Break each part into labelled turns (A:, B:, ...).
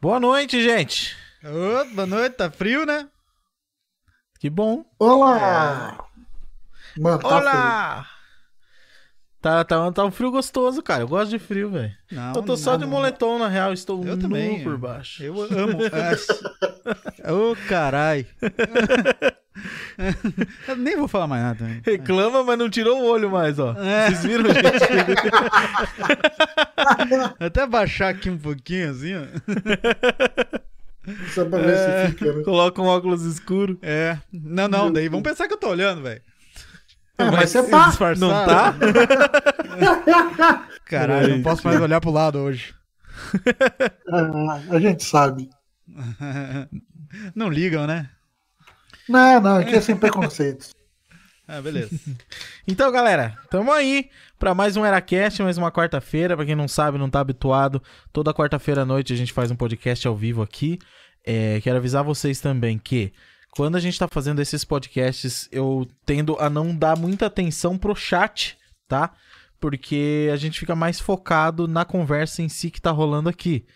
A: Boa noite, gente.
B: Ô, boa noite, tá frio, né?
A: Que bom.
C: Olá! Mano, tá
A: Olá! Tá, tá, tá um frio gostoso, cara. Eu gosto de frio, velho.
B: Não,
A: Eu tô só
B: não,
A: de
B: não.
A: moletom, na real. Estou
B: Eu
A: nu
B: também. é.
A: por baixo.
B: Eu amo. Ah, Ô, carai. Eu nem vou falar mais nada. né?
A: Reclama, mas não tirou o olho mais, ó.
B: É.
A: Vocês viram, gente?
B: Até baixar aqui um pouquinho, assim, ó.
C: feio, só pra ver se fica, né?
A: Coloca um óculos escuro.
B: É. Não, não, daí vão pensar que eu tô olhando, velho.
C: Ah, mas você
B: Se
C: tá.
B: disfarçar,
A: Não tá?
B: Caralho, não posso mais olhar pro lado hoje.
C: Ah, a gente sabe.
B: Não ligam, né?
C: Não, não, aqui é sem preconceitos.
B: Ah, beleza.
A: Então, galera, tamo aí pra mais um EraCast, mais uma quarta-feira. Pra quem não sabe, não tá habituado, toda quarta-feira à noite a gente faz um podcast ao vivo aqui. É, quero avisar vocês também que quando a gente tá fazendo esses podcasts, eu tendo a não dar muita atenção pro chat, tá? Porque a gente fica mais focado na conversa em si que tá rolando aqui.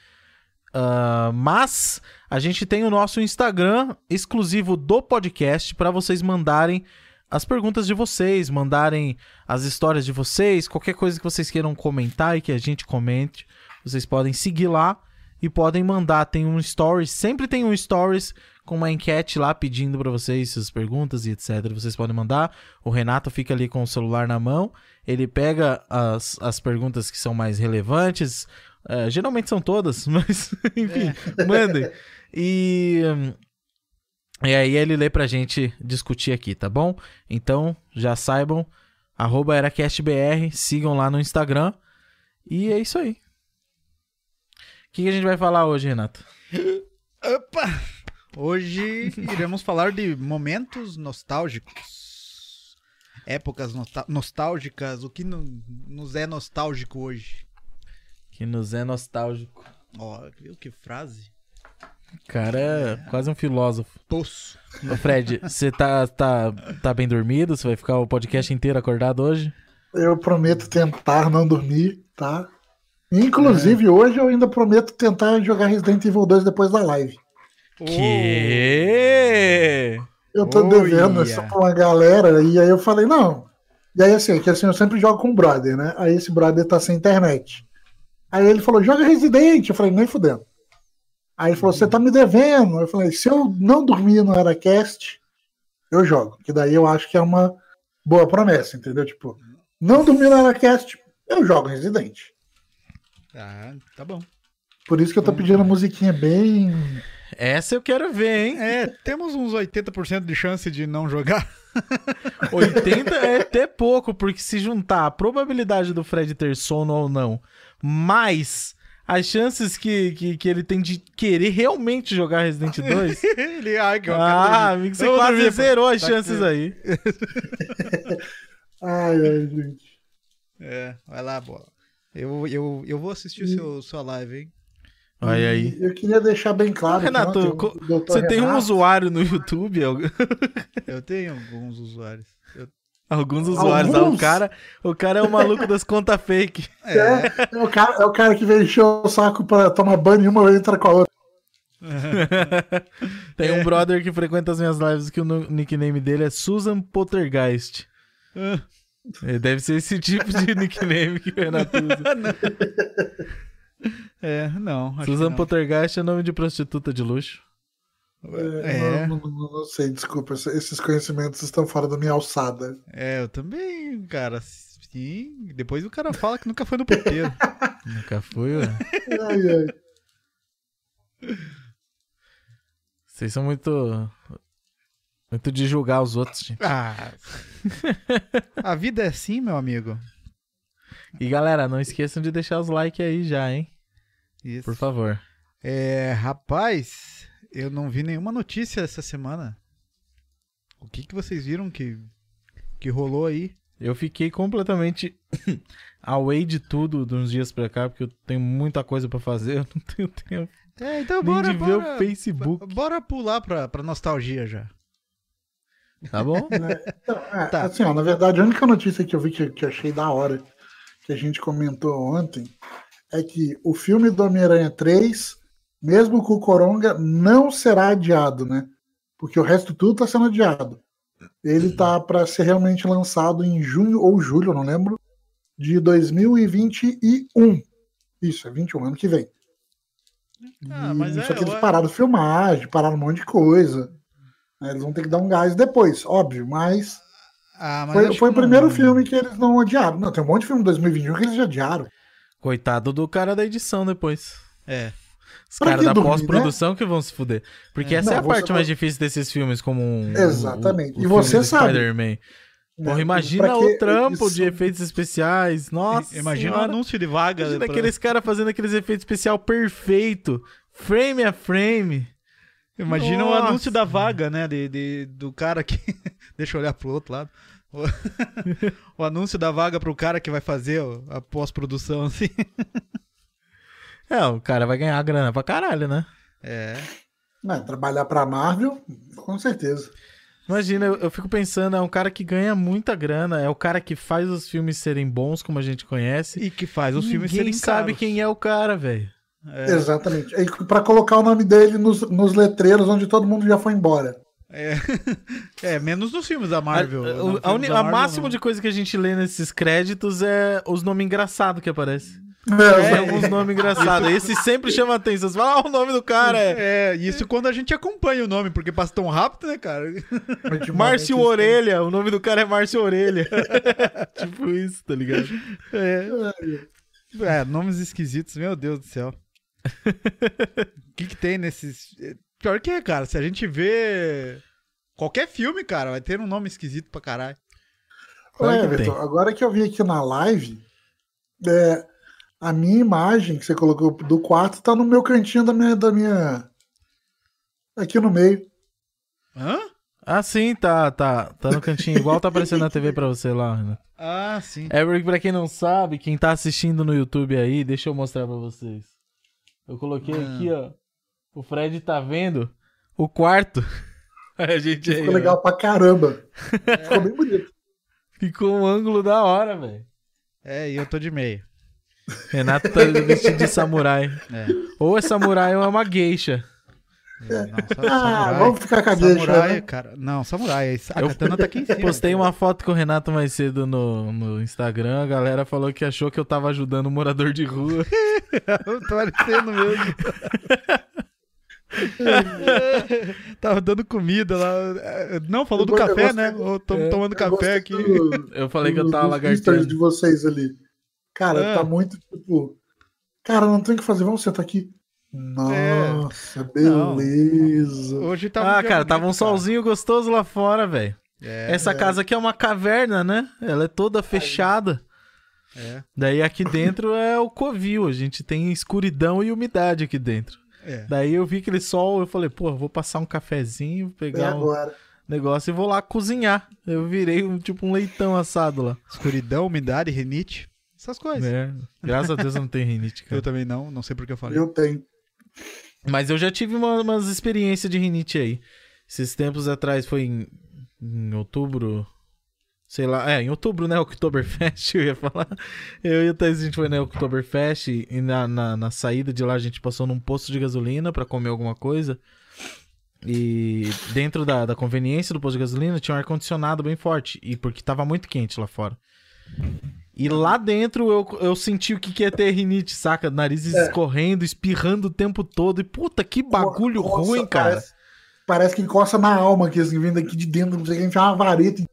A: Ah, mas a gente tem o nosso Instagram exclusivo do podcast pra vocês mandarem as perguntas de vocês, mandarem as histórias de vocês, qualquer coisa que vocês queiram comentar e que a gente comente, vocês podem seguir lá e podem mandar. Tem um stories, sempre tem um stories com uma enquete lá pedindo pra vocês suas perguntas e etc. Vocês podem mandar. O Renato fica ali com o celular na mão, ele pega as, as perguntas que são mais relevantes. eh, geralmente são todas, mas enfim, mandem. E, hum, e aí ele lê pra gente discutir aqui, tá bom? Então, já saibam, arroba EraCastBR, sigam lá no Instagram. E é isso aí. O que, que a gente vai falar hoje, Renato?
B: Opa! Hoje iremos falar de momentos nostálgicos. Épocas nosta- nostálgicas, o que no- nos é nostálgico hoje.
A: Que nos é nostálgico.
B: Ó, viu que frase?
A: O Cara, é quase um filósofo.
B: Poço.
A: Ô, Fred, você tá, tá, tá bem dormido? Você vai ficar o podcast inteiro acordado hoje?
C: Eu prometo tentar não dormir, tá? Inclusive, hoje eu ainda prometo tentar jogar Resident Evil 2 depois da live.
A: Que?
C: Eu tô
B: Oh,
C: devendo
B: yeah.
C: essa pra uma galera, e aí eu falei, não. E aí assim, que assim, eu sempre jogo com um brother, né? Aí esse brother tá sem internet. Aí ele falou, joga Resident. Eu falei, nem fudendo. Aí ele falou, você tá me devendo. Eu falei, se eu não dormir no Aracast, eu jogo. Que daí eu acho que é uma boa promessa, entendeu? Tipo, não dormir no Aracast, eu jogo Resident.
B: Tá, tá bom.
C: Por isso que eu tô pedindo
A: Hum.
C: a musiquinha bem.
A: Essa eu quero ver, hein?
B: É, temos uns 80% de chance de não jogar.
A: 80 é até pouco, porque se juntar a probabilidade do Fred ter sono ou não, mais as chances que, que, que ele tem de querer realmente jogar Resident 2.
B: Ele, ai, que eu
A: ah,
B: quero
A: amigo, você
B: Eu vou
A: quase
B: dormir, pô.
A: zerou as
B: Tá
A: chances
B: aqui.
A: aí.
C: Ai, ai, gente.
B: dormir. É, vai lá, bola. Eu, eu, eu vou assistir seu, sua live, hein?
A: Olha
B: Hum.
A: aí.
C: Eu queria deixar bem claro. que
A: Renato,
C: ontem o
A: co-
C: Dr.
A: Você tem um
C: Renato-
A: usuário no YouTube, al-
B: Eu tenho alguns usuários. Eu-
A: alguns usuários lá. O
C: Alguns?
A: cara, o cara é o maluco das contas fake.
C: É, é o cara, é o cara que vem encher o saco pra tomar banho e uma entra com a outra.
A: Tem
B: É.
A: um brother que frequenta as minhas lives que o no- nickname dele é Susan Pottergeist.
B: Ah.
A: É, Deve ser esse tipo de nickname que o Renato usa.
B: É, não. acho
A: Susan
B: que não.
A: Pottergeist é nome de prostituta de luxo.
B: É.
C: É, Não, não- não- não sei, desculpa, esse- esses conhecimentos estão fora da minha alçada.
B: É, eu também, cara. Sim. Depois o cara fala que nunca foi no puteiro.
A: Nunca fui, ué.
C: Ai, ai.
A: Vocês são muito. Muito de julgar os outros, gente.
B: ah. A vida é assim, meu amigo.
A: E galera, não esqueçam de deixar os likes aí já, hein?
B: Isso.
A: Por favor.
B: É, rapaz, eu não vi nenhuma notícia essa semana. O que que vocês viram que que rolou aí?
A: Eu fiquei completamente away de tudo de uns dias pra cá, porque eu tenho muita coisa pra fazer, eu não tenho tempo
B: É, então
A: nem
B: bora
A: de ver o
B: bora,
A: Facebook,
B: bora pular pra, pra nostalgia já.
A: tá bom?
C: Então, é,
B: Tá.
C: Assim, ó, na verdade, a única notícia que eu vi que, que eu achei da hora, que a gente comentou ontem, é que o filme do Homem-Aranha 3 mesmo com o Coronga, não será adiado, né? Porque o resto tudo está sendo adiado. Ele tá para ser realmente lançado em junho ou julho, não lembro, de 2021. Isso, é 21, ano que vem.
A: Ah, mas
B: Hum,
C: E
A: é,
C: só que eles
A: ué.
C: pararam filmagem, pararam um monte de coisa. né? Eles vão ter que dar um gás depois, óbvio, mas,
B: Ah, mas
C: foi,
B: acho
C: foi o
B: que não-
C: primeiro filme que eles não adiaram. Não, tem um monte de filme de 2021 que eles já né? adiaram.
A: Coitado do cara da edição depois.
B: É.
A: Os
C: Pra
A: caras
C: que
A: da
C: dormir, né?
A: pós-produção que vão se fuder. Porque essa
C: Não,
A: é a
C: você
A: parte
C: vai-
A: mais difícil desses filmes, como um,
C: Exatamente.
A: o- o
C: E
A: filme
C: você
A: do
C: sabe,
A: Spider-Man. Porra,
C: né?
A: imagina
C: Pra que
A: o trampo
C: eles-
A: de efeitos especiais. Nossa.
B: Imagina o
A: senhora.
B: anúncio de vaga.
A: Imagina
B: né, pra-
A: aqueles caras fazendo aqueles efeitos especial perfeito, frame a frame.
B: Imagina o
A: Nossa.
B: anúncio da vaga, né? De, de- do cara que. Deixa eu olhar pro outro lado. O, o anúncio da vaga pro cara que vai fazer o- a pós-produção, assim.
A: É, o cara vai ganhar grana pra caralho, né?
B: É.
C: né, trabalhar pra Marvel, com certeza.
A: Imagina, eu, eu fico pensando, é um cara que ganha muita grana, é o cara que faz os filmes serem bons, como a gente conhece.
B: E que faz os filmes
A: Ninguém
B: serem
A: sabe
B: caros.
A: quem é o cara, velho. É.
C: Exatamente. E pra colocar o nome dele nos, nos letreiros onde todo mundo já foi embora.
B: É, menos nos filmes da
A: A,
B: Marvel. né,
A: a,
B: Nos
A: a, uni-
B: filmes da
A: a
B: Marvel, né?
A: máximo
B: não.
A: de coisa que a gente lê nesses créditos é os nomes engraçados que aparecem. Tem
C: É,
A: alguns nomes engraçados. Esse sempre chama atenção. Você fala, ah, o nome do cara é
B: É, isso quando a gente acompanha o nome, porque passa tão rápido, né, cara?
C: ultimamente
A: Tipo, Márcio
C: eles-
A: Orelha. O nome do cara é Márcio Orelha. tipo isso, tá ligado?
B: É, nomes esquisitos, meu Deus do céu. O que, que tem nesses. é, Pior que é, cara, se a gente vê. Qualquer filme, cara, vai ter um nome esquisito pra caralho.
A: Claro
C: Ué,
A: que
C: Everton, agora que eu vi aqui na live, é, a minha imagem que você colocou do quarto tá no meu cantinho da minha. Da minha... Aqui no meio.
B: Hã?
A: Ah, sim, tá, tá. Tá no cantinho, igual tá aparecendo na TV pra você lá, Renan.
B: Ah, sim.
A: É, porque pra quem não sabe, quem tá assistindo no YouTube aí, deixa eu mostrar pra vocês. Eu coloquei
B: Ah.
A: aqui, ó. O Fred tá vendo o quarto. A gente aí,
C: Ficou
A: ó.
C: legal pra caramba. Ficou bem bonito.
A: Ficou um ângulo da hora, velho.
B: É, e eu tô de meia.
A: Renato tá vestido de samurai.
B: É.
A: Ou é samurai ou é uma geisha.
B: É, Não, sa-
C: Ah,
B: samurai.
C: vamos ficar com a deixa,
B: samurai,
C: né?
B: cara. Não, samurai. A
A: Eu-
B: katana tá aqui em cima.
A: Postei uma foto com o Renato mais cedo no, no Instagram. A galera falou que achou que eu tava ajudando um morador de rua.
B: Eu tô parecendo tá mesmo. Tava dando comida lá. É, Não, falou do
C: Eu
B: café,
C: gosto-
B: né? Eu tô
A: É,
B: tomando
C: Eu
B: café
C: gostei
B: aqui.
C: do-
A: Eu falei que eu
C: do-
A: tava
C: dos stories de
A: lagartando.
C: vocês ali. Cara,
B: Ah.
C: tá muito tipo. Cara, não tem o que fazer, vamos sentar aqui. Nossa,
B: É.
C: beleza.
B: Hoje tá um
A: Ah,
B: dia
A: cara,
B: bonito,
A: tava um
B: cara.
A: solzinho gostoso lá fora, velho.
B: É,
A: Essa casa aqui é uma caverna, né? Ela é toda fechada.
B: é,
A: Daí aqui dentro é o covil. A gente tem escuridão e umidade aqui dentro.
B: é.
A: Daí eu vi aquele sol, eu falei, pô, vou passar um cafezinho,
C: É
A: pegar um
C: agora.
A: negócio e vou lá cozinhar. Eu virei um tipo um leitão assado lá.
B: Escuridão, umidade, renite. Essas coisas.
A: É, graças a Deus eu não tenho rinite, cara.
B: Eu também não, não sei porque eu falei.
C: Eu tenho.
A: Mas eu já tive uma- umas experiências de rinite aí. Esses tempos atrás foi em, em outubro. Sei lá, é, em outubro, né? Oktoberfest, eu ia falar. Eu e o Thais, a gente foi na Oktoberfest e e na, na, na saída de lá a gente passou num posto de gasolina pra comer alguma coisa. E dentro da, da conveniência do posto de gasolina tinha um ar-condicionado bem forte. E porque tava muito quente lá fora. E lá dentro eu, eu senti o que, que é ter rinite, saca? Nariz
C: É.
A: escorrendo, espirrando o tempo todo. E puta,
B: Um
A: que bagulho
C: Nossa,
A: ruim, cara.
C: Parece, parece que encosta na alma que assim, vindo aqui de dentro, não sei quem, uma vareta e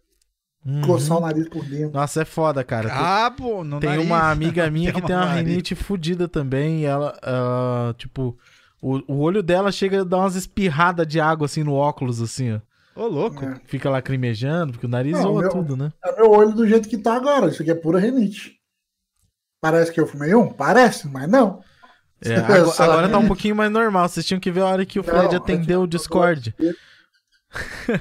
A: Uhum.
C: coçar o nariz por dentro.
A: Nossa, é foda, cara. Tem-
B: Cabo no
A: tem
B: Ah, nariz.
A: uma amiga minha
B: Tem
A: que tem
B: uma
A: uma
B: vareta.
A: rinite fodida também. E ela, ah, tipo, o, o olho dela chega a dar umas espirradas de água assim no óculos, assim, ó.
B: Ô, louco.
C: É.
A: Fica lacrimejando, porque o nariz
C: Não,
A: zoa
C: meu-
A: tudo, né?
C: É meu olho do jeito que tá agora. Isso aqui é pura renite. Parece que eu fumei um? Parece, mas não.
A: É,
C: Eu
A: agora,
C: só-
A: agora tá um pouquinho mais normal. Vocês tinham que ver a hora que o Fred
C: Não,
A: atendeu o Discord.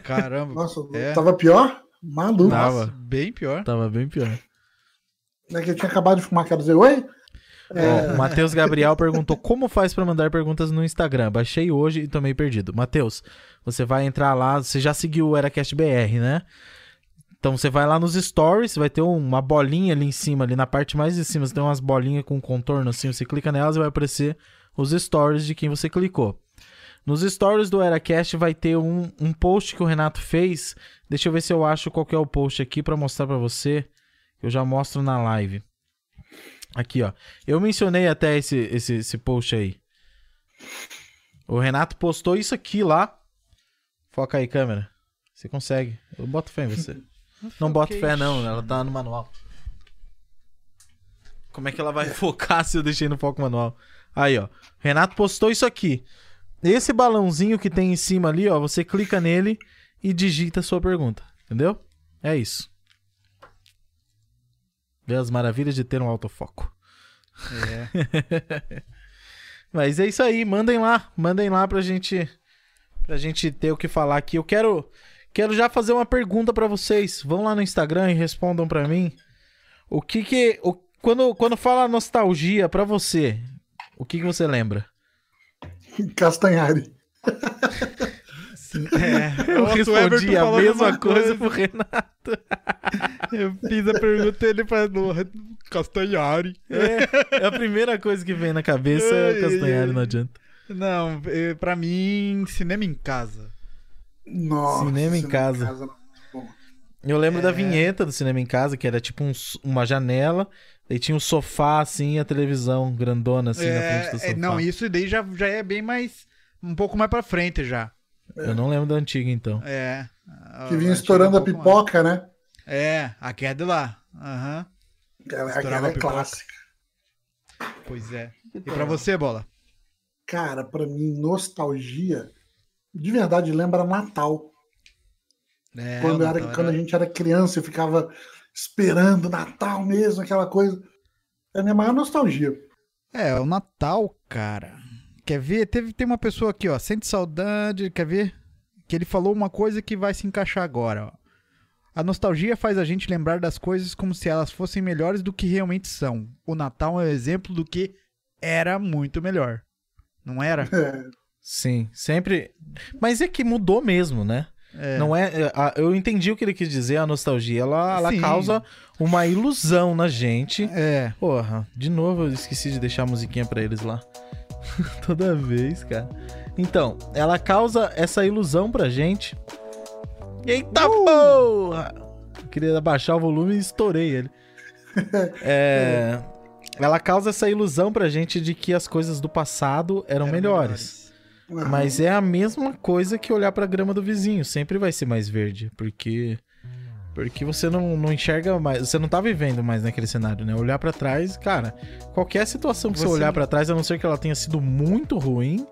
B: Caramba.
C: É. Nossa,
B: É.
C: tava pior? Maluco.
A: Tava.
B: Nossa, bem pior.
A: Tava bem pior.
C: É que eu tinha acabado de fumar, quero dizer, oi?
A: Ó, o Matheus Gabriel perguntou como faz pra mandar perguntas no Instagram. Baixei hoje e tô meio perdido. Matheus, você vai entrar lá, você já seguiu o EraCast BR, né? Então você vai lá nos stories, vai ter uma um bolinha ali em cima, ali na parte mais de cima, você tem umas bolinhas com contorno assim, você clica nelas e vai aparecer os stories de quem você clicou. Nos stories do EraCast vai ter um, um post que o Renato fez. Deixa eu ver se eu acho qual que é o post aqui pra mostrar pra você. Eu já mostro na live. Aqui, ó. Eu mencionei até esse, esse, esse post aí. O Renato postou isso aqui lá. Foca aí, câmera. Você consegue. Eu boto fé em você. Não boto fé, não. Ela tá no manual. Como é que ela vai focar se eu deixei no foco manual? Aí, ó. Renato postou isso aqui. Esse balãozinho que tem em cima ali, ó. Você clica nele e digita a sua pergunta. Entendeu? É isso. Vê as maravilhas de ter um autofoco.
B: É.
A: Mas é isso aí. Mandem lá. Mandem lá pra gente... Pra gente ter o que falar aqui. Eu quero... Quero já fazer uma pergunta pra vocês. Vão lá no Instagram e respondam pra mim. O que que. o- quando, quando fala nostalgia pra você, o que que você lembra?
C: Castanhari.
B: é.
A: Eu
B: Nossa, o
A: respondi
B: Everton
A: a
B: falou
A: mesma
B: mesma
A: coisa pro Renato.
B: Eu fiz a pergunta ele falou Castanhari.
A: É, é a primeira coisa que vem na cabeça é o Castanhari, não adianta.
B: Não, eh, pra mim, cinema em casa.
C: Nossa. né,
A: Cinema em casa.
C: não.
A: Eu lembro
B: É.
A: da vinheta do cinema em casa, que era tipo um s- uma janela, e tinha um sofá assim, e a televisão grandona assim na frente
B: é,
A: do
B: é,
A: sofá.
B: não, isso daí já, já é bem mais. Um pouco mais pra frente já.
A: Eu não lembro da antiga então.
B: É.
C: Que vinha
B: Ah,
C: estourando a
B: um pouco mais.
C: pipoca, né?
B: É, a queda lá. Aham.
C: Aquela,
B: Estourava
C: aquela
B: a
C: é
B: pipoca.
C: clássica.
B: Pois é. E pra você, Bola?
C: Cara, pra mim, nostalgia de verdade lembra Natal.
B: É,
C: quando,
B: o
C: era,
B: Natal
C: quando a gente era criança e ficava esperando Natal mesmo, aquela coisa. É a minha maior nostalgia.
B: É, o Natal, cara. Quer ver? Teve, tem uma pessoa aqui, ó. Sente saudade, quer ver? Que ele falou uma coisa que vai se encaixar agora, ó. A nostalgia faz a gente lembrar das coisas como se elas fossem melhores do que realmente são. O Natal é um exemplo do que era muito melhor. Não era?
C: É,
A: Sim, sempre. Mas é que mudou mesmo, né?
B: É.
A: Não é, é, a- eu entendi o que ele quis dizer, a nostalgia, ela, ela
B: Sim.
A: causa uma ilusão na gente.
B: É.
A: Porra, de novo eu esqueci de deixar a musiquinha pra eles lá. Toda vez, cara. Então, ela causa essa ilusão pra gente. Eita porra! Queria abaixar o volume e estourei ele. É, ela causa essa ilusão pra gente de que as coisas do passado eram
B: Eram
A: melhores. Mas é a mesma coisa que olhar pra grama do vizinho. Sempre vai ser mais verde, porque porque você não, não enxerga mais, você não tá vivendo mais naquele cenário, né? Olhar pra trás, cara, qualquer situação que você,
B: Você
A: olhar
B: não-
A: pra trás, a não ser que ela tenha sido muito ruim,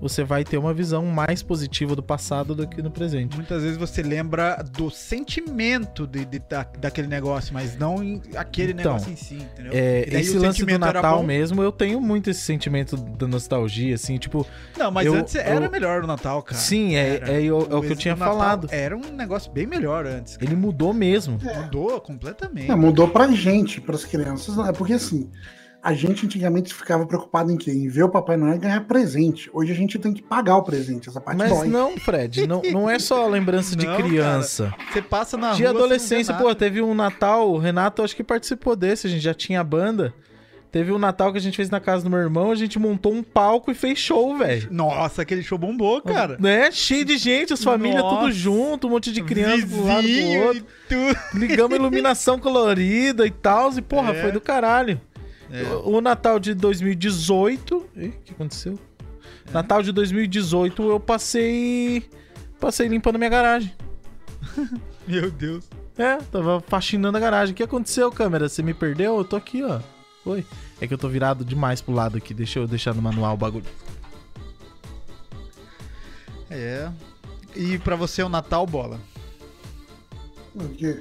A: você vai ter uma visão mais positiva do passado do que no presente.
B: Muitas vezes você lembra do sentimento de, de- da- daquele negócio, mas não em- aquele
A: Então,
B: negócio em si, entendeu?
A: É,
B: E daí
A: esse
B: o
A: lance do
B: sentimento era
A: Natal
B: bom?
A: mesmo, eu tenho muito esse sentimento da nostalgia, assim, tipo,
B: Não, mas
A: eu-
B: antes era
A: eu-
B: melhor o Natal, cara.
A: sim, é,
B: era.
A: é, eu- é o que eu
B: Esse
A: tinha
B: do Natal
A: falado.
B: Era um negócio bem melhor antes.
A: Ele mudou mesmo.
B: Mudou completamente.
C: É, mudou pra gente, pras crianças. né? É porque assim, a gente antigamente ficava preocupado em quê? Em ver o Papai Noel e ganhar presente. Hoje a gente tem que pagar o presente. Essa parte
A: Mas
C: dói.
A: não, Fred, não, não é só a lembrança de
B: Não, cara.
A: criança.
B: Você passa na
A: De
B: rua,
A: adolescência,
B: você não
A: pô,
B: vê
A: teve um Natal, o Renato acho que participou desse, a gente já tinha a banda. Teve um Natal que a gente fez na casa do meu irmão, a gente montou um palco e fez show, velho.
B: nada. Nossa, aquele show bombou, cara.
A: Né? Cheio de gente, as famílias tudo
B: Nossa.
A: junto, um monte de criança pro lado pro
B: Vizinho
A: outro.
B: e tudo.
A: Ligamos iluminação colorida e tal, e porra,
B: É.
A: foi do caralho.
B: É.
A: O o Natal de 2018. Ih, o que aconteceu? Natal de 2018 eu passei. Passei limpando minha garagem.
B: Meu Deus.
A: É, tava faxinando a garagem. O que aconteceu, câmera? Você me perdeu? Eu tô aqui, ó. Oi. É que eu tô virado demais pro lado aqui. Deixa eu deixar no manual o bagulho.
B: É. E pra você o Natal, bola?
C: Porque-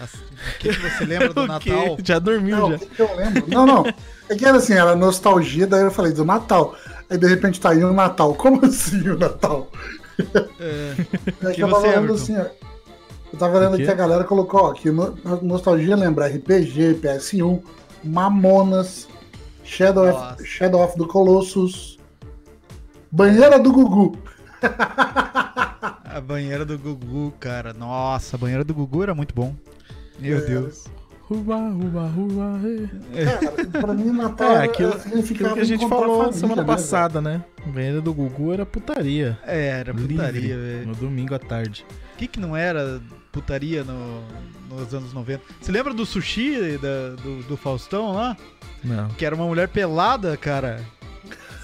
B: As- O que, que você lembra do
A: O quê?
B: Natal?
A: Já dormiu,
C: Não,
A: já.
C: o que que eu lembro? Não, não. É que era assim, era nostalgia, daí eu falei do Natal. Aí de repente tá aí o Natal. Como assim o Natal?
B: É.
C: É
B: Que
C: que eu tava
B: você,
C: lendo
B: Everton?
C: assim, ó. Eu tava lendo
A: O quê?
C: que a galera colocou, ó, que no- nostalgia lembra RPG, PS1, Mamonas, Shadow,
B: Nossa.
C: of, Shadow of the Colossus, Banheira do Gugu.
A: É.
B: A banheira do Gugu, cara. Nossa, a banheira do Gugu era muito bom. Meu Deus.
A: Ruba, ruba, ruba. é.
C: Cara, pra mim, Natal
A: É, aquilo,
C: era- significava
A: aquilo que a gente
C: encontrar
A: falou
C: família,
A: semana
C: né,
A: passada, né? A venda do Gugu era putaria.
B: É, era putaria,
A: Livre,
B: velho.
A: No domingo à tarde.
B: O que, que não era putaria no- nos anos 90? Você lembra do sushi da- do, do Faustão lá?
A: Não.
B: Que era uma mulher pelada, cara.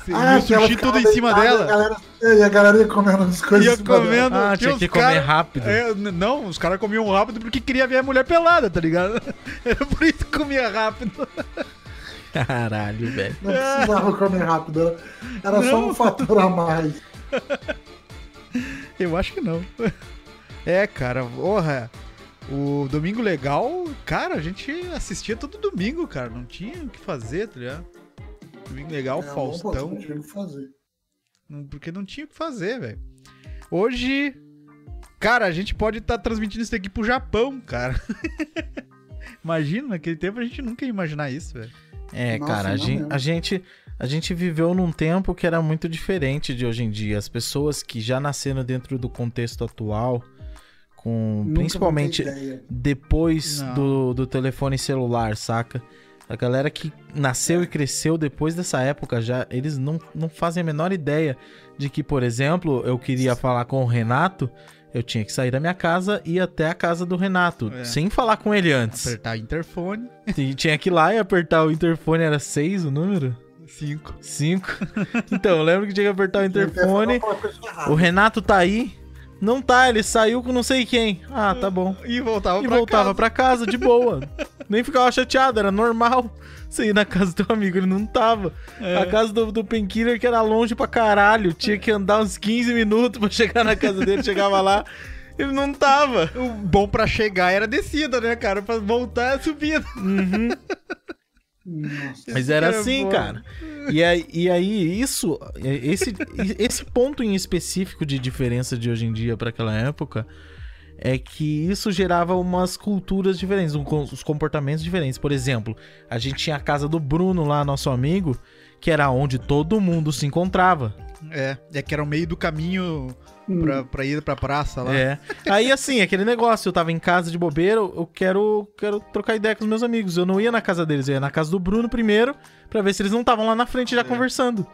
B: E
C: Ah,
B: o
C: aquela
B: sushi tudo em
C: ficava
B: cima dela.
C: deitada, a galera- e a galera ia comendo as coisas.
B: Ia
C: em cima dela.
B: comendo.
A: Ah,
B: tinha
A: tinha
B: uns
A: que comer
B: cara-
A: rápido.
B: É, n- não, os caras comiam rápido porque queria ver a mulher pelada, tá ligado? Era por isso que comia rápido.
A: Caralho, velho.
C: Não precisava comer rápido. Era, era só um fator a mais.
B: Eu acho que não. É, cara, porra. O Domingo Legal, cara, a gente assistia todo domingo, cara. Não tinha o que fazer, tá ligado? Domingo Legal,
C: É,
B: Faustão.
C: Não tinha o que fazer.
B: Não- Porque não tinha o que fazer, velho. Hoje. Cara, a gente pode estar transmitindo isso aqui pro Japão, cara. Imagina, naquele tempo a gente nunca ia imaginar isso, velho.
A: É,
C: Nossa,
A: cara, a
C: não
A: gen-
C: mesmo.
A: a gente, a gente viveu num tempo que era muito diferente de hoje em dia. As pessoas que já nasceram dentro do contexto atual, com
C: Nunca
A: principalmente
C: vou ter ideia.
A: depois
B: Não.
A: do, do telefone celular, saca? A galera que nasceu e cresceu depois dessa época já, eles não, não fazem a menor ideia de que, por exemplo, eu queria falar com o Renato, eu tinha que sair da minha casa e ir até a casa do Renato,
B: É.
A: sem falar com ele antes.
B: Apertar interfone.
A: E tinha que ir lá e apertar o interfone, era seis o número?
B: Cinco.
A: Cinco. Então, eu lembro que tinha que apertar o interfone.
C: Eu ia falar uma coisa errada.
A: O Renato tá aí? Não tá, ele saiu com não sei quem. Ah, tá bom.
B: E voltava
A: E
B: pra
A: voltava
B: casa.
A: pra casa de boa. Nem ficava chateado, era normal. Você ir na casa do teu amigo, ele não tava.
B: É.
A: A casa do, do Penkiller, que era longe pra caralho, tinha que andar uns 15 minutos pra chegar na casa dele, chegava lá, ele não tava.
B: O bom pra chegar era descida, né, cara? Pra voltar é subida.
A: Uhum.
C: Nossa.
A: Mas era
B: Era
A: assim,
B: bom.
A: cara. E aí, e aí isso, é, esse, esse ponto em específico de diferença de hoje em dia para aquela época é que isso gerava umas culturas diferentes, um, com- os comportamentos diferentes. Por exemplo, a gente tinha a casa do Bruno lá, nosso amigo, que era onde todo mundo se encontrava.
B: É, é que era o meio do caminho pra, pra ir pra praça tá lá.
A: É. Aí assim, aquele negócio, eu tava em casa de bobeira, eu eu quero, quero trocar ideia com os meus amigos. Eu não ia na casa deles, eu ia na casa do Bruno primeiro, pra ver se eles não estavam lá na frente já
B: É.
A: conversando.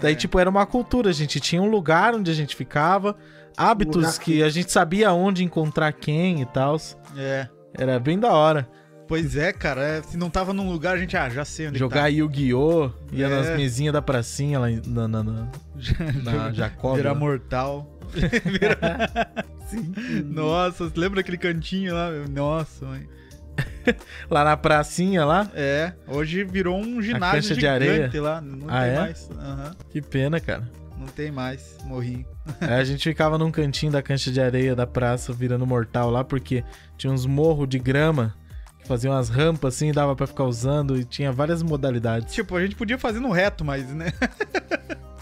A: Daí,
B: É.
A: tipo, era uma cultura, a gente tinha um lugar onde a gente ficava, hábitos
C: Lugar
A: que a gente sabia onde encontrar quem e tal.
B: É.
A: Era bem da hora.
B: Pois é, cara. é, se não tava num lugar, a gente, ah, já sei onde
A: Jogar Yu-Gi-Oh! Ia
B: É.
A: nas mesinhas da pracinha lá em- na, na, na,
B: que tá.
A: na Jacob.
B: Virar
A: né?
B: mortal. Sim. Nossa, você lembra aquele cantinho lá? meu? Nossa, mãe. um
A: Lá na pracinha lá.
B: É, hoje virou um
A: cancha
B: ginásio
A: de
B: de
A: areia?
B: areia. lá. Não
A: Ah,
B: tem
A: é?
B: mais. Aham,
A: Que pena, cara.
B: Não tem mais. Morri.
A: Aí É, a gente ficava num cantinho da cancha de areia da praça, virando mortal lá, porque tinha uns morros de grama, que faziam umas rampas assim, dava pra ficar usando, e tinha várias modalidades.
B: Tipo, a gente podia fazer no reto, mas, né?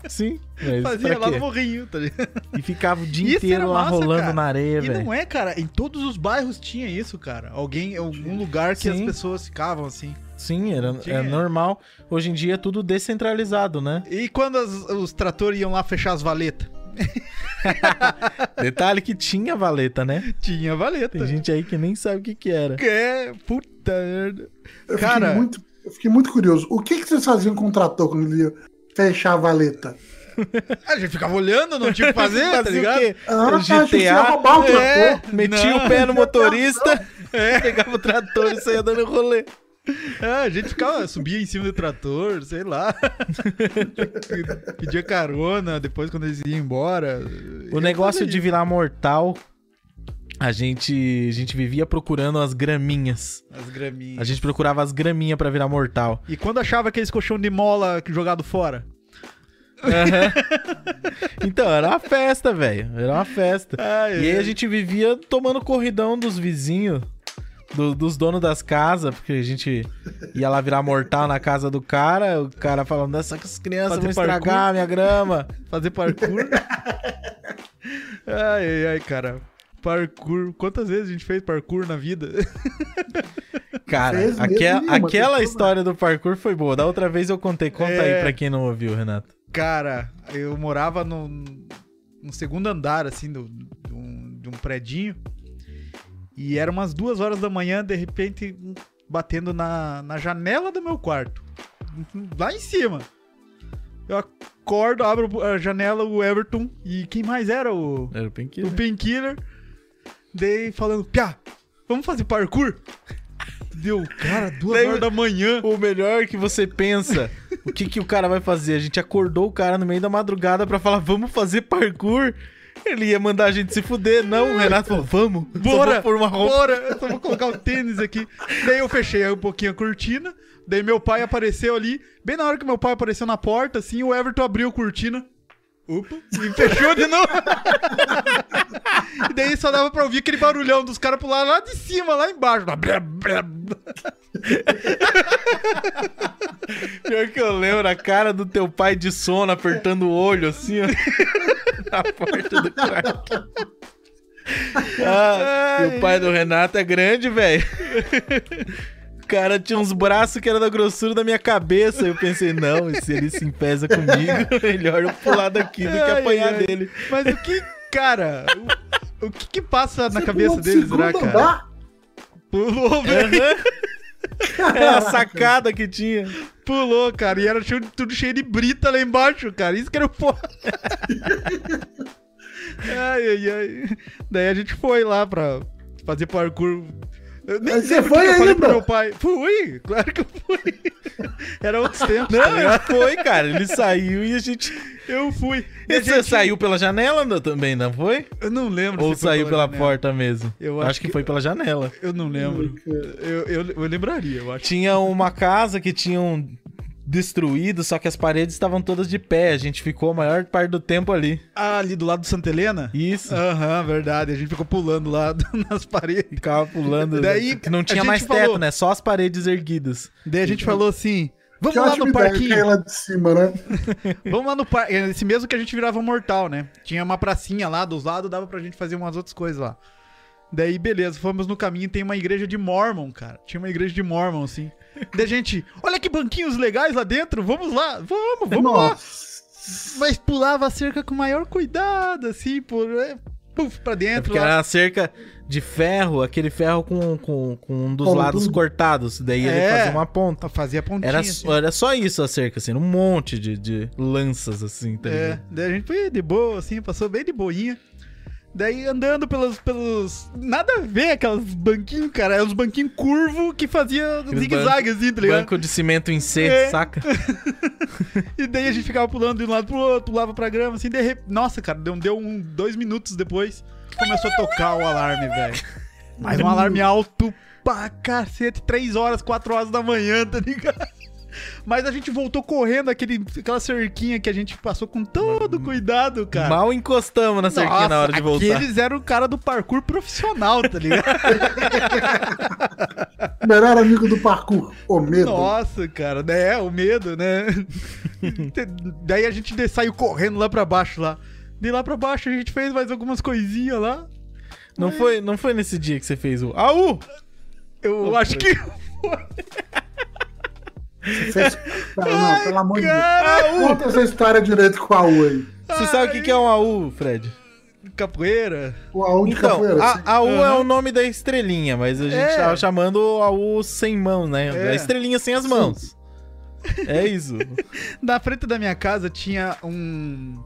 A: Sim, mas
B: Fazia
A: pra
B: lá
A: quê?
B: no morrinho, tá ligado?
A: E ficava o dia
B: Isso
A: inteiro
B: era
A: lá
B: massa,
A: rolando
B: cara.
A: na areia,
B: E não
A: velho.
B: é, cara. Em todos os bairros tinha isso, cara. Alguém, algum lugar que as
A: Sim.
B: pessoas ficavam assim.
A: Sim, era,
B: tinha.
A: é normal. Hoje em dia é tudo descentralizado, né?
B: E quando as- os tratores iam lá fechar as valetas?
A: Detalhe que tinha valeta, né?
B: Tinha valeta.
A: Tem gente aí que nem sabe o que que era.
B: É, puta merda.
C: Eu fiquei
B: Cara-
C: muito- eu fiquei muito curioso. O que, que vocês faziam com o trator quando ele ia fechar a valeta?
B: A gente ficava olhando, não tinha o que fazer, tá
A: Fazia o
B: ligado?
A: quê?
C: Ah,
A: GTA,
C: acho que você ia roubar o trator.
B: é.
A: Metia
B: Não.
A: o pé no motorista, pegava o trator e saía dando rolê.
B: É, a gente ficava, subia em cima do trator, sei lá. Pedia carona, depois quando eles iam embora.
A: O negócio de virar mortal, a gente, a gente vivia procurando as graminhas.
B: As
A: A
B: graminhas.
A: gente procurava as graminhas pra virar mortal.
B: E quando achava aqueles colchão de mola jogado fora?
A: Então, era uma festa, velho. Era uma festa.
B: Ai,
A: E aí a gente vivia tomando corridão dos vizinhos, do- dos donos das casas, porque a gente ia lá virar mortal na casa do cara, o cara falando, "Ah, "Nossa, essas crianças
B: Fazer
A: vão estragar
B: parkour."
A: a minha grama.
B: Fazer parkour. ai, ai, ai, cara. Parkour. Quantas vezes a gente fez parkour na vida?
A: Cara,
C: Fez mesmo
A: aquela-
C: nenhuma,
A: aquela
C: tem
A: história do parkour foi boa. Da outra vez eu contei. Conta aí
B: É.
A: pra quem não ouviu, Renato.
B: Cara, eu morava no, no segundo andar, assim, do, de, um, de um predinho. E era umas duas horas da manhã, de repente, um batendo na, na janela do meu quarto. Lá em cima. Eu acordo, abro a janela, o Everton e quem mais era? O,
A: Era o Pink
B: o Painkiller. Dei falando, Piá, vamos fazer parkour? Deu, cara, duas
A: Daí-
B: horas da manhã.
A: O melhor que você pensa, o que, que o cara vai fazer? A gente acordou o cara no meio da madrugada pra falar, vamos fazer parkour. Ele ia mandar a gente se fuder. Não, o Renato falou, vamos,
B: Bora,
A: Bora por uma roupa.
B: bora, eu só vou colocar o tênis aqui. Daí eu fechei um pouquinho a cortina, daí meu pai apareceu ali. Bem na hora que meu pai apareceu na porta, assim, o Everton abriu a cortina. Opa, e fechou de novo. e daí só dava pra ouvir aquele barulhão dos caras pular lá de cima, lá embaixo. Lá, blá, blá, blá.
A: Pior que eu lembro a cara do teu pai de sono apertando o olho assim, ó. na porta do quarto. Ah, e o pai do Renato é grande, velho. O cara tinha uns braços que era da grossura da minha cabeça. Eu pensei, não, e se ele se empesa comigo, melhor eu pular daqui do que
B: Ai,
A: apanhar
B: ai.
A: dele.
B: Mas o que, cara, o, o que que passa na
C: Você
B: cabeça
C: pulou do
B: deles,
C: Um segundo
B: né, cara?
C: andar?
B: Pulou, velho.
A: Era É a sacada que tinha.
B: Pulou, cara, e era cheio de- tudo cheio de brita lá embaixo, cara. Isso que era o foda. ai, ai, ai. Daí a gente foi lá pra fazer parkour. Eu nem
C: Mas
B: sei
C: você
B: por que
C: foi
B: que eu falei
C: ainda?
B: pro meu pai. Fui, claro que eu fui. Era outros tempos. tá
A: Não,
B: ligado?
A: ele foi, cara. Ele saiu e a gente.
B: eu fui. E a
A: E você
B: gente-
A: saiu pela janela não- também, não foi?
B: é- Eu não lembro.
A: Ou
B: se foi
A: saiu pela
B: janela.
A: porta mesmo?
B: Eu
A: Eu
B: acho
A: acho que foi pela janela.
B: Eu não lembro. Eu, eu, eu lembraria, eu acho.
A: Tinha uma casa que tinham destruído, só que as paredes estavam todas de pé. A gente ficou a maior parte do tempo ali.
B: Ah, ali do lado do Santa Helena?
A: Isso.
B: Aham, verdade. A gente ficou pulando lá nas paredes.
A: Ficava pulando.
B: Daí,
A: Porque não
B: a
A: tinha
B: gente
A: mais
B: falou-
A: teto, né? Só as paredes erguidas.
B: Daí a gente falou assim: vamos
C: Que
B: lá no
C: ótima ideia
B: parquinho.
C: cair lá de cima, né?
B: Vamos lá no parque. Esse mesmo que a gente virava mortal, né? Tinha uma pracinha lá dos lados, dava pra gente fazer umas outras coisas lá. Daí, beleza, fomos no caminho, tem uma igreja de Mormon, cara. Tinha uma igreja de Mormon, assim. Daí a gente, olha que banquinhos legais lá dentro, vamos lá, vamos, vamos lá. Mas pulava a cerca com maior cuidado, assim, por. é, puf, pra
A: É
B: dentro.
A: porque
B: lá.
A: era uma cerca de ferro, aquele ferro com, com, com um dos
C: Com
A: lados
C: tudo.
A: cortados. Daí
B: É.
A: ele fazia uma ponta.
B: Fazia pontinha.
A: Era,
B: assim.
A: só- era só isso a cerca, assim, um monte de, de lanças, assim, tá
B: É,
A: ligado?
B: daí a gente foi de boa, assim, passou bem de boinha. Daí andando pelos. pelos nada a ver aquelas banquinhos, cara. É uns banquinhos curvo que fazia
A: Aqueles
B: zigue-zague, assim, tá ligado?
A: Banco de cimento em C,
B: É.
A: saca?
B: E daí a gente ficava pulando de um lado pro outro, pulava pra grama, assim, de rep... Nossa, cara, deu, deu um, dois minutos depois, começou a tocar o alarme, velho. Mas um alarme alto pra cacete, três horas, quatro horas da manhã, tá ligado? Mas a gente voltou correndo aquele, aquela cerquinha que a gente passou com
A: Hum.
B: todo cuidado, cara.
A: Mal encostamos na cerquinha na hora de voltar.
B: Eles eram o cara do parkour profissional, tá ligado?
C: Melhor amigo do parkour, o medo.
B: Nossa, cara, né? O medo, né? Daí a gente de- saiu correndo lá pra baixo lá. De lá pra baixo a gente fez mais algumas coisinhas lá.
A: Não foi, não foi nesse dia que você fez o AU!
B: Eu acho que.
C: Fez- Não, pelo amor de Deus.
B: Cara,
C: Conta essa história direito com a U aí.
A: Você sabe o que, que é um AU, Fred?
B: capoeira.
C: O AU de
A: Então,
C: capoeira. assim.
A: a, AU é
B: Aham.
A: o nome da estrelinha, mas a gente
B: É.
A: tava chamando o AU sem mão, né?
B: É.
A: A estrelinha sem as mãos. É isso.
B: Na frente da minha casa tinha um.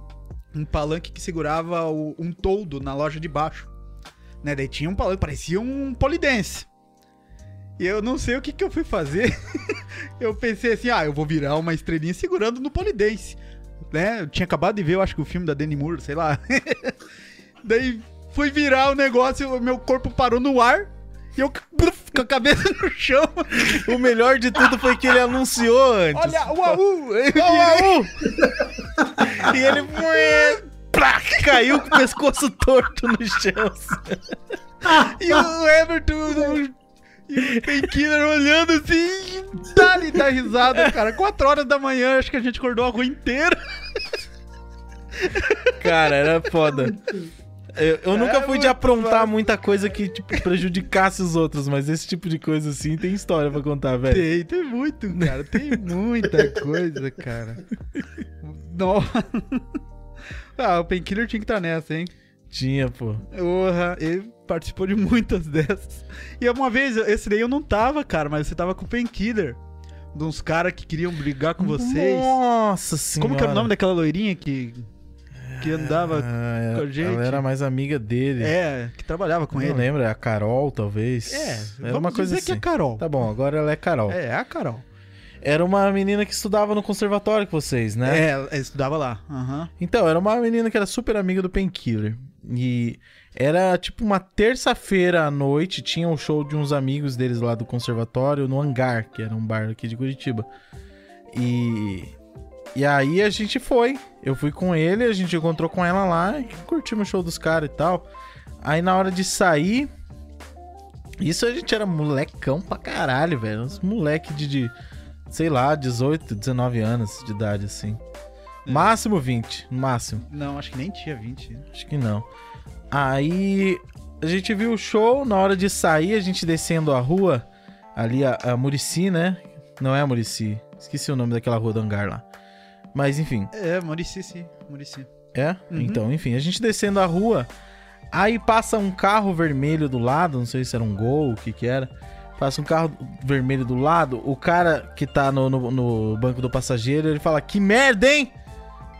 B: Um palanque que segurava o- um toldo na loja de baixo. Né? Daí tinha um palanque, parecia um polidense. E eu não sei o que, que eu fui fazer. eu pensei assim, ah, eu vou virar uma estrelinha segurando no polidense. Né? Eu tinha acabado de ver, eu acho que o filme da Dani Moore, sei lá. Daí fui virar o negócio, o meu corpo parou no ar. E eu bruf, com a cabeça no chão.
A: o melhor de tudo foi que ele anunciou antes.
B: Olha, é uau! Eu virei.
A: Ó, o AU! e ele plá, caiu com o pescoço torto no chão.
B: E o Everton o- e o Painkiller olhando assim, e dá-lhe da risada, cara. Quatro horas da manhã, acho que a gente acordou a rua inteira.
A: Cara, era foda. Eu, eu nunca fui
B: muito
A: de aprontar
B: foda.
A: muita coisa que tipo, prejudicasse os outros, mas esse tipo de coisa assim tem história pra contar, velho.
B: Tem, tem muito, cara. Tem muita coisa, cara. Nossa. Ah, o Painkiller tinha que estar nessa, hein?
A: Tinha, pô.
B: Porra, ele participou de muitas dessas. E uma vez, esse daí eu não tava, cara, mas você tava com o Painkiller. De uns caras que queriam brigar com vocês.
A: Nossa senhora.
B: Como que era o nome daquela loirinha que, que andava
A: Ah,
B: com a
A: é,
B: gente?
A: Ela era mais amiga dele.
B: É, que trabalhava com
A: não
B: ele.
A: lembro, é a Carol, talvez.
B: É,
A: era
B: vamos
A: uma coisa
B: dizer
A: assim.
B: que é a Carol.
A: Tá bom, agora ela é Carol.
B: É, é a Carol.
A: Era uma menina que estudava no conservatório com vocês, né?
B: É, ela estudava lá. Aham.
A: Então, era uma menina que era super amiga do Painkiller. E era tipo uma terça-feira à noite, tinha um show de uns amigos deles lá do conservatório no Hangar, que era um bar aqui de Curitiba. E e aí a gente foi. Eu fui com ele, a gente encontrou com ela lá, e curtimos o show dos caras e tal. Aí na hora de sair, isso a gente era molecão pra caralho, velho. Uns moleque de, de, sei lá, 18, 19 anos de idade assim. Máximo 20, no máximo.
B: Não, acho que nem tinha 20. né?
A: Acho que não. Aí a gente viu o show, na hora de sair, a gente descendo a rua, ali a, a Murici, né? Não é a Murici, esqueci o nome daquela rua do hangar lá. Mas enfim,
B: É, Murici, sim. Murici.
A: é?
B: Uhum.
A: Então, enfim, a gente descendo a rua, aí passa um carro vermelho do lado, não sei se era um gol, o que que era. Passa um carro vermelho do lado, o cara que tá no, no- no banco do passageiro, ele fala, que merda, hein?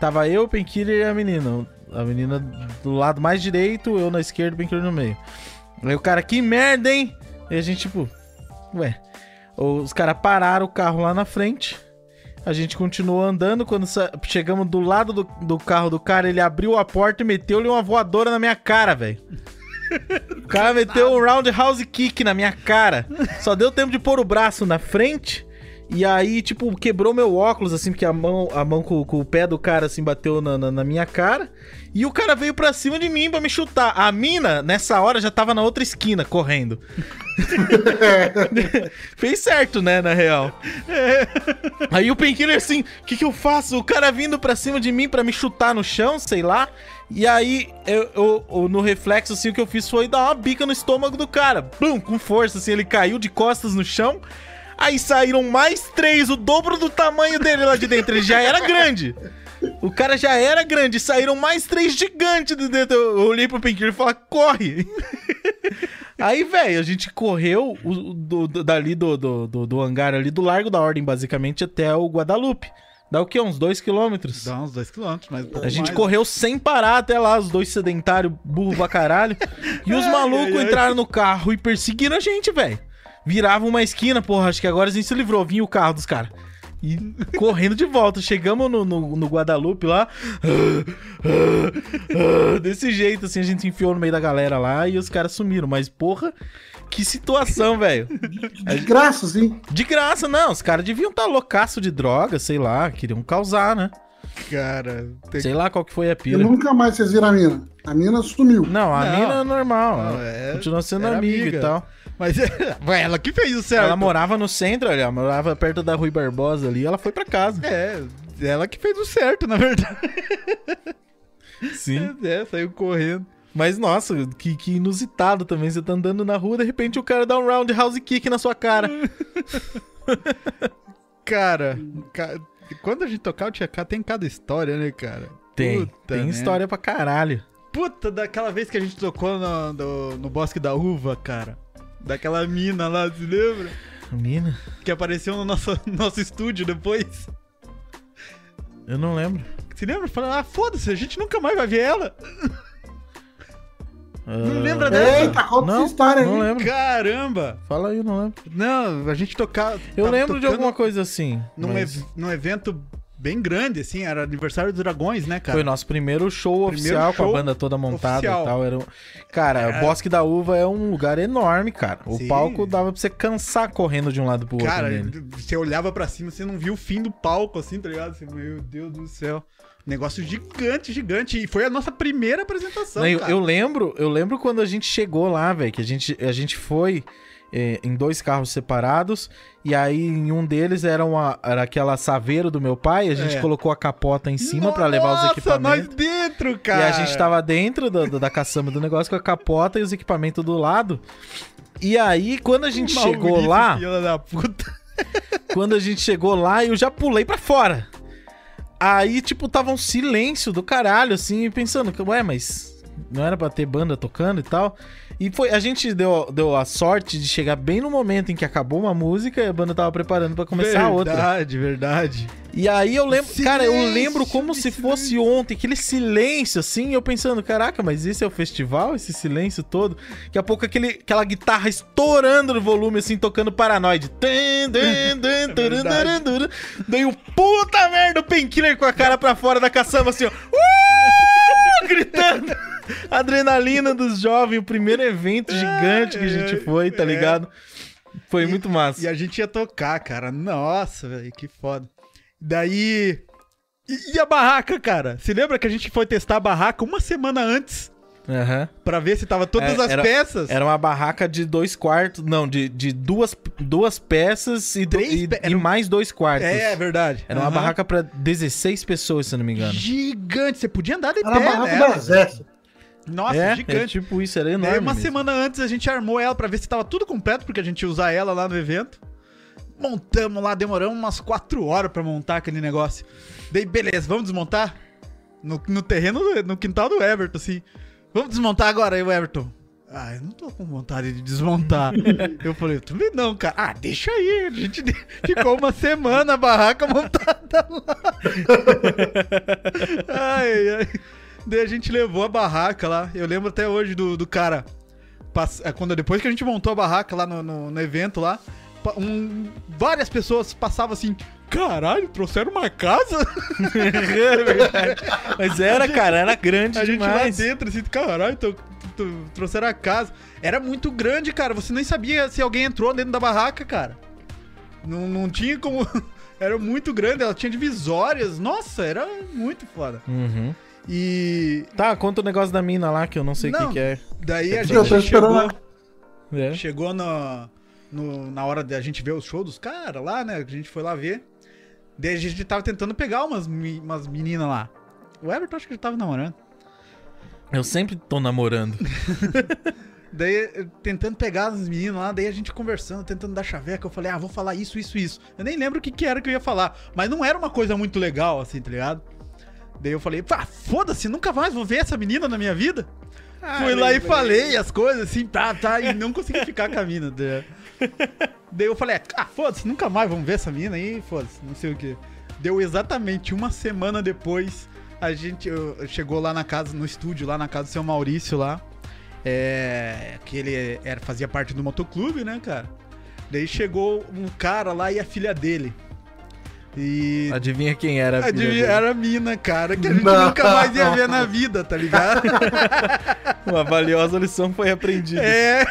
A: Tava eu, o Penkiller e a menina. A menina do lado mais direito, eu na esquerda, o Penkiller no meio. Aí o cara, que merda, hein? E a gente, tipo, ué. Os caras pararam o carro lá na frente. A gente continuou andando. Quando sa- chegamos do lado do, do carro do cara, ele abriu a porta e meteu-lhe uma voadora na minha cara, velho. O cara meteu um roundhouse kick na minha cara. Só deu tempo de pôr o braço na frente. E aí, tipo, quebrou meu óculos, assim, porque a mão, a mão com, com o pé do cara, assim, bateu na, na- na minha cara. E o cara veio pra cima de mim pra me chutar. A mina, nessa hora, já tava na outra esquina, correndo. Fez certo, né, na real. Aí o Painkiller assim, o que, que eu faço? O cara vindo pra cima de mim pra me chutar no chão, sei lá. E aí, eu, eu- eu- no reflexo, assim, o que eu fiz foi dar uma bica no estômago do cara. Bum, com força, assim, ele caiu de costas no chão. Aí saíram mais três, o dobro do tamanho dele lá de dentro. Ele já era grande. O cara já era grande. Saíram mais três gigantes de dentro. Eu eu olhei pro Painkiller e falei, corre! Aí, velho, a gente correu o- o- do- do- dali do, do, do, do hangar ali, do Largo da Ordem, basicamente, até o Guadalupe. Dá o quê? Uns dois quilômetros?
B: Dá uns 2km, mas. um pouco
A: A gente
B: mais.
A: correu sem parar até lá, os dois sedentários, burro pra caralho. e os
B: Ai,
A: malucos
B: ai, ai.
A: entraram no carro e perseguiram a gente, velho. Virava uma esquina, porra, acho que agora a gente se livrou. Vinha o carro dos caras. E correndo de volta. Chegamos no, no, no Guadalupe lá. Desse jeito, assim, a gente se enfiou no meio da galera lá e os caras sumiram. Mas, porra, que situação, velho.
C: De graça, sim.
A: De graça, não. Os caras deviam estar loucaço de droga, sei lá. Queriam causar, né?
B: Cara, tem
A: Sei lá qual que foi a
C: E
A: pira.
C: nunca mais vocês viram a mina. A mina sumiu.
A: Não, a
B: Não.
A: mina é normal.
B: Não,
A: ela
B: é-
A: continua sendo
B: era
A: amiga,
B: amiga.
A: e tal.
B: Mas é ela que fez o certo.
A: Ela morava no centro, olha, ela morava perto da Rui Barbosa ali, ela foi pra casa.
B: É, ela que fez o certo, na verdade.
A: Sim.
B: É, saiu correndo.
A: Mas nossa, que, que inusitado também. Você tá andando na rua, de repente o cara dá um roundhouse kick na sua cara.
B: Cara, ca- quando a gente tocava o Tia K, tem cada história, né, cara?
A: Tem,
B: Puta né?
A: tem
B: merda.
A: história pra caralho.
B: Puta, daquela vez que a gente tocou no, no- no Bosque da Uva, cara. Daquela mina lá, se lembra?
A: Mina,
B: Que apareceu no nosso, nosso estúdio depois.
A: eu não lembro.
B: Se lembra? Falaram, ah, foda-se, a gente nunca mais vai ver ela.
A: Ah,
B: lembra dessa?
C: Eita, conta
A: Não,
C: essa história aí.
A: não lembro.
B: Caramba!
A: Fala aí, não lembro.
B: Não, a gente tocava.
A: Eu
B: tava
A: lembro de
B: tocando
A: alguma coisa assim.
B: Num,
A: mas
B: ev- num evento bem grande, assim, era aniversário dos dragões, né, cara?
A: Foi nosso primeiro show
B: Primeiro
A: oficial com
B: show
A: a banda toda montada
B: oficial.
A: e tal. Era um... Cara, o Bosque da Uva é um lugar enorme, cara. O
B: Sim.
A: palco dava pra você cansar correndo de um lado pro outro.
B: Cara,
A: nele.
B: você olhava pra cima, você não via o fim do palco, assim, tá ligado? Você, meu Deus do céu. Negócio gigante, gigante. E foi a nossa primeira apresentação,
A: Não, eu,
B: cara.
A: eu lembro, eu lembro quando a gente chegou lá, velho, que a gente, a gente foi eh, em dois carros separados, e aí em um deles era, uma, era aquela saveiro do meu pai, a gente
B: É.
A: colocou a capota em cima pra levar os equipamentos.
B: nós dentro,
A: E
B: cara.
A: a gente tava dentro do- do- da caçamba do negócio com a capota e os equipamentos do lado. E aí, quando a gente chegou
B: Maurício,
A: lá,
B: Filha da puta.
A: quando a gente chegou lá, eu já pulei pra fora. Aí, tipo, tava um silêncio do caralho, assim, e pensando, ué, mas não era pra ter banda tocando e tal. E foi, a gente deu, deu a sorte de chegar bem no momento em que acabou uma música e a banda tava preparando pra começar a outra.
B: Verdade, verdade.
A: E aí eu lembro, cara, eu
B: Silêncio
A: lembro como
B: de
A: se fosse ontem, aquele silêncio assim, eu pensando, caraca, mas esse é o festival, esse silêncio todo? Daqui a pouco aquele, aquela guitarra estourando no volume, assim, tocando paranoide. Tum, tum, tum, turum,
B: É verdade.
A: turum, turum. Dei um puta merda, o Painkiller com a cara pra fora da caçamba, assim, ó. Uh! Gritando. Adrenalina dos jovens, o primeiro evento gigante que a gente foi, tá
B: É.
A: ligado? Foi
B: E-
A: muito massa.
B: E a gente ia tocar, cara. Nossa, velho, que foda. Daí. E, e a barraca, cara? Se lembra que a gente foi testar a barraca uma semana antes
A: Aham.
B: pra ver se tava todas
A: É,
B: as
A: era-
B: peças?
A: Era uma barraca de dois quartos. Não, de, de duas, duas peças e, do-
B: Três
A: e,
B: pe- um-
A: e mais dois quartos.
B: É, é verdade.
A: Era uma
B: Aham.
A: barraca pra 16 pessoas, se eu não me engano.
B: gigante. Você podia andar de
C: Era a
B: pé
C: barraca
B: nela.
C: é do exército.
B: Nossa,
A: é, é
B: gigante.
A: tipo isso, era enorme.
B: Daí É, uma
A: mesmo.
B: semana antes a gente armou ela pra ver se tava tudo completo, porque a gente ia usar ela lá no evento. Montamos lá, demoramos umas 4 horas pra montar aquele negócio. Daí, beleza, vamos desmontar? No, no terreno, do- no quintal do Everton, assim. Vamos desmontar agora aí, o Everton. Ah, eu não tô com vontade de desmontar. eu falei, também não, cara. Ah, deixa aí. A gente de- ficou uma semana a barraca montada lá. ai, ai. Daí a gente levou a barraca lá. Eu lembro até hoje do, do cara. pass- é, Quando, depois que a gente montou a barraca lá no, no- no evento lá, pa- um- várias pessoas passavam assim. Caralho, trouxeram uma casa?
A: É verdade. Mas era, cara, era grande
B: A gente lá
A: demais.
B: dentro, assim, caralho, tô- tô- trouxeram a casa. Era muito grande, cara. Você nem sabia se alguém entrou dentro da barraca, cara. Não, não tinha como. Era muito grande, ela tinha divisórias. Nossa, era muito foda.
A: Uhum.
B: E
A: Tá, conta o negócio da mina lá, que eu não sei o que
B: Não.
A: que é.
B: daí a
A: Eu
B: gente.
C: Eu tô
B: chegou-
C: esperando.
A: É.
B: Chegou na, no- na hora da gente ver os shows dos caras lá, né? que A gente foi lá ver. Daí a gente tava tentando pegar umas, me- umas meninas lá. O Everton acho que ele tava namorando.
A: Eu sempre tô namorando.
B: Daí, eu tentando pegar as meninas lá, daí a gente conversando, tentando dar chaveca. Eu falei, ah, vou falar isso, isso, isso. Eu nem lembro o que, que era que eu ia falar, mas não era uma coisa muito legal, assim, tá ligado? Daí eu falei, pá, foda-se, nunca mais vou ver essa menina na minha vida. Fui lá e falei as coisas, assim, tá, tá, e não consegui ficar com a mina, tá ligado? Daí eu falei, ah, foda-se, nunca mais vamos ver essa mina aí, foda-se, não sei o quê. Deu exatamente uma semana depois, a gente eu- chegou lá na casa, no estúdio, lá na casa do seu Maurício lá. É, que ele era, fazia parte do motoclube, né, cara? Daí chegou um cara lá e a filha dele. E.
A: Adivinha quem era? a filha
B: Adivinha,
A: dele?
B: era a mina, cara, que a gente
C: Não.
B: nunca mais ia ver na vida, tá ligado?
A: Uma valiosa lição foi aprendida.
B: é.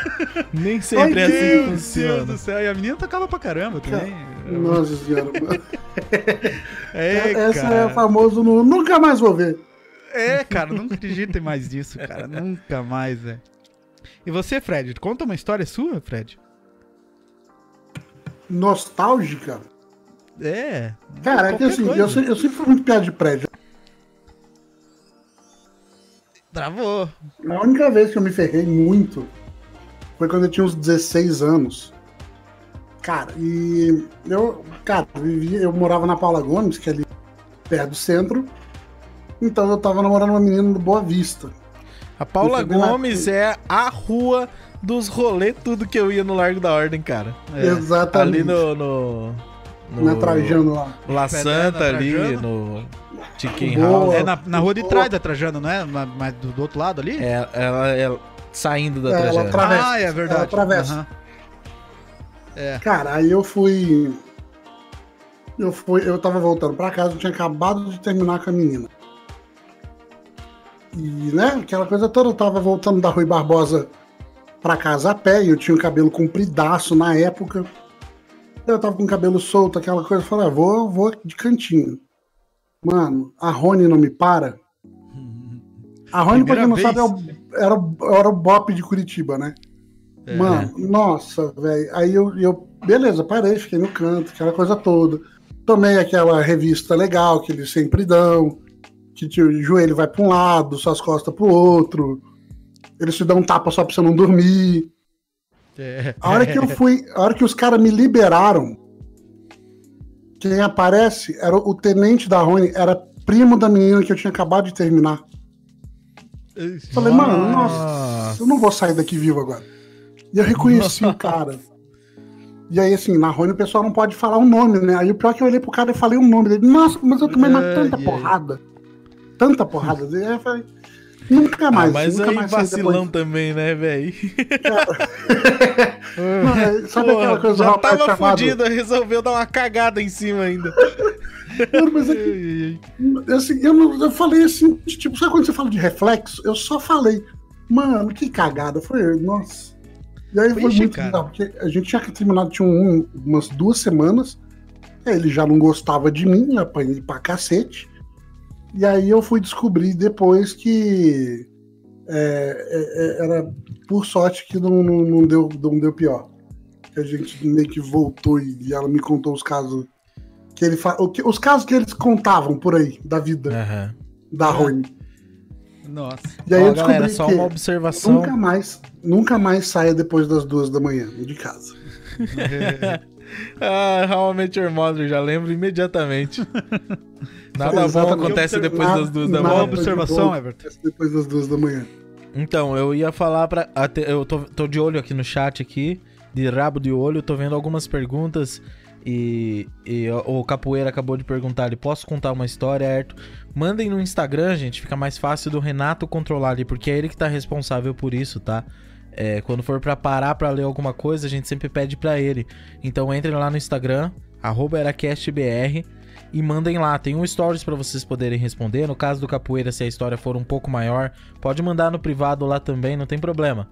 A: Nem sempre é
C: Ai,
A: assim que
B: Meu Deus
A: funciona.
B: do céu, e a menina tocava pra caramba também.
A: É.
C: Nossa senhora. mano.
B: É,
C: Essa é o
B: cara.
C: famoso no Nunca mais vou ver.
B: É, cara, não acreditem mais nisso, cara. Nunca mais, velho. E você, Fred, conta uma história sua, Fred?
C: Nostálgica.
B: É.
C: Cara, é que
B: Qualquer
C: assim,
B: coisa.
C: eu, se- eu sempre fui muito piada de prédio.
B: Travou.
C: A única vez que eu me ferrei muito foi quando eu tinha uns 16 anos. Cara, e eu, cara, vivia, eu morava na Paula Gomes, que é ali perto do centro. Então eu tava namorando uma menina do Boa Vista.
A: A Paula
C: Isso é bem
A: Gomes é a rua dos rolês, tudo que eu ia no Largo da Ordem, cara. Tá
B: É.
C: Exatamente.
A: Ali no. no, no
C: Na Trajano lá.
A: La Santa,
B: Na
A: ali,
B: Trajano.
A: no Chicken
C: Boa.
A: House.
B: É na, na rua de trás da Trajano, não é? Ma- Mas do, do outro lado ali?
A: É, ela é saindo da
C: É,
A: Trajano.
C: ela tra- Travessa.
B: Ah, é verdade.
C: Ela atravessa.
B: Aham.
C: Cara, aí eu fui. Eu fui, eu tava voltando pra casa, eu tinha acabado de terminar com a menina. E, né, aquela coisa toda, eu tava voltando da Rui Barbosa pra casa a pé, e eu tinha o cabelo compridaço na época. Eu tava com o cabelo solto, aquela coisa, eu falei, ah, vou, vou de cantinho. Mano, a Rony não me para. A Rony, pra quem não
B: Primeira
C: sabe, é o- era, o- era o Bop de Curitiba, né?
B: É.
C: Mano, nossa, velho. Aí eu, eu, beleza, parei, fiquei no canto, aquela coisa toda. Tomei aquela revista legal que eles sempre dão, que te- o joelho vai pra um lado, suas costas pro outro. Eles te dão um tapa só pra você não dormir.
B: É.
C: A hora que eu fui, a hora que os caras me liberaram, quem aparece era o, o tenente da Rony, era primo da menina que eu tinha acabado de terminar. Falei,
A: Ah,
C: mano, nossa, eu não vou sair daqui vivo agora. E eu reconheci o cara. E aí, assim, na Rony o pessoal não pode falar o nome, né? Aí o pior é que eu olhei pro cara e falei o nome dele. Nossa, mas eu tomei uma
A: É,
B: Ai,
C: tanta
B: ai.
C: porrada. Tanta porrada. E aí eu falei, nunca mais.
A: Ah, mas
C: nunca
A: aí
C: mais saí
A: vacilão
C: depois.
A: também, né, velho?
C: Não, é, sabe aquela coisa do
A: já
C: rapaz
A: tava
C: chamado?
A: fudido, resolveu dar uma cagada em cima ainda.
C: Não, mas é que, assim, eu, não- eu falei assim, de tipo, sabe quando você fala de reflexo? Eu só falei, mano, que cagada. Foi, nossa. E aí foi
B: Vixe,
C: muito
B: cara.
C: legal, porque a gente tinha terminado, tinha um- umas duas semanas. aí Ele já não gostava de mim, eu apanhei pra cacete. E aí eu fui descobrir depois que é, é, é, era por sorte que não, não, não deu, não deu pior. Que a gente meio que voltou e, e ela me contou os casos que ele fa... o que- os casos que eles contavam por aí da vida
A: Aham.
C: da Rony.
B: Nossa.
C: E
A: É.
C: aí
A: Ó,
C: eu descobri
A: galera, só
C: que
A: uma observação.
C: nunca mais, nunca mais saia depois das duas da manhã de casa.
A: Ah, How I Met Your Mother, já lembro imediatamente. Nada bom
C: Exatamente.
A: acontece depois
C: Nada-
A: das duas da
C: nada
B: Boa
A: manhã.
B: observação, Everton.
C: Depois das duas da manhã.
A: Então, eu ia falar pra. até- eu tô, tô de olho aqui no chat aqui, de rabo de olho, tô vendo algumas perguntas. E, e o o Capoeira acabou de perguntar ali, posso contar uma história, Erto? Mandem no Instagram, gente, fica mais fácil do Renato controlar ali, porque é ele que tá responsável por isso, tá? É, quando for pra parar pra ler alguma coisa, a gente sempre pede pra ele. Então entrem lá no Instagram, arroba eracastbr, e mandem lá. Tem um stories pra vocês poderem responder. No caso do Capoeira, se a história for um pouco maior, Pode mandar no privado lá também, não tem problema.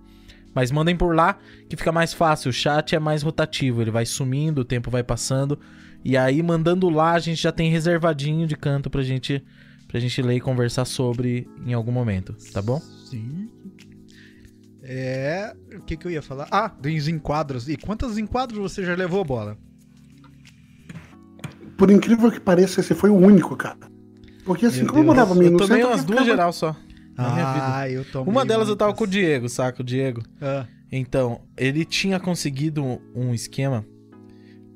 A: Mas mandem por lá que fica mais fácil. O chat é mais rotativo, ele vai sumindo, o tempo vai passando. E aí, mandando lá, a gente já tem reservadinho de canto pra gente, pra gente ler e conversar sobre em algum momento, tá bom?
B: Sim. É. O que, que eu ia falar? Ah, dos enquadros. E quantos enquadros você já levou bola?
C: Por incrível que pareça, esse foi o único, cara. Porque assim,
B: Meu
C: como eu
B: Deus.
C: morava meio
A: Eu
C: no
A: tomei
C: centro,
A: umas
C: eu
A: duas
C: ficava-
A: geral só. Na minha vida.
B: Ah, eu tomei.
A: Uma delas eu tava com o
B: muitas.
A: Diego, saca? O Diego.
B: Ah,
A: Então, ele tinha conseguido um- um esquema.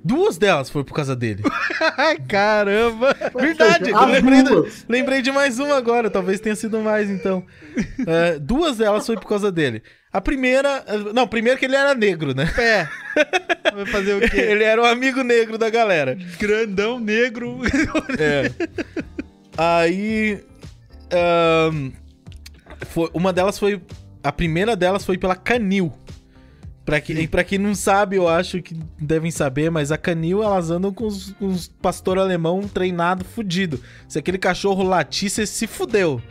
A: Duas delas foi por causa dele.
B: Ai, caramba! Verdade! Né? eu
C: Ou seja,
B: lembrei
C: as
B: do...
C: duas.
A: Lembrei de mais uma agora, talvez tenha sido mais então. É, duas delas foi por causa dele. A primeira. eh, Não, primeiro que ele era negro, né?
B: Pé! Vai fazer o quê?
A: Ele era o amigo negro da galera.
B: Grandão, negro.
A: É. Aí. ahn, foi, uma delas foi. A primeira delas foi pela Canil. Pra, que, e pra quem não sabe, eu acho que devem saber, mas a Canil, elas andam com os, com os pastor alemão treinado, fudido. Se aquele cachorro latir, você se fudeu.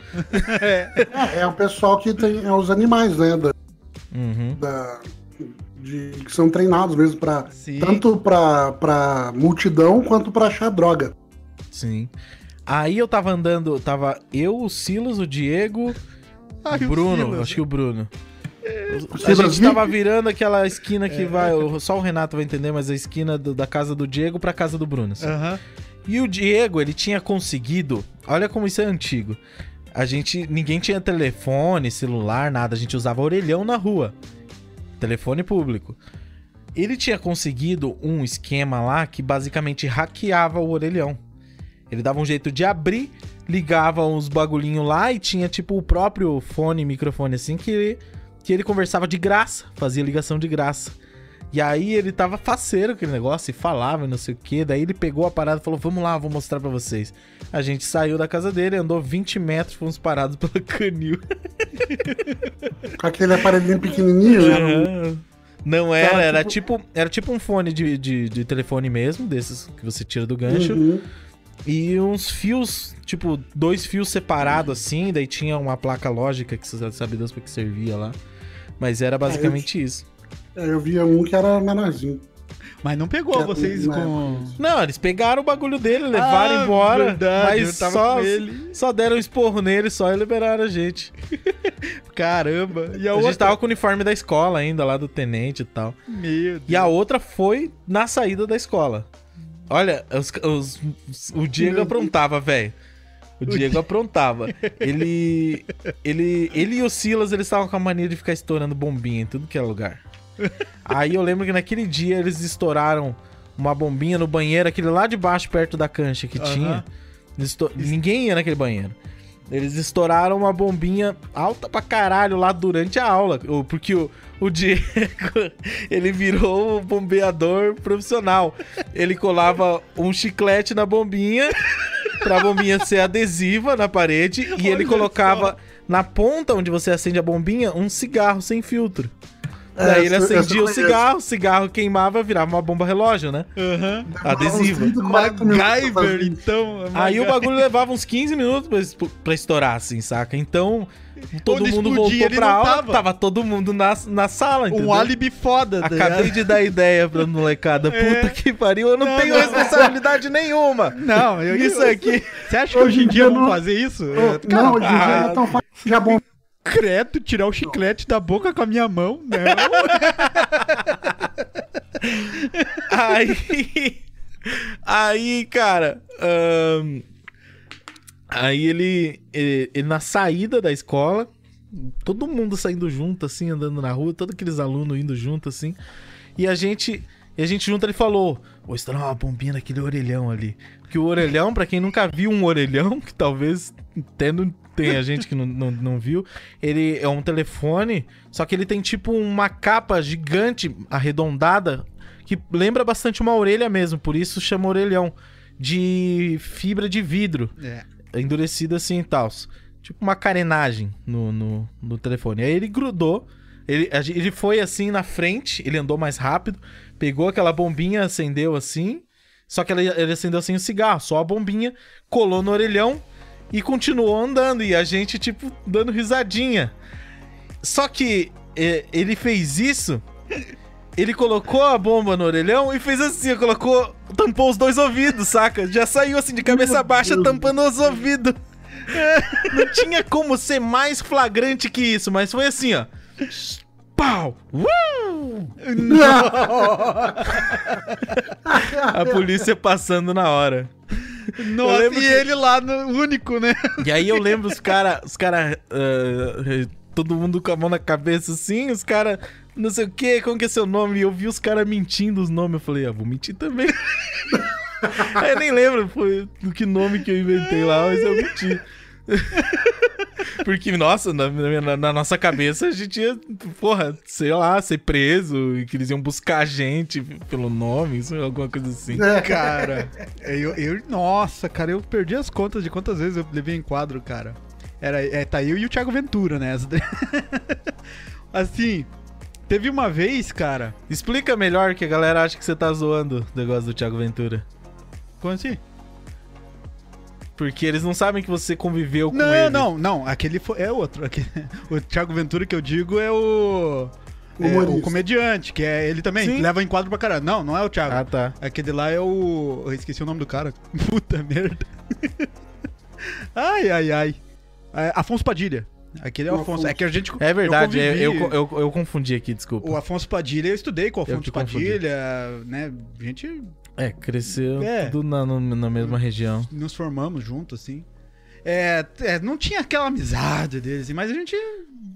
C: É, é o pessoal que tem é os animais, né? da-
A: Uhum.
C: da- de- que são treinados mesmo para
B: Sim.
C: tanto pra, pra multidão quanto pra achar droga.
A: Sim. Aí eu tava andando, tava eu, o Silas, o Diego,
B: Ai,
A: o
B: o
A: Bruno,
B: Silas.
A: acho que o Bruno. A
C: Silas
A: gente
C: Vip?
A: tava virando aquela esquina que vai, o- só o Renato vai entender, mas a esquina do- da casa do Diego pra casa do Bruno. assim.
B: Aham.
A: E o Diego, ele tinha conseguido, olha como isso é antigo. A gente, ninguém tinha telefone, celular, nada, a gente usava orelhão na rua. Telefone público. Ele tinha conseguido um esquema lá que basicamente hackeava o orelhão. Ele dava um jeito de abrir, ligava uns bagulhinho lá e tinha tipo o próprio fone, microfone assim que ele, que ele conversava de graça, fazia ligação de graça. E aí ele tava faceiro com aquele negócio e falava e não sei o que. Daí ele pegou a parada e falou: Vamos lá, vou mostrar pra vocês. A gente saiu da casa dele, andou 20 metros, fomos parados pela canil.
C: Com aquele aparelhinho pequenininho, né?
A: Não era,
C: Cara,
A: era tipo, era tipo um fone de, de, de telefone mesmo, desses que você tira do gancho.
C: Uhum.
A: E uns fios, tipo, dois fios separados assim, daí tinha uma placa lógica que você sabe Deus pra que servia lá. Mas era basicamente isso.
C: É, eu via um que era menorzinho.
B: Mas não pegou
C: Era-
B: vocês
C: não,
B: com.
A: Não, eles pegaram o bagulho dele, levaram
B: Ah,
A: embora,
B: verdade,
A: mas
B: eu tava
A: só,
B: com ele.
A: só deram um esporro nele só e liberaram a gente.
B: Caramba! E a,
A: A
B: outra.
A: gente tava com o uniforme da escola ainda, lá do tenente e tal.
B: Meu
A: E a outra foi na saída da escola. Olha, os- os- os- o Diego aprontava, velho. O Diego aprontava. Ele, ele, ele e o Silas, eles estavam com a mania de ficar estourando bombinha em tudo que é lugar. Aí eu lembro que naquele dia eles estouraram uma bombinha no banheiro, aquele lá de baixo, perto da cancha que
B: Aham.
A: tinha. Eles esto- Ninguém ia naquele banheiro. Eles estouraram uma bombinha alta pra caralho lá durante a aula. o- Porque o, o Diego, ele virou o bombeador profissional. Ele colava um chiclete na bombinha, pra bombinha ser adesiva na parede, e ele
B: Olha
A: colocava na ponta onde você acende a bombinha um cigarro sem filtro.
C: É,
A: Daí ele
C: essa- essa
A: acendia
C: eu
A: o
C: conheço.
A: cigarro, o cigarro queimava, virava uma bomba relógio, né?
B: Aham.
C: Ah,
A: Adesiva.
B: MacGyver, então.
A: Aí o
B: MacGyver.
A: bagulho levava uns 15 minutos pra, es- pra estourar, assim, saca? Então, todo
B: Onde
A: mundo
B: explodia,
A: voltou
B: ele
A: pra
B: não
A: aula, tava.
B: tava.
A: todo mundo na, na sala, entendeu?
B: Um álibi foda. tá
A: Acabei
B: ligado? É.
A: de dar ideia pra molecada. Puta que pariu, eu não,
B: Não,
A: tenho
B: não.
A: responsabilidade nenhuma.
B: Não, eu,
A: Isso aqui.
B: Você acha que hoje em dia vão
C: não-
B: fazer isso?
C: Não,
B: Cara,
C: não, hoje em dia
A: ah.
C: é tão fácil já bom.
B: credo, tirar o chiclete da boca com a minha mão, né?
A: Aí. Aí, cara. ahn, aí ele, ele, ele na saída da escola, todo mundo saindo junto, assim, andando na rua, todos aqueles alunos indo junto, assim. E a gente. E a gente junto ele falou: Vou estourar uma bombinha naquele orelhão ali. Porque o orelhão, pra quem nunca viu um orelhão, que talvez tendo. Tem a gente que não, não, não viu. Ele é um telefone, só que ele tem tipo uma capa gigante, arredondada, que lembra bastante uma orelha mesmo, por isso chama orelhão. De fibra de vidro,
B: É.
A: endurecida assim e tal. Tipo uma carenagem no, no, no telefone. Aí ele grudou, ele, a gen- ele foi assim na frente, ele andou mais rápido, pegou aquela bombinha, acendeu assim. Só que ela- ele acendeu sem o cigarro, só a bombinha, colou no orelhão e continuou andando. E a gente, tipo, dando risadinha. Só que é, ele fez isso. Ele colocou a bomba no orelhão e fez assim, colocou, tampou os dois ouvidos, saca? Já saiu assim de cabeça baixa, tampando os ouvidos. Não tinha como ser mais flagrante que isso, mas foi assim, ó. Pau! Uh! A polícia passando na hora. Eu
B: Nossa,
A: lembro
B: e
A: que-
B: ele lá no único, né?
A: E aí eu lembro os caras. Os cara, ah, re- todo mundo com a mão na cabeça assim, os caras. Não sei o que, como que é seu nome? E eu vi os caras mentindo os nomes. Eu falei, ah, vou mentir também. Aí eu nem lembro foi, do que nome que eu inventei lá, mas eu menti. Porque, nossa, na, na- na nossa cabeça a gente ia, porra, sei lá, ser preso e que eles iam buscar a gente pelo nome, isso, alguma coisa assim.
C: É,
B: Cara, eu, eu- Nossa, cara, eu perdi as contas de quantas vezes eu levei em quadro, cara. Era, é, tá eu e o Thiago Ventura, né? As- Assim, teve uma vez, cara.
A: Explica melhor que a galera acha que você tá zoando o negócio do Thiago Ventura.
B: Como assim?
A: Porque eles não sabem que você conviveu com
B: Não,
A: ele.
B: não, não. Aquele foi, é outro. Aquele- o Thiago Ventura que eu digo é o. é
C: Humorista.
B: o comediante, que é ele também.
A: Sim.
B: Leva em quadro pra caralho. Não, não é o Thiago.
A: Ah, tá.
B: Aquele lá é o. Eu esqueci o nome do cara. Puta merda. ai, ai, ai. É, Afonso Padilha. Aquele é o
C: O
B: Afonso.
C: Afonso.
B: É que a gente.
A: É verdade,
B: eu
A: é, eu,
B: convivi-
A: eu, eu confundi aqui, desculpa.
B: O Afonso Padilha, eu estudei com o
A: Eu
B: Afonso
A: te confundi.
B: Padilha, né? A gente
A: É, cresceu
B: É. Hum.
A: tudo na, no- na mesma região.
B: nos formamos junto, assim. É, é, não tinha aquela amizade deles, assim, mas a gente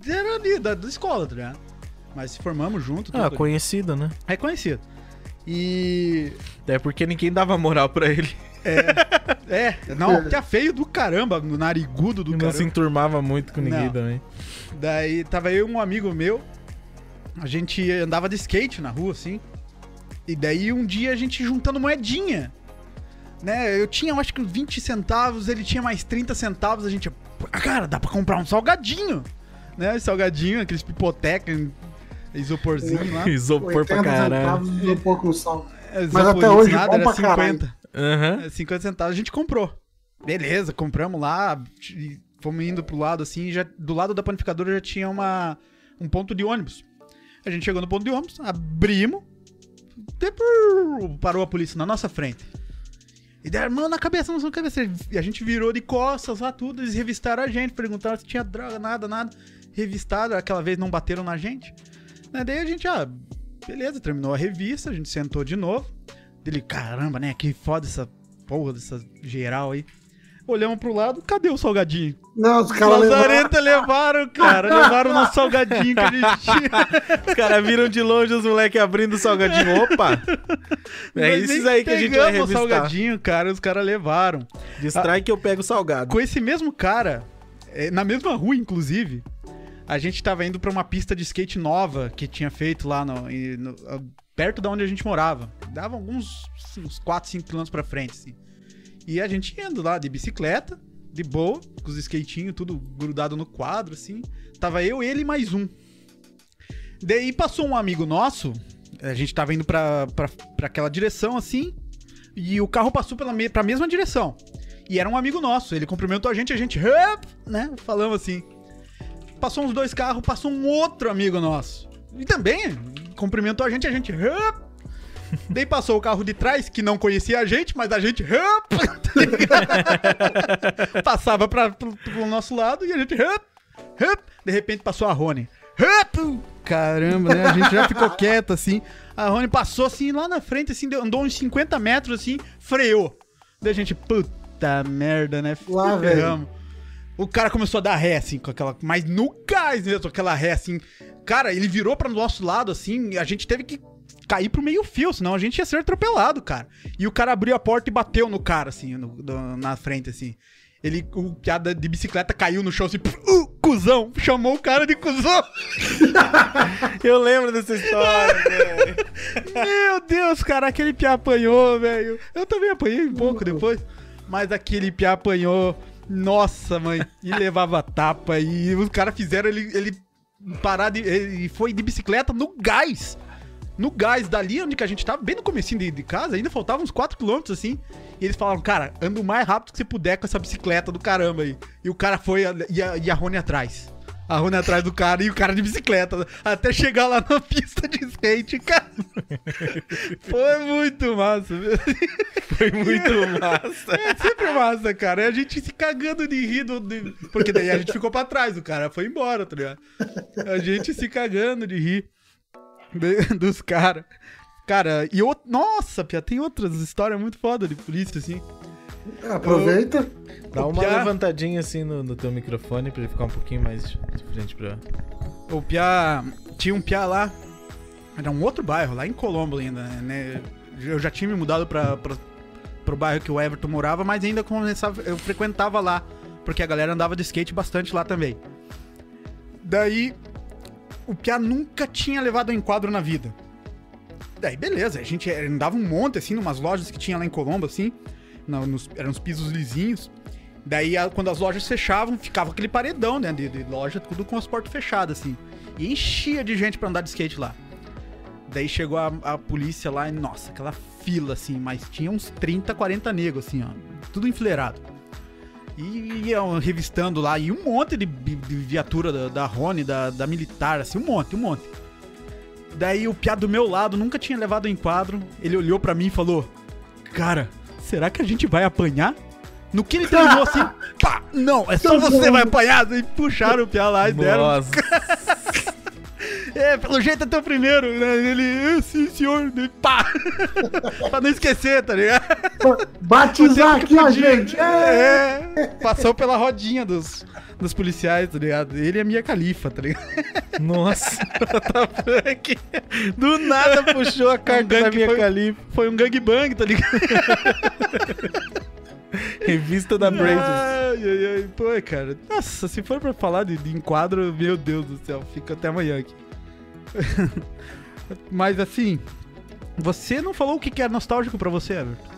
B: era ali, da, da escola, tá ligado? Mas se formamos junto,
A: Ah,
B: tudo.
A: conhecido, né?
B: é conhecido. E.
A: É porque ninguém dava moral pra ele.
B: É, não, que é feio do caramba, no narigudo do
A: não
B: caramba.
A: se enturmava muito com ninguém
B: Não.
A: também.
B: Daí tava eu e um amigo meu, a gente andava de skate na rua, assim. E daí um dia a gente juntando moedinha. Né? Eu tinha, eu acho que uns 20 centavos, ele tinha mais 30 centavos, a gente. "Pô, Cara, dá pra comprar um salgadinho. Né? Salgadinho, aqueles pipoteca, isoporzinho lá.
A: Isopor pra
C: 80
A: caralho.
C: centavos de pouco sal.
B: Isopor
C: até hoje,
B: nada,
C: bom pra caralho.
B: 50.
A: Aham.
B: É, 50 centavos, a gente comprou. Beleza, compramos lá, e fomos indo pro lado assim, já do lado da panificadora já tinha uma um ponto de ônibus. A gente chegou no ponto de ônibus, abrimos, e prrr, parou a polícia na nossa frente. E deram mão na cabeça, mão na cabeça. E a gente virou de costas lá, tudo. Eles revistaram a gente, perguntaram se tinha droga, nada, nada. Revistaram, aquela vez não bateram na gente. Né, Daí a gente, ah, beleza, terminou a revista, a gente sentou de novo. Ele, caramba, né? Que foda essa porra dessa geral aí. Olhamos pro lado, cadê o salgadinho?
C: Não, os
B: Os
C: caras levaram.
B: lazaretas levaram, cara. Levaram o nosso salgadinho que a gente tinha.
A: Os caras viram de longe os moleques abrindo o salgadinho. Opa! É
B: Nós
A: esses
B: nem
A: aí que a gente vai
B: pegamos Ah. o
A: revistar.
B: salgadinho, cara. Os caras levaram.
A: Distrai que eu pego o salgado.
B: Com esse mesmo cara, É, Na mesma rua, inclusive, a gente tava indo pra uma pista de skate nova que tinha feito lá no, e no- a- perto da onde a gente morava. Dava alguns assim, uns 4, 5 quilômetros pra frente, assim. E a gente indo lá de bicicleta, de boa, com os skatinhos tudo grudado no quadro, assim. Tava eu, ele e mais um. Daí passou um amigo nosso, a gente tava indo pra, pra, pra aquela direção, assim, e o carro passou pela me pra mesma direção. E era um amigo nosso, ele cumprimentou a gente, a gente, "Hup", né, falamos assim. Passou uns dois carros, passou um outro amigo nosso. E também cumprimentou a gente, a gente, "Hup". Daí passou o carro de trás, que não conhecia a gente, mas a gente, "Hup", tá ligado? Passava pra, pro, pro nosso lado e a gente, "Hup, hup". De repente passou a Rony. "Hup". Caramba, né? A gente já ficou quieto assim. A Rony passou assim lá na frente, assim, deu- andou uns 50 metros assim, freou. Daí a gente, puta merda, né?
C: Lá, velho.
B: Ferramos. O cara começou a dar ré, assim, com aquela. Mas no gás mesmo, aquela ré, assim. Cara, ele virou para nosso lado, assim, e a gente teve que cair pro meio fio, senão a gente ia ser atropelado, cara. E o cara abriu a porta e bateu no cara, assim, no- do- na frente, assim. Ele, o piada de bicicleta caiu no chão, assim, uh, cuzão, chamou o cara de cuzão.
A: Eu lembro dessa história, velho.
B: Meu Deus, cara, aquele piá apanhou, velho. Eu também apanhei um pouco depois, mas aquele piá apanhou. Nossa, mãe, e levava tapa e os caras fizeram ele, ele parar de ele foi de bicicleta no gás. No gás dali onde que a gente tava, bem no comecinho de, de casa, ainda faltavam uns 4 km assim. E eles falaram, cara, anda o mais rápido que você puder com essa bicicleta do caramba aí. E o cara foi e a, e a Rony atrás. A Rony atrás do cara e o cara de bicicleta. Até chegar lá na pista de skate, cara. Foi muito massa.
A: Foi muito massa.
B: É sempre massa, cara. É a gente se cagando de rir. do- de- Porque daí a gente ficou pra trás, o cara foi embora, tá ligado? A gente se cagando de rir de- dos caras. Cara, e outro. Nossa, Pia, tem outras histórias muito foda de polícia, assim.
C: Aproveita.
A: Dá uma
B: Copiar.
A: levantadinha assim no, no teu microfone pra ele ficar um pouquinho mais de frente pra.
B: O Pia. Tinha um Pia lá. Era um outro bairro, lá em Colombo ainda, né? Eu já tinha me mudado pra, pra, pro bairro que o Everton morava, mas ainda começava, eu frequentava lá. Porque a galera andava de skate bastante lá também. Daí, o Piá nunca tinha levado um enquadro na vida. Daí, beleza, a gente andava um monte, assim, numas lojas que tinha lá em Colombo, assim. na- nos, eram uns pisos lisinhos. Daí, a- quando as lojas fechavam, ficava aquele paredão, né, de, de loja, tudo com as portas fechadas, assim. E enchia de gente pra andar de skate lá. Daí chegou a, a polícia lá e, nossa, aquela fila, assim, mas tinha uns 30, 40 negros, assim, ó. Tudo enfileirado. E iam revistando lá, e um monte de, de- de viatura da, da Rony, da, da militar, assim, um monte, um monte. Daí o piá do meu lado nunca tinha levado em quadro. Ele olhou pra mim e falou: Cara, será que a gente vai apanhar? No que ele terminou assim, pá, não, é só você vai apanhar. E puxaram o piá lá e deram.
A: Nossa.
B: É, pelo jeito é teu primeiro, né? Ele, "Ah, sim, senhor, e pá! pra não esquecer, tá ligado?
C: Batizar
B: Sempre
C: aqui
B: que
C: a
B: podia.
C: gente. É.
B: É, passou pela rodinha dos, dos policiais, tá ligado? Ele é minha califa, tá ligado? É
A: Nossa, Datapunk. Do nada puxou
C: É um
A: a carta da
B: um gank
A: minha
B: foi-
A: califa.
B: Foi um gangbang, tá ligado?
A: Revista da Brazers.
B: Ai, ai, ai, pô, é, cara. Nossa, se for pra falar de, de enquadro, meu Deus do céu, fica até amanhã aqui. Mas assim, você não falou o que que é nostálgico pra você, Everton?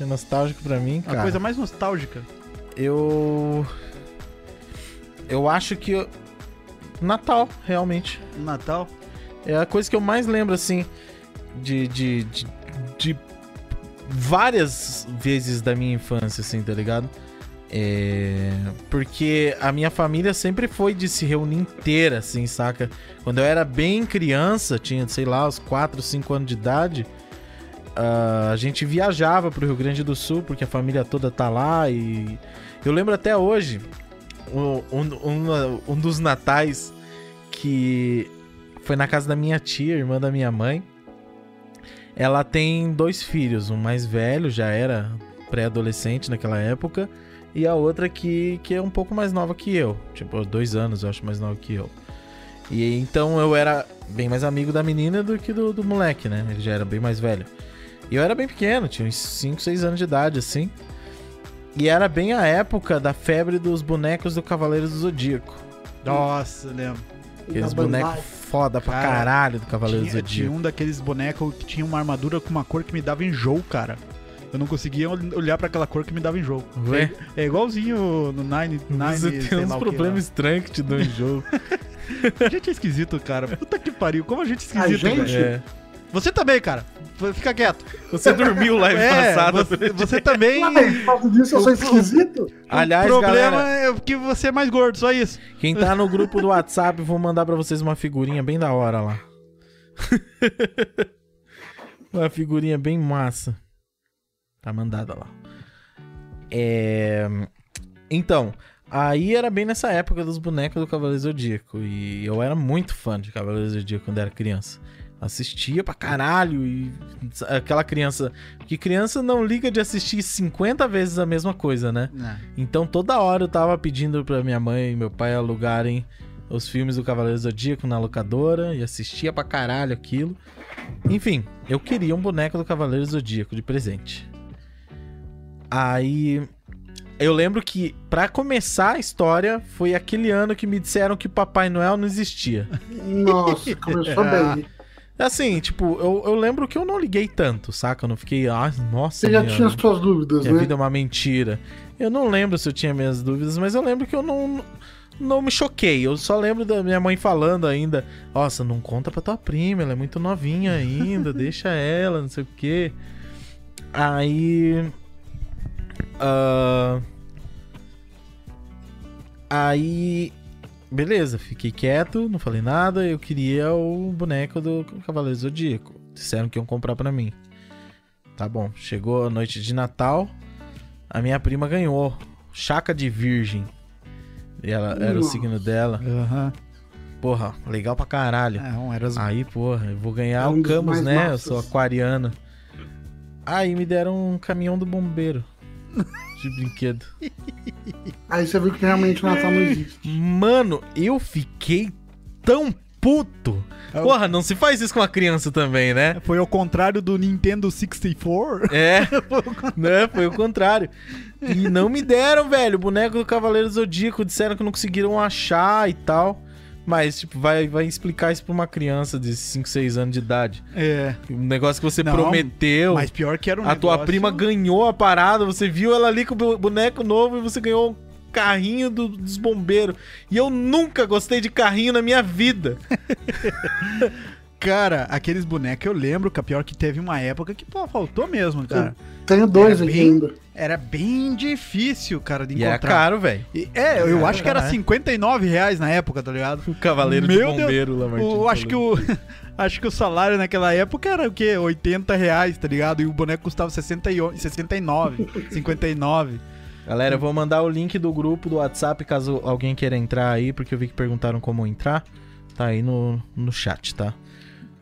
A: É nostálgico pra mim,
B: A
A: cara.
B: coisa mais nostálgica.
A: Eu. Eu acho que. eu- Natal, realmente.
B: Natal?
A: É a coisa que eu mais lembro, assim, de, de, de, de várias vezes da minha infância, assim, tá ligado? É, Porque a minha família sempre foi de se reunir inteira, assim, saca? Quando eu era bem criança, tinha, sei lá, uns 4, 5 anos de idade, ah, a gente viajava pro Rio Grande do Sul, porque a família toda tá lá e... Eu lembro até hoje, um, um- um- um dos natais que foi na casa da minha tia, irmã da minha mãe. Ela tem dois filhos, um mais velho, já era pré-adolescente naquela época, e a outra que, que é um pouco mais nova que eu, tipo, dois anos, eu acho, mais nova que eu. E então eu era bem mais amigo da menina do que do, do moleque, né? Ele já era bem mais velho. E eu era bem pequeno, tinha uns 5, 6 anos de idade, assim. E era bem a época da febre dos bonecos do Cavaleiro do Zodíaco.
B: Nossa, lembro.
A: Aqueles
C: Da Bandai.
A: bonecos foda pra
B: Cara,
A: caralho do Cavaleiro do
B: Tinha, tinha
A: Zodíaco.
B: um daqueles bonecos que tinha uma armadura com uma cor que me dava enjoo, cara. Eu não conseguia ol- olhar pra aquela cor que me dava enjoo.
A: Ué,
B: É igualzinho no Nine, Nine
A: você
B: sei
A: tem
B: lá
A: uns
B: o que
A: problemas estranhos que te dão em jogo.
B: lá. A gente é esquisito, cara. Puta que pariu, como a gente é
C: A
B: esquisito,
C: gente?
B: velho.
A: É.
B: Você também, cara. F- Fica quieto.
A: Você dormiu live
B: É,
A: passada. né?
B: você, você também...
C: Uai, por causa disso eu sou esquisito?
A: Aliás,
B: o problema
A: galera,
B: é que você é mais gordo, só isso.
A: quem tá no grupo do WhatsApp, vou mandar pra vocês uma figurinha bem da hora lá. uma figurinha bem massa. Tá mandada lá. É... Então, aí era bem nessa época dos bonecos do Cavaleiro Zodíaco. E eu era muito fã de Cavaleiro Zodíaco quando era criança. Assistia pra caralho e aquela criança. Que criança não liga de assistir 50 vezes a mesma coisa, né? Então toda hora eu tava pedindo pra minha mãe e meu pai alugarem os filmes do Cavaleiro Zodíaco na locadora e assistia pra caralho aquilo. Enfim, eu queria um boneco do Cavaleiro Zodíaco de presente. Aí eu lembro que pra começar a história foi aquele ano que me disseram que o Papai Noel não existia.
C: Nossa, começou bem.
A: Assim, tipo, eu, eu lembro que eu não liguei tanto, saca? Eu não fiquei, ah, nossa.
C: Você já
A: meu,
C: tinha suas dúvidas,
A: minha
C: né?
A: vida é uma mentira. Eu não lembro se eu tinha minhas dúvidas, mas eu lembro que eu não, não me choquei. Eu só lembro da minha mãe falando ainda: Nossa, não conta pra tua prima, ela é muito novinha ainda, deixa ela, não sei o quê. Aí. ah, aí. Beleza, fiquei quieto, não falei nada. Eu queria o boneco do Cavaleiro Zodíaco. Disseram que iam comprar pra mim. Tá bom. Chegou a noite de Natal. A minha prima ganhou. Chaca de Virgem. E ela era o
C: Nossa.
A: signo dela.
B: Aham.
A: Porra, legal pra caralho.
B: É, um era as...
A: Aí, porra, eu vou ganhar
C: É um
A: o
C: dos
A: Camus,
C: mais
A: né? Eu
C: massas.
A: sou aquariano. Aí me deram um caminhão do bombeiro. De brinquedo.
C: Aí você viu que realmente o Natal não existe.
A: Mano, eu fiquei tão puto.
B: É o-
A: Porra, não se faz isso com uma criança também, né?
B: Foi ao contrário do Nintendo 64.
A: É, né? Foi o contrário. E não me deram, velho. O boneco do Cavaleiro Zodíaco disseram que não conseguiram achar e tal. Mas, tipo, vai, vai explicar isso pra uma criança de 5, 6 anos de idade.
B: É.
A: Um negócio que você
B: Não,
A: prometeu.
B: Mas pior que era um
A: a tua
B: negócio-
A: prima ganhou a parada, você viu ela ali com o bo- boneco novo e você ganhou um carrinho do- dos bombeiros. E eu nunca gostei de carrinho na minha vida.
B: Cara, aqueles bonecos eu lembro, que a pior que teve uma época que, pô, faltou mesmo, cara.
C: Tenho dois
B: Era
C: aqui
B: bem-
C: ainda.
B: Era bem difícil, cara, de
A: E é
B: encontrar.
A: caro, velho.
B: E- É, eu
A: Era,
B: acho que era
A: né?
B: 59 reais na época, tá ligado?
A: O cavaleiro
B: Meu Deus,
A: de bombeiro lá, Martins.
B: O, acho que o acho que o salário naquela época era o quê? 80 reais, tá ligado? E o boneco custava 68, 69, 59.
A: Galera, eu vou mandar o link do grupo do WhatsApp caso alguém queira entrar aí, porque eu vi que perguntaram como entrar. Tá aí no, no chat, tá?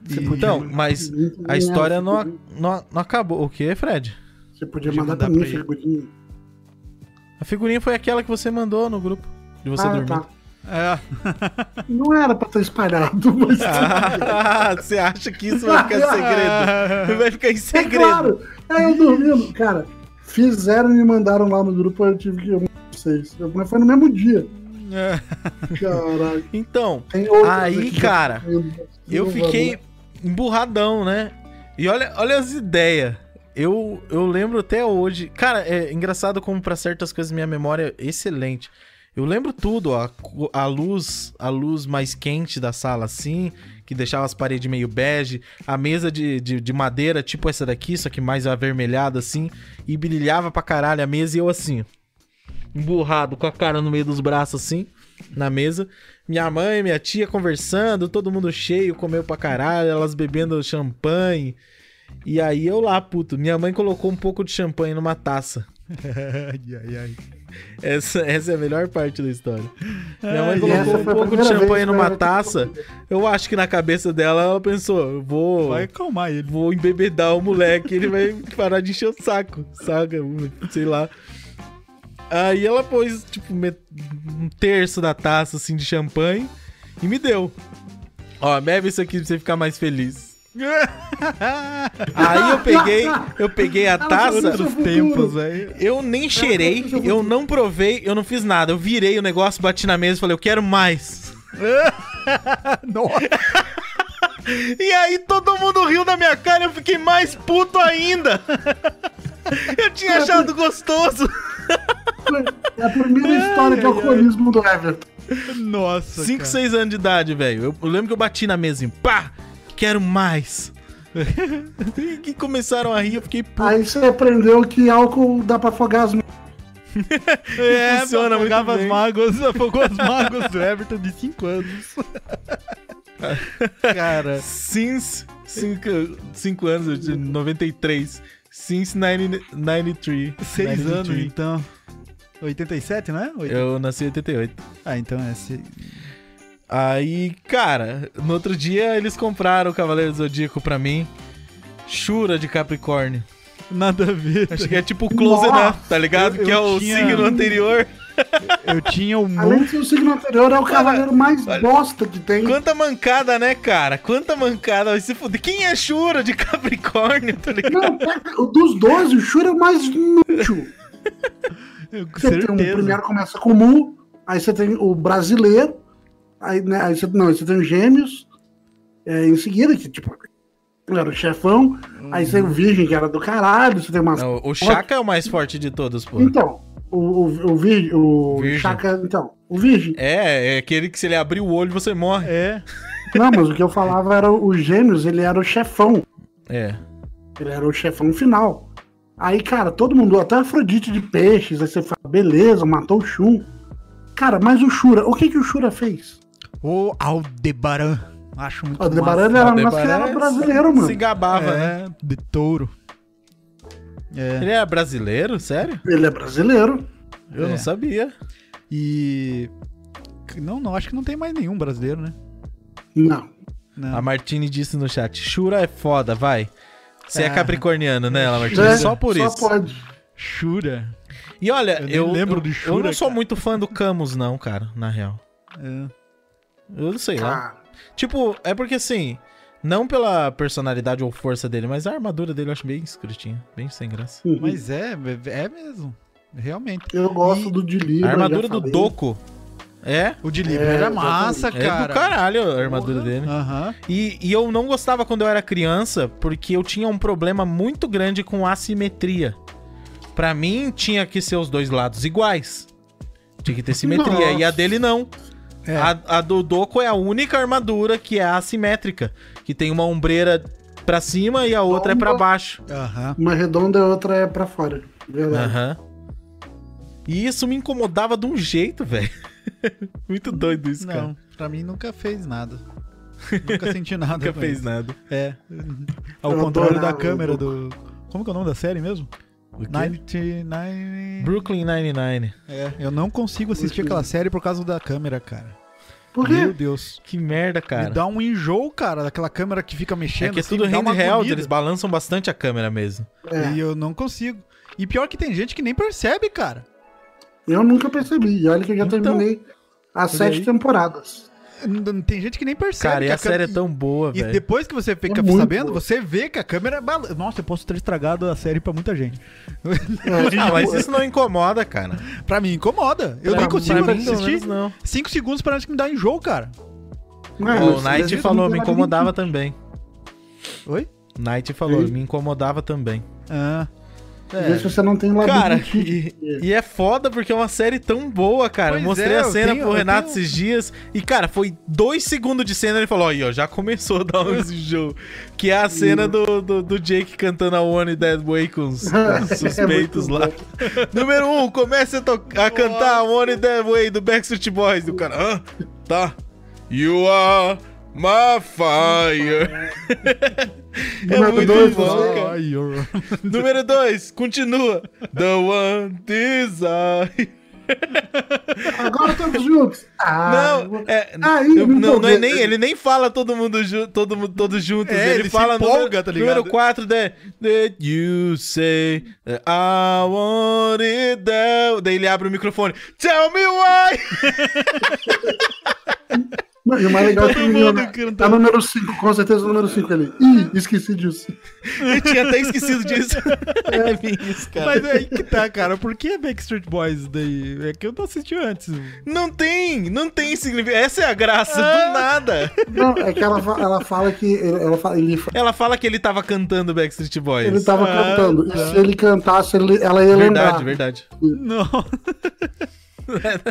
C: Você
A: Então,
C: podia-
A: mas a história não, a-
C: Você
A: não, não acabou. O que, Fred?
C: podia- Você podia
B: Podia
C: mandar
B: mandar
C: pra mim,
B: pra ele.
C: figurinha.
A: A figurinha foi aquela que você mandou no grupo. De você
C: Ah,
A: dormindo.
C: tá.
B: É,
C: Não era pra estar espalhado, mas.
A: Ah, você acha que isso vai ficar segredo? Vai ficar em
C: É
A: segredo.
C: claro! É, eu dormindo. Cara, fizeram e me mandaram lá no grupo, eu tive que. um Eu não sei. se- Mas foi no mesmo dia.
B: é.
C: Caralho.
A: Então,
C: Tem outros
A: aí,
C: aqui.
A: cara,
C: Meu Deus,
A: eu
C: não
A: fiquei
C: valeu.
A: emburradão, né? E olha, olha as ideias. Eu, eu lembro até hoje. Cara, é engraçado como pra certas coisas minha memória é excelente. Eu lembro tudo, ó, a, co- a luz, a luz mais quente da sala assim, que deixava as paredes meio bege, a mesa de, de, de madeira, tipo essa daqui, só que mais avermelhada assim, e brilhava pra caralho a mesa e eu assim, emburrado, com a cara no meio dos braços assim, na mesa. Minha mãe, minha tia conversando, todo mundo cheio, comeu pra caralho, elas bebendo champanhe. E aí eu lá, puto, minha mãe colocou um pouco de champanhe numa taça.
B: ai, ai, ai.
A: Essa, essa é a melhor parte da história. Minha
B: Ai,
A: mãe
C: É,
A: colocou
C: essa
A: um
C: foi a
A: pouco de
C: primeira vez
A: champanhe
C: que
A: numa
C: eu-
A: taça. Eu acho que na cabeça dela ela pensou, eu vou,
B: Vai acalmar ele.
A: vou embebedar o moleque, ele vai parar de encher o saco, saca? Sei lá. Aí ela pôs, tipo, me- um terço da taça, assim, de champanhe e me deu. Ó, bebe isso aqui pra você ficar mais feliz. Aí eu peguei, eu peguei a taça.
C: Outros tempos,
B: aí.
A: Eu nem cheirei, eu não provei, eu não fiz nada. Eu virei o negócio, bati na mesa e falei, eu quero mais.
B: Nossa.
A: E aí todo mundo riu na minha cara e eu fiquei mais puto ainda. Eu tinha achado gostoso.
C: É a primeira história de alcoolismo do Everton.
B: Nossa.
A: 5, 6 anos de idade, velho. Eu, eu lembro que eu bati na mesa e pá, quero mais. E que começaram a rir, eu fiquei puto.
C: Aí você aprendeu que álcool dá pra afogar as mãos.
A: Funciona
B: É, funciona,
A: muito
B: afogava as
A: bem.
B: mágoas, afogou as mágoas do Everton de 5 anos. Cara.
A: Since 5 anos, de 93. Since 90, 93.
B: 6 anos,
A: 93.
B: então. 87, não é? Oit-
A: Eu nasci em 88.
B: Ah, então é. se-
A: Aí, cara, no outro dia eles compraram o Cavaleiro do Zodíaco pra mim. Chura de Capricórnio.
B: Nada a ver.
A: Acho que é tipo o Close
C: Nossa!
A: Enough, tá ligado?
B: Eu-
A: que é
B: eu
A: o
B: tinha-
A: signo anterior.
B: Eu tinha o
C: Além
B: mundo.
C: de ser o signo anterior, é o cavaleiro mais
A: olha.
C: bosta que tem.
A: Quanta mancada, né, cara? Quanta mancada. Vai se fuder. Quem é Chura de Capricórnio, tá ligado?
C: Não, pega- dos 12, o Shura é o mais inútil. Você tem o
B: Certeza.
C: um primeiro começa com o Mu, aí você tem o brasileiro, aí, né, aí você, não, aí você tem os gêmeos, é, em seguida, que tipo, era o chefão, aí você tem o virgem, que era do caralho, você tem umas.
A: Uhum. Não, o Chaka é o mais forte de todos, pô.
C: Então, o, o, o, vir, o
A: Virgem.
C: Chaka, então, o virgem.
A: É, é aquele que se ele abrir o olho, você morre.
B: É.
C: Não, mas o que eu falava era o gêmeos, ele era o chefão.
A: É.
C: Ele era o chefão final. Aí, cara, todo mundo, até Afrodite de peixes, aí você fala, beleza, matou o Shun. Cara, mas o Shura, o que que o Shura fez?
B: O Aldebaran. Acho muito
C: O Aldebaran
B: massa.
C: era, mas que ele era
A: Aldebaran
C: brasileiro, mano.
A: Se gabava, né?
B: É, de touro. É.
A: Ele é brasileiro? Sério?
C: Ele é brasileiro.
A: Eu
B: É.
A: não sabia.
B: E. Não, não, acho que não tem mais nenhum brasileiro, né?
C: Não.
A: A
B: Não.
A: Martine disse no chat: Shura é foda, vai. Você é
B: Ah.
A: capricorniano, né, ela, Martine?
C: É,
A: Só por isso.
C: pode.
B: Shura.
A: E olha,
B: Eu
A: eu,
B: nem lembro
A: eu,
B: do
A: eu
B: Shura,
A: não sou
B: cara.
A: muito fã do Camus, não, cara, na real.
B: É.
A: Eu não sei lá.
C: Ah,
A: Tipo, é porque assim, não pela personalidade ou força dele, mas a armadura dele eu acho bem escrutinha, bem sem graça.
C: uhum.
B: Mas é, é mesmo. Realmente.
C: eu gosto do de Libra.
A: a armadura
C: já
A: do
C: falei.
A: Doco é,
B: O de Libra
C: É,
B: era massa,
A: é do
B: cara.
A: caralho a armadura
B: Porra.
A: dele.
B: Aham.
A: E, e eu não gostava quando eu era criança, porque eu tinha um problema muito grande com assimetria. Pra mim, tinha que ser os dois lados iguais. Tinha que ter simetria. E a
C: Nossa.
A: dele não.
B: É.
A: A, a do Doco é a única armadura que é assimétrica. Que tem uma ombreira pra cima e a outra é pra
C: Bomba.
A: baixo.
B: Aham.
C: Uma redonda e outra é pra fora. Verdade.
A: Aham. E isso me incomodava de um jeito, velho. muito doido isso, cara.
B: Não, pra mim nunca fez nada. Nunca senti nada.
A: Nunca
B: com
A: fez
B: isso.
A: nada.
B: É. Ao
C: Eu
B: contrário da
C: adorava o
B: câmera do. Como que é o nome da série mesmo?
A: O quê?
B: 99.
A: Brooklyn 99.
B: É, eu não consigo assistir aquela
A: assim?
B: série por causa da câmera, cara.
C: Por
B: Meu
C: quê?
B: Deus.
A: Que merda, cara.
B: Me dá um enjoo, cara, daquela câmera que fica mexendo.
A: É que é
B: assim,
A: tudo
B: me dá uma
A: handheld,
B: agonia.
A: eles balançam bastante a câmera mesmo.
C: É,
B: E eu não consigo. E pior que tem gente que nem percebe, cara.
C: eu nunca percebi. E olha que eu já
A: Então.
C: terminei as
B: Olha aí.
C: sete temporadas.
B: N- n- Tem gente que nem percebe.
A: Cara, e
B: que
A: a série é
B: câmera-
A: tão boa,
B: E
A: velho.
B: depois que você fica
C: É muito
B: sabendo,
C: boa.
B: você vê que a câmera. é bala- Nossa, eu posso ter estragado a série pra muita gente.
C: É,
A: Ah, mas isso não incomoda, cara.
B: pra mim incomoda. Eu
C: Pra
B: nem consigo
C: mim,
A: pelo menos,
B: assistir.
A: não.
B: 5 segundos parece que me dá enjoo, cara.
C: mas
A: Ó, o
C: esse
A: Knight
C: desenho
A: falou,
C: não
A: me
C: era
A: incomodava também.
B: Oi?
A: Knight falou,
C: Ei.
A: me incomodava também.
C: É.
B: Ah.
A: É.
C: nem- Vê se você não tem um labirinto.
A: Cara, e, e é foda porque é uma série tão boa, cara.
B: Pois
A: eu mostrei
B: é,
A: a
B: eu
A: cena
B: tenho-
A: pro
B: eu
A: Renato
B: tenho-
A: esses dias e, cara, foi dois segundos de cena ele falou, ó, aí, ó, já começou a dar um jogo. Que é a cena do, do, do Jake cantando a One Dead Way com os, com os
C: É
A: suspeitos
C: muito
A: lá. Número um, comece a, to- a cantar a One Dead Way do Backstreet Boys. Do cara, hã? Tá. You are my fire. é
C: Número
A: muito
C: dois,
A: bom,
C: você-
A: cara.
B: Ai, eu-
A: Número 2, continua. The One Desire.
C: Agora todos juntos. Ah,
A: Não, é.
C: Aí,
A: eu-
C: me
A: não, não é
C: empolguei.
A: nem, ele nem fala todo mundo ju, todo mundo todos juntos,
B: É,
A: ele,
B: ele se
A: fala
B: empolga,
A: número,
B: tá ligado?
A: número 4 de Did you say that I want it down? Daí ele abre o microfone. Tell me why.
C: Não, e o mais legal é que o
B: Todo
C: menino
B: mundo tá
C: né? é o
B: cantando.
C: número 5, com certeza o número 5 ali. Ih, esqueci disso.
B: Eu tinha até esquecido disso.
A: É bem isso, cara.
B: Mas aí que tá, cara. Por que Backstreet Boys daí? É que eu não assisti antes.
A: Não tem, não tem significado. Essa é a graça, do nada.
C: Não, é que ela, fa- ela fala que. ele- Ela fala, ele, fa-
A: Ela fala que ele tava cantando Backstreet Boys.
C: ele tava
B: Ah,
C: cantando.
B: tá.
C: E se ele cantasse, ele- ela ia
A: Verdade,
C: lembrar.
A: verdade.
B: Não.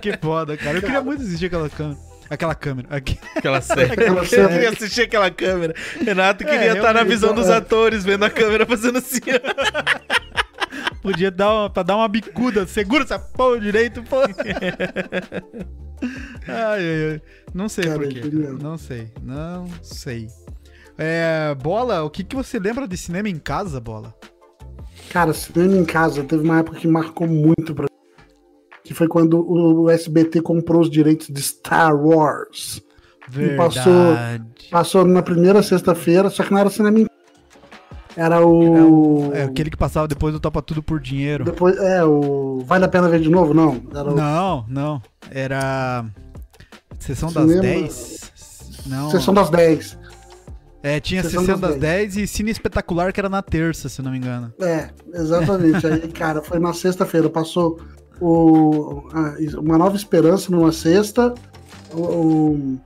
B: que foda, cara. Eu queria muito assistir aquela câmera. Aquela câmera. Aqui.
A: Aquela série.
C: Aquela
A: Eu
C: série.
A: queria assistir aquela câmera. Renato
B: É,
A: queria estar na
B: realmente,
A: visão dos
C: é.
A: atores, vendo a câmera fazendo assim. ó.
B: Podia dar uma, pra dar uma bicuda. Segura essa porra direito, pô. Ai, ai, ai. Não sei
C: Cara,
B: por
C: eu
B: quê.
C: queria-
B: Não sei. Não sei. É, bola, o que, que você lembra de cinema em casa, bola?
C: Cara, cinema em casa teve uma época que marcou muito pra que foi quando o SBT comprou os direitos de Star Wars. E passou- Passou na primeira sexta-feira, só que não era cinema em Era o.
B: É aquele que passava depois do Topa Tudo por Dinheiro.
C: Depois, é, o. Vale a pena ver de novo? Não. Era o
B: Não, não. Era. Sessão das
C: Cinema-
B: 10? Não.
C: Sessão das 10.
B: É, tinha
C: Sessão
B: Sessão,
C: das
B: das 10 e Cine Espetacular, que era na terça, se eu não me engano.
C: É, exatamente. Aí, cara, foi na sexta-feira. Passou o, a- Uma Nova Esperança numa sexta, o, o-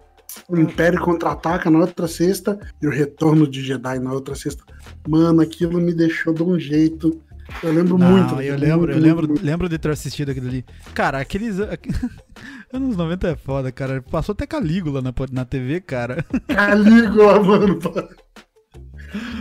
C: o Império Contra-Ataca na outra sexta e o Retorno de Jedi na outra sexta. Mano, aquilo me deixou de um jeito. Eu lembro
B: Não,
C: muito.
B: Eu
C: muito,
B: lembro, eu
C: muito,
B: lembro,
C: muito.
B: lembro de ter assistido aquilo ali. Cara, aqueles. Anos 90 é foda, cara. Passou até Calígula na, po- na TV, cara.
C: Calígula, Tá mano.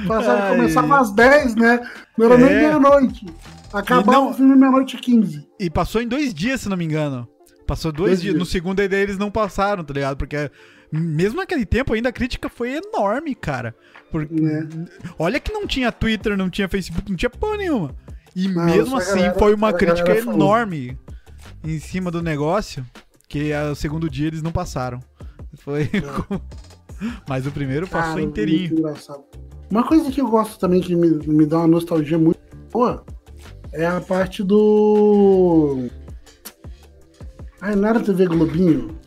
C: Passava,
B: Ai.
C: começava às 10, né? Não era nem
B: É.
C: meia-noite. Acabava
B: não-
C: o filme meia-noite e 15.
B: E passou em dois dias, se não me engano. Passou dois,
C: Dois
B: dias. No
C: dias.
B: segundo, aí daí eles não passaram, tá ligado? Porque mesmo naquele tempo ainda a crítica foi enorme, cara. Porque,
C: Né.
B: Olha que não tinha Twitter, não tinha Facebook, não tinha porra nenhuma. E
C: Não,
B: mesmo
C: essa
B: assim
C: galera-
B: foi uma
C: essa
B: crítica
C: galera falou.
B: enorme em cima do negócio, que ah, o segundo dia eles não passaram. Foi. como- Mas o primeiro passou
C: Cara,
B: inteirinho.
C: muito engraçado. Uma coisa que eu gosto também, que me, me dá uma nostalgia muito boa, é a parte do. Ai, não era TV Globinho?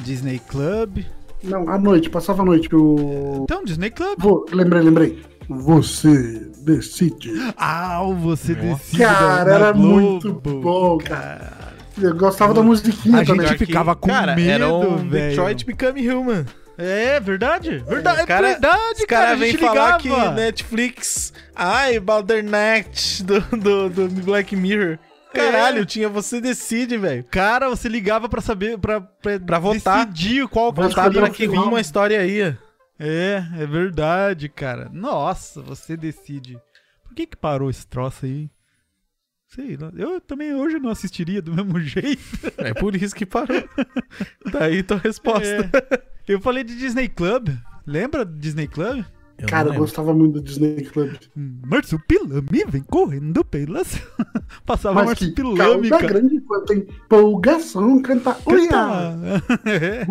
B: Disney Club.
C: Não, à noite, passava a noite que o.
B: Então, Disney Club.
C: Vou, lembrei, lembrei. Você decide.
B: Ah, o você
A: Nossa.
B: decide. da-
C: Cara,
B: na
C: era
B: Globo.
C: muito bom, cara. Eu gostava da musiquinha
B: A
C: também.
B: gente ficava com
A: cara, era
B: medo,
A: um
B: velho.
A: Detroit Become Human.
B: É verdade, verdade, é,
A: cara-
B: verdade,
A: Os
B: cara.
A: caras
B: a
A: vêm
B: gente
A: falar
B: ligava.
A: que né? Netflix... Ai, Baldernet do, do, do Black Mirror. Caralho,
B: É.
A: tinha Você Decide, velho.
B: Cara, você ligava pra saber, pra, pra,
A: Pra votar.
B: decidir qual
A: Votar
B: seria
A: pra
B: o
A: que
B: filme.
A: rumo a história ia.
B: É, é verdade, cara. Nossa, você decide. Por que que parou esse troço aí? Sei lá. Eu também hoje não assistiria do mesmo jeito.
A: É por isso que parou. Daí Tá tua resposta.
B: É. Eu falei de Disney Club. Lembra do Disney Club?
A: Eu
C: Cara,
A: não
B: né?
C: eu
A: lembro.
C: gostava muito do Disney Club.
B: Marsupilami vem correndo pelas... Passava
C: Mas que
B: Marsupilami,
C: causa
B: cara.
C: grande quanto empolgação cantar. Uia!
B: Canta. É.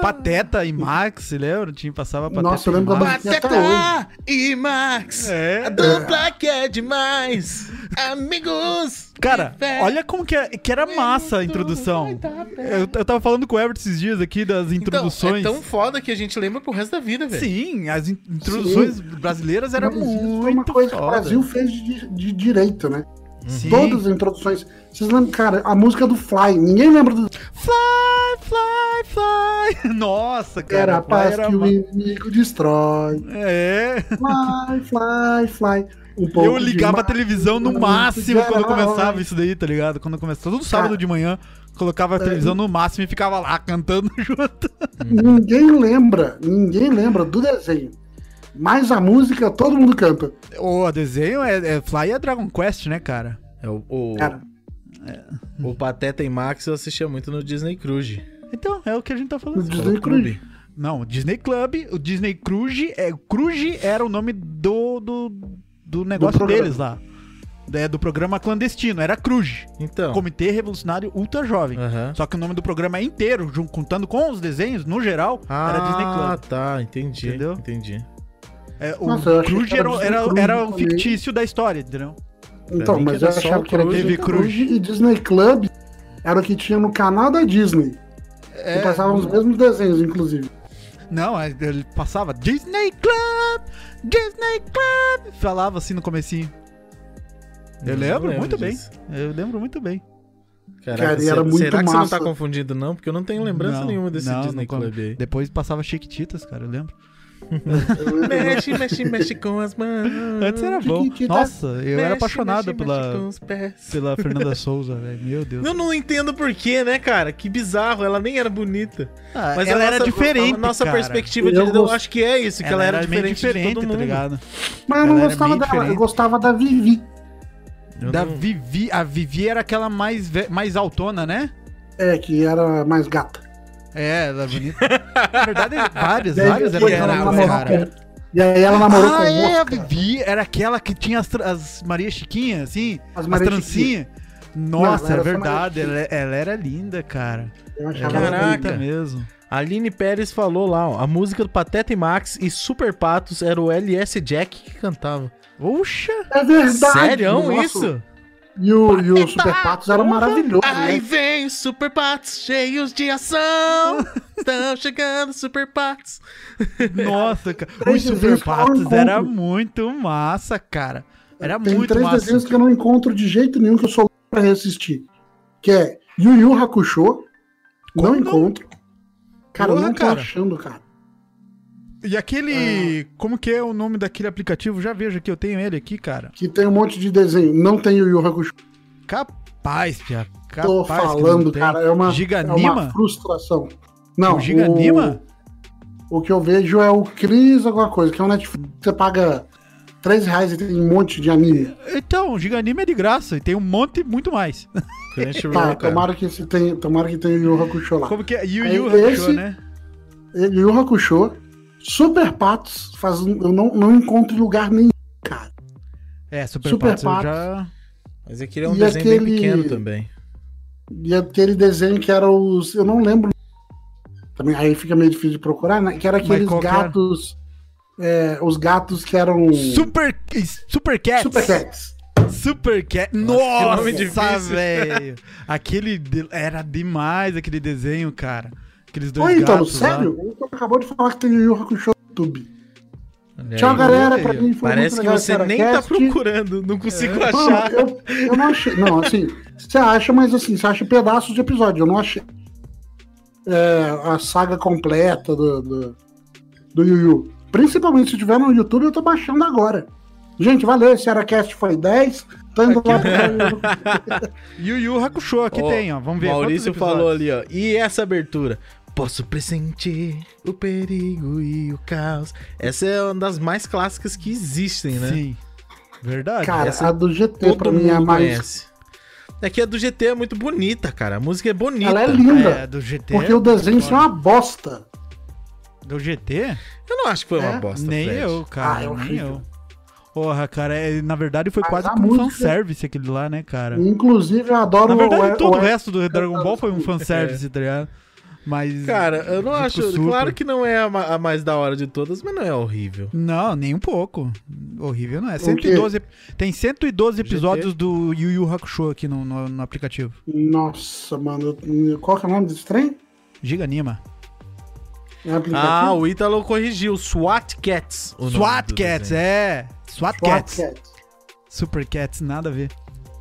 B: Pateta e Max, lembra? Tinha passava Pateta
C: Uh, Nossa, eu
B: e
C: lembro da
B: Max.
C: musiquinha até hoje.
A: e Max.
B: É.
A: dupla que é demais. Amigos.
B: Cara, olha como que, é- que era massa a introdução. Eu, eu tava falando com o Everton esses dias aqui das introduções.
A: é. Então, é tão foda que a gente lembra pro resto da vida, velho.
B: Sim, as in- introduções brasileiras eram
C: Mas isso
B: muito
C: foi uma coisa que o
B: foda.
C: Brasil fez de, de direito, né?
B: Sim.
C: Todas as introduções. Vocês lembram, cara, a música do Fly. Ninguém lembra do.
B: Fly, fly, fly. Nossa, cara.
C: Era a
B: fly
C: paz que
B: ma-
C: o inimigo destrói.
B: É.
C: Fly, fly, fly. Um pouco
B: Eu ligava a
C: de
B: televisão no
C: Muito
B: máximo quando
C: geral.
B: começava isso daí, tá ligado? Quando começava, todo sábado
C: Cara,
B: de manhã, colocava a televisão no máximo e ficava lá cantando junto.
C: Ninguém lembra, ninguém lembra do desenho. Mas a música todo mundo canta.
B: O desenho é, é Fly é Dragon Quest, né, cara?
A: É, o, o,
C: Cara,
A: o Pateta e Max eu assistia muito no Disney Cruise.
B: Então, é o que a gente tá
C: no
B: falando.
C: Disney Cruise.
A: Clube.
B: Não, Disney Club, o Disney Cruise, é, Cruise era o nome do, do, do negócio
C: programa.
B: deles lá. É, do programa clandestino, era Cruise,
A: Então.
B: Comitê Revolucionário Ultra Jovem.
A: Aham.
B: Só que o nome do programa é inteiro, jun- contando com os desenhos, no geral, era Disney
A: Ah,
B: Club.
A: tá, entendi.
B: Entendeu?
A: Entendi.
B: É, o
C: Nossa, eu achei
B: Cruise
C: que era
B: era,
C: Disney
B: era,
C: Cruise
B: era um
C: também.
B: fictício da história, entendeu?
C: Então,
A: mim
C: mas
A: que
C: eu
A: era só
C: achava
A: o
C: que era
A: Cruise.
C: Disney
B: Teve Cruise.
C: Cruise e Disney Club era o que tinha no canal da Disney.
B: É,
C: E passavam os mesmos desenhos, inclusive.
B: Não, aí ele passava Disney Club, Disney Club, falava assim no comecinho. Eu
A: Não
B: lembro muito
A: disso.
B: bem, eu lembro muito bem.
A: Caraca,
C: Cara, e
A: se-
C: era muito
A: será que você não tá
C: massa.
A: confundido, não? Porque eu não tenho lembrança
B: Não,
A: nenhuma desse
B: não,
A: Disney
B: não como-
A: Club aí.
B: Depois passava Chiquititas, cara, eu lembro.
A: Mexe, mexe, mexe com as mãos.
B: Antes era bom.
C: Chiquititas.
B: Nossa, eu
A: Mexe,
B: era apaixonado
A: mexe, mexe com
B: pela,
A: os pés.
B: pela Fernanda Souza, velho. Meu Deus.
A: Eu não entendo porquê, né, cara? Que bizarro, ela nem era bonita.
B: Ah,
A: Mas é a nossa, A nossa
B: cara.
A: perspectiva de
C: Eu
A: eu
C: gost-
A: acho que é isso, que ela, era,
B: meio
A: diferente, de todo mundo.
B: tá ligado?
C: Mas eu não
B: Ela era
C: gostava
B: bem
C: dela, eu
B: diferente.
C: gostava da Vivi.
A: Eu
B: Da
A: não-
B: Vivi, a Vivi era aquela mais, ve- mais altona, né?
C: É, que era mais gata.
B: É, ela é bonita. Na verdade, várias,
C: E aí
B: várias
C: depois
B: eram
A: era
C: ela
A: brava,
B: brava,
C: namorou
B: cara.
C: com- E aí ela namorou com
B: ah,
C: o
B: é, a
C: Mosca.
B: Vivi era aquela que tinha as, tra- as Maria Chiquinha, assim,
C: As
B: as,
C: Maria
B: trancinhas.
C: ela
B: Nossa,
C: era
B: é
C: só Maria
B: verdade,
C: Chiquinha.
B: ela, ela era linda, cara.
C: Eu achava
B: Ela era
C: ela
A: Caraca.
B: bonita mesmo.
A: A Aline Pérez falou lá, ó, a música do Pateta e Max e Super Patos era o LS Jack que cantava.
B: Oxa!
C: É verdade.
A: Sério
C: nossa.
A: isso?
C: E o, e o Super Patos era maravilhoso,
A: Aí
C: né?
A: vem os Super Patos cheios de ação. Estão chegando os Super Patos.
B: Nossa, cara. Os
C: Três
B: Super
C: desenhos que eu não
B: Patos
C: encontro.
B: era muito massa, cara. Era
C: Tem
B: muito
C: três
B: massa.
C: desenhos que eu não encontro de jeito nenhum que eu sou louco pra reassistir. Que é Yu Yu Hakusho.
B: Como não?
C: não encontro. Cara, eu
B: Porra,
C: não tô
B: cara.
C: achando, cara.
B: E aquele. Como que é o nome daquele aplicativo? Já vejo aqui, eu tenho ele aqui, cara.
C: Que tem um monte de desenho. Não tem Yu Yu Hakusho.
B: Capaz, Pia. Capaz
C: Tô
B: que não
C: falando,
B: tem.
C: cara. É uma, é uma
B: Giganima?
C: frustração. Não,
B: o Giganima?
C: O, que eu vejo é o Cris alguma coisa, que é um Netflix que você paga 3 reais e tem um monte de anime.
B: Então, o Giganima é de graça e tem um monte muito mais.
C: Tá, tomara que, esse tenha, tomara que tenha o Yu Hakusho lá.
B: É, Como que é? Yu
C: Aí
B: Yu Hakusho,
C: esse-
B: né?
C: Ele, Yu Hakusho, Super Patos, faz, um- eu não, não encontro em lugar nenhum, cara.
B: É, Super,
C: Super
B: Patos, eu
C: Patos.
B: já...
A: Mas aquele é um
C: E
A: desenho bem
C: aquele-
A: pequeno também.
C: E aquele desenho que era os. Eu não lembro. Também, aí fica meio difícil de procurar, né? Que era aqueles
B: qual que era?
C: gatos. é, os gatos que eram.
B: Super, Super Cats.
C: Super Cats.
B: Super Cat.
A: que nome
B: Nossa,
A: difícil.
B: velho. Aquele de- era demais aquele desenho, cara. Aqueles dois
C: Oi, então,
B: gatos lá.
C: sério? O Tu acabou de falar que tem Yu Yu Hakusho no YouTube.
A: Olha
C: Tchau,
A: aí.
C: galera.
B: olha
C: Pra
B: aí.
C: mim foi
A: É, Parece
C: muito
A: que
C: legal
A: você
C: esse É.
A: nem tá
C: Caracast.
A: procurando, não consigo achar.
C: Mano, eu, eu não achei. Não, assim, você acha, mas assim, você acha pedaços de episódio. Eu não achei é, a saga completa do, do, do Yu Yu. Principalmente se tiver no YouTube, eu tô baixando agora. Gente, valeu, esse Aracast foi 10. Tá indo lá pra...
B: Yu Yu Hakusho aqui
A: Ó,
B: tem, ó. Vamos ver.
A: Maurício
B: quantos
A: falou
B: episódios.
A: ali, ó. E essa abertura? Posso pressentir o perigo e o caos. Essa é uma das mais clássicas que existem, né?
B: Sim. Verdade. É,
C: Cara,
A: Essa
C: a do GT
A: Todo
C: pra mim é a
A: mundo
C: mais.
A: conhece. É que a do GT é muito bonita, cara. A música é bonita.
C: Ela é linda.
B: É, do GT.
C: Porque o desenho isso é uma bosta.
B: Do GT?
A: Eu não acho que foi uma
C: É?
A: bosta,
B: nem
A: Fred.
B: eu, cara.
C: Ah, é
B: nem
C: horrível.
B: eu. Porra, cara, é- na verdade foi
C: Mas
B: quase
C: a
B: que um
C: música-
B: fanservice aquele lá, né, cara?
C: Inclusive, eu adoro
B: Na verdade, é.
C: o-
B: todo o
C: o-
B: resto do
C: É,
B: Dragon Ball foi um fanservice, tá ligado? Mas.
A: Cara, eu não
B: junto
A: acho.
B: com o Super.
A: Claro que não é a, ma- a mais da hora de todas, mas não é horrível.
B: Não, nem um pouco. Horrível não é.
C: quê?
B: 112, tem 112
A: GT?
B: episódios do Yu Yu Hakusho aqui no, no, no aplicativo.
C: Nossa, mano. eu- Qual que é o nome desse trem?
B: Giganima.
C: É aplicativo?
A: Ah, o Ítalo corrigiu. SWAT Cats. o nome
B: SWAT
A: do
B: Cats,
A: desenho.
B: é. SWAT Cats.
C: Cats.
B: Super Cats, nada a ver.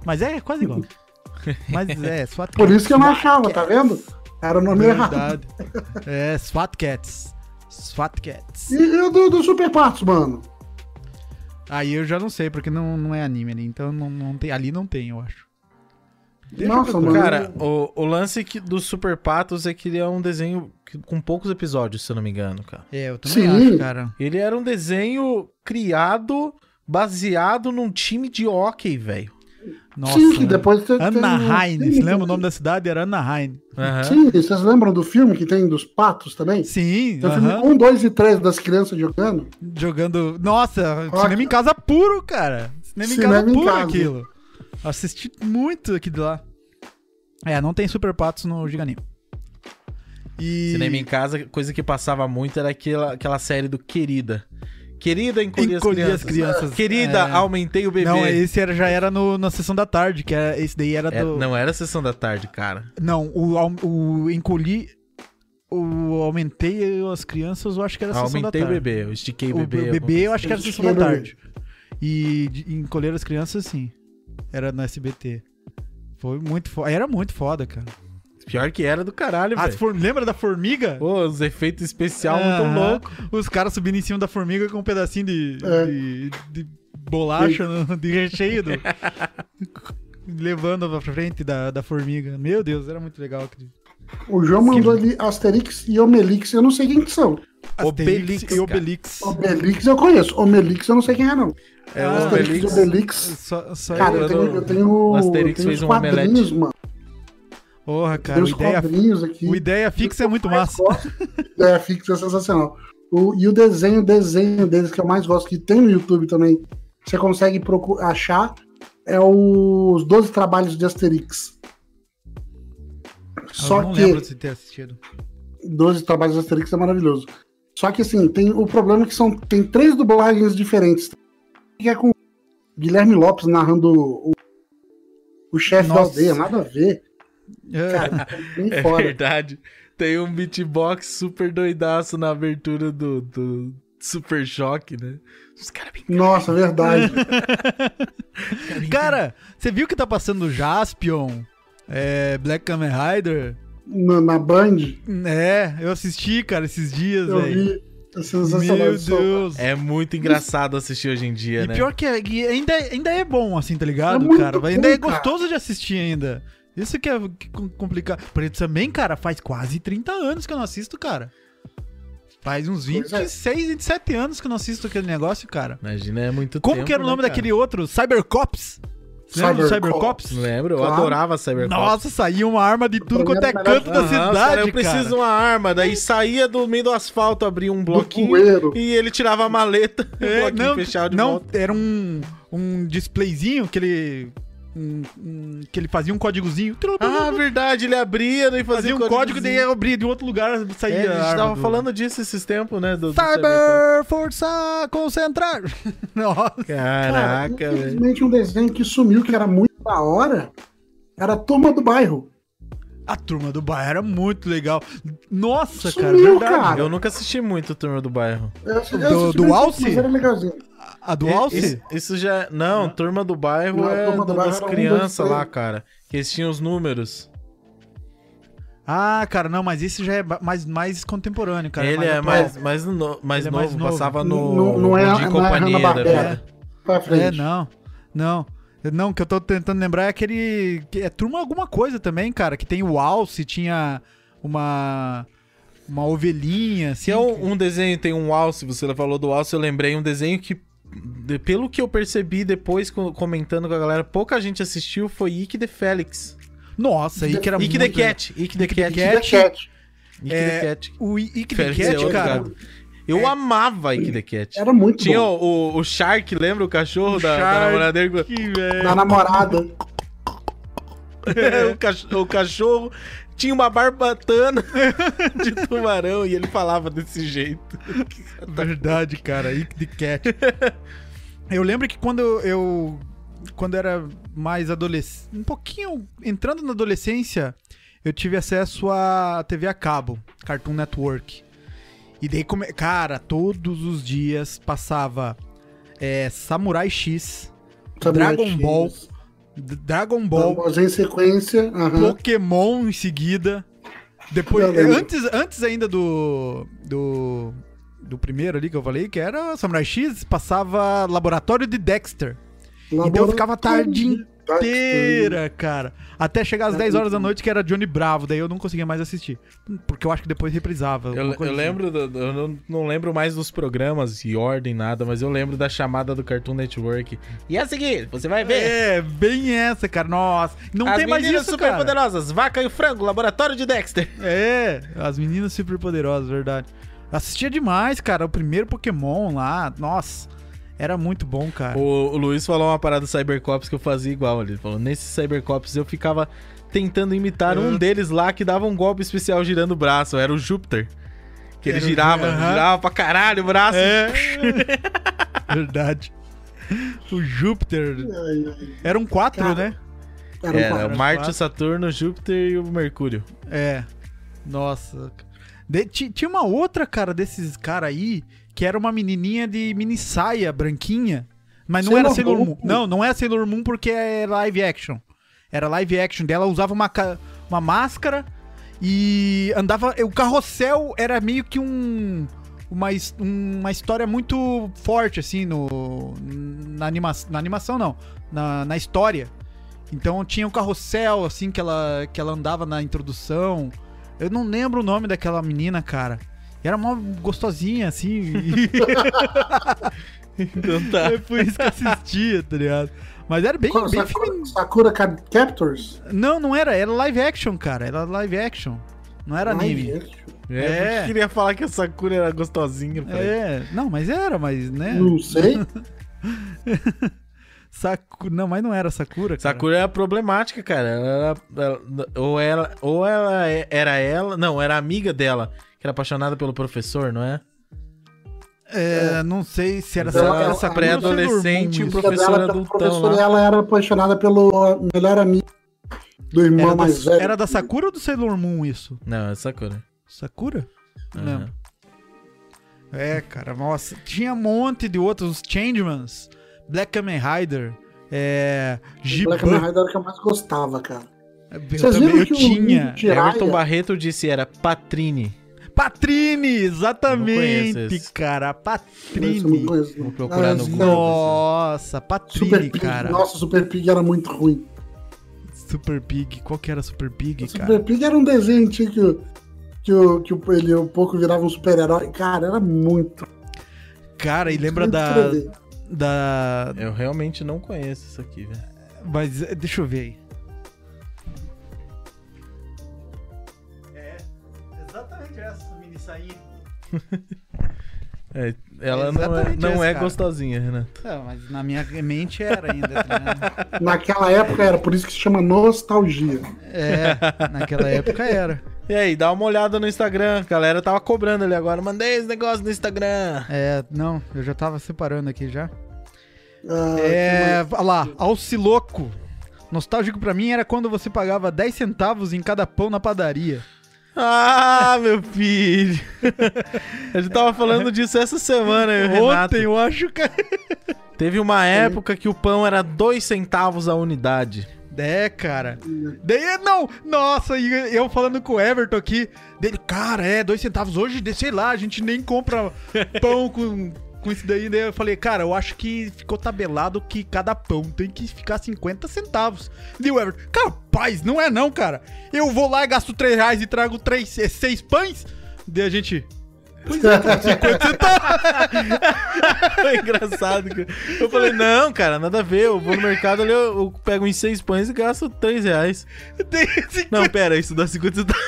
B: Mas é quase igual. Mas é, SWAT
C: Por isso que eu não
B: SWAT
C: achava, tá vendo? Era o nome errado.
B: Verdade. É, SWAT Cats. SWAT Cats.
C: E, e o do, do Super Patos, mano?
B: Aí eu já não sei, porque não, não é anime ali, então não, não tem, ali não tem, eu acho. Deixa eu
C: Nossa,
B: procurar.
C: mano.
A: Cara,
B: Hum.
A: o, o lance que, do Super Patos é que ele é um desenho que- com poucos episódios, se eu não me engano, cara.
B: É, eu também
C: Sim.
B: acho, cara.
A: Ele era um desenho criado, baseado num time de hockey, velho.
B: Nossa.
C: Sim, que
B: né?
C: depois você um
B: Ana Heine. Você
C: Sim,
B: lembra o nome da cidade? Era Ana Heine.
C: Sim, vocês lembram do filme que tem dos patos também?
B: Sim,
C: Tem o
B: aham.
C: filme 1, 2 e 3 das crianças jogando.
B: jogando. Nossa,
C: Ó,
B: cinema em casa puro, cara. Cinema em
C: Cinema
B: casa
C: em
B: puro
C: casa.
B: aquilo. Assisti muito aqui de lá. É, não tem Super Patos no Giganim. E.
A: Cinema em casa, coisa que passava muito era aquela, aquela série do Querida. Querida, encolhi,
B: Encolhi
A: as
B: as
A: crianças.
B: crianças.
A: Querida,
B: É.
A: aumentei o bebê.
B: Não, esse era, já era no- na sessão da tarde, que era, esse daí era
A: É,
B: do.
A: não era a sessão da tarde, cara.
B: Não, o, o encolhi. o- aumentei as crianças, eu acho que era a sessão
A: Ah, Aumentei o
B: da tarde.
A: bebê, eu estiquei o
B: O
A: bebê.
B: bebê,
A: alguma
B: eu acho que era a sessão da
C: Estiquei o
B: tarde. E de- encolher as crianças, sim. Era no SBT. Foi muito foda. Era muito foda, cara.
A: coisa. Pior que era do caralho,
B: Ah,
A: velho.
B: for- lembra da formiga?
A: Pô, os efeitos especial muito
B: Aham.
A: é louco.
B: Os caras subindo em cima da formiga com um pedacinho de,
C: É.
B: de, de bolacha, no- de recheio. do- levando pra frente da, da formiga. Meu Deus, era muito legal. aquele-
C: O João mandou ali Asterix e Omelix, eu não sei quem que são.
A: Obelix,
B: e
A: cara.
B: Obelix.
C: Obelix eu conheço, Omelix eu não sei quem é não.
A: É,
B: Ah,
A: o
C: Asterix e
A: Obelix.
C: Obelix.
B: Só, só
C: Cara,
A: eu
C: eu tenho, eu
A: adoro.
C: tenho,
A: O Asterix
C: eu tenho
A: fez
C: uns
A: um omelete.
C: quadrinhos, mano.
B: Porra,
C: Tem
B: cara, o
C: uns
B: ideia, é
C: quadrinhos aqui.
B: o ideia fixa é muito massa.
C: É, fixa é sensacional. O- e o desenho, o desenho deles que eu mais gosto, que tem no YouTube também, você consegue procu- achar, é o- os 12 trabalhos de Asterix.
B: Ah, eu
C: Só
B: não
C: que
B: lembro de ter assistido.
C: 12 trabalhos de Asterix é maravilhoso. Só que assim, tem o problema é que são tem três dublagens diferentes. Que é com o Guilherme Lopes narrando o, o chefe da
B: Nossa.
C: aldeia, nada a ver.
B: É,
C: Cara, bem
A: É
C: fora.
A: verdade. Tem um beatbox super doidaço na abertura do, do Super Choque, né? Os
B: é
A: caras bem.
C: Nossa, verdade.
A: os caras bem-
B: Cara, você viu que tá passando Jaspion? É, Black Kamen Rider?
C: Na, na Band,
B: É, eu assisti, cara, esses dias,
C: eu
B: velho.
C: vi. É
B: Meu
C: sensacional. eu sou-
B: Deus.
A: É muito engraçado assistir hoje em dia,
B: E
A: né?
B: pior que, é, que ainda, ainda é bom, assim, tá
C: É
B: ligado,
C: muito
B: cara?
C: bom,
B: Ainda é
C: cara.
B: gostoso de assistir ainda. Isso que é que com- complicado. Preto também, cara, faz quase 30 anos que eu não assisto, cara. Faz uns
C: Pois é.
B: 26, 27 anos que eu não assisto aquele negócio, cara.
A: Imagina, é muito
B: Como
A: tempo,
B: que era o
A: né,
B: nome
A: cara?
B: daquele outro? Cybercops? Você Lembra do
C: Cybercops.
B: Cybercops?
A: Lembro, eu
C: Claro.
A: adorava Cybercop.
B: Nossa, saía uma arma de tudo quanto é
C: Pra mim era
B: canto da
A: Aham, os caras,
B: cidade,
A: Eu preciso de
B: cara.
A: uma arma. Daí saía do meio do asfalto, abria um bloquinho
C: bueiro.
A: e ele tirava a maleta.
B: É,
A: o um bloquinho
B: não,
A: fechava de
B: não
A: volta.
B: era um, um displayzinho que ele... um- um- que ele fazia um códigozinho.
A: Ah, verdade, ele abria e fazia,
B: Fazia um código, daí eu abria de outro lugar, saía.
A: É, a gente tava
B: do-
A: falando disso esses tempos, né? Do, do Cybercop.
B: Cyber Força Concentrar. Nossa.
C: Cara,
A: Caraca, velho.
C: infelizmente um desenho que sumiu, que era muito da hora, era a Turma do Bairro.
B: A turma do bairro era muito legal. Nossa, cara,
C: Sumiu,
B: verdade.
C: cara.
A: Eu nunca assisti muito Turma do Bairro.
C: Eu assisti- eu
B: Do-
C: assisti
B: do
C: bem pouco,
B: Alce?
C: é mas era legalzinho.
B: A do
A: É,
B: Alce?
A: Isso, isso já. Não, Turma do Bairro
C: Não,
A: é
C: Turma do
A: do-
C: Bairro
A: das
C: era um,
A: crianças
C: dois,
A: lá,
C: três.
A: cara. Que eles tinham os números.
B: Ah, cara, não, mas esse já é ba- mais, mais contemporâneo, cara.
A: ele é
B: atual.
A: mais, mais, no- mais
B: Ele é
A: novo,
B: mais novo.
A: passava no.
C: Não, não é,
A: no
C: não
A: de
C: é
A: companhia né? da vida.
C: Hanna-Barbera. Pra frente.
B: É, não. Não. Não, o que eu tô tentando lembrar é aquele. que É turma alguma coisa também, cara. Que tem o Alce, tinha uma. Uma ovelhinha, assim.
A: Se é um, um desenho tem um alce, você falou do alce, eu lembrei um desenho que, de- pelo que eu percebi depois co- comentando com a galera, pouca gente assistiu foi Ike the Félix.
B: Nossa, aí que era
A: Ike the
B: muito.
A: Cat. Ike the Cat.
C: The
A: Ike
C: Cat.
A: the
B: É,
A: Cat.
B: O I- Ike the
A: Félix é
B: Cat,
A: outro,
B: cara.
A: cara. Eu amava Ike the Cat.
C: é. Era muito
A: Tinha
C: bom.
A: o, o Shark, lembra o cachorro
B: O
A: da, da
B: Shark.
A: namorada dele?
B: Que velho.
C: Da namorada.
A: É. o, cach- o cachorro tinha uma barbatana de tubarão e ele falava desse jeito.
B: Verdade, cara. Ike the Cat. Eu lembro que quando eu. Quando era mais adolescente. Um pouquinho. Entrando na adolescência, eu tive acesso à TV a cabo, Cartoon Network. E daí, come... cara, todos os dias passava é, Samurai X, Dragon
C: Samurai
B: Ball.
C: X.
B: D- Dragon
C: Dragon
B: Ball,
C: Ball Z em sequência. aham.
B: Pokémon em seguida. Depois,
C: Eu lembro.
B: antes, antes ainda do, do. Do primeiro ali que eu falei, que era Samurai X, passava Laboratório de Dexter. Então eu ficava a tarde Inteira, cara. Até chegar às 10 horas da noite, que era Johnny Bravo, daí eu não conseguia mais assistir. Porque eu acho que depois reprisava.
A: Eu,
B: alguma
A: eu
B: coisa assim.
A: lembro, do- do- eu não, não lembro mais dos programas e ordem, nada, mas eu lembro da chamada do Cartoon Network. E a seguir, você vai ver.
B: É, bem essa, cara. Nossa. Não
A: as
B: tem mais
A: meninas
B: isso, cara.
A: superpoderosas, vaca e o frango, laboratório de Dexter.
B: É, as meninas super poderosas, verdade. Assistia demais, cara. O primeiro Pokémon lá, nossa. Era muito bom, cara.
A: O, o Luiz falou uma parada do Cybercops que eu fazia igual. Ele falou: nesse Cybercops eu ficava tentando imitar um deles lá que dava um golpe especial girando o braço. Era o Júpiter. Que ele
B: Era o-
A: girava,
B: Aham.
A: girava pra caralho o braço.
B: É. verdade. O Júpiter. Eram quatro,
C: Cara,
B: né?
C: Era, um
A: É, Era
C: quadro.
A: o Marte,
B: quatro.
A: o Saturno, o Júpiter e o Mercúrio.
B: É. Nossa. De- ti- tinha uma outra, cara, desses cara aí, que era uma menininha de mini saia, branquinha. Mas não
C: Sailor
B: era Sailor
C: Moon,
B: Moon.
C: pô.
B: Não, não era Sailor Moon porque era live action. Era live action dela, usava uma, ca- uma máscara e andava. O carrossel era meio que um. Uma, his- uma história muito forte, assim, no, na, anima, na animação, não. Na, na história. Então tinha o carrossel, assim, que ela, que ela andava na introdução. Eu não lembro o nome daquela menina, cara. E era mó gostosinha, assim. e-
D: Então tá.
B: é por isso que eu assistia, tá ligado? Mas era bem,
C: Qual-
B: bem feminino.
C: Sakura, Sakura Card Captors?
B: Não, não era. Era live action, cara. Era live action. Não era anime.
C: Ai, gente.
A: É,
B: É.
A: porque queria falar que a Sakura era gostosinha. pra ele.
B: É, não, mas era, mas,
A: É.
B: né?
C: Não sei.
B: Saku... Não, mas não era Sakura, cara.
A: Sakura era problemática, cara. Ela era- ela- ou ela, ou ela é- era ela, não, era amiga dela, que era apaixonada pelo professor, não é?
B: É, não sei se era
A: Então,
B: Sakura.
A: ela
B: Era
A: era
B: Sakura
A: pré-adolescente
B: Sailor
A: e
B: Moon,
A: o
B: isso.
A: professor
C: Ela era
A: adultão
C: tá- professora
A: lá.
C: e ela era apaixonada pelo melhor amigo do irmão
B: Era da-
C: mais velho.
B: Era da Sakura ou do Sailor Moon isso?
A: Não, é Sakura.
B: Sakura?
A: Aham.
B: Não. É, cara, nossa. Tinha um monte de outros. Os Changemans, Black Kamen Rider, é. Jiban.
C: Black Mirror era o que eu mais gostava, cara.
B: Eu
C: Vocês
B: também
C: viram
B: eu
C: que o
B: tinha.
C: Ninja Jiraiya-
A: Everton Barreto disse era Patrine.
B: Patrine,
A: Eu não
B: exatamente,
A: conheço esse.
B: cara.
C: Isso eu não
B: Patrine.
C: conheço, não.
A: Vou procurar
C: Ah,
A: no
C: esse
A: Google.
C: cara-
B: Nossa,
C: Super
B: Patrine,
C: Pig.
B: cara.
C: Nossa, Super Pig era muito ruim.
B: Super Pig. Qual que era Super Pig, cara?
C: Super Pig era um desenho antigo que, o- que, o- que o- ele um pouco virava um super-herói. Cara, era muito.
B: Cara, e lembra
C: muito
B: da.
C: escrever.
B: da...
A: Eu realmente não conheço isso aqui, velho.
B: Mas eh, deixa eu ver aí. É, exatamente essa mini sainha.
A: É, ela não é,
B: Exatamente
A: não
B: esse,
A: é
B: cara.
A: gostosinha, Renato.
B: Não, Ah, mas na minha mente era ainda, tá ligado?
C: Naquela época era, por isso que se chama nostalgia.
B: É, naquela época era.
A: E aí, dá uma olhada no Instagram. A galera tava cobrando ali agora. Mandei esse negócio no Instagram.
B: É, não, eu já tava separando aqui já.
C: Ah,
B: É, olha lá, Alciloco. Nostálgico pra mim era quando você pagava 10 centavos em cada pão na padaria.
A: Ah, meu filho. A gente tava falando disso essa semana,
B: É
A: eu e o Renato.
B: Ontem, eu acho, cara.
A: Teve uma época que o pão era dois centavos a unidade.
B: É, cara. Daí, não, nossa, e eu falando com o Everton aqui, dele, cara, é, dois centavos hoje, de- sei lá, a gente nem compra pão com, com isso daí. Daí eu falei, cara, eu acho que ficou tabelado que cada pão tem que ficar 50 centavos. E o Everton, capaz, não é não, cara. Eu vou lá, gasto 3 reais e trago três, eh, seis pães, daí a gente... Pois é, cara, 50 centavos.
A: Foi É engraçado. cara. Eu falei, não, cara, nada a ver. Eu vou no mercado ali, eu, eu pego uns seis pães e gasto três reais.
B: Daí, assim,
A: Não, pera, isso dá 50 centavos.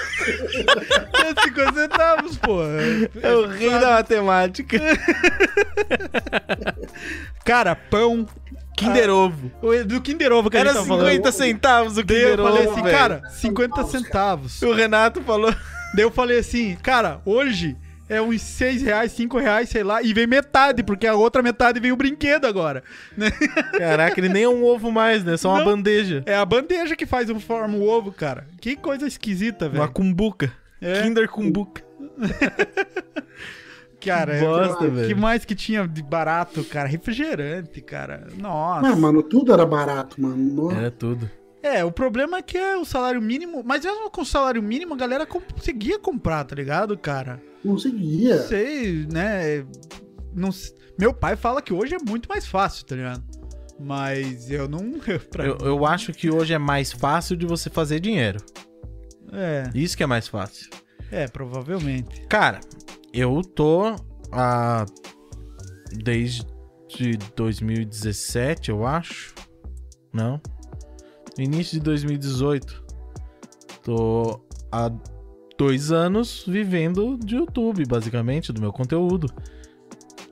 B: É 50 centavos, pô.
A: É o rei da matemática.
B: Cara, pão.
A: Kinder Ovo.
B: o- Do Kinder Ovo que
A: Ah, Era
B: a gente tá falando.
A: 50 centavos o
B: Daí
A: Kinder
B: eu falei
A: Ovo,
B: assim,
A: velho.
B: cara, 50 centavos.
A: O Renato falou...
B: Daí eu falei assim, cara, hoje é uns 6 reais, 5 reais, sei lá, e vem metade, porque a outra metade vem o brinquedo agora. né?
A: Caraca, ele nem é um ovo mais, né? Só uma
B: Não.
A: bandeja.
B: É a bandeja que faz um forma o ovo, cara. Que coisa esquisita,
A: Uma
B: velho.
A: cumbuca.
B: É,
A: Kinder cumbuca.
B: cara,
A: bosta,
B: eu- que
A: velho.
B: mais que tinha de barato, cara? Refrigerante, cara. Nossa.
C: Ah, mano, tudo era barato, mano. No-
A: Era tudo.
B: É, o problema é que é o salário mínimo, mas mesmo com o salário mínimo, a galera conseguia comprar, tá ligado, cara?
C: Não seguia.
B: Não sei, né? não s- meu pai fala que hoje é muito mais fácil, tá ligado? Mas eu não. eu- pra-
A: Eu, eu acho que hoje é mais fácil de você fazer dinheiro.
B: É,
A: Isso que é mais fácil.
B: é, provavelmente.
A: Cara, eu tô há. Desde 2017, eu acho. Não. Início de 2018. Tô há dois anos vivendo de YouTube, basicamente, do meu conteúdo.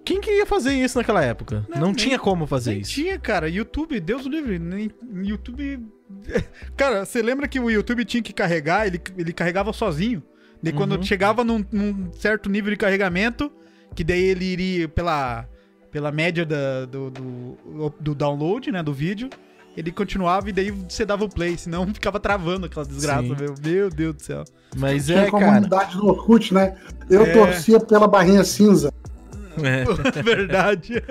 A: Quem que ia fazer isso naquela época?
B: Não,
A: Não,
B: nem-
A: tinha como fazer
B: Nem
A: isso.
B: tinha, cara. YouTube, Deus o livre. Nem, YouTube. Cara, você lembra que o YouTube tinha que carregar, ele, ele carregava sozinho. Daí quando
A: Uhum.
B: chegava num, num certo nível de carregamento, que daí ele iria pela, pela média da- do, do, do download, né? Do vídeo. ele continuava e daí você dava o play, senão ficava travando aquela desgraça,
A: Sim.
B: meu. Meu Deus do céu.
A: Mas
C: Tinha
A: é, cara.
C: comunidade do Orkut, né? Eu
B: É.
C: torcia pela barrinha cinza.
A: É.
B: Verdade.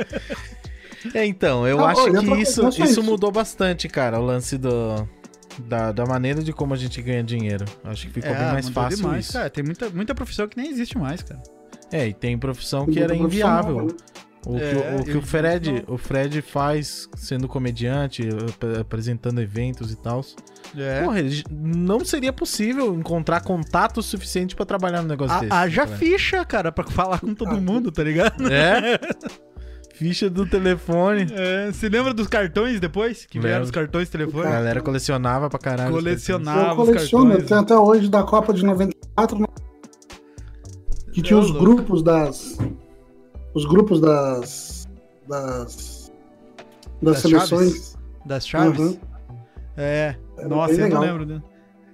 A: É, então, eu
C: Ah,
A: acho
C: olha,
A: que
C: outra
A: isso,
C: coisa,
A: isso,
C: não é isso.
A: mudou bastante, cara, o lance do, da, da maneira de como a gente ganha dinheiro. Acho que ficou bem mais
B: É, Ah, mudou
A: fácil
B: demais,
A: isso.
B: Cara, tem muita, muita profissão que nem existe mais, cara.
A: É, e tem profissão
C: Tem
A: que era
C: muita profissão
A: inviável.
C: nova, né?
A: O que,
B: É,
A: o, o que
B: eu
A: o Fred,
B: não.
A: o Fred faz sendo comediante, ap- apresentando eventos e tal.
B: É.
A: Porra, ele j- não seria possível encontrar contato suficiente pra trabalhar num negócio desse.
B: A, haja
A: cara.
B: ficha, cara, pra falar com todo
C: Ah,
B: mundo, tá ligado?
A: É? Ficha do telefone.
B: É, se lembra dos cartões depois? Que vieram
A: Lembro.
B: os cartões de
A: A
C: É.
B: telefone?
C: Uhum.
A: galera colecionava pra caralho. os
C: Eu
B: Colecionava os
C: coleciono,
B: cartões.
C: eu tenho até hoje da Copa de 94, né? que tinha
B: Ô,
C: os
B: louco.
C: grupos das. Os grupos das. Das. Das,
B: Das
C: seleções.
B: Das chaves?
C: Uhum.
B: É.
C: Era
B: Nossa,
C: bem
B: eu não
C: legal.
B: lembro, né?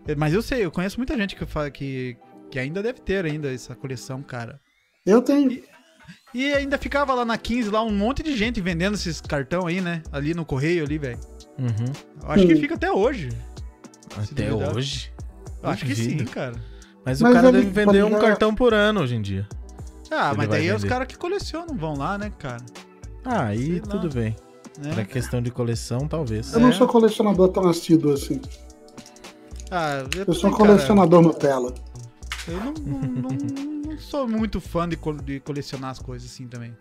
B: É, Mas eu sei, eu conheço muita gente que, fa- que, que ainda deve ter ainda essa coleção, cara.
C: Eu tenho.
B: E ainda ficava lá na 15, lá um monte de gente vendendo esses cartão aí, né? Ali no correio ali, velho.
A: Uhum.
B: Eu Acho que
C: Sim.
B: fica até hoje. Se
A: Até
B: duvidar.
A: hoje.
B: Eu Acho que sim,
A: Duvido.
B: cara.
A: Mas, o
C: Mas
A: cara
C: ele
A: deve vender
C: pode
A: um
C: já-
A: cartão por ano hoje em dia.
B: Ah,
A: Ele
B: mas
A: vai
B: daí é os
A: vender.
B: caras que colecionam vão lá, né, cara?
A: Ah, aí
B: Sei lá.
A: tudo bem.
B: Né?
A: Pra questão de coleção, talvez.
C: Eu não
B: É.
C: sou colecionador tão assíduo assim.
B: Ah,
C: Eu sou
B: também, cara,
C: um colecionador Nutella.
B: Eu não, não- não- não sou muito fã de, col- de colecionar as coisas assim também.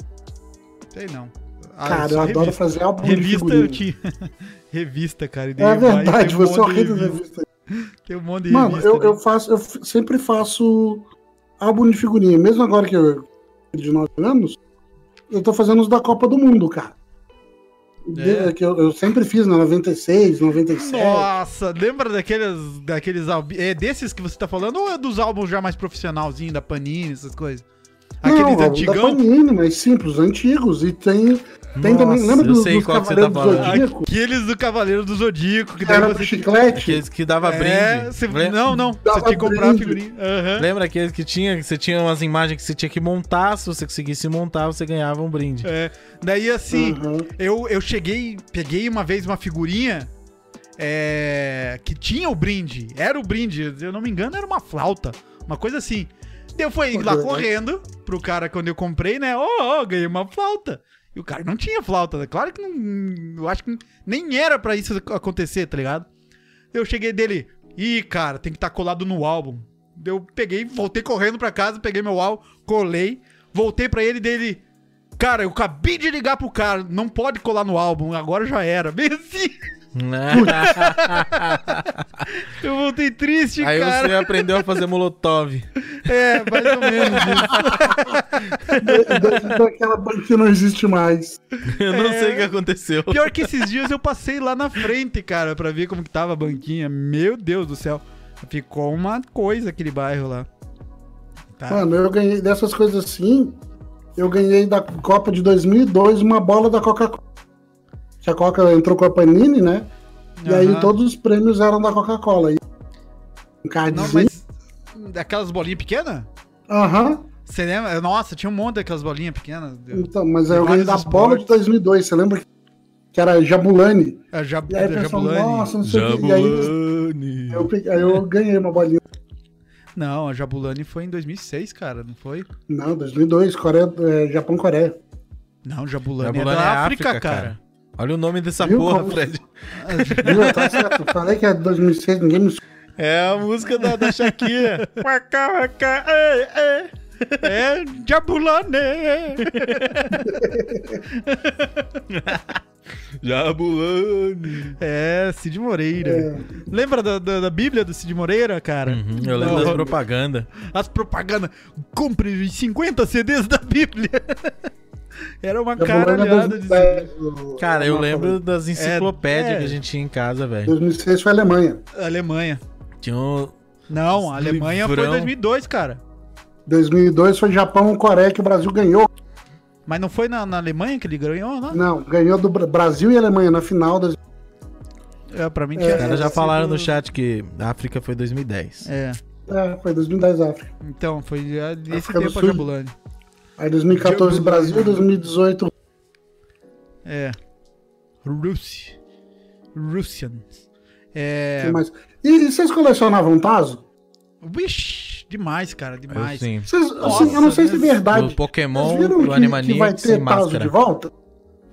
B: Sei não. Ah,
C: Cara,
B: sou
C: eu adoro
B: revista.
C: fazer álbum de
B: Revista eu
C: figurinha.
B: tinha. revista, cara. e daí
C: É
B: eu- aí
C: verdade,
B: tem um
C: você é
B: monte de
C: horrível.
B: revista-
C: revista.
B: Tem um monte de
C: Mano,
B: revista,
C: eu,
B: né?
C: eu faço, eu f- sempre faço álbum de figurinha. Mesmo agora que eu de 9 anos, eu tô fazendo os da Copa do Mundo, cara. De-
B: É.
C: que eu, eu sempre fiz na 96, 97.
B: Nossa, lembra daqueles, daqueles álbuns. É desses que você tá falando ou é dos álbuns já mais profissionalzinho, da Panini, essas coisas? Aqueles
C: Não, álbum da
B: antigão?
C: Panini, mas simples, antigos. E tem, tem também.
A: Nossa,
C: Lembra
A: eu
C: dos,
A: sei
C: dos
A: qual que você
C: Cavaleiros
A: tá
C: do
A: falando.
C: Zodíaco?
B: Aqueles do Cavaleiro do Zodíaco, que
C: Que
B: daí
C: era do
B: você.
C: chiclete.
A: Aqueles que dava
B: É,
A: brinde.
B: você-
A: Lem-
B: Não, não. Você
C: Dava
B: tinha que comprar a
C: brinde.
B: figurinha. Aham.
A: Lembra aqueles que tinha, que você tinha umas imagens que você tinha que montar, se você conseguisse montar, você ganhava um brinde.
B: É. Daí assim,
C: Aham.
B: eu, eu cheguei, peguei uma vez uma figurinha é, que tinha o brinde. Era o brinde, se eu não me engano, era uma flauta. Uma coisa assim. Daí Eu fui
C: Pô,
B: lá
C: que legal.
B: correndo pro cara quando eu comprei, né? Ó, ó, ganhei uma flauta. E o cara não tinha flauta. Claro que não. Eu acho que nem era pra isso acontecer, tá ligado? Eu cheguei dele. Ih, cara, tem que estar colado no álbum. Daí Eu peguei, voltei correndo pra casa, peguei meu álbum, colei, voltei pra ele dele. Cara, eu acabei de ligar pro cara, não pode colar no álbum, agora já era. Bem assim,
A: Né?
B: eu voltei triste,
A: Aí
B: cara.
A: você aprendeu a fazer molotov.
B: É, mais ou menos isso.
C: Da- Daquela banca que não existe mais.
A: Eu não sei o É. que aconteceu.
B: Pior que esses dias eu passei lá na frente, cara, pra ver como que tava a banquinha. Meu Deus do céu. Ficou uma coisa aquele bairro lá. Tá.
C: Mano, eu ganhei dessas coisas assim. Eu ganhei da Copa de 2002 uma bola da Coca-Cola. Que a Coca entrou com a Panini, né? E
B: Aham.
C: aí todos os prêmios eram da Coca-Cola. E Um
B: Não,
C: cardzinho.
B: mas. Daquelas bolinhas pequenas?
C: Aham.
B: Você lembra? Nossa, tinha um monte daquelas bolinhas pequenas. Eu-
C: Então, mas aí
B: Tem
C: eu ganhei
B: É. vários
C: da bola de
B: esportes.
C: 2002. Você lembra que, que era Jabulani?
B: A Jab-
C: E aí
B: da
C: a pessoa,
B: É, Jabulani.
C: nossa, não sei o que. E aí eu, pe- aí eu ganhei uma bolinha.
B: Não, a Jabulani foi em 2006, cara, não foi?
C: Não, 2002, Coreia, é, Japão-Coreia.
B: Não,
A: A
B: Jabulani,
A: Bulana
B: é da África, cara.
A: Olha o nome dessa
C: Viu
A: porra,
C: como-
A: Fred.
C: Viu? Tá certo. Falei que é 2006, ninguém me
A: É a música da, da Shakira.
B: É, Jabulani.
A: Jabulani.
B: É, Cid Moreira.
C: É.
B: Lembra da, da, da Bíblia do Cid Moreira, cara?
A: Uhum, eu lembro das propagandas.
B: As propagandas. Compre os 50 CDs da Bíblia. Era uma
C: Eu vou lembrar
B: caralhada de CD.
C: 2010, o-
A: Cara, eu
C: o mapa
A: lembro das enciclopédias
B: é.
A: que a gente tinha em casa,
C: do-
A: velho.
C: 2006 foi a Alemanha.
B: Alemanha.
A: Tinha um...
B: Não, a Alemanha foi
A: Livrão.
B: 2002, cara.
C: 2002 foi Japão, Coreia que o Brasil ganhou.
B: Mas não foi na, na Alemanha que ele ganhou, não?
C: Não, ganhou do Bra- Brasil e Alemanha na final. Das...
B: É, pra mim
C: É,
B: tinha.
A: Os caras já falaram
B: sido-
A: no chat que a África foi 2010.
B: É.
C: É, foi 2010 África.
B: Então, foi nesse
C: África do
B: tempo a
C: Sul.
B: Jabulani.
C: Aí 2014
B: Diogo-
C: Brasil, 2018
B: É. Russe. Russians. É.
C: Sim, mas- E, e vocês colecionavam Tazo?
B: Wish, demais, cara, demais.
A: sim.
C: Vocês,
B: Nossa,
C: assim, eu não sei se é
B: né?
C: verdade.
A: Do Pokémon,
C: Vocês viram
A: do
C: que, que vai
A: Animaniacs e
C: ter Tazo de
A: Máscara.
C: volta?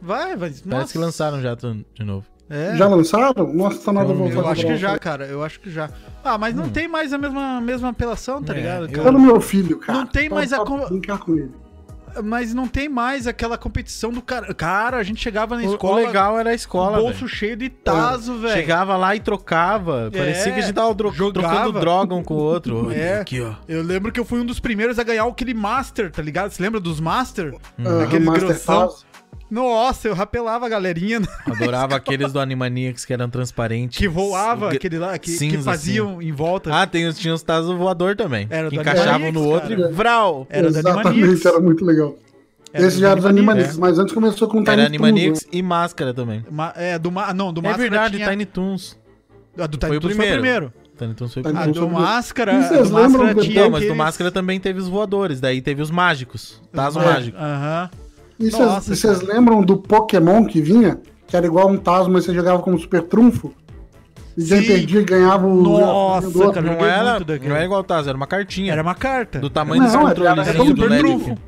B: Vai, vai. Nossa.
A: Parece que lançaram já tu- de novo.
B: É.
C: Já lançaram? Nossa, tá nada
A: Eu
C: voltando.
B: Eu
A: Vamos
B: acho que
C: pra
B: já,
C: volta.
B: cara. Eu acho que já. Ah, mas não tem mais a mesma, mesma apelação, tá
A: Hum. É,
B: ligado?
A: eu-
B: cara?
C: Tá no meu filho, cara.
B: Não tem
C: Tá-
B: mais a
C: tá-
B: como-
C: Brincar com ele.
B: Mas não tem mais aquela competição do cara. Cara, a gente chegava na
A: O-
B: escola.
A: o legal era a escola,
B: bolso
A: velho.
B: cheio de taso, velho.
A: Chegava lá e trocava.
B: É,
A: Parecia que a gente tava dro-
B: jogava.
A: trocando droga um com o outro.
B: É.
A: Aqui, ó.
B: Eu lembro que eu fui um dos primeiros a ganhar aquele Master, tá ligado? Você lembra dos Master?
A: Hum.
C: Ah,
B: Aquele
C: Master
B: grossão.
C: Tazo.
B: Nossa, eu rapelava a galerinha né,
A: Adorava aqueles do Animaniacs que eram transparentes.
B: que voava,
A: Gr-
B: aquele lá, que, que
A: cinza,
B: faziam em volta.
A: Ah, tem, os- tinha os tazos voador também.
B: Era
A: que
B: do
A: encaixavam
B: Animaniacs,
A: no outro
B: cara.
A: e vral.
B: Era do Animaniacs.
C: Exatamente, era muito legal.
B: Era
C: Esse
B: do
C: já era dos
B: Animaniacs.
C: Animaniacs, mas antes começou com o
A: Era
C: Tiny né? Toon,
A: Animaniacs e máscara também.
B: Ma- é, do Ma- não, do
A: é
B: Máscara
A: verdade,
B: tinha...
A: Tiny Toons.
B: Ah, do
A: Foi o
B: Tiny Toons foi o
A: primeiro.
B: primeiro.
A: Tiny Toons foi o
C: Tiny
B: Ah,
A: primeiro.
B: do
C: Toons. foi o primeiro.
B: Máscara,
C: E vocês
B: do Máscara
C: lembram
B: tinha
A: Não,
C: depois-
A: Então, mas do
B: aqueles-
A: Máscara tá também teve os voadores. Daí teve os mágicos. Tazo
B: É,
A: mágico.
B: Aham.
C: E
B: Nossa,
C: vocês- e vocês
B: cara.
C: lembram do Pokémon que vinha? Que era igual um Tazo, mas você jogava como super trunfo? E quem
B: Sim.
C: perdia ganhava o.
B: Nossa,
C: o outro.
B: cara.
A: Não
B: joguei
A: era,
B: muito daquele.
A: não era igual o Tazo, era uma cartinha.
B: Era uma carta.
A: Do tamanho
C: Não,
A: desse
C: era-
B: era
A: controlezinho
B: como
A: do
B: super
A: Magic.
B: trunfo.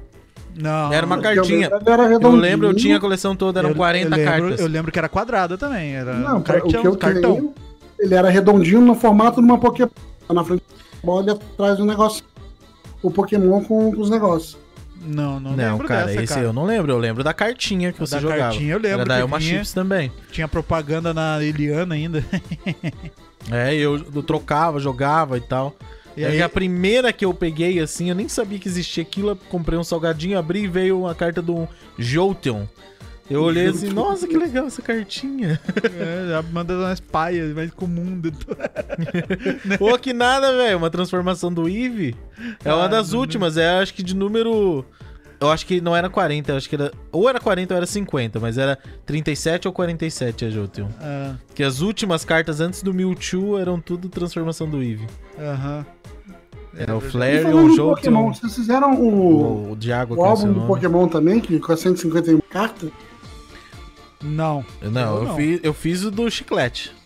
B: Não.
A: Era uma
C: Porque o
A: cartinha.
C: meu era um
A: Eu
C: redondinho.
A: lembro, eu tinha a coleção toda, eram
B: Eu-
A: 40
B: eu lembro,
A: cartas.
B: Eu lembro que era quadrada também. Era
C: Não,
B: um
C: cara,
B: cartão,
C: o que eu
B: cartão.
C: tenho, ele era redondinho no formato de uma Pokémon. Na frente da bola e atrás do negócio. O Pokémon com, com os negócios.
B: Não, não,
A: Não,
B: lembro
A: cara,
B: dessa,
A: esse
B: cara.
A: eu não lembro. Eu lembro da cartinha que você
B: Da
A: jogava.
B: cartinha eu lembro
A: Era da
B: que
A: Elma
B: vinha.
A: Chips também.
B: Tinha propaganda na Eliana ainda.
A: É, eu, eu trocava, jogava e tal.
B: E
A: E aí,
B: aí-
A: a primeira que eu peguei, assim, eu nem sabia que existia aquilo. Eu comprei um salgadinho, abri e veio uma carta do Jolteon. Eu olhei assim,
C: Jolteon.
A: nossa, que legal essa cartinha.
B: é, já manda umas paias mais comum. do-
A: Pô, que nada, velho. Uma transformação do Eve. É uma
B: Ah,
A: das
C: né?
B: não-
A: últimas. É, acho que de número. Eu acho que não era 40, eu acho que era. Ou era 40 ou era 50, mas era 37 ou 47 a Jolteon.
B: Ah,
A: Que as últimas cartas antes do Mewtwo eram tudo transformação do Eve.
B: Aham.
C: É,
A: Era o
C: E
A: Flareon,
C: falando
A: o
C: do Pokémon,
A: Jolteon,
C: vocês fizeram o,
A: o, o de água,
C: o
A: que é o seu
C: álbum do
A: nome.
C: Pokémon também, que com as 151 cartas?
B: Não.
A: Não, eu,
B: não.
A: Fiz, eu fiz o do chiclete.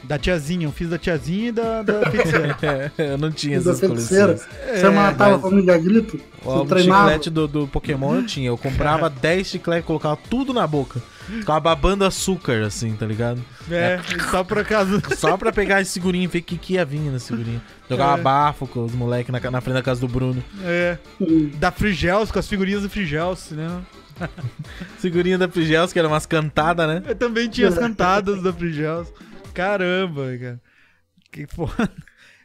B: Da tiazinha. Eu fiz da tiazinha e da, da feiticeira.
A: É, eu não tinha
C: Da
A: essas
C: feiticeira.
A: coleções.
C: Você matava
A: mas-
C: a família Grito?
A: O
C: Você
A: álbum de
C: treinava?
A: um chiclete do, do Pokémon eu tinha. Eu comprava 10 chicletes, colocava tudo na boca. Ficava babando açúcar, assim, tá ligado?
B: é, só por acaso.
A: Só pra pegar esse segurinho e ver o que, que ia vir na segurinha. Jogava
B: É.
A: bafo com os moleques na, ca- na frente da casa do Bruno.
B: É.
C: Hum.
B: Da Frigels, com as figurinhas do Frigels, né?
A: Segurinha da Prigels, que era umas cantadas, né?
B: Eu também tinha as cantadas da Frigels. Caramba, cara. Que foda.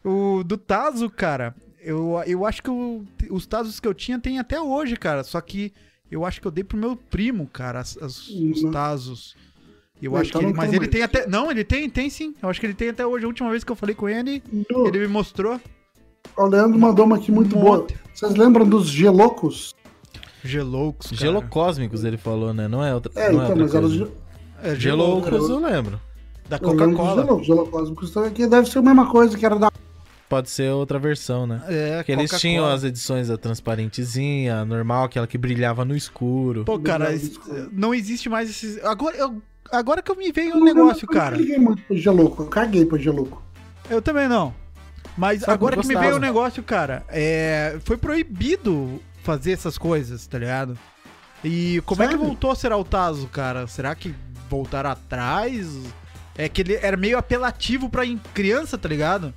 B: O do Tazo, cara, eu, eu acho que eu- os Tazos que eu tinha tem até hoje, cara. Só que eu acho que eu dei pro meu primo, cara, as- as- os
C: Uhum.
B: Tazos. Eu
C: Então
B: acho que ele,
C: não
B: mas
C: tem
B: ele
C: mais.
B: tem até. Não, ele tem, tem sim. Eu acho que ele tem até hoje. A última vez que eu falei com ele,
C: Do-
B: ele me mostrou.
C: O Leandro mandou uma aqui muito
B: Um
C: boa.
B: monte.
C: Vocês lembram dos Gelocos?
B: Geloucos. Cara.
A: Gelocósmicos, ele falou, né? Não é outra, não é
C: É, então,
A: outra
C: mas era os
A: coisa.
C: Ge-
B: É, Geloucos.
A: Geloucos eu lembro.
B: Da
C: eu lembro dos
B: Coca-Cola.
C: Gelocos. Gelocósmicos então, aqui deve ser a mesma coisa que era da.
A: Pode ser outra versão, né?
B: É,
A: Porque eles
B: Coca-Cola.
A: tinham as edições da transparentezinha, a normal, aquela que brilhava no escuro.
B: Pô, cara,
C: Obrigado,
B: es-
C: desculpa.
B: não existe mais esses. Agora, eu- agora que eu me veio o negócio, cara.
C: Eu não liguei muito pro Geloco, eu caguei pro Geloco.
B: Eu também não. Mas
A: Só que
B: agora
A: eu
B: que me
A: gostava.
B: veio o negócio, cara, é, foi proibido fazer essas coisas, tá ligado? E como é que
C: Sério?
B: voltou a ser o Tazo, cara? Será que voltaram atrás? É que ele era meio apelativo pra em- criança, tá ligado?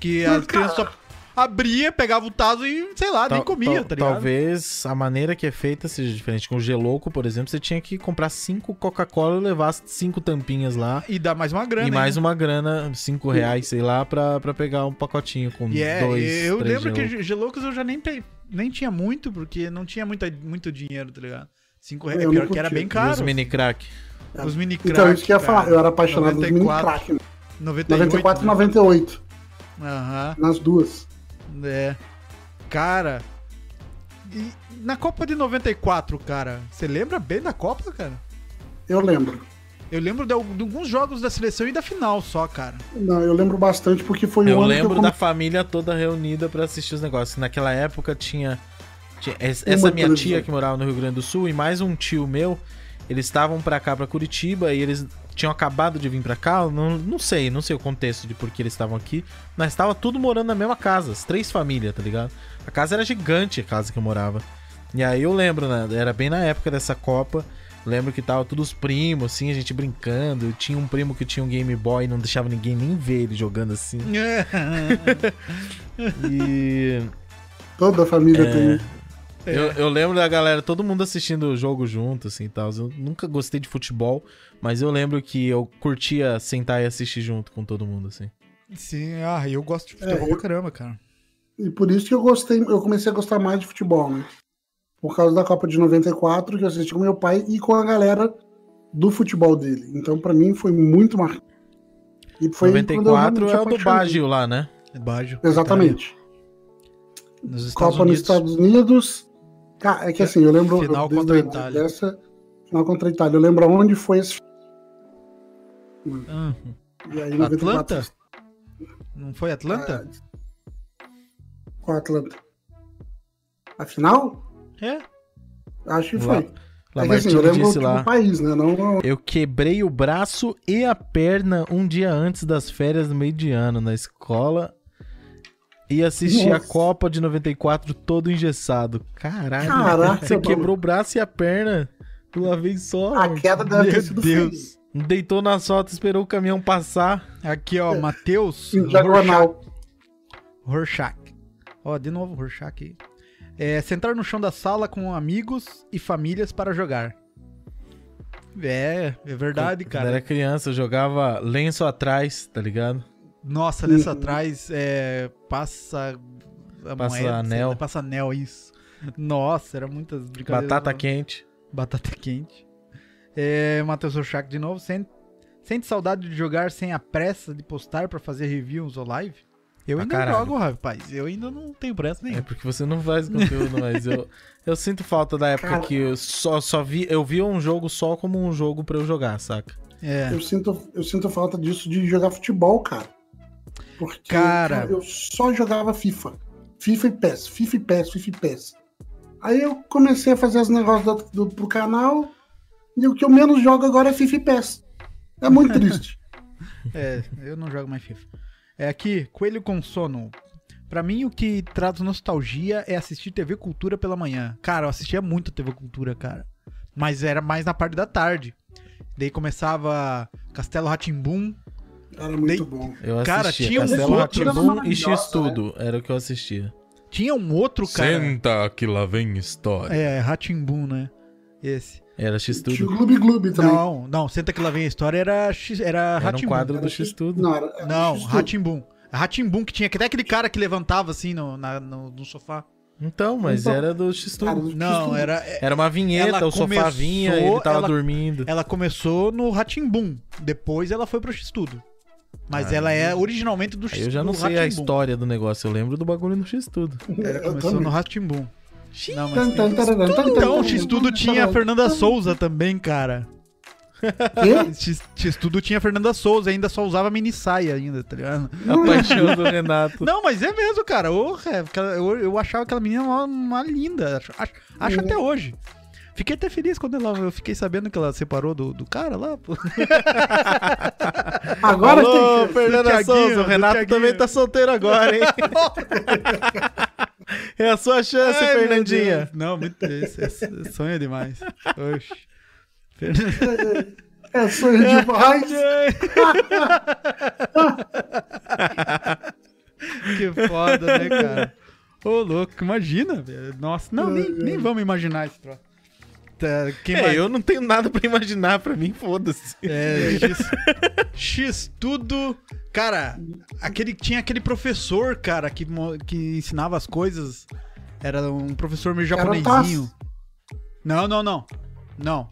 B: Que
C: Mas,
B: as crianças só abria, pegava o Tazo e, sei lá, nem
A: Tal-
B: comia,
A: tal-
B: tá ligado?
A: Talvez a maneira que é feita seja diferente. Com o Geloco, por exemplo, você tinha que comprar cinco Coca-Cola e levar as cinco tampinhas lá.
B: E dá mais uma grana.
A: e mais
B: ainda.
A: uma grana, cinco reais, sei lá, pra, pra pegar um pacotinho com
B: E é,
A: dois,
B: eu
A: três
B: lembro
A: Geloco.
B: que Geloucos eu já nem, pe- nem tinha muito, porque não tinha muita, muito dinheiro, tá ligado? Cinco reais.
C: Eu
B: Pior
C: não
B: que era
C: curtia.
B: bem
A: E
B: caro.
A: os mini crack.
B: Os mini crack,
C: Então, isso que eu ia
B: cara.
C: falar. Eu era apaixonado dos mini
B: 94,
C: crack. né?
B: 98,
C: 94 e
B: né?
C: 98,
B: Aham,
C: nas duas.
B: é. Cara... E na Copa de 94, cara, você lembra bem da Copa, cara?
C: Eu lembro.
B: Eu lembro de, al- de alguns jogos da seleção e da final só, cara.
C: Não, eu lembro bastante porque foi
A: Eu
C: o ano
A: lembro
C: que eu
A: da
C: comecei
A: família toda reunida pra assistir os negócios. Naquela época tinha. tinha- es-
C: Uma
A: essa minha
C: televisão.
A: tia que morava no Rio Grande do Sul e mais um tio meu, eles estavam pra cá, pra Curitiba, e eles tinham acabado de vir pra cá, eu não, não sei, não sei o contexto de por que eles estavam aqui, mas tava tudo morando na mesma casa, as três famílias, tá ligado? A casa era gigante, a casa que eu morava. E aí eu lembro, né, era bem na época dessa Copa, lembro que tava todos os primos, assim, a gente brincando, eu tinha um primo que tinha um Game Boy e não deixava ninguém nem ver ele jogando assim. E
C: Toda a família
B: É.
C: tem.
A: eu, eu lembro da galera, todo mundo assistindo o jogo junto, assim, e tal. Eu nunca gostei de futebol, mas eu lembro que eu curtia sentar e assistir junto com todo mundo, assim.
B: Sim, ah, eu gosto de
C: É,
B: futebol pra caramba, cara.
C: E por isso que eu gostei, eu comecei a gostar mais de futebol, né? Por causa da Copa de 94, que eu assisti com meu pai e com a galera do futebol dele. Então, pra mim, foi muito marcante. E foi quando eu
A: 94
C: realmente
A: é o do
C: apaixonei.
A: Baggio lá, né?
B: É Baggio.
C: Exatamente.
B: Nos Estados
C: Copa nos
B: Unidos.
C: Estados Unidos. Cara, é que assim, eu lembro.
B: Final
C: desde
B: contra a
C: a-
B: Itália.
C: Dessa, final contra a Itália. Eu lembro onde foi esse.
B: Ah,
C: E aí, 94,
B: Atlanta? Não foi Atlanta?
C: Com a Atlanta. A final?
B: É.
C: Acho que
A: Lá-
C: foi. é que assim,
A: Lamartine
C: eu lembro
A: disse
C: tipo,
A: lá.
C: o país, né? Não
A: Eu quebrei o braço e a perna um dia antes das férias no meio de ano na escola e assisti a
C: Nossa.
A: Copa de 94 todo engessado. Caralho.
C: Caraca,
A: você
C: mano.
A: quebrou o braço e a perna de uma vez só.
C: a
A: mano.
C: queda deve
B: Meu
C: ter sido
B: Deus.
C: feia.
A: Deitou na solta, esperou o caminhão passar.
B: Aqui, ó, Matheus.
C: É. Em diagonal.
B: Rorschach. Ó, de novo, Rorschach aí. É, sentar no chão da sala com amigos e famílias para jogar. É, é verdade,
A: Quando
B: cara.
A: era criança, eu jogava lenço atrás, tá ligado?
B: Nossa, nessa
C: Uhum.
B: atrás, é, passa a
A: Passa
B: sei lá,
A: anel.
B: Passa anel, isso. Nossa, era muitas brincadeiras.
A: Batata quente.
B: Batata quente. É, Matheus Rorschach de novo. Sen- Sente saudade de jogar sem a pressa de postar pra fazer reviews ou live? Eu
A: Pra
B: ainda
A: caralho.
B: jogo, rapaz. Eu ainda não tenho pressa
A: É
B: nenhuma.
A: porque você não faz conteúdo, mas eu, eu sinto falta da época
C: Cara.
A: que eu só, só vi. Eu via um jogo só como um jogo pra eu jogar, saca?
B: É.
C: Eu sinto, eu sinto falta disso de jogar futebol, cara. Porque
B: Cara.
C: eu só jogava FIFA. FIFA e PES, FIFA e PES, FIFA e PES. Aí eu comecei a fazer os negócios do, do, pro canal e o que eu menos jogo agora é FIFA e PES. É muito triste.
B: É, eu não jogo mais FIFA. É aqui, Coelho com sono. Pra mim, o que traz nostalgia é assistir TV Cultura pela manhã. Cara, eu assistia muito TV Cultura, cara. Mas era mais na parte da tarde. Daí começava Castelo Ratimbum.
C: Era muito
B: Dei-
C: bom.
A: Eu
B: Cara,
A: assistia
B: tinha um uns
A: Castelo
B: outros
A: Rá-Tim-Bum e
C: maravilhosos,
A: X-Tudo. Era o que eu assistia.
B: Tinha um outro, né? cara.
A: Senta que lá vem história.
B: É, Ratimbum, né? Esse.
A: É, Era
C: Tinha o
A: X-Tudo.
C: Gloob Gloob também.
B: Não, não, senta que lá vem a história era X- era
A: Era um
B: Ratimbum.
A: quadro do X-Tudo.
C: Não, era- era
B: Não,
C: X-Tudo.
B: Ratimbum. Ratimbum que tinha até aquele cara que levantava assim no, na- no, no sofá.
A: Então, mas
C: Então,
A: era do
C: Cara,
A: X-Tudo.
C: do
B: Não,
C: X-Tudo.
B: era é,
A: Era uma vinheta,
B: ela
A: o sofá
B: começou-
A: vinha, ele tava
B: ela-
A: dormindo.
B: Ela começou no Ratimbum, depois ela foi pro X-Tudo. Mas ela é originalmente do
A: Aí
B: X-Tudo.
A: eu já não sei a história do negócio, eu lembro do bagulho no X-Tudo.
B: Ela
C: Eu
B: começou
C: também.
B: no Ratimbum. Não, mas
C: Tan, tan,
B: tem...
C: tararam, tan, tan,
B: Então, o
C: tararam,
B: X-Tudo
C: tan,
B: tinha a
C: tararam.
B: Fernanda Souza também, cara.
C: Quê?
B: X- X-Tudo tinha a Fernanda Souza, ainda só usava mini saia ainda, tá ligado?
A: A paixão do Renato.
B: Não, mas é mesmo, cara. Ô, é, aquela- Eu, eu achava aquela menina uma, uma linda. Acho, acho- acho até hoje. Fiquei até feliz quando ela, eu fiquei sabendo que ela separou do, do cara lá. pô.
C: Agora
A: Alô,
C: tem.
A: Fernanda
B: Do Thiaguinho,
A: Souza, o
B: do
A: Renato
B: Thiaguinho.
A: também tá solteiro agora, hein? é a sua chance,
B: Ai, meu
A: Fernandinha.
B: Deus. Não, muito esse, esse- esse sonho é demais. Oxi. Fernandinha.
C: É sonho demais.
B: que foda, né, cara? Ô, louco, imagina. velho. Nossa, não, nem, nem vamos imaginar esse troço. Tá, quem
A: É,
B: mais?
A: eu não tenho nada pra imaginar, pra mim, foda-se.
B: É, X, X tudo. Cara, aquele, tinha aquele professor, cara, que, mo- que ensinava as coisas. Era um professor meio
C: Era o
B: japonesinho. Não, não, não. Não.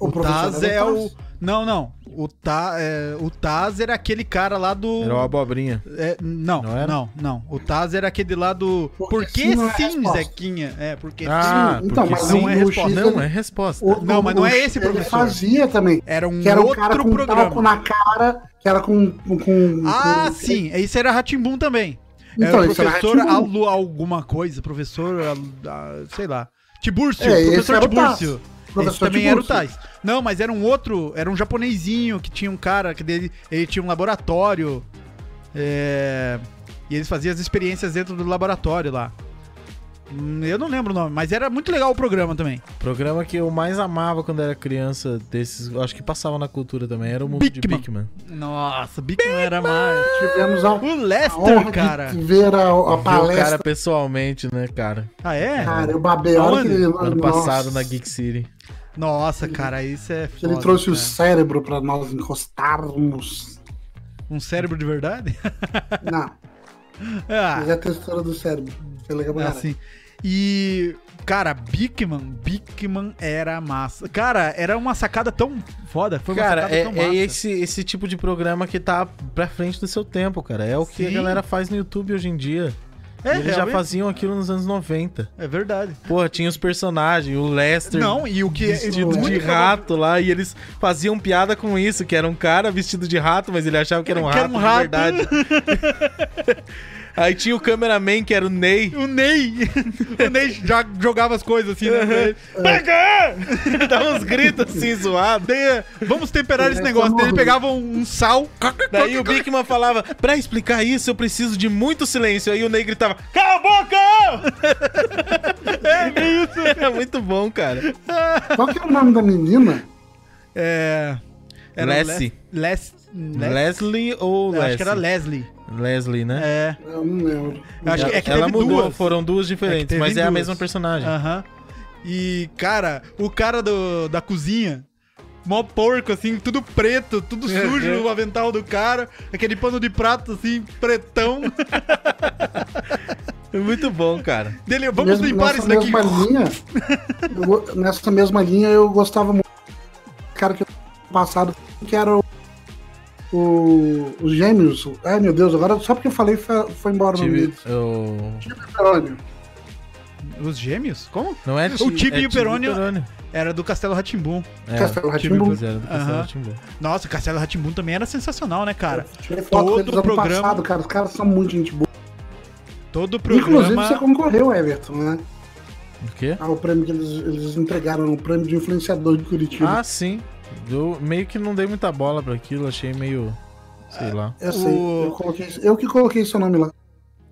B: O,
C: professor
B: Taz
C: era
B: é o.
C: Taz.
B: Não, não. O, Ta, é, o Taz era aquele cara lá do.
A: Era uma abobrinha.
B: É, não,
A: Não
B: não,
A: era?
B: não, O Taz era aquele lá do.
C: Porque
B: Por que
C: sim não é
B: sim,
C: resposta.
B: Zequinha? É, porque
A: Ah,
C: Então,
A: porque
C: mas
A: sim,
B: não é
C: o
B: resposta.
C: X,
A: Não,
C: ele-
A: é resposta.
C: o-
B: Não,
C: o-
B: mas não é
C: o-
B: esse
C: ele
B: professor.
C: fazia também.
B: Era um
C: Que era o
B: outro
C: cara com um
B: programa.
C: talco na cara, que era com. com, com-
B: Ah,
C: com-
B: sim. Isso era Ratimbum também.
C: Então,
B: era
C: isso era
B: professor
C: Rá-Tim-Bum.
B: Alu alguma coisa, professor. Alu- ah, sei lá. Tibúrcio,
C: É, esse
B: professor
C: era o
B: Tibúrcio. Esse
C: professor
B: também
C: tipo
B: era o
C: urso.
B: Tais. Não, mas era um outro, era um japonesinho que tinha um cara que dele, ele tinha um laboratório. é, e eles faziam as experiências dentro do laboratório lá. Hum, Eu não lembro o nome, mas era muito legal o programa também.
A: Programa que eu mais amava quando era criança, desses, eu acho que passava na cultura também, era o mundo de
B: Bigman.
A: Big Man.
B: Nossa, Bigman era mais.
C: Tivemos a,
B: O
C: a
B: Lester,
C: honra
B: Então, cara.
C: de ver a, a
A: Ver o
C: palestra.
A: cara pessoalmente, né, cara?
B: Ah, é?
C: Cara, eu babei a hora que
B: Aonde?
C: ele.
A: Ano
C: nossa,
A: passado na Geek City.
B: Nossa, cara, isso é
C: que ele
B: foda,
C: trouxe o
B: cara.
C: cérebro pra nós encostarmos.
B: um cérebro de verdade?
C: Não,
B: ah,
C: mas é a textura do cérebro. Foi legal pra
B: É
C: caralho.
B: assim. E, cara, Bigman, Bigman era massa. Cara, era uma sacada tão foda. Foi uma
A: Cara,
B: sacada
A: é,
B: tão
A: é
B: massa.
A: esse, esse tipo de programa que tá pra frente do seu tempo, cara. É o que a
B: Sim.
A: galera faz no YouTube hoje em dia.
B: É,
A: Eles já
B: realmente,
A: faziam aquilo nos anos 90.
B: é verdade.
A: Porra, tinha os personagens, o Lester
B: Não, e o que é
A: vestido
C: muito
A: de rato lá, e eles faziam piada com isso, que era um cara vestido de rato, mas ele achava que era um
B: Que
A: rato,
B: era um rato.
A: de verdade. Aí tinha o cameraman, que era o Ney.
B: O Ney, o Ney já jogava as coisas assim, né? Pega!
A: Dava uns gritos assim, zoado.
B: Daí, Vamos temperar esse
C: Essa
B: negócio. Daí ele
C: morre.
B: pegava um, um sal.
A: Daí o Bigman falava, pra explicar isso eu preciso de muito silêncio. Aí o Ney gritava, cala a boca! é isso. É muito bom, cara.
C: Qual que é o nome da menina?
B: É.
A: Lessie.
B: Les, Les,
A: Leslie ou
B: Né? Eu
A: Leslie?
B: Acho que era Leslie.
A: Leslie, né?
B: É.
C: Eu não lembro.
B: Eu acho que, é que
A: Ela
B: teve
A: mudou,
B: duas.
A: foram duas
B: É que
A: diferentes,
B: teve
A: mas é a
B: duas.
A: mesma personagem.
B: Aham. E, cara, o cara do, da cozinha, mó porco, assim, tudo preto, tudo
C: É,
B: sujo, o avental do cara, aquele pano de prato, assim, pretão.
A: É Muito bom, cara.
B: Dele, vamos
C: Mesmo-
B: limpar
C: nessa
B: isso daqui.
C: Mesma linha, eu go- nessa mesma linha, eu gostava muito do cara que eu passado, que era o, o- os gêmeos. Ai, meu Deus, agora só porque eu falei foi, foi embora o nome
A: Tibi,
C: deles.
A: o-
C: Tibi Perônio.
B: Os gêmeos? Como?
A: Não é
B: O Tibi
A: é
B: e o Perônio-
A: e Perônio.
B: Era do Castelo Ratimbum.
A: É,
C: Castelo
A: o Tibi e o
C: Rá-Tim-Bum.
A: Perônio do Castelo
B: Aham.
A: Rá-Tim-Bum.
B: Nossa, o Castelo Ratimbum também era sensacional, né, cara?
C: Tirei foto
B: Todo
C: deles ano
B: programa-
C: passado, cara. Os caras são muito gente boa.
B: Todo
C: Inclusive, você
B: programa.
C: concorreu, Everton, né?
A: O quê?
C: Ao prêmio que eles, eles entregaram, o prêmio de influenciador de Curitiba.
A: Ah, sim. Eu meio que não dei muita bola pra aquilo, achei meio. Sei lá.
C: eu sei,
B: o-
C: eu, coloquei, eu que coloquei seu nome lá.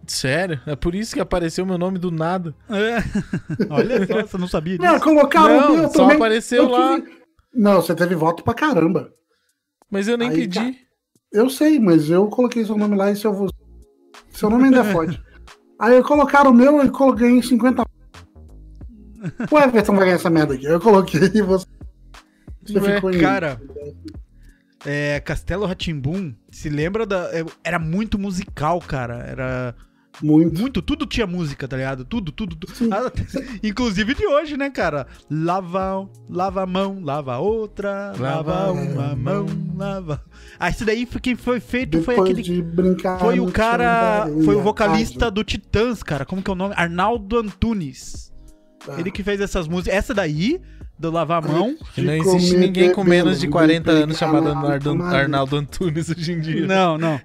A: Sério? É por isso que apareceu meu nome do nada.
B: É. Olha só, você não sabia disso.
C: Não, colocaram o
A: Não,
C: meu
A: só
C: também.
A: apareceu lá.
C: tive- Não, você teve voto pra caramba.
A: Mas eu nem
C: Aí,
A: pedi.
C: Eu sei, mas eu coloquei seu nome lá e seu, vo- seu nome ainda é forte. Aí colocaram o meu e colo- ganhei 50. O Everton vai ganhar essa merda aqui. Eu coloquei e você. Você
A: Ué,
C: ficou em.
B: Cara, é, Castelo Ratimbum, se lembra da. é, Era muito musical, cara. Era
C: Muito.
B: muito, tudo tinha música, tá ligado? Tudo, tudo, tudo.
C: Sim.
B: Ah, inclusive de hoje, né, cara? Lava, lava a mão, lava a outra, lava,
A: Lava
B: uma
A: a
B: mão, lava. Ah, isso daí foi- quem foi feito foi
C: Depois
B: aquele.
C: de brincar.
B: Foi o
C: no
B: cara.
C: chão da
B: Foi o
C: areia,
B: vocalista
C: tarde.
B: do Titãs, cara. Como que é o nome? Arnaldo Antunes.
C: Ah.
B: Ele que fez essas músicas. Essa daí, do Lava a Mão.
A: Que
C: de
A: não existe
C: comer
A: ninguém com menos de
C: bebendo,
A: 40 anos
C: brincar
A: chamado
C: na
A: Arnaldo,
C: tomada.
A: Arnaldo Antunes hoje em dia.
B: Não, não.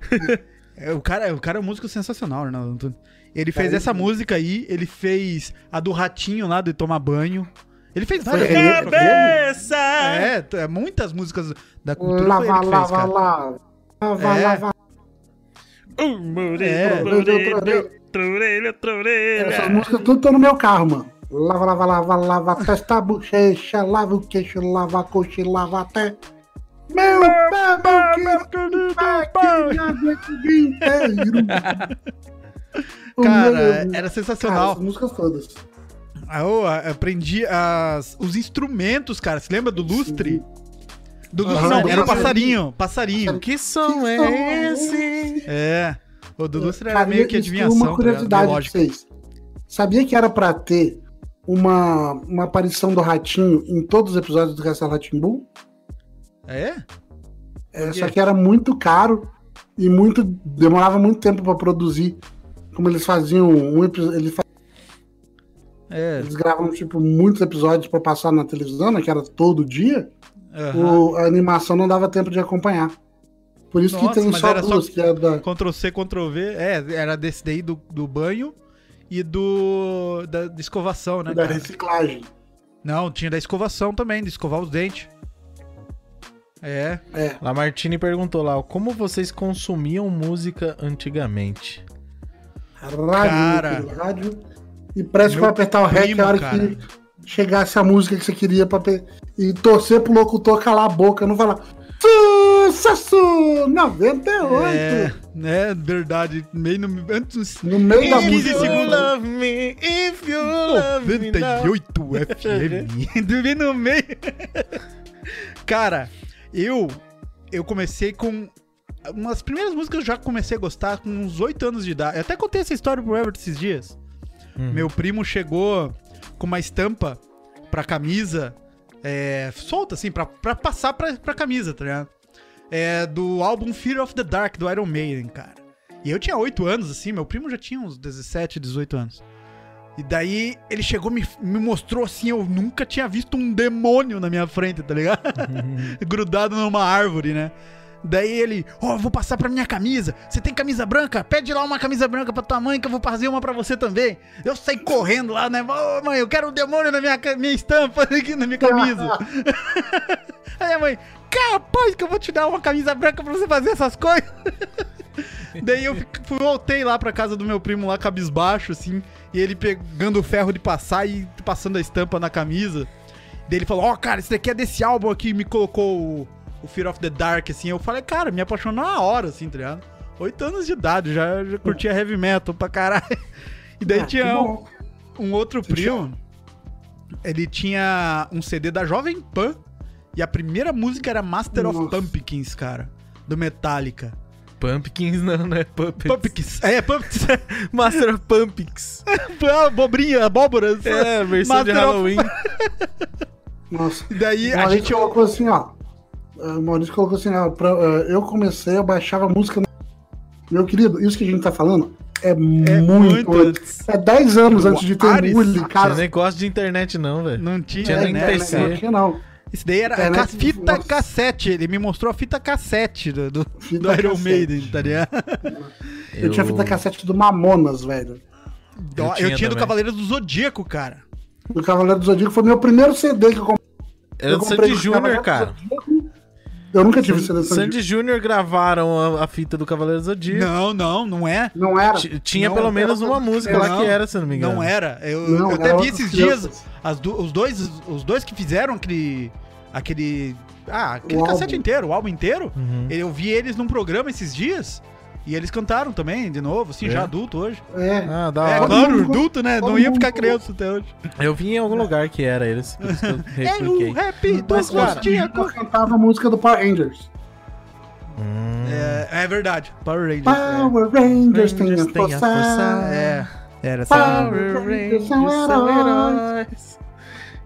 B: É, o, cara, o cara é um músico sensacional, Arnaldo Antunes. Ele fez
C: Cara,
B: essa
C: ele-
B: música aí, ele fez a do ratinho lá de tomar banho. Ele fez
C: Foi
B: várias
C: ele que
B: músicas.
A: Cabeça!
B: É, t- é, muitas músicas da cultura
C: Lava,
B: foi ele que fez,
C: lava,
B: cara.
C: lava. Lava,
B: É.
C: lava.
B: É.
C: Essas músicas tudo estão no meu carro, mano. Lava, lava, lava, lava a testa, a bochecha, lava o queixo, lava a coxa e lava até. Meu pé, meu querido inteiro. O
B: Cara,
C: meu-
B: era
C: Cara, é
B: sensacional.
C: as músicas todas.
B: Ah, eu a- aprendi as, os instrumentos, cara. Você lembra do lustre? Do lustre,
C: Aham,
B: não,
C: do
B: era o
C: lustre.
B: passarinho. Passarinho.
A: Que som
C: Que
A: é
C: som é
A: esse?
B: É. O do lustre era
C: Cara,
B: meio que
C: isso é
B: adivinhação.
C: Uma
B: tá ligado?
C: curiosidade pra
B: Biológica.
C: vocês. Sabia que era pra ter uma, uma aparição do Ratinho em todos os episódios do Castelo Ratimbu?
B: É?
C: É,
B: Por quê?
C: só que era muito caro e muito demorava muito tempo pra produzir. Como eles faziam um episódio, eles, fa-
B: É.
C: eles gravam tipo muitos episódios pra passar na televisão, né, que era todo dia.
B: aham.
C: o- a animação não dava tempo de acompanhar. Por isso
B: Nossa,
C: que tem
B: mas
C: só
B: era só- né,
C: duas, que é da
B: Ctrl C, Ctrl V. É, era desse daí do, do banho e do. da, da escovação, né?
C: da
B: cara?
C: reciclagem.
B: Não, tinha da escovação também, de escovar os dentes. É.
C: É.
A: Lamartine perguntou lá, como vocês consumiam música antigamente?
C: Rádio,
B: Cara.
C: meu querido, rádio. E pressa
B: Meu
C: pra apertar o REC
B: primo,
C: a hora
B: cara.
C: que chegasse a música que você queria pra pe- e torcer pro locutor calar a boca, não falar. Sucesso! 98!
B: É, né, verdade. Meio no, antes,
C: No meio da
B: If you
C: música. Ah,
B: segundos.
A: love me, if you love me now.
B: 98 FM. Dormi no meio. Cara, eu eu comecei com umas primeiras músicas eu já comecei a gostar com uns 8 anos de idade. Eu até contei essa história pro Everton esses dias.
A: Uhum.
B: Meu primo chegou com uma estampa pra camisa é, solta assim pra, pra passar pra, pra camisa, tá ligado? É, do álbum Fear of the Dark do Iron Maiden, cara. E eu tinha 8 anos, assim, meu primo já tinha uns 17, 18 anos. E daí ele chegou, me, me mostrou assim, eu nunca tinha visto um demônio na minha frente, tá ligado? Grudado numa árvore, né? Daí ele, ó, vou passar pra minha camisa. Você tem camisa branca? Pede lá uma camisa branca pra tua mãe que eu vou fazer uma pra você também. Eu saí correndo lá, né? Ô, mãe, eu quero um demônio na minha, ca- minha estampa aqui na minha camisa. Aí a mãe, capaz que eu vou te dar uma camisa branca pra você fazer essas coisas. Daí eu fic- fui- voltei lá pra casa do meu primo lá, cabisbaixo, assim, e ele pegando o ferro de passar e passando a estampa na camisa. Daí ele falou, ó, cara, esse daqui é desse álbum aqui, me colocou o, o Fear of the Dark, assim. Eu falei, cara, me apaixonou na hora, assim, tá ligado? Oito anos de idade, já, já curtia heavy metal pra caralho. E daí
C: Ah, que
B: tinha um,
C: bom.
B: um outro primo, ele tinha um CD da Jovem Pan e a primeira música era Master of
C: Nossa.
B: Pumpkins, cara, do Metallica.
A: Pumpkins não, não é Puppets.
B: Pumpkins, é, Pumpkins,
A: Master of Pumpkins.
B: Ah, bobrinha, abóboras.
A: É, versão
B: Master
A: de
B: of-
A: Halloween.
C: Nossa.
B: E daí
C: O
B: a
C: Maurício
B: gente...
C: colocou assim, ó. O Maurício colocou assim, ó. pra- eh, eu comecei, eu baixava música. Meu querido, isso que a gente tá falando é, muito.
B: muito
C: antes. É 10 anos
B: O
C: antes de ter
B: Ares-
C: Mule,
A: Cara,
C: cara. É,
A: nem gosto de internet não, velho.
B: Não tinha,
A: Tinha nem
B: né?
A: PC.
B: cara?
C: Não tinha, não.
B: Isso daí era a
C: Internet
B: ca-
C: de
B: fita
C: voz.
B: cassete. Ele me mostrou a fita cassete do, do,
C: Fita
B: do Iron
C: cassete.
B: Maiden, tá ligado?
C: Eu... tinha fita cassete do Mamonas, velho.
B: Eu,
A: tinha
B: tinha do
A: também.
B: Cavaleiro do Zodíaco, cara.
C: Do Cavaleiro do Zodíaco foi meu primeiro CD que eu comprei.
A: Era
C: eu
A: do
C: comprei
A: Sandy
C: do Cavaleiro
A: Júnior, cara.
C: do Zodíaco. Eu nunca tive CD do Sandy
A: Sandy Júnior gravaram a, a fita do Cavaleiro do Zodíaco.
B: Não, não, não é.
C: Não era.
A: Ti- Tinha
B: Não,
A: pelo menos uma música lá
B: não,
A: que era, se eu não me engano.
B: Não é. era. Eu,
C: Não,
B: eu até
C: era
B: vi
C: outras
B: esses dias
C: crianças.
B: as du- os, dois, os dois que fizeram aquele. aquele ah, aquele
C: O
B: cassete
C: álbum.
B: inteiro, o álbum inteiro.
A: Uhum.
B: Eu vi eles num programa esses dias. E eles cantaram também, de novo, assim,
A: É?
B: já adulto hoje.
C: É.
A: Ah, da
B: É,
A: hora.
B: claro,
C: mundo-
B: adulto, né? Não
C: todo
B: ia
C: mundo-
B: ficar criança até hoje.
A: Eu vi em algum lugar que era eles. por isso que eu
B: É
C: um
B: o
A: repliquei.
B: rap
C: Então,
B: dos
A: Mas, cara,
C: eu cantava a música do Power Rangers.
A: Hum.
B: É, é verdade. Power Rangers.
C: Power Rangers, tem a
A: Rangers tem a
C: força.
A: força.
B: É. É, Era
C: Power
B: só.
C: Rangers são heróis.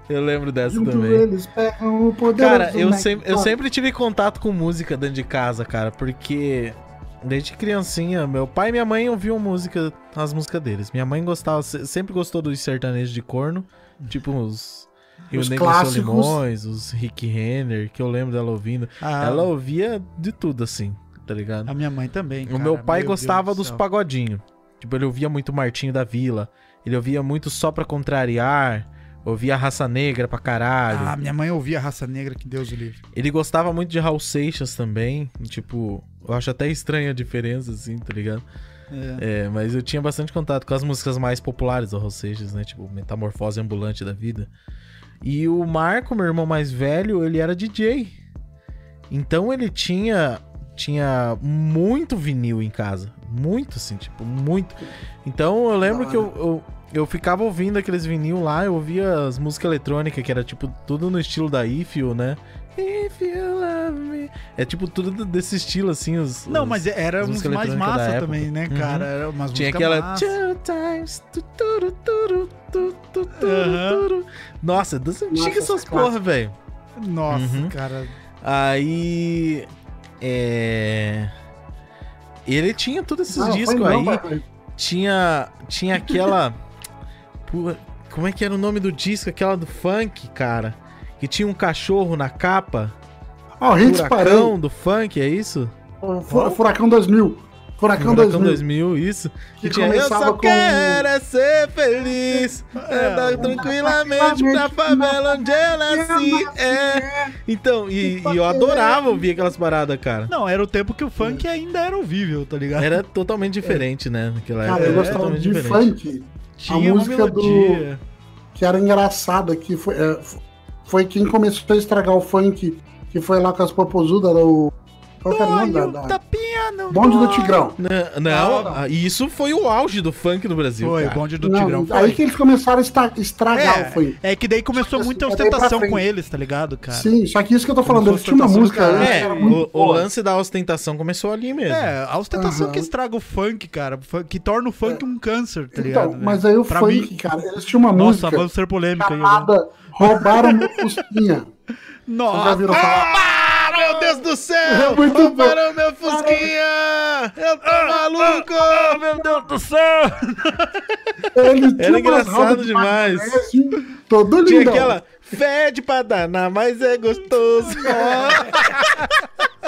A: Eu lembro dessa
C: Junto
A: também.
C: eles pegam o poder.
A: Cara, eu, sem- eu sempre tive contato com música dentro de casa, cara, porque desde criancinha, meu pai e minha mãe ouviam música, as músicas deles. Minha mãe gostava, se- sempre gostou dos sertanejos de corno, tipo os Rio
C: Os
A: Negro e Seus
C: clássicos.
A: Limões, os Rick Renner, que eu lembro dela ouvindo.
B: Ah,
A: Ela ouvia de tudo, assim, tá ligado?
B: A minha mãe também.
A: O
B: cara.
A: meu pai
B: Deus
A: gostava
B: do
A: dos
B: céu.
A: pagodinhos. Tipo, ele ouvia muito Martinho da Vila. Ele ouvia muito Só Pra Contrariar. Ouvia Raça Negra pra caralho.
B: Ah, minha mãe ouvia a raça negra, que Deus o livre.
A: Ele gostava muito de Raul Seixas também. Tipo, eu acho até estranha a diferença, assim, tá ligado?
B: É.
A: É, mas eu tinha bastante contato com as músicas mais populares do Raul Seixas, né? Tipo, Metamorfose Ambulante da Vida. E o Marco, meu irmão mais velho, ele era DJ. Então ele tinha tinha muito vinil em casa. Muito, assim, tipo, muito. Então eu lembro
C: Da
A: que eu, eu, eu ficava ouvindo aqueles vinil lá, eu ouvia as músicas eletrônicas, que era tipo tudo no estilo da If You, né? If You Love Me. É tipo tudo desse estilo, assim. Os,
B: Não,
A: os-
B: mas é, era
A: as
B: uns
A: músicas
B: mais
A: eletrônicas da
B: massa
A: época.
B: também, né,
A: Uhum.
B: cara? Era umas
A: Tinha
B: músicas
A: aquela.
B: massa.
A: Two times. tu, turu, turu, tu, tu, turu,
B: Aham.
A: turu. Nossa, das antigas
C: essa
A: essas
C: é
A: porra, velho.
B: Nossa,
A: Uhum.
B: cara.
A: Aí. É. Ele tinha todos esses
C: Ah,
A: discos aí. Tinha. Tinha aquela. Pua- como é que era o nome do disco? Aquela do funk, cara. Que tinha um cachorro na capa.
C: Ó, Hits Parão.
A: Furacão do funk, é isso?
C: Furacão 2000. Furacão
A: Furacão
C: 2000.
A: 2000, isso.
C: Que
A: Que tinha, eu
C: começava
A: só
C: com- um
A: quero é ser feliz,
B: É,
C: É, então-
A: andar tranquilamente pra favela onde eu nasci. É. Então, e, e eu adorava ouvir aquelas paradas, cara.
B: Não, era o tempo que o funk ainda era ouvível, tá ligado?
A: Era totalmente diferente, né? Naquela
C: Cara, eu
A: era
C: gostava
A: totalmente
C: de funk,
B: Tinha uma
C: música do-
B: melodia.
C: que era engraçada, que foi, é, f- foi quem começou a estragar o funk, que foi lá com as popozudas, era o. Qual que era o nome da-
B: Olha o
C: da-
B: tapinha no
C: Bonde do
B: dói.
C: Tigrão.
A: Não, não,
C: Não,
A: ah, isso foi o auge do funk no Brasil.
B: Foi,
A: cara.
B: bonde do
C: Não,
B: Tigrão.
C: aí
B: Foi.
C: que tá, eles começaram a estra- estragar
B: É,
C: o funk.
B: É que daí começou
C: Assim,
B: muita
C: é daí pra
B: ostentação
C: frente.
B: com eles, tá ligado, cara?
C: Sim, só que isso que eu tô falando,
B: Começou
C: eles tinham uma
B: a
C: música.
B: ostentação do
C: antes,
A: É,
C: era muito
A: o, o
C: boa.
A: lance da ostentação começou ali mesmo.
B: É, a ostentação
C: Aham. É.
B: que estraga o funk, cara. fun- Que torna o funk um câncer, tá ligado?
C: Então,
B: velho?
C: mas aí o
B: Pra
C: funk,
B: mim-
C: cara, eles tinham uma
B: Nossa,
C: música
B: vamos ser polêmica aí. né?
C: chamada Roubaram Meu Cusquinha. Vocês já
B: Nossa,
C: viram falar?
A: Ah, meu Deus do céu!
C: É muito bom.
A: Roubaram meu fusquinha! Eu tô maluco!
B: ah, meu Deus do céu!
C: Ele tinha
A: Era
C: umas
A: engraçado
C: rodas de
A: demais.
C: magnésio, Todo lindão.
A: Tinha aquela fede pra danar, mas é gostoso. É,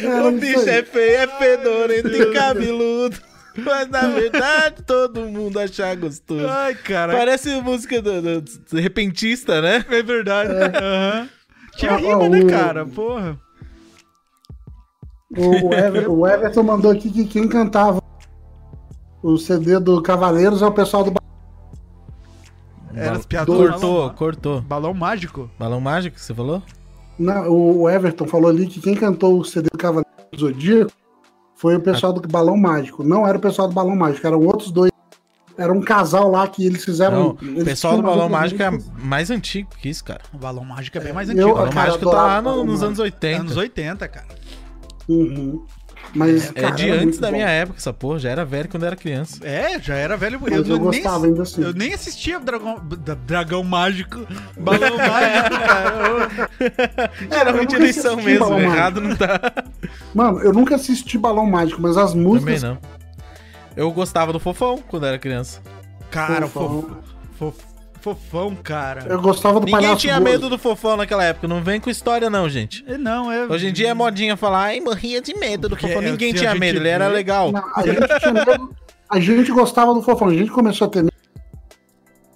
C: Era
A: o
C: isso
A: bicho
C: aí.
A: é feio, é fedorento e cabeludo. Mas na verdade todo mundo acha gostoso.
B: Ai, cara,
A: Parece música do, do- do repentista, né?
B: é verdade. Aham. Tinha
C: Ah,
B: rima,
C: ah,
B: né,
C: o-
B: cara? Porra.
C: O, o Ever- o Everton mandou aqui que quem cantava o CD do Cavaleiros é o pessoal do. Ba-
A: Um
B: Era as piadas do
A: Cortou,
B: balão,
A: cortou.
B: balão mágico.
A: Balão mágico, que você falou?
C: Não, o o Everton falou ali que quem cantou o CD do Cavaleiros do Zodíaco foi o pessoal do Balão Mágico. Não era o pessoal do Balão Mágico, eram outros dois. Era um casal lá que eles fizeram. um-
A: Não, o
C: eles
A: pessoal do
C: tinham
A: Balão
C: umas
A: Mágico é
C: músicas.
A: mais antigo que isso, cara.
B: O balão mágico é bem mais
C: eu-
B: antigo.
A: O Balão
C: cara,
A: Mágico tá lá
C: adorava
A: no-
C: Balão
A: nos
C: Mágico.
A: anos 80.
B: Anos 80, cara.
C: Uhum. Mas,
A: É
C: cara,
A: de
C: era
A: antes
C: muito
A: da
C: bom.
A: minha época, essa porra. Já era velho quando era criança.
B: É, já era velho.
C: Mas eu, gostava
B: nem,
C: ainda assim.
B: eu nem assistia Dragão, da- Dragão Mágico. Balão Mágico, cara.
A: Era uma
C: nunca
A: direção
C: assisti
A: mesmo,
C: Balão
A: errado não tá.
C: Mano, eu nunca assisti Balão Mágico, mas as
A: Também
C: músicas.
A: não. Eu gostava do Fofão quando era criança.
B: Cara,
C: Fofão.
B: fofo- fofo- fofão, cara.
C: Eu gostava do
A: Ninguém
C: Palhaço
A: tinha
C: Gordo.
A: medo do Fofão naquela época. Não vem com história não, gente.
B: É, Não, é.
A: Hoje em dia é modinha falar, ai, morria de medo do
B: Porque
A: Fofão.
B: é o
A: Ninguém
B: que a
A: tinha né?
B: gente
A: medo, ele era
B: vê.
A: legal.
C: Não, a, gente tinha medo- a gente gostava do fofão. A gente começou a ter medo.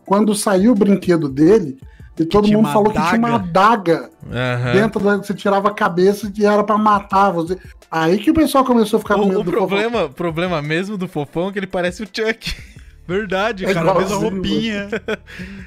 C: Quando saiu o brinquedo dele, e todo
B: tinha
C: mundo
B: uma
C: falou que tinha uma
B: adaga.
C: adaga
A: Aham.
C: dentro da. Você tirava a cabeça e era pra matar você. Aí que o pessoal começou a ficar com
A: O,
C: medo
A: o
C: do
A: problema, o problema mesmo do Fofão é que ele parece o Chuck.
B: Verdade,
C: É
B: cara. A mesma
C: igualzinho,
B: roupinha.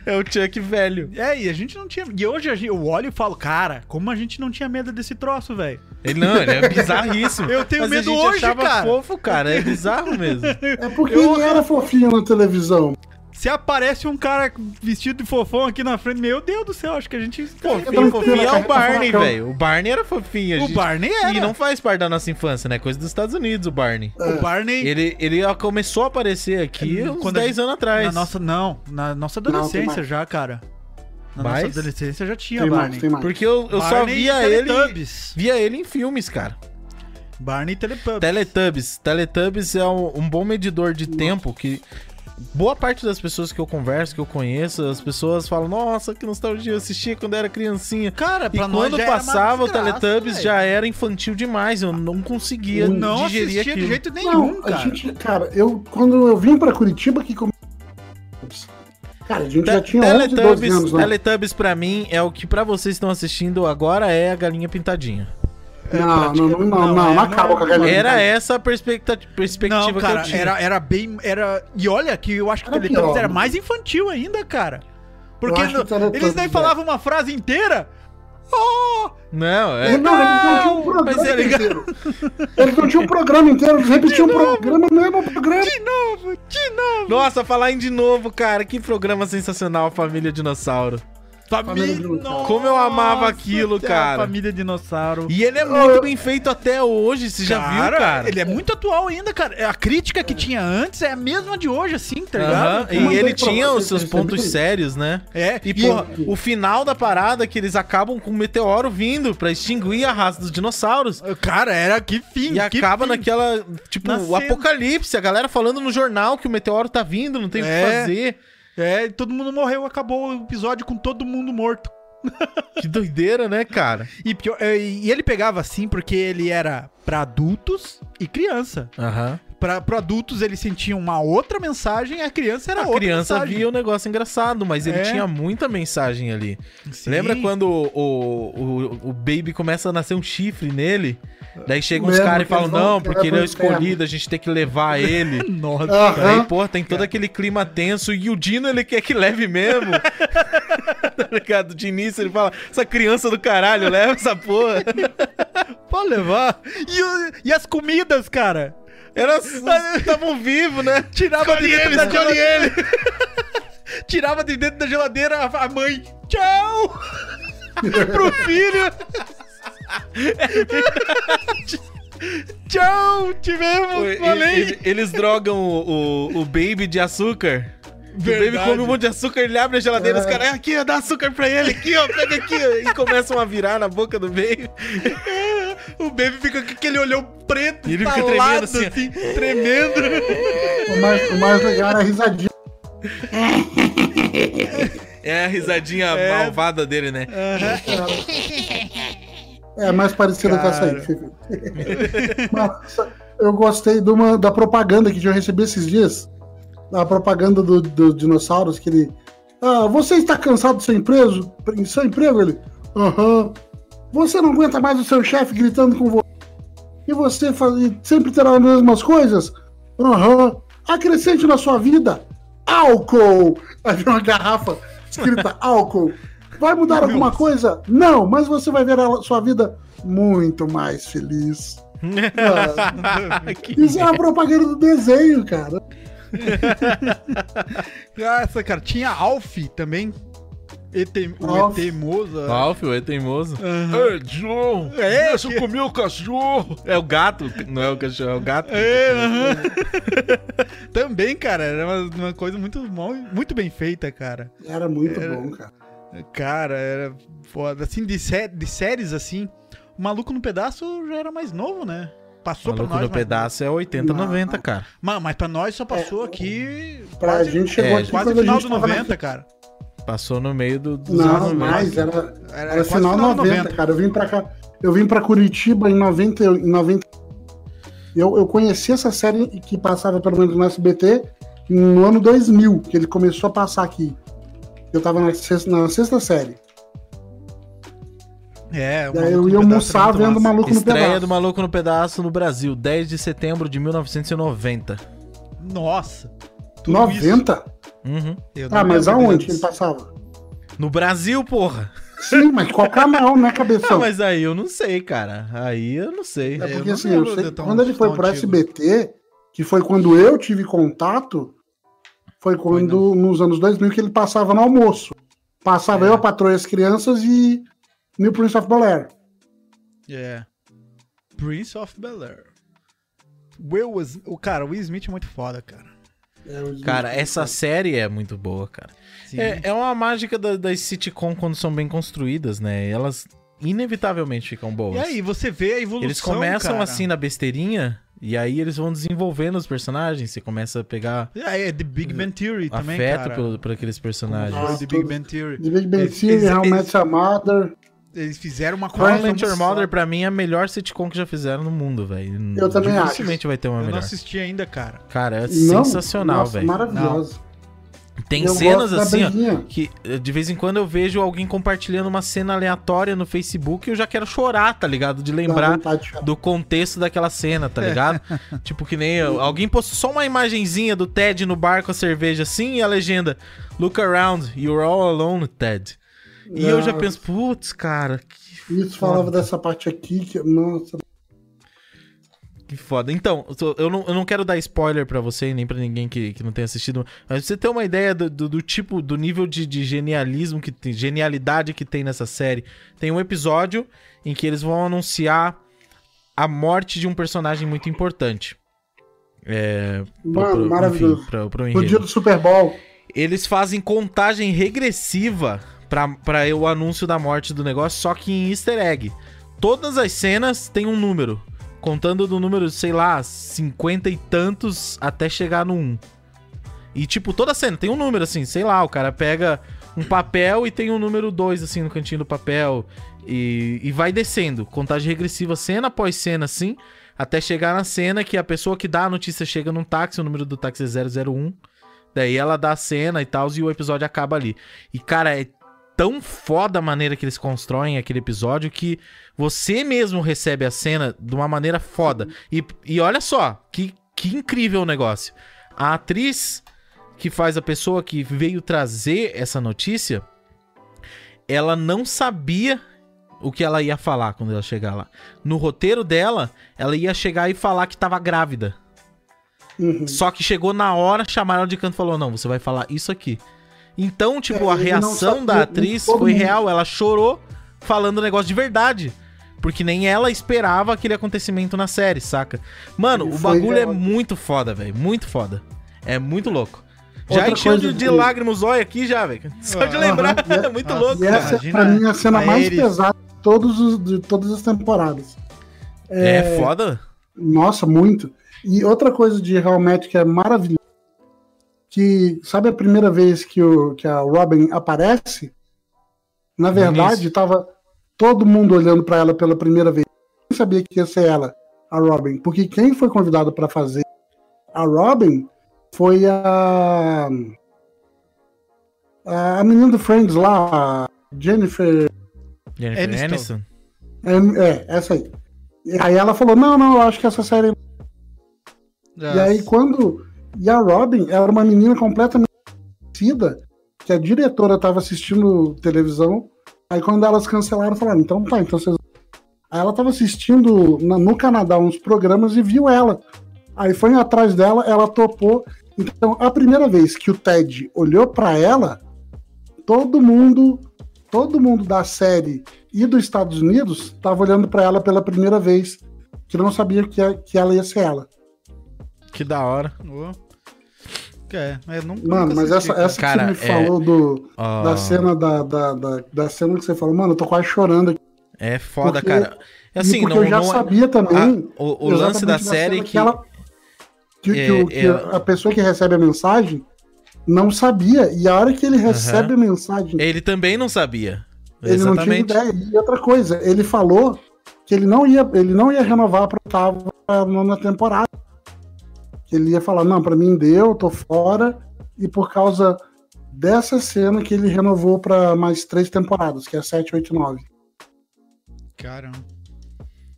A: É o Chuck velho.
B: É, e a gente não tinha. E hoje a gente- eu olho e falo, cara, como a gente não tinha medo desse troço, velho.
A: Ele não, ele é bizarríssimo.
B: Eu tenho
A: Mas
B: medo
A: a gente
B: hoje,
A: achava
B: cara.
A: fofo, cara. É bizarro mesmo.
C: Fofão. É porque ele era fofinho na televisão.
B: Se aparece um cara vestido de fofão aqui na frente, meu Deus do céu, acho que a gente.
A: Fofinho, fofinho é
C: cara,
A: o Barney,
C: furacão.
A: velho. O Barney era fofinho. a
B: o
A: gente-
B: Barney era.
A: E não faz parte da nossa infância, né? Coisa dos Estados Unidos, o Barney.
C: É.
B: O Barney.
A: Ele, ele ó, começou a aparecer aqui
B: Hum,
A: uns
B: quando a
A: 10 anos atrás.
B: Na nossa, não, na nossa
C: tem
B: adolescência
C: mais.
B: já, cara. Na nossa
A: Mais?
B: adolescência já tinha
C: Tem mais,
B: Barney.
C: tem mais.
A: Porque eu, eu só
B: Barney e
A: via ele.
B: Teletubbies.
A: Via ele em filmes, cara.
B: Barney e Teletubbies.
A: Teletubbies. Teletubbies é um, um bom medidor de tempo que. Boa parte das pessoas que eu converso, que eu conheço, as pessoas falam, nossa, que nostalgia, eu assistia quando era criancinha.
B: Cara,
A: E
B: pra nós
A: quando
B: já era uma
A: passava o
B: desgraça,
A: Teletubbies
B: velho.
A: já era infantil demais, eu não conseguia
B: Eu não
A: digerir
B: assistia
A: aquilo.
B: de jeito nenhum,
C: Não, a
B: cara.
C: gente, cara, eu quando eu vim pra Curitiba que come... Cara, a gente já
A: Te-
C: tinha 11, 12
A: Teletubbies,
C: anos, né?
A: Teletubbies pra mim é o que pra vocês que estão assistindo agora é a Galinha Pintadinha.
C: Não, não, não, não,
B: Não,
C: não,
B: é,
C: não
B: não
C: acaba com a
B: é-
C: galera.
A: Era essa a perspecta- perspectiva
B: Não, cara,
A: que eu tinha.
B: era, era bem. Era... E olha que eu acho que o
C: Era
B: Teletubbies
C: pior. né?
B: era mais infantil ainda, cara. Porque
C: acho que
B: no-
C: o Teletubbies
B: eles nem
C: é.
B: falavam uma frase inteira. Oh!
A: Não, é.
C: Ele não, eles não tinham um
A: Não, mas
C: programa
A: é legal.
C: inteiro. Eles não tinham um programa inteiro, eles repetiam o programa, não era um programa.
B: De novo, de novo!
A: Nossa, falar em de novo, cara, que programa sensacional, Família Dinossauro.
C: Família
B: Família.
C: Dinossauro.
A: Como eu amava aquilo,
B: até a
A: cara.
B: Família dinossauro.
A: E ele é muito bem feito até hoje, você já viu, cara?
B: Ele é muito atual ainda, cara. É, A crítica que tinha antes é a mesma de hoje, assim, tá ligado?
A: Aham,
B: cara?
A: E ele
C: Mandei pra
A: tinha
C: você,
A: os seus
C: você percebeu
A: pontos
C: isso?
A: sérios, né?
B: É,
A: E, porra, o final da parada é que eles acabam com um meteoro vindo pra extinguir a raça dos dinossauros.
B: Cara, era que fim.
A: E
B: que
A: acaba
B: fim.
A: naquela. Tipo,
B: Na
A: o
B: cena.
A: apocalipse, a galera falando no jornal que o meteoro tá vindo, não tem o
B: É.
A: que fazer.
B: É, todo mundo morreu, acabou o episódio com todo mundo morto.
A: Que doideira, né, cara?
B: E, pior- é, e ele pegava assim porque ele era pra adultos e criança.
A: Aham.
B: Para adultos eles sentiam uma outra mensagem, a criança era
A: A
B: outra
A: criança
B: mensagem.
A: via um negócio engraçado, mas ele
B: É.
A: tinha muita mensagem ali.
B: Sim.
A: Lembra quando o, o, o- o baby começa a nascer um chifre nele? Daí chegam os
C: Lembro
A: caras e
C: que eles
A: falam,
C: vão-
A: não, porque ele é o
C: eles vão pro
A: escolhido, a gente tem que levar ele.
B: Nossa.
A: Aí,
C: Aham.
A: pô, tem todo aquele clima tenso e o Dino ele quer que leve mesmo. tá ligado? De início ele fala: essa criança do caralho, leva essa porra.
B: Pode levar. E, o- e as comidas, cara?
A: Elas estavam vivos, né?
B: Tirava de dentro
A: ele,
B: da
A: escolhe
B: geladeira. Tirava de dentro da geladeira a a mãe. Tchau! Pro filho. Tchau, te vemos, falei.
A: Ele- Eles drogam o, o, o baby de açúcar. O baby
B: Verdade. É.
A: come um monte de açúcar, ele abre a geladeira, os caras, "Ah, aqui, ó, dá açúcar pra ele, aqui, ó, pega aqui, ó", e começam a virar na boca do baby.
B: O baby fica com aquele olhão preto,
A: E ele fica tremendo
B: talado,
A: assim,
B: assim, tremendo.
C: O mais, o mais legal era a risadinha.
A: É a risadinha malvada dele, né?
C: É mais parecida com essa aí.
B: Cara.
C: Fifi. Mas só- eu gostei de uma, da propaganda que eu recebi esses dias. A propaganda do- dos dinossauros, que ele. Ah, você está cansado do seu emprego? Seu emprego? Ele. Aham. Você não aguenta mais o seu chefe gritando com você. E você faz, e sempre terá as mesmas coisas? Aham. Acrescente na sua vida álcool. Aí vem uma garrafa escrita álcool. Vai mudar alguma coisa? Não, mas você vai ver a sua vida muito mais feliz. Mano,
A: Que
C: Isso é uma propaganda do desenho, cara.
B: Nossa, Ah, cara, tinha Alf também. ET, o
C: Alf.
B: ET Moza.
A: Ralph, é teimoso. É, John!
B: É,
A: deixa eu comer o cachorro! É o gato, não é o cachorro, é o gato.
B: É, aham. Também, cara, era uma, uma coisa muito, mal- muito bem feita, cara.
C: Era muito
B: É,
C: bom, cara.
B: Cara, era foda. Assim, de, sé- de séries assim, o Maluco no Pedaço já era mais novo, né? Passou
A: Maluco
B: pra nós.
A: no
B: mas-
A: pedaço é 80,
C: Não.
A: 90, cara.
B: Mas, mas pra nós só passou aqui.
C: É, Pra
B: quase,
C: gente chegou
A: é,
C: aqui
B: quase
C: quando a
B: final
C: gente
B: do
C: tava na-
B: 90, cara.
A: Passou no meio do, dos anos
C: Não,
A: 90.
C: mais, era,
B: Era,
C: era
B: É, quase
C: final, 90, cara. Eu vim pra cá. Eu vim pra Curitiba em 90. Em 90 eu, eu conheci essa série que passava pelo menos no SBT no ano 2000, que ele começou a passar aqui. Eu tava na sexta, na sexta série.
B: É, o
C: Daí
B: Maluco
A: Tá
B: no
C: eu ia
B: Pedaço
C: almoçar
B: era muito
C: vendo o
B: massa.
C: maluco no
A: Estreia
C: pedaço.
A: do Maluco no Pedaço no Brasil, 10 de setembro de 1990.
B: Nossa. tudo isso.
C: 90?
A: Uhum.
B: Eu
C: Ah,
B: não
C: mas
B: lembro
C: aonde que ele
B: disso.
C: passava?
A: No Brasil, porra!
C: Sim, mas qual canal, né,
A: Ah,
C: cabeção?
A: mas aí eu não sei, cara. Aí eu não sei.
C: É
B: eu
C: porque
B: não
C: assim,
B: lembro
C: eu sei,
B: de tão-
C: quando ele foi
B: tão
C: pro
B: antigo.
C: SBT, que foi quando eu tive contato, foi quando, nos anos 2000, que ele passava no almoço.
A: É.
C: Passava eu, a patroa e as crianças e New Prince of Bel-Air.
B: É. Prince of Bel-Air. Will was... o Cara, o Will Smith é muito foda, cara.
A: Cara, essa série é muito boa, cara.
B: Sim.
A: É, é uma mágica da- das sitcom quando são bem construídas, né? Elas inevitavelmente ficam boas.
B: E aí, você vê a evolução,
A: Eles começam
B: cara.
A: assim na besteirinha e aí eles vão desenvolvendo os personagens. Você começa a pegar
B: É, é The Big Bang Theory também,
A: afeto
B: cara.
A: pelo- por aqueles personagens.
B: Foi The Big Bang Theory.
C: The Big Bang
B: Eles-
C: Theory,
B: eles-
C: How I
B: eles-
C: Met Your Mother.
B: Eles fizeram uma
A: How I
B: coisa...
A: Met Your Mother, pra mim, é a melhor sitcom que já fizeram no mundo, velho.
C: Eu também acho.
A: Dificilmente vai ter uma
B: Eu não
A: melhor.
B: assisti ainda, cara.
A: Cara, é
C: Não,
A: sensacional,
C: nossa,
A: velho.
C: Maravilhosa.
A: Tem
C: Eu
A: cenas
C: gosto da
A: assim, ó,
C: Beijinha.
A: que eh, de vez em quando eu vejo alguém compartilhando uma cena aleatória no Facebook e eu já quero chorar, tá ligado? De
C: Dá
A: lembrar
C: vontade de chorar.
A: do contexto daquela cena,
B: É.
A: tá ligado? tipo que nem eu- alguém postou só uma imagenzinha do Ted no bar com a cerveja assim e a legenda Look around, you're all alone, Ted. E eu já
C: Nossa.
A: penso, putz, cara, que
C: Isso falava dessa parte aqui, que, nossa,
A: Que foda. Então, eu tô- eu não, eu não quero dar spoiler pra você, nem pra ninguém que, que não tenha assistido, mas pra você ter uma ideia do, do- do tipo, do nível de, de genialismo, que tem, genialidade que tem nessa série. Tem um episódio em que eles vão anunciar a morte de um personagem muito importante. É. pro-
C: mano,
A: pro-
C: maravilhoso.
A: Enfim, pro, pro
C: no
A: enredo.
C: dia do Super Bowl,
A: Eles fazem contagem regressiva pra, pra o anúncio da morte do negócio, só que em easter egg. Todas as cenas têm um número. Contando do número, sei lá, 50 e um tantos até chegar no 1. E, tipo, toda cena tem um número, assim, sei lá, o cara pega um papel e tem o número 2, assim, no cantinho do papel. E, e vai descendo. Contagem regressiva, cena após cena, assim. Até chegar na cena que a pessoa que dá a notícia chega num táxi, o número do táxi é 001. Daí ela dá a cena e tal, e o episódio acaba ali. E, cara, é tão foda a maneira que eles constroem aquele episódio que você mesmo recebe a cena de uma maneira foda. E, e olha só, que, que incrível o negócio. A atriz que faz a pessoa que veio trazer essa notícia, ela não sabia o que ela ia falar quando ela chegar lá. No roteiro dela, ela ia chegar e falar que tava grávida.
C: Uhum.
A: Só que chegou na hora, chamaram ela de canto e falou: "Não, você vai falar isso aqui". Então, tipo,
C: É,
A: a
C: ele não
A: reação
C: sabia,
A: da atriz
C: todo
A: foi
C: mundo.
A: real, ela chorou falando o negócio de verdade. Porque nem ela esperava aquele acontecimento na série, saca? Mano,
C: Ele
A: o
C: foi
A: bagulho é
C: real.
A: muito foda, velho. Muito foda. É muito louco. já
C: Outra
A: encheu de,
C: coisa
A: de
C: que-
A: lágrimas o olho aqui já, velho. Só de
D: Ah,
A: lembrar,
C: aham, e
A: é muito louco.
C: E essa,
D: Imagina
C: pra mim, é a cena
D: a
C: mais
D: Ares.
C: pesada de, todos os- de todas as temporadas.
A: É foda?
C: Nossa, muito. E outra coisa de realmente que é maravilhosa, que sabe a primeira vez que, o, que a Robin aparece? Na
A: No
C: verdade,
A: início.
C: tava todo mundo olhando pra ela pela primeira vez. Quem sabia que ia ser ela, a Robin? Porque quem foi convidado pra fazer a Robin foi a a menina do Friends lá, a Jennifer
A: Jennifer
D: Aniston.
A: Aniston.
C: é, é, essa aí. E Aí ela falou: não, não, eu acho que essa série. E aí quando. E a Robin era uma menina completamente conhecida, que a diretora estava assistindo televisão. Aí quando elas cancelaram, falaram: então tá, então vocês. Aí ela estava assistindo na- no Canadá uns programas e viu ela. Aí foi atrás dela, ela topou. Então, a primeira vez que o Ted olhou pra ela, todo mundo, todo mundo da série e dos Estados Unidos tava olhando pra ela pela primeira vez, que não sabia que, é- que ela ia ser ela.
A: Que da hora.
D: Ô. É, mas nunca,
C: Mano,
D: nunca
C: mas
D: assisti,
C: essa,
D: cara.
C: essa
A: Cara,
C: que você
A: é-
C: me falou do,
A: Ó,
C: da cena da, da, da, da cena que você falou, mano, eu tô quase chorando aqui.
A: É foda,
C: Porque-
A: cara.
C: E
A: Assim,
C: porque
A: não,
C: eu já
A: não-
C: sabia
A: a-
C: também.
A: Ah, o, o lance
C: exatamente
A: da série
C: cena
A: que.
C: ela- que, que
A: é,
C: o- que
A: é-
C: a pessoa que recebe a mensagem não sabia. E a hora que ele recebe a mensagem
A: Ele também não sabia.
C: Ele
A: Exatamente.
C: não tinha ideia. E outra coisa, ele falou que ele não ia, ele não ia renovar para oitava pra nona temporada. Que ele ia falar, não, para mim deu, tô fora. E por causa dessa cena que ele renovou para mais três temporadas, que é 7, 8, 9.
D: Caramba.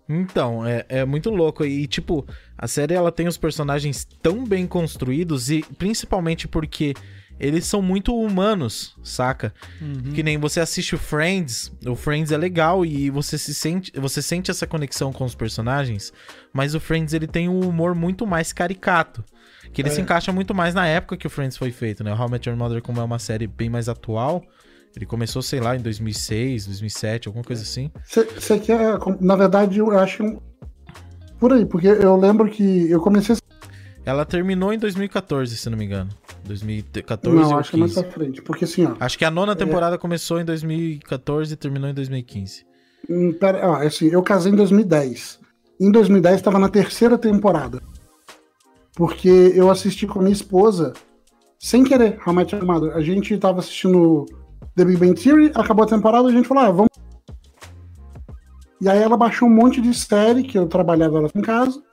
A: Então, é, é muito louco. E, tipo, a série ela tem os personagens tão bem construídos e principalmente porque eles são muito humanos, saca?
D: Uhum.
A: Que nem você assiste o Friends, o Friends é legal e você se sente, você sente essa conexão com os personagens, mas o Friends ele tem um humor muito mais caricato, que
C: É.
A: ele se encaixa muito mais na época que o Friends foi feito, né? O How I Met Your Mother como é uma série bem mais atual, ele começou, sei lá, em 2006, 2007, alguma coisa assim.
C: Você quer. Na verdade, eu acho. um- Por aí, porque eu lembro que eu comecei.
A: Ela terminou em 2014, se não me engano. 2014
C: Não,
A: ou
C: acho que é mais
A: 15.
C: pra frente. Porque assim, ó.
A: Acho que a nona temporada começou em 2014 e terminou em 2015.
C: Hum, Pera, ó, assim, eu casei em 2010. Em 2010 estava na terceira temporada. Porque eu assisti com a minha esposa, sem querer, realmente amado. A gente tava assistindo The Big Bang Theory, acabou a temporada, a gente falou, ah, vamos. E aí ela baixou um monte de série que eu trabalhava ela em casa.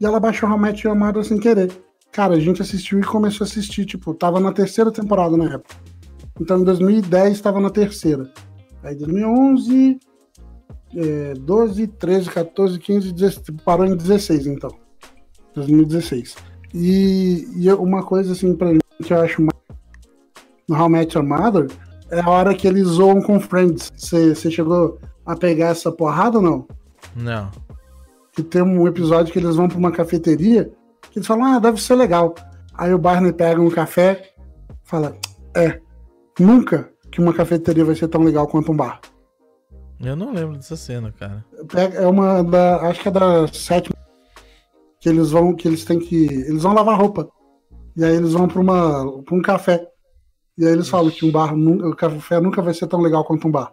C: E ela baixou realmente amado sem querer. Cara, a gente assistiu e começou a assistir, tipo, tava na terceira temporada na época. Então em 2010 tava na terceira. Aí 2011, é, 12, 13, 14, 15, 16. Parou em 16, então. 2016. E, e eu- uma coisa, assim, pra mim, que eu acho mais. No How I Met Your Mother, é a hora que eles zoam com Friends. Você chegou a pegar essa porrada ou não?
A: Não.
C: que tem um episódio que eles vão pra uma cafeteria, que eles falam, ah, deve ser legal. Aí o Barney pega um café, fala, é, nunca que uma cafeteria vai ser tão legal quanto um bar.
A: Eu não lembro dessa cena, cara.
C: Pega- É uma da, acho que é da sétima, que eles vão, que eles têm que, eles vão lavar roupa. E aí eles vão pra, uma, pra um café. E aí eles falam que um bar, nu- o café nunca vai ser tão legal quanto um bar.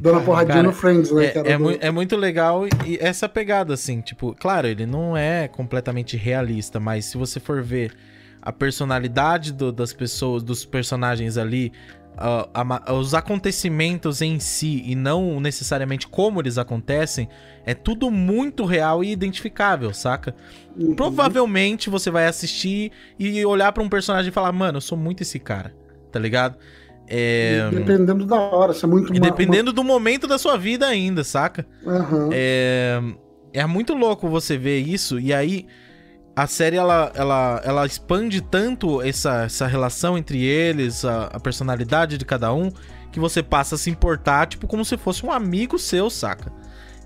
C: Dando a porradinha
A: Cara,
C: no Friends, né? que
A: É,
C: era
A: é
C: do-
A: mui- é muito legal e essa pegada, assim, tipo, claro, ele não é completamente realista, mas se você for ver a personalidade do- das pessoas, dos personagens ali, ah, a ma- os acontecimentos em si e não necessariamente como eles acontecem, é tudo muito real e identificável, saca?
C: Uhum.
A: é Provavelmente você vai assistir e olhar pra um personagem e falar, mano, eu sou muito esse cara, tá ligado? É,
C: E Dependendo da hora, se é muito
A: E
C: ma-
A: dependendo do momento da sua vida ainda, saca?
C: ma- Aham.
A: É, é muito louco você ver isso, e aí a série ela, ela, ela expande tanto essa, essa relação entre eles, a, a personalidade de cada um, que você passa a se importar, tipo, como se fosse um amigo seu, saca?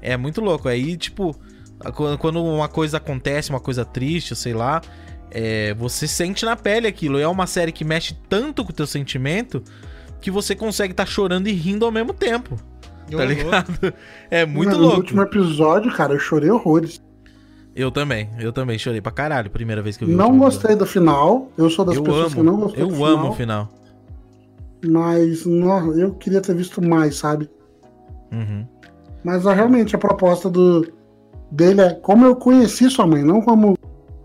A: É muito louco. Aí, tipo, a- quan- quando uma coisa acontece, uma coisa triste, sei lá, é, você sente na pele aquilo. E é uma série que mexe tanto com o teu sentimento que você consegue estar chorando e rindo ao mesmo tempo. Tá ligado? É muito
C: Mano,
A: louco.
C: No último episódio, cara, eu chorei horrores.
A: Eu também, eu também chorei pra caralho, primeira vez que eu vi. o
C: Não
A: último
C: gostei do final. Eu sou das
A: episódio.
C: pessoas que
A: Eu
C: não
A: amo,
C: gostou
A: eu
C: do
A: amo o
C: final.
A: final.
C: Mas não, eu queria ter visto mais, sabe?
A: Uhum.
C: Mas ah, realmente a proposta do dele é como eu conheci sua mãe, não como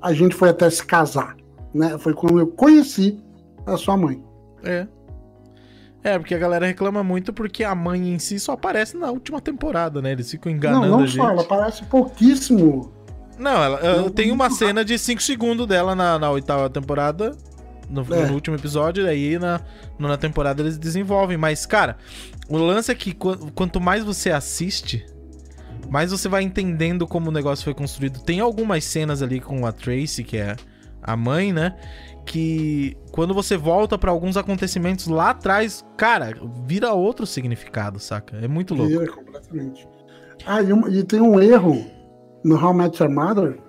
C: a gente foi até se casar, né? Foi como eu conheci a sua mãe.
A: É. É, porque a galera reclama muito porque a mãe em si só aparece na última temporada, né? Eles ficam enganando
C: não,
A: a
C: não
A: gente.
C: só, ela parece pouquíssimo.
A: Não, ela,
C: Não,
A: tem uma
C: muito
A: cena de 5 segundos dela na, na oitava temporada, no, no
C: É.
A: último episódio, aí na nona temporada eles desenvolvem. Mas, cara, o lance é que qu- quanto mais você assiste, mais você vai entendendo como o negócio foi construído. Tem algumas cenas ali com a Tracy, que é a mãe, né? Que quando você volta pra alguns acontecimentos lá atrás, cara, vira outro significado, saca? É muito louco.
C: Vira completamente. Ah, e, uma- e tem um erro no How I Met Your Mother.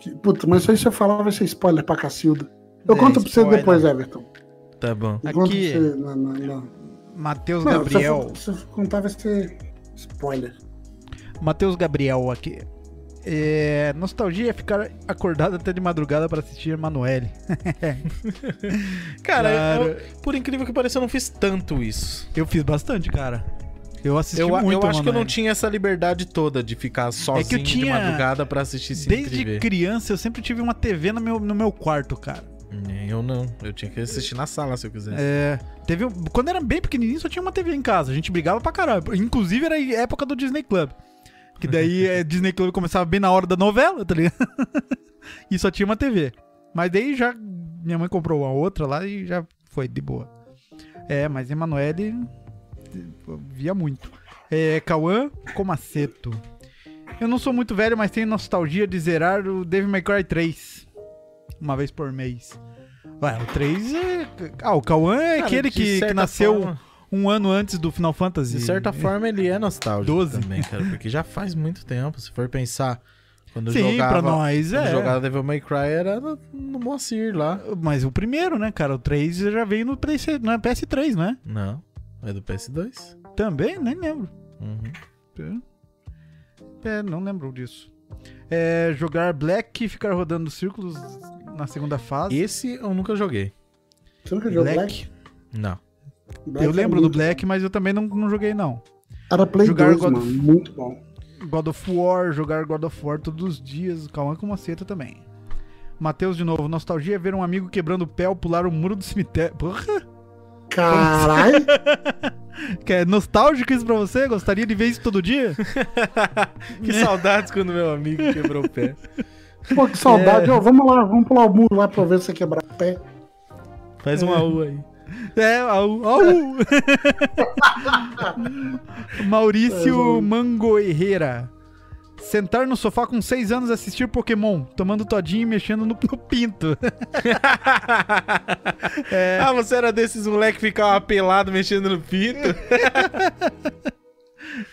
C: Que, puta, mas se você falar vai ser spoiler pra Cacilda. Eu
B: É,
C: conto pra você
B: spoiler.
C: depois, Everton.
A: Tá bom.
C: Eu conto pra
B: Aqui.
C: você- não, não, não.
B: Matheus
C: Não, se
B: Gabriel.
C: eu, for- se eu contar vai ser spoiler.
B: Matheus Gabriel aqui. É, nostalgia é ficar acordado até de madrugada pra assistir Emanuele.
A: Cara,
B: Claro.
A: eu- por incrível que pareça, eu não fiz tanto isso.
B: Eu fiz bastante, cara. Eu assisti
A: Eu,
B: muito
A: eu acho que eu não
B: Emanuele.
A: tinha essa liberdade toda de ficar sozinho de
B: tinha-
A: madrugada pra assistir sem
B: Desde
A: TV.
B: criança eu sempre tive uma TV no meu, no meu quarto, cara.
A: Eu não. Eu tinha que assistir na sala se eu quisesse.
B: É, teve, um- quando era bem pequenininho só tinha uma TV em casa. A gente brigava pra caralho. Inclusive era a época do Disney Club. Que daí é, Disney Club começava bem na hora da novela, tá ligado? e só tinha uma TV. Mas daí já minha mãe comprou uma outra lá e já foi de boa. É, mas Emanuele eu via muito. É, Cauã Comaceto. Eu não sou muito velho, mas tenho nostalgia de zerar o Devil May Cry 3. Uma vez por mês. Ué, o 3 é... Ah, o Cauã é
A: Cara,
B: aquele
A: de
B: que, que
A: certa
B: nasceu
A: forma-
B: um ano antes do Final Fantasy.
A: de certa forma, ele é nostálgico
B: 12.
A: também, cara. Porque já faz muito tempo. Se for pensar, quando eu
B: Sim,
A: jogava.
B: pra nós,
A: Quando
B: é.
A: eu jogava Devil May Cry era no, no Moacir lá.
B: Mas o primeiro, né, cara? O 3 já veio no PC, na PS3, né?
A: Não. É do PS2.
B: Também, nem lembro.
A: Uhum.
B: É, não lembro disso. É, jogar Black e ficar rodando círculos na segunda fase.
A: Esse eu nunca joguei.
C: Você nunca jogou Black?
B: Black.
A: Não.
C: Black
B: Eu
C: é
B: lembro do
C: muito-
B: Black, mas eu também não, não joguei, não.
C: Era Play
B: Jogar
C: 2,
B: God-
C: mano. Muito bom.
B: God of War, jogar God of War todos os dias. Calma com maceta também. Matheus, de novo, nostalgia é ver um amigo quebrando o pé ou pular o muro do cemitério. Porra!
C: Caralho!
B: Que é nostálgico isso pra você? Gostaria de ver isso todo dia?
A: que saudades quando meu amigo quebrou o pé.
C: Pô, que saudade. Ó, vamos lá, vamos pular o muro lá pra eu ver você quebrar o pé.
A: Faz uma U aí.
B: É, au, au.
C: É,
B: Maurício Mango Herrera. Sentar no sofá com 6 anos e assistir Pokémon, tomando todinho e mexendo no, no pinto.
A: Ah, você era desses moleque que ficava pelado mexendo no pito?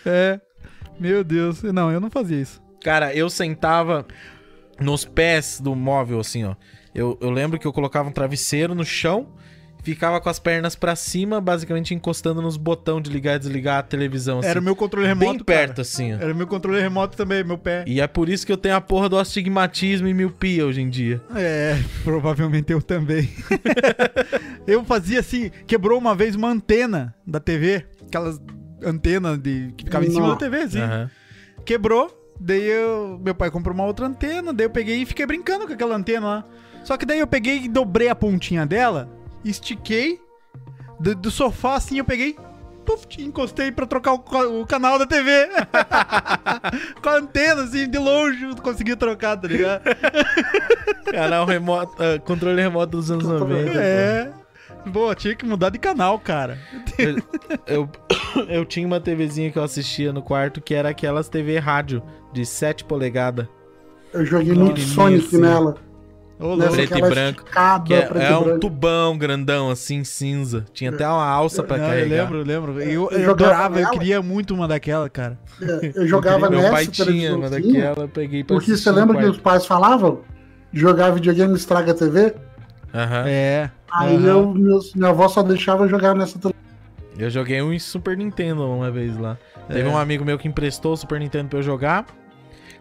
B: É. Meu Deus. Não, eu não fazia isso.
A: Cara, eu sentava nos pés do móvel, assim, ó. Eu, eu lembro que eu colocava um travesseiro no chão, ficava com as pernas pra cima, basicamente encostando nos botões de ligar e desligar a televisão, assim.
B: Era o meu controle
A: bem
B: remoto. cara.
A: perto, assim, ó.
B: Era o meu controle remoto também, meu pé.
A: E é por isso que eu tenho a porra do astigmatismo e miopia hoje em dia.
B: É, provavelmente eu também. eu fazia assim, quebrou uma vez uma antena da TV, aquelas antenas de, que ficava em cima da
C: Nossa.
B: TV, assim.
A: Aham.
B: Quebrou, daí eu, meu pai comprou uma outra antena, daí eu peguei e fiquei brincando com aquela antena lá. Só que daí eu peguei e dobrei a pontinha dela, estiquei, do, do sofá, assim, eu peguei, puf, encostei pra trocar o, ca- o canal da TV. Com a antena, assim, de longe, eu consegui trocar, tá ligado?
A: Canal remoto, ah, controle remoto dos anos 90. pô.
B: é. Boa, tinha que mudar de canal, cara.
A: Eu, eu tinha uma TVzinha que eu assistia no quarto que era aquelas TV rádio de 7 polegadas.
C: Eu joguei
A: Não,
C: muito Sonic
A: isso.
C: nela.
A: Não,
B: Ô, louco.
A: Preto e
C: Aquela
A: branco,
C: esticada,
A: Que é,
C: preto e
A: é um
C: branco.
A: tubão grandão, assim, cinza. Tinha até uma alça pra
B: Não, eu
A: carregar.
B: lembro, eu lembro. Eu, eu
C: Eu jogava
B: adorava, eu
C: nela.
B: queria muito uma daquela, cara.
C: É, Eu jogava
A: Meu
C: nessa
A: pai tinha uma
C: televisãozinha,
A: daquela, eu peguei pra
C: Porque
A: assistir
C: você
A: no
C: lembra que
A: quarto.
C: os pais falavam? Jogar videogame estraga a TV?
A: Aham.
B: É.
C: Aí
B: Aham.
C: eu, meus- minha avó só deixava eu jogar nessa televisão.
A: Eu joguei um em Super Nintendo uma vez lá. Teve um amigo meu que emprestou o Super Nintendo pra eu jogar.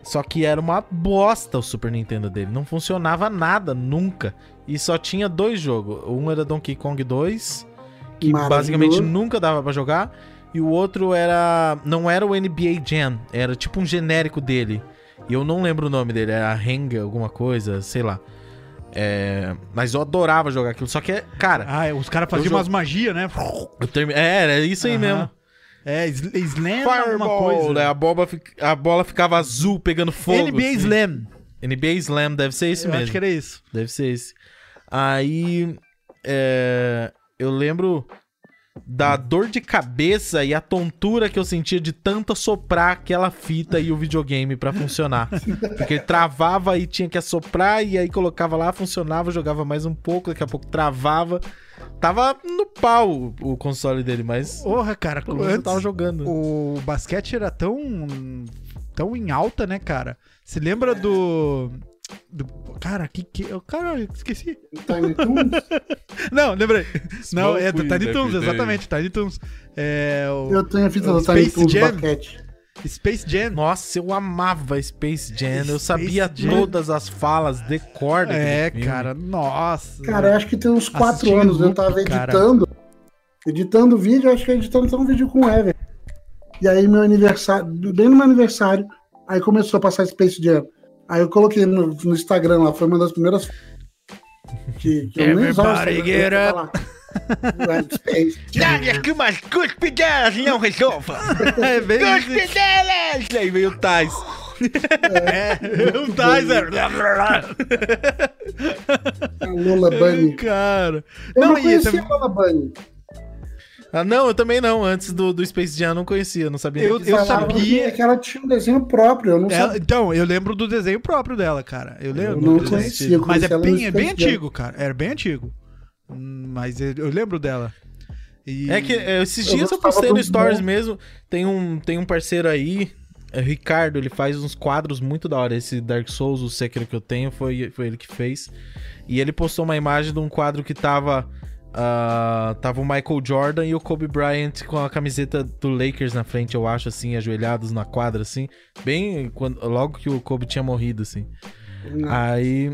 A: Só que era uma bosta o Super Nintendo dele. Não funcionava nada, nunca. E só tinha dois jogos. Um era Donkey Kong 2, que
C: Maravilhoso.
A: basicamente nunca dava pra jogar. E o outro era. Não era o NBA Jam, era tipo um genérico dele. E eu não lembro o nome dele, era Renga, alguma coisa, sei lá. É, Mas eu adorava jogar aquilo. Só que, cara,
B: Ah, os caras
A: Eu
B: faziam
A: jo-
B: umas magias, né?
A: eu termi- é, era isso aí
B: Aham.
A: mesmo.
B: É, sl- Slam alguma
A: Fireball,
B: coisa.
A: né? A bola, fic- a bola ficava azul pegando fogo.
B: NBA
A: assim.
B: Slam.
A: NBA Slam, deve ser esse
B: eu
A: mesmo.
B: acho que era isso.
A: Deve ser esse. Aí. é, Eu lembro da dor de cabeça e a tontura que eu sentia de tanto soprar aquela fita e o videogame pra funcionar. Porque ele travava e tinha que assoprar, e aí colocava lá, funcionava, jogava mais um pouco, daqui a pouco travava. Tava no pau o- o console dele, mas.
B: Porra, cara,
A: pelo menos eu
B: antes,
A: tava jogando.
B: o basquete era tão tão em alta, né, cara? Se lembra do do cara, que que eu cara, eu esqueci.
C: Tiny Toons.
B: Não, lembrei. Não,
A: Smoke
B: é do
A: weed
B: Tiny Toons,
A: every day.
B: exatamente, Tiny Toons. É o
C: Eu tenho a fita do
B: Space
C: Tiny Toons do
B: Jam.
C: basquete.
B: Space Jam.
A: Nossa, eu amava Space Jam. eu
B: Space
A: sabia
B: Jam.
A: todas as falas de corda.
B: É, cara, nossa.
C: Cara, eu acho que tem uns quatro
B: Assistindo
C: anos eu
B: loop,
C: tava
B: cara.
C: editando. Editando vídeo, acho que editando só um vídeo com o Ever. E aí meu aniversário, bem no meu aniversário, aí começou a passar Space Jam. Aí eu coloquei no, no Instagram lá, foi uma das primeiras que, que eu nem usava. o
B: Everybody
C: Instagram,
B: get
C: eu tava lá. Lá, Space Jam.
A: que umas cuspidelas não resolva!
B: é bem
A: Cuspidelas! Aí veio o Tais.
B: é, um Tizer.
C: A Lola Bunny.
B: Cara.
C: Eu não,
B: e é
C: conhecia
B: também-
C: a Lola Bunny.
A: Ah, não, eu também não. Antes do, do Space Jam eu não conhecia, eu não sabia.
B: Eu-
A: nem que
B: eu
A: existia.
C: Falava
B: sabia-
C: que ela tinha um desenho próprio, eu não
B: Ela-
C: sabia.
B: então, eu lembro do desenho próprio dela, cara. Eu lembro.
C: Eu não
B: do desenho.
C: conhecia, eu
B: Mas
C: conheci
B: é
C: ela no
B: bem, é bem
C: Space Jam.
B: antigo, cara. Era bem antigo. Hum, Mas eu, eu lembro dela. E-
A: É que é, esses
C: Eu
A: dias eu
C: gostava
A: postei no
C: do
A: Stories
C: Mo.
A: mesmo. Tem um, tem um parceiro aí, é, Ricardo, ele faz uns quadros muito da hora. Esse Dark Souls, o Sekiro que eu tenho, foi, foi ele que fez. E ele postou uma imagem de um quadro que tava. ah, tava o Michael Jordan e o Kobe Bryant com a camiseta do Lakers na frente, eu acho, assim, ajoelhados na quadra, assim. Bem quando, logo que o Kobe tinha morrido, assim. Aí.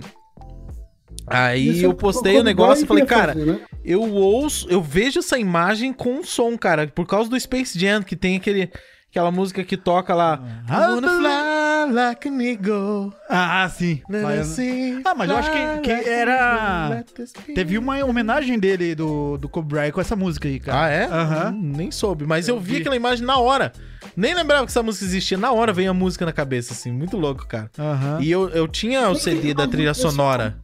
A: Aí
C: Isso é
A: eu
C: que
A: postei o
C: Kobe
A: negócio e
C: Bryant
A: falei,
C: ia
A: cara,
C: fazer, né?
A: eu ouço, eu vejo essa imagem com o som, cara, por causa do Space Jam, que tem aquele, aquela música que toca lá. I wanna
B: tá.
A: fly like an eagle,
B: Ah, sim.
A: let
B: Vai-
A: us see,
B: Ah, mas eu acho que-
A: fly
B: que
A: like an
B: era-
A: eagle, let us be.
B: Teve um uma homenagem dele, do, do Kobe Bryant, com essa música aí, cara.
A: Ah, é?
B: Aham.
A: Hum, Nem soube, mas eu,
B: Eu
A: vi,
B: vi.
A: aquela imagem na hora. Nem lembrava que essa música existia. Na hora veio a música na cabeça, assim, muito louco, cara.
B: Aham.
A: E eu, eu tinha o
C: Tem que
A: CD
C: ter uma
A: da trilha
C: música
A: sonora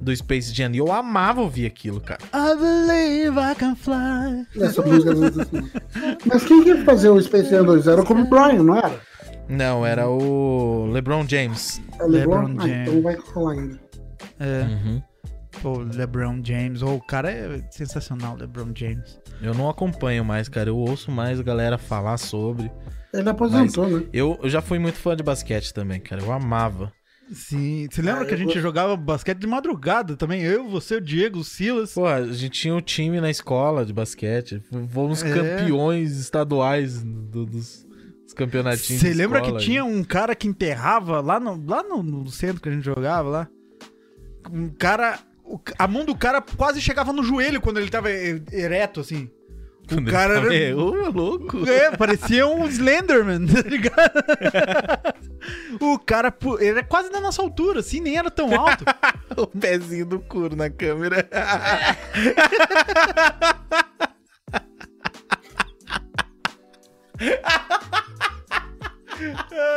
A: do Space Jam e eu amava ouvir aquilo, cara.
B: I believe I can fly.
C: Essa música do- do- do- Mas quem que ia fazer o Space Jam 2? Era o Kobe Bryant, não era?
A: Não, era o LeBron James.
C: É o LeBron?
B: LeBron
C: Ah,
B: James.
C: então vai rolar ainda.
B: É.
A: Uhum.
B: Pô, LeBron James. Oh, o cara é sensacional, LeBron James.
A: Eu não acompanho mais, cara. Eu ouço mais a galera falar sobre.
C: Ele aposentou, né?
A: Eu, eu já fui muito fã de basquete também, cara. Eu amava.
B: Sim. Você lembra
C: Ah,
B: que a
C: eu
B: gente
C: go-
B: jogava basquete de madrugada também? Eu, você, o Diego, o Silas.
A: Pô, a gente tinha um time na escola de basquete. Fomos
B: É.
A: campeões estaduais do- dos, dos campeonatinhos.
B: Você
A: de
B: lembra
A: escola.
B: que tinha um cara que enterrava lá no, lá no, no centro que a gente jogava lá? Um cara. o ca- a mão do cara quase chegava no joelho quando ele tava e- ereto, assim.
A: Quando
B: o cara
A: ele tava-
B: era-
A: É, ô, meu louco.
B: É, parecia um Slenderman, tá ligado? o cara, pu- ele era quase da nossa altura, assim, nem era tão alto.
A: O pezinho do couro na câmera.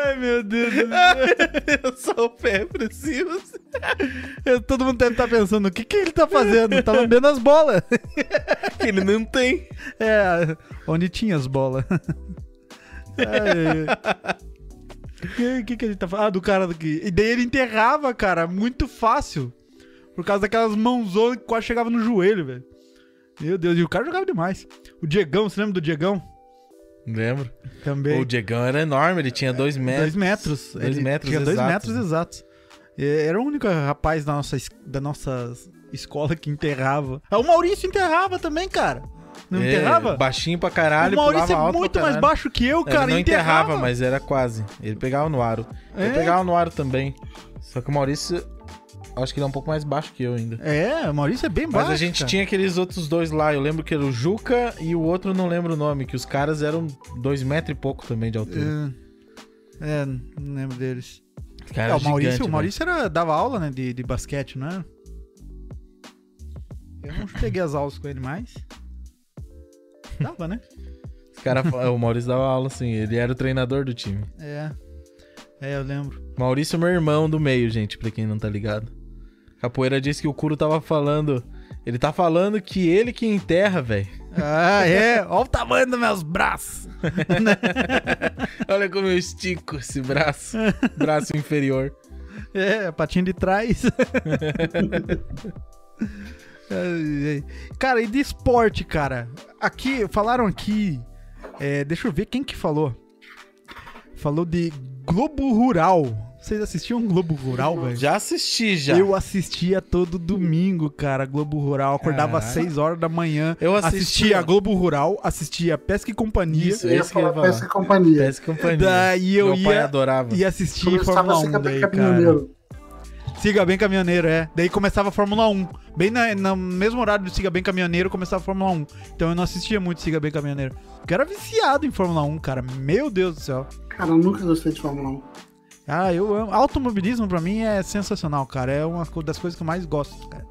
B: Ai, meu Deus do céu.
A: Eu sou o febre, Silas.
B: Eu- Todo mundo deve estar pensando, o que, que ele tá fazendo? Tá lambendo as bolas.
A: Ele não tem.
B: É, onde tinha as bolas. Ai, ai. O que, que ele tá falando? Ah, do cara daqui. E daí ele enterrava, cara, muito fácil. Por causa daquelas mãozonas que quase chegava no joelho, velho. Meu Deus, e o cara jogava demais. O Diegão, você lembra do Diegão?
A: Lembro.
B: Também.
A: O Diegão era enorme, ele tinha dois metros.
B: Dois metros.
A: Dois
B: Ele
A: metros
B: tinha dois
A: exatos,
B: metros
A: né?
B: exatos. E Era o único rapaz da nossa, es- da nossa escola que enterrava. Ah, O Maurício enterrava também, cara. Não
A: É,
B: enterrava?
A: Baixinho pra caralho.
B: o Maurício
A: pulava
B: é
A: alto pra
B: muito mais
A: caralho. É,
B: baixo que eu, cara.
A: Ele não enterrava,
B: enterrava,
A: mas era quase. Ele pegava no aro. Ele
B: É.
A: pegava no aro também. Só que o Maurício, acho que ele é um pouco mais baixo que eu ainda.
B: É, o Maurício é bem
A: Mas
B: baixo.
A: a gente
B: cara.
A: tinha aqueles outros dois lá. Eu lembro que era o Juca e o outro não lembro o nome, que os caras eram dois metros e pouco também de altura.
B: É, é, não lembro deles.
A: Os caras
B: É, o
A: eram
B: Maurício,
A: gigantes, né?
B: o Maurício era, dava aula, né, de, de basquete, não era? Eu não peguei as aulas com ele mais. Dava, né?
A: né? Os cara, o Maurício dava aula, assim. Ele era o treinador do time.
B: É. É, eu lembro.
A: Maurício, meu irmão do meio, gente, pra quem não tá ligado. Capoeira disse que o Curo tava falando. Ele tá falando que ele que enterra, velho.
B: Ah, é. Olha o tamanho dos meus braços.
A: Olha como eu estico esse braço. braço inferior.
B: É, a patinha de trás. Ai, ai. cara, e de esporte, cara? Aqui, falaram aqui. é, deixa eu ver quem que falou. Falou de Globo Rural. Vocês assistiam Globo Rural, velho?
A: Já assisti, já.
B: Eu assistia todo domingo, cara, Globo Rural. Acordava às
A: Caralho.
B: 6 horas da manhã.
A: Eu
B: assistia
A: assistia.
B: a Globo Rural, assistia Pesca e Companhia.
A: Isso,
C: Eu ia
A: esse que eu ia
C: falar
A: falar.
C: peça e companhia.
A: Peça e companhia.
B: Daí eu
A: Meu pai
B: ia-
A: adorava.
B: E assistia
C: Começava
B: Fórmula
C: a
B: 1
C: ser
B: daí, cara.
C: caminhoneiro.
B: Siga Bem Caminhoneiro, é. Daí começava a Fórmula 1. Bem na- no mesmo horário do Siga Bem Caminhoneiro, começava a Fórmula 1. Então eu não assistia muito Siga Bem Caminhoneiro. Porque eu era viciado em Fórmula 1, cara. Meu Deus do céu.
C: Cara, eu nunca gostei de Fórmula 1.
B: Ah, eu amo. Automobilismo pra mim é sensacional, cara. É uma co- das coisas que eu mais gosto, cara.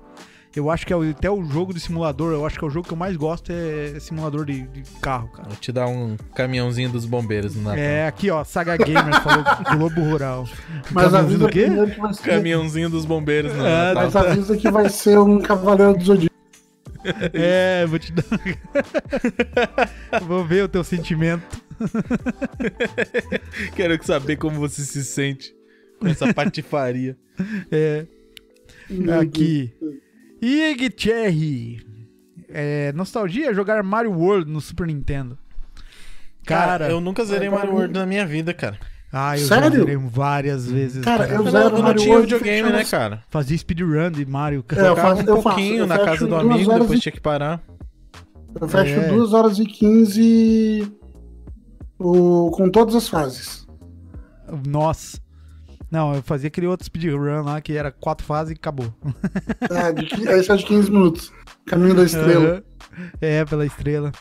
B: Eu acho que é o- até o jogo de simulador, eu acho que é o jogo que eu mais gosto é simulador de, de carro, cara.
A: Vou te dar um caminhãozinho dos bombeiros no Natal.
B: É, aqui ó, Saga Gamer falou Globo Rural. Tá
C: Mas
B: Caminhãozinho
C: avisa
B: do quê?
C: primeiro que vai ser.
A: Caminhãozinho dos bombeiros no
B: É,
A: Natal.
C: Mas avisa que vai ser um Cavaleiro do Zodíaco.
B: É, vou te dar. vou ver o teu sentimento.
A: Quero saber como você se sente com essa patifaria.
B: É, aqui. Ig Cherry. É, nostalgia é jogar Mario World no Super Nintendo. Cara,
A: eu nunca zerei Mario World na minha vida, cara.
B: Ah, eu
C: Sério? Hum.
B: já zerei várias vezes.
C: Cara, eu
A: Eu
C: zero
A: não, eu não
C: Mario
A: tinha
C: World,
A: videogame,
C: funciona
A: né,
C: assim.
A: cara?
B: Fazia speedrun de Mario,
C: É,
B: cara.
C: eu
A: Ficava
C: faço,
A: um
C: eu faço.
A: pouquinho
C: Eu
A: na
C: fecho
A: casa do
C: duas
A: amigo,
C: horas
A: depois
C: e-
A: tinha que parar.
C: Eu fecho
B: É.
C: 2 horas e 15 o, com todas as fases. É.
B: Nossa. Não, eu fazia aquele outro speedrun lá que era quatro fases e acabou.
C: É, de, qui- esse é de 15 minutos. Caminho da Estrela.
B: Aham. É, pela estrela.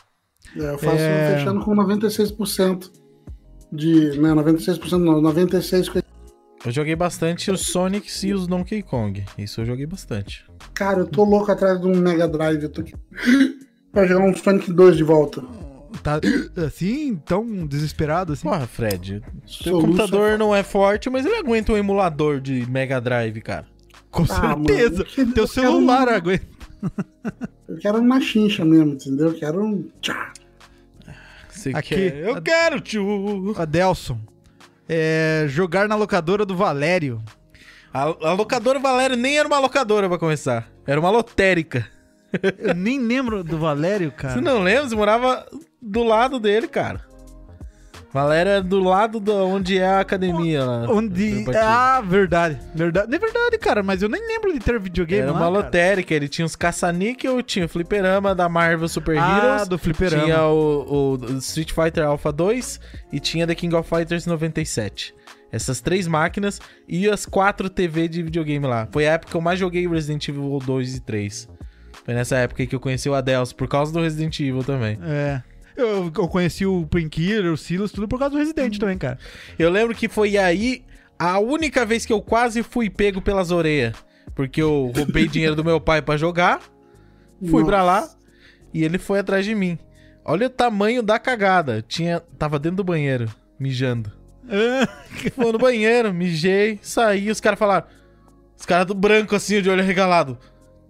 C: É, eu faço
B: É.
C: fechando com 96% de. né, Não, 96% não, 96%. com-
A: Eu joguei bastante os Sonic e os Donkey Kong. Isso eu joguei bastante.
C: Cara, eu tô louco atrás de um Mega Drive. Eu tô aqui pra jogar um Sonic 2 de volta.
B: Tá assim, tão desesperado
C: Ah,
B: assim.
A: Porra, Fred, seu
C: Soluço-
A: computador não é forte, mas ele aguenta um emulador de Mega Drive, cara.
B: Com
C: Ah, mano,
B: certeza.
C: eu quero-
B: Teu
C: eu quero
B: celular
C: um-
B: aguenta.
C: Eu quero uma chincha mesmo, entendeu? Eu quero um. Tchá.
A: Você
B: Aqui.
A: quer? Eu quero, tio!
B: Adelson. É, jogar na locadora do Valério.
A: A, a locadora Valério nem era uma locadora pra começar. Era uma lotérica.
B: Eu nem lembro do Valério, cara.
C: Ah,
A: Você não lembra? Você morava do lado dele, cara. Valério era do lado da onde é a academia lá. um
B: Onde.
C: é
A: Bati.
B: Ah, verdade. Verdade. Não é verdade, cara, mas eu nem lembro de ter videogame.
A: Era
B: lá,
A: uma
B: cara.
A: lotérica, ele tinha os caça-níquel, tinha o fliperama da Marvel Super
B: Ah,
A: Heroes,
B: do fliperama.
A: tinha o, o Street Fighter Alpha 2 e tinha The King of Fighters 97. Essas três máquinas e as quatro TV de videogame lá. Foi a época que eu mais joguei Resident Evil 2 e 3. Foi nessa época aí que eu conheci o Adelso, por causa do Resident Evil também.
B: É. Eu, eu conheci o Pinkiller, o Silas, tudo por causa do Resident também, cara.
A: Eu lembro que foi aí a única vez que eu quase fui pego pelas orelhas. Porque eu roubei dinheiro do meu pai pra jogar, fui pra lá e ele foi atrás de mim. Olha o tamanho da cagada. Tinha, tava dentro do banheiro, mijando. Vou no banheiro, mijei, saí, os caras falaram. Os caras do branco assim, de olho regalado.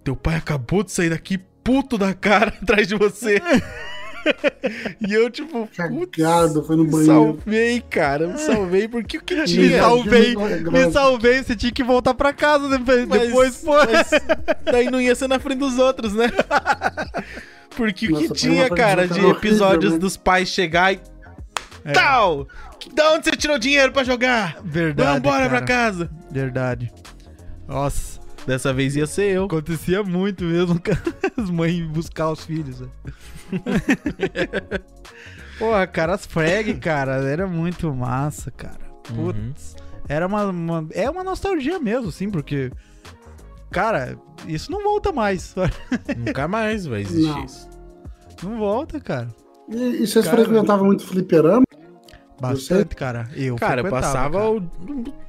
A: Teu pai acabou de sair daqui puto da cara atrás de você. e eu, tipo, putz,
C: Cagado, foi no
A: me
C: banheiro.
A: salvei, cara. Me salvei porque o que
B: Me
A: tinha.
C: sal-
B: salvei, me
C: Grave.
B: salvei, você tinha que voltar pra casa depois,
A: Mas-
B: depois pô.
A: mas daí não ia ser na frente dos outros, né? Porque o
C: Nossa,
A: que
C: foi
A: tinha,
C: uma coisa
A: cara, de
C: horrível,
A: episódios
C: né?
A: dos pais chegar e. Tal! Da onde você tirou dinheiro pra jogar?
B: Verdade,
A: Vamos embora
B: cara.
A: pra casa!
B: Verdade. Nossa,
A: Dessa vez ia ser eu.
B: acontecia muito mesmo, cara. As mães buscar os filhos. né? Porra, cara, as frag, cara, era muito massa, cara. Putz. Era uma, uma- É uma nostalgia mesmo, assim, porque. Cara, isso não volta mais.
A: Nunca mais vai existir
C: Não.
A: isso.
B: Não volta, cara.
C: E, e vocês
B: Cara,
C: frequentavam muito fliperama?
B: Bastante, cara. Eu
A: Cara, eu
B: frequentava,
A: passava
B: cara.
A: o-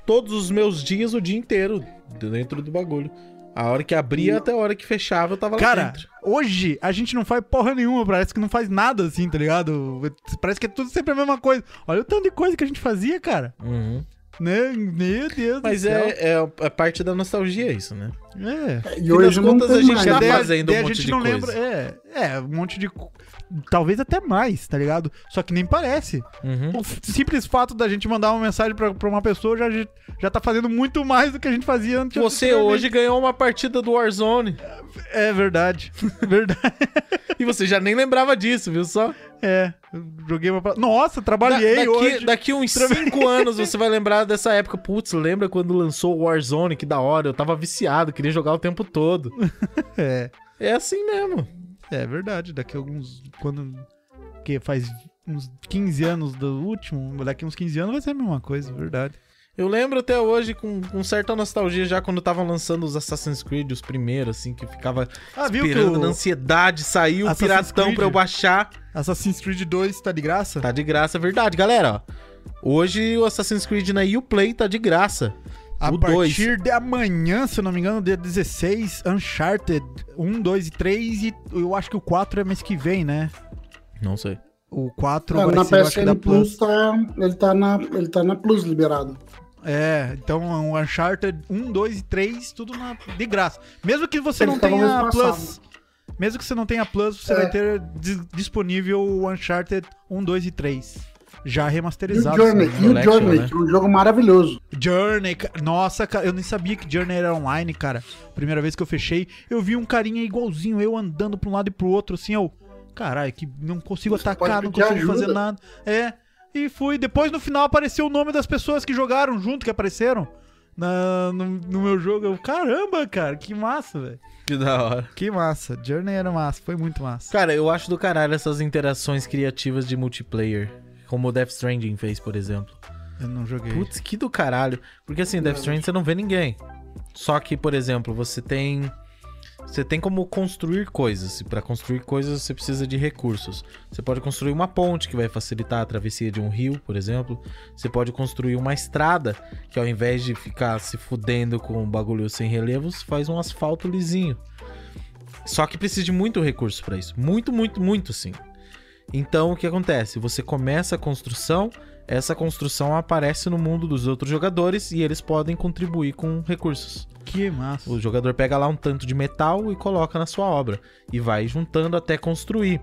A: todos os meus dias, o dia inteiro, dentro do bagulho. A hora que abria até a hora que fechava, eu tava lá
B: Cara,
A: dentro.
B: hoje a gente não faz porra nenhuma, parece que não faz nada assim, tá ligado? Parece que é tudo sempre a mesma coisa. Olha o tanto de coisa que a gente fazia, cara. Né? Meu Deus
A: Mas
B: do céu.
A: é, é, é parte da nostalgia isso, né?
B: É.
C: E
A: Afinal de
C: hoje não
A: contas, a
C: tem
A: gente
C: mais.
A: já
C: né?
A: tá fazendo um
B: daí a
A: monte
B: gente
A: de
B: não
A: coisa.
B: lembra. É, é, um monte de. co- Talvez até mais, tá ligado? Só que nem parece. O f- simples fato da gente mandar uma mensagem pra, pra uma pessoa já, já tá fazendo muito mais do que a gente fazia antes.
A: Você hoje ganhou uma partida do Warzone.
B: É verdade. verdade.
A: E você já nem lembrava disso, viu só?
B: É, eu joguei uma. pa- Nossa, trabalhei
A: Da- daqui,
B: hoje.
A: daqui uns 5 anos você vai lembrar dessa época. Putz, lembra quando lançou o Warzone? Que da hora, eu tava viciado, queria jogar o tempo todo.
B: É,
A: É assim mesmo.
B: é verdade. Daqui a alguns. Quando. Que faz uns 15 anos do último, daqui uns 15 anos vai ser a mesma coisa, é verdade.
A: Eu lembro até hoje com, com certa nostalgia já quando tava lançando os Assassin's Creed, os primeiros, assim, que ficava
B: Ah, viu que
A: esperando
B: o
A: na ansiedade sair o
B: Assassin's
A: piratão
B: Creed?
A: pra eu baixar.
B: Assassin's Creed 2 tá de graça?
A: Tá de graça, é verdade, galera. ó. Hoje o Assassin's Creed na Uplay tá de graça.
B: A
A: o dois.
B: partir de amanhã, se eu não me engano, dia 16, Uncharted 1, 2 e 3 e eu acho que o 4 é mês que vem, né?
A: Não sei.
B: O 4
C: Ah,
B: vai
C: na
B: ser, eu acho que da
C: PSN
B: Plus.
C: Plus tá, ele, tá na, ele tá na Plus liberado.
B: É, então o Uncharted 1, 2 e 3, tudo na- de graça. Mesmo que você
C: Ele
B: não
C: tava
B: tenha
C: mês
B: Plus.
C: passado.
B: Mesmo que você não tenha Plus, você
C: É.
B: vai ter dis- disponível o Uncharted 1, 2 e 3. Já
C: E o
B: remasterizado.
C: Journey,
B: sabe?
C: e o
A: Collection,
C: Journey,
A: né?
C: que é um jogo maravilhoso.
B: Journey, ca- nossa, cara, eu nem sabia que Journey era online, cara. Primeira vez que eu fechei, eu vi um carinha igualzinho, eu andando pra um lado e pro outro, assim, eu. Caralho, que não consigo
C: Você
B: atacar,
C: pode
B: não
C: pedir
B: consigo
C: ajuda.
B: fazer nada. É. E fui. Depois no final apareceu o nome das pessoas que jogaram junto, que apareceram na, no, no meu jogo. Eu, caramba, cara, que massa, velho.
A: Que da hora.
B: Que massa. Journey era massa, foi muito massa.
A: Cara, eu acho do caralho essas interações criativas de multiplayer. Como o Death Stranding fez, por exemplo.
B: Eu não joguei.
A: Putz, que do caralho. Porque assim, Death Stranding você não vê ninguém. Só que, por exemplo, você tem. Você tem como construir coisas. E pra construir coisas você precisa de recursos. Você pode construir uma ponte que vai facilitar a travessia de um rio, por exemplo. Você pode construir uma estrada que ao invés de ficar se fudendo com um bagulho sem relevos, faz um asfalto lisinho. Só que precisa de muito recurso pra isso. Muito, muito, muito sim. Então o que acontece? Você começa a construção, essa construção aparece no mundo dos outros jogadores e eles podem contribuir com recursos.
B: Que massa.
A: O jogador pega lá um tanto de metal e coloca na sua obra e vai juntando até construir.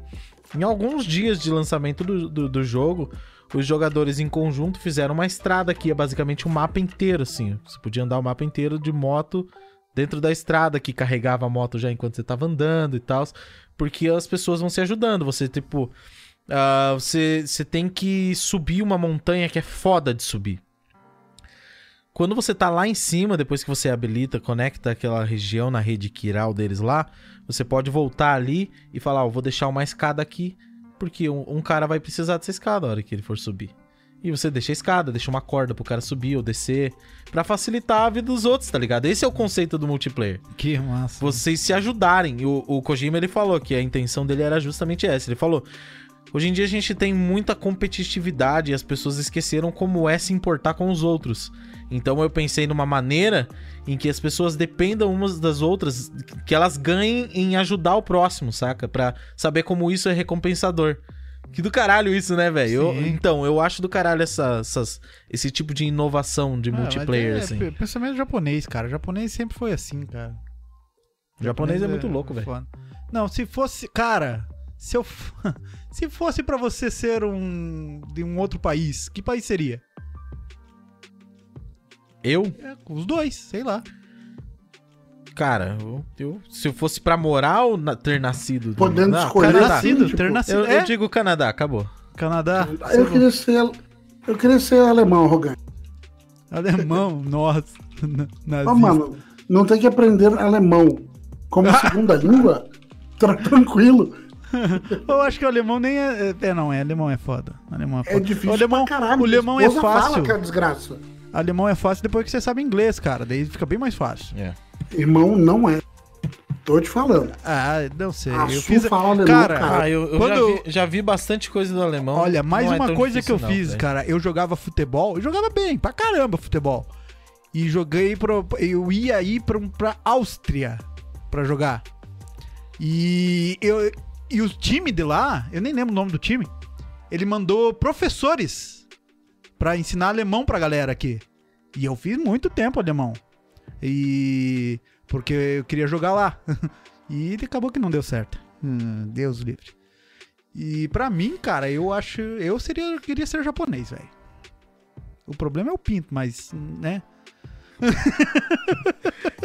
A: Em alguns dias de lançamento do, do, do jogo, os jogadores em conjunto fizeram uma estrada que é basicamente um mapa inteiro, assim. Você podia andar o mapa inteiro de moto dentro da estrada que carregava a moto já enquanto você tava andando e tal. Porque as pessoas vão se ajudando. Você, tipo. ah, você, você tem que subir uma montanha que é foda de subir. Quando você tá lá em cima, depois que você habilita, conecta aquela região na rede quiral deles lá, você pode voltar ali e falar, ó, vou deixar uma escada aqui, porque um, um cara vai precisar dessa escada na hora que ele for subir. E você deixa a escada, deixa uma corda pro cara subir ou descer, pra facilitar a vida dos outros, tá ligado? Esse é o conceito do multiplayer
B: Que massa.
A: vocês se ajudarem. E O, o Kojima ele falou que a intenção dele era justamente essa. Ele falou: hoje em dia a gente tem muita competitividade e as pessoas esqueceram como é se importar com os outros. Então eu pensei numa maneira em que as pessoas dependam umas das outras, que elas ganhem em ajudar o próximo, saca? Pra saber como isso é recompensador. Que do caralho isso, né, velho? Eu-
B: Sim.
A: Então, eu acho do caralho essa- essas, esse tipo de inovação de
B: Ah, mas
A: multiplayer,
B: é
A: assim.
B: pe- Pensamento japonês, cara. japonês sempre foi assim, cara.
A: O japonês é muito louco, velho.
B: foda. Não, se fosse. Cara, se eu. f- Se fosse pra você ser um. de um outro país, que país seria?
A: Eu,
B: É, os dois, sei lá.
A: cara, eu, eu- se eu fosse pra morar ou na- ter nascido.
C: Podendo
A: Ah,
C: escolher,
A: Canadá.
C: assim,
B: nascido,
C: tipo,
B: ter nascido.
A: Eu, eu
B: É,
A: digo Canadá, acabou.
B: Canadá,
C: Eu queria ser. Eu queria ser alemão arrogante.
B: alemão, nossa. na-
C: Mas,
B: nazista.
C: Ah, mano, não tem que aprender alemão como segunda língua? Tra- tranquilo.
B: Eu acho que o alemão nem é. É, não, é alemão é foda. Alemão é foda.
C: É difícil
B: o alemão,
C: pra caralho.
B: o alemão
C: Minha
B: é
C: esposa
B: fácil.
C: fala que é desgraça.
B: Alemão é fácil depois que você sabe inglês, cara. Daí fica bem mais fácil.
A: É.
C: Irmão, não é. Tô te falando.
B: Ah, não sei.
C: A
B: eu
C: Su
B: fiz.
C: fala alemão,
B: cara,
C: cara.
A: Ah, eu, eu
B: Quando-
A: já, vi, já vi bastante coisa do alemão.
B: Olha, mais
A: Não é
B: uma
A: tão
B: coisa que
A: difícil
B: eu
A: não,
B: fiz,
A: velho.
B: cara. Eu jogava futebol, eu jogava bem, pra caramba futebol. E joguei pro. Eu ia ir pra, um- pra Áustria pra jogar. E eu. E o time de lá, eu nem lembro o nome do time, ele mandou professores pra ensinar alemão pra galera aqui. E eu fiz muito tempo alemão. E. Porque eu queria jogar lá. e acabou que não deu certo. Hum, Deus livre. E pra mim, cara, eu acho. Eu seria, eu queria ser japonês, velho. O problema é o pinto, mas, né?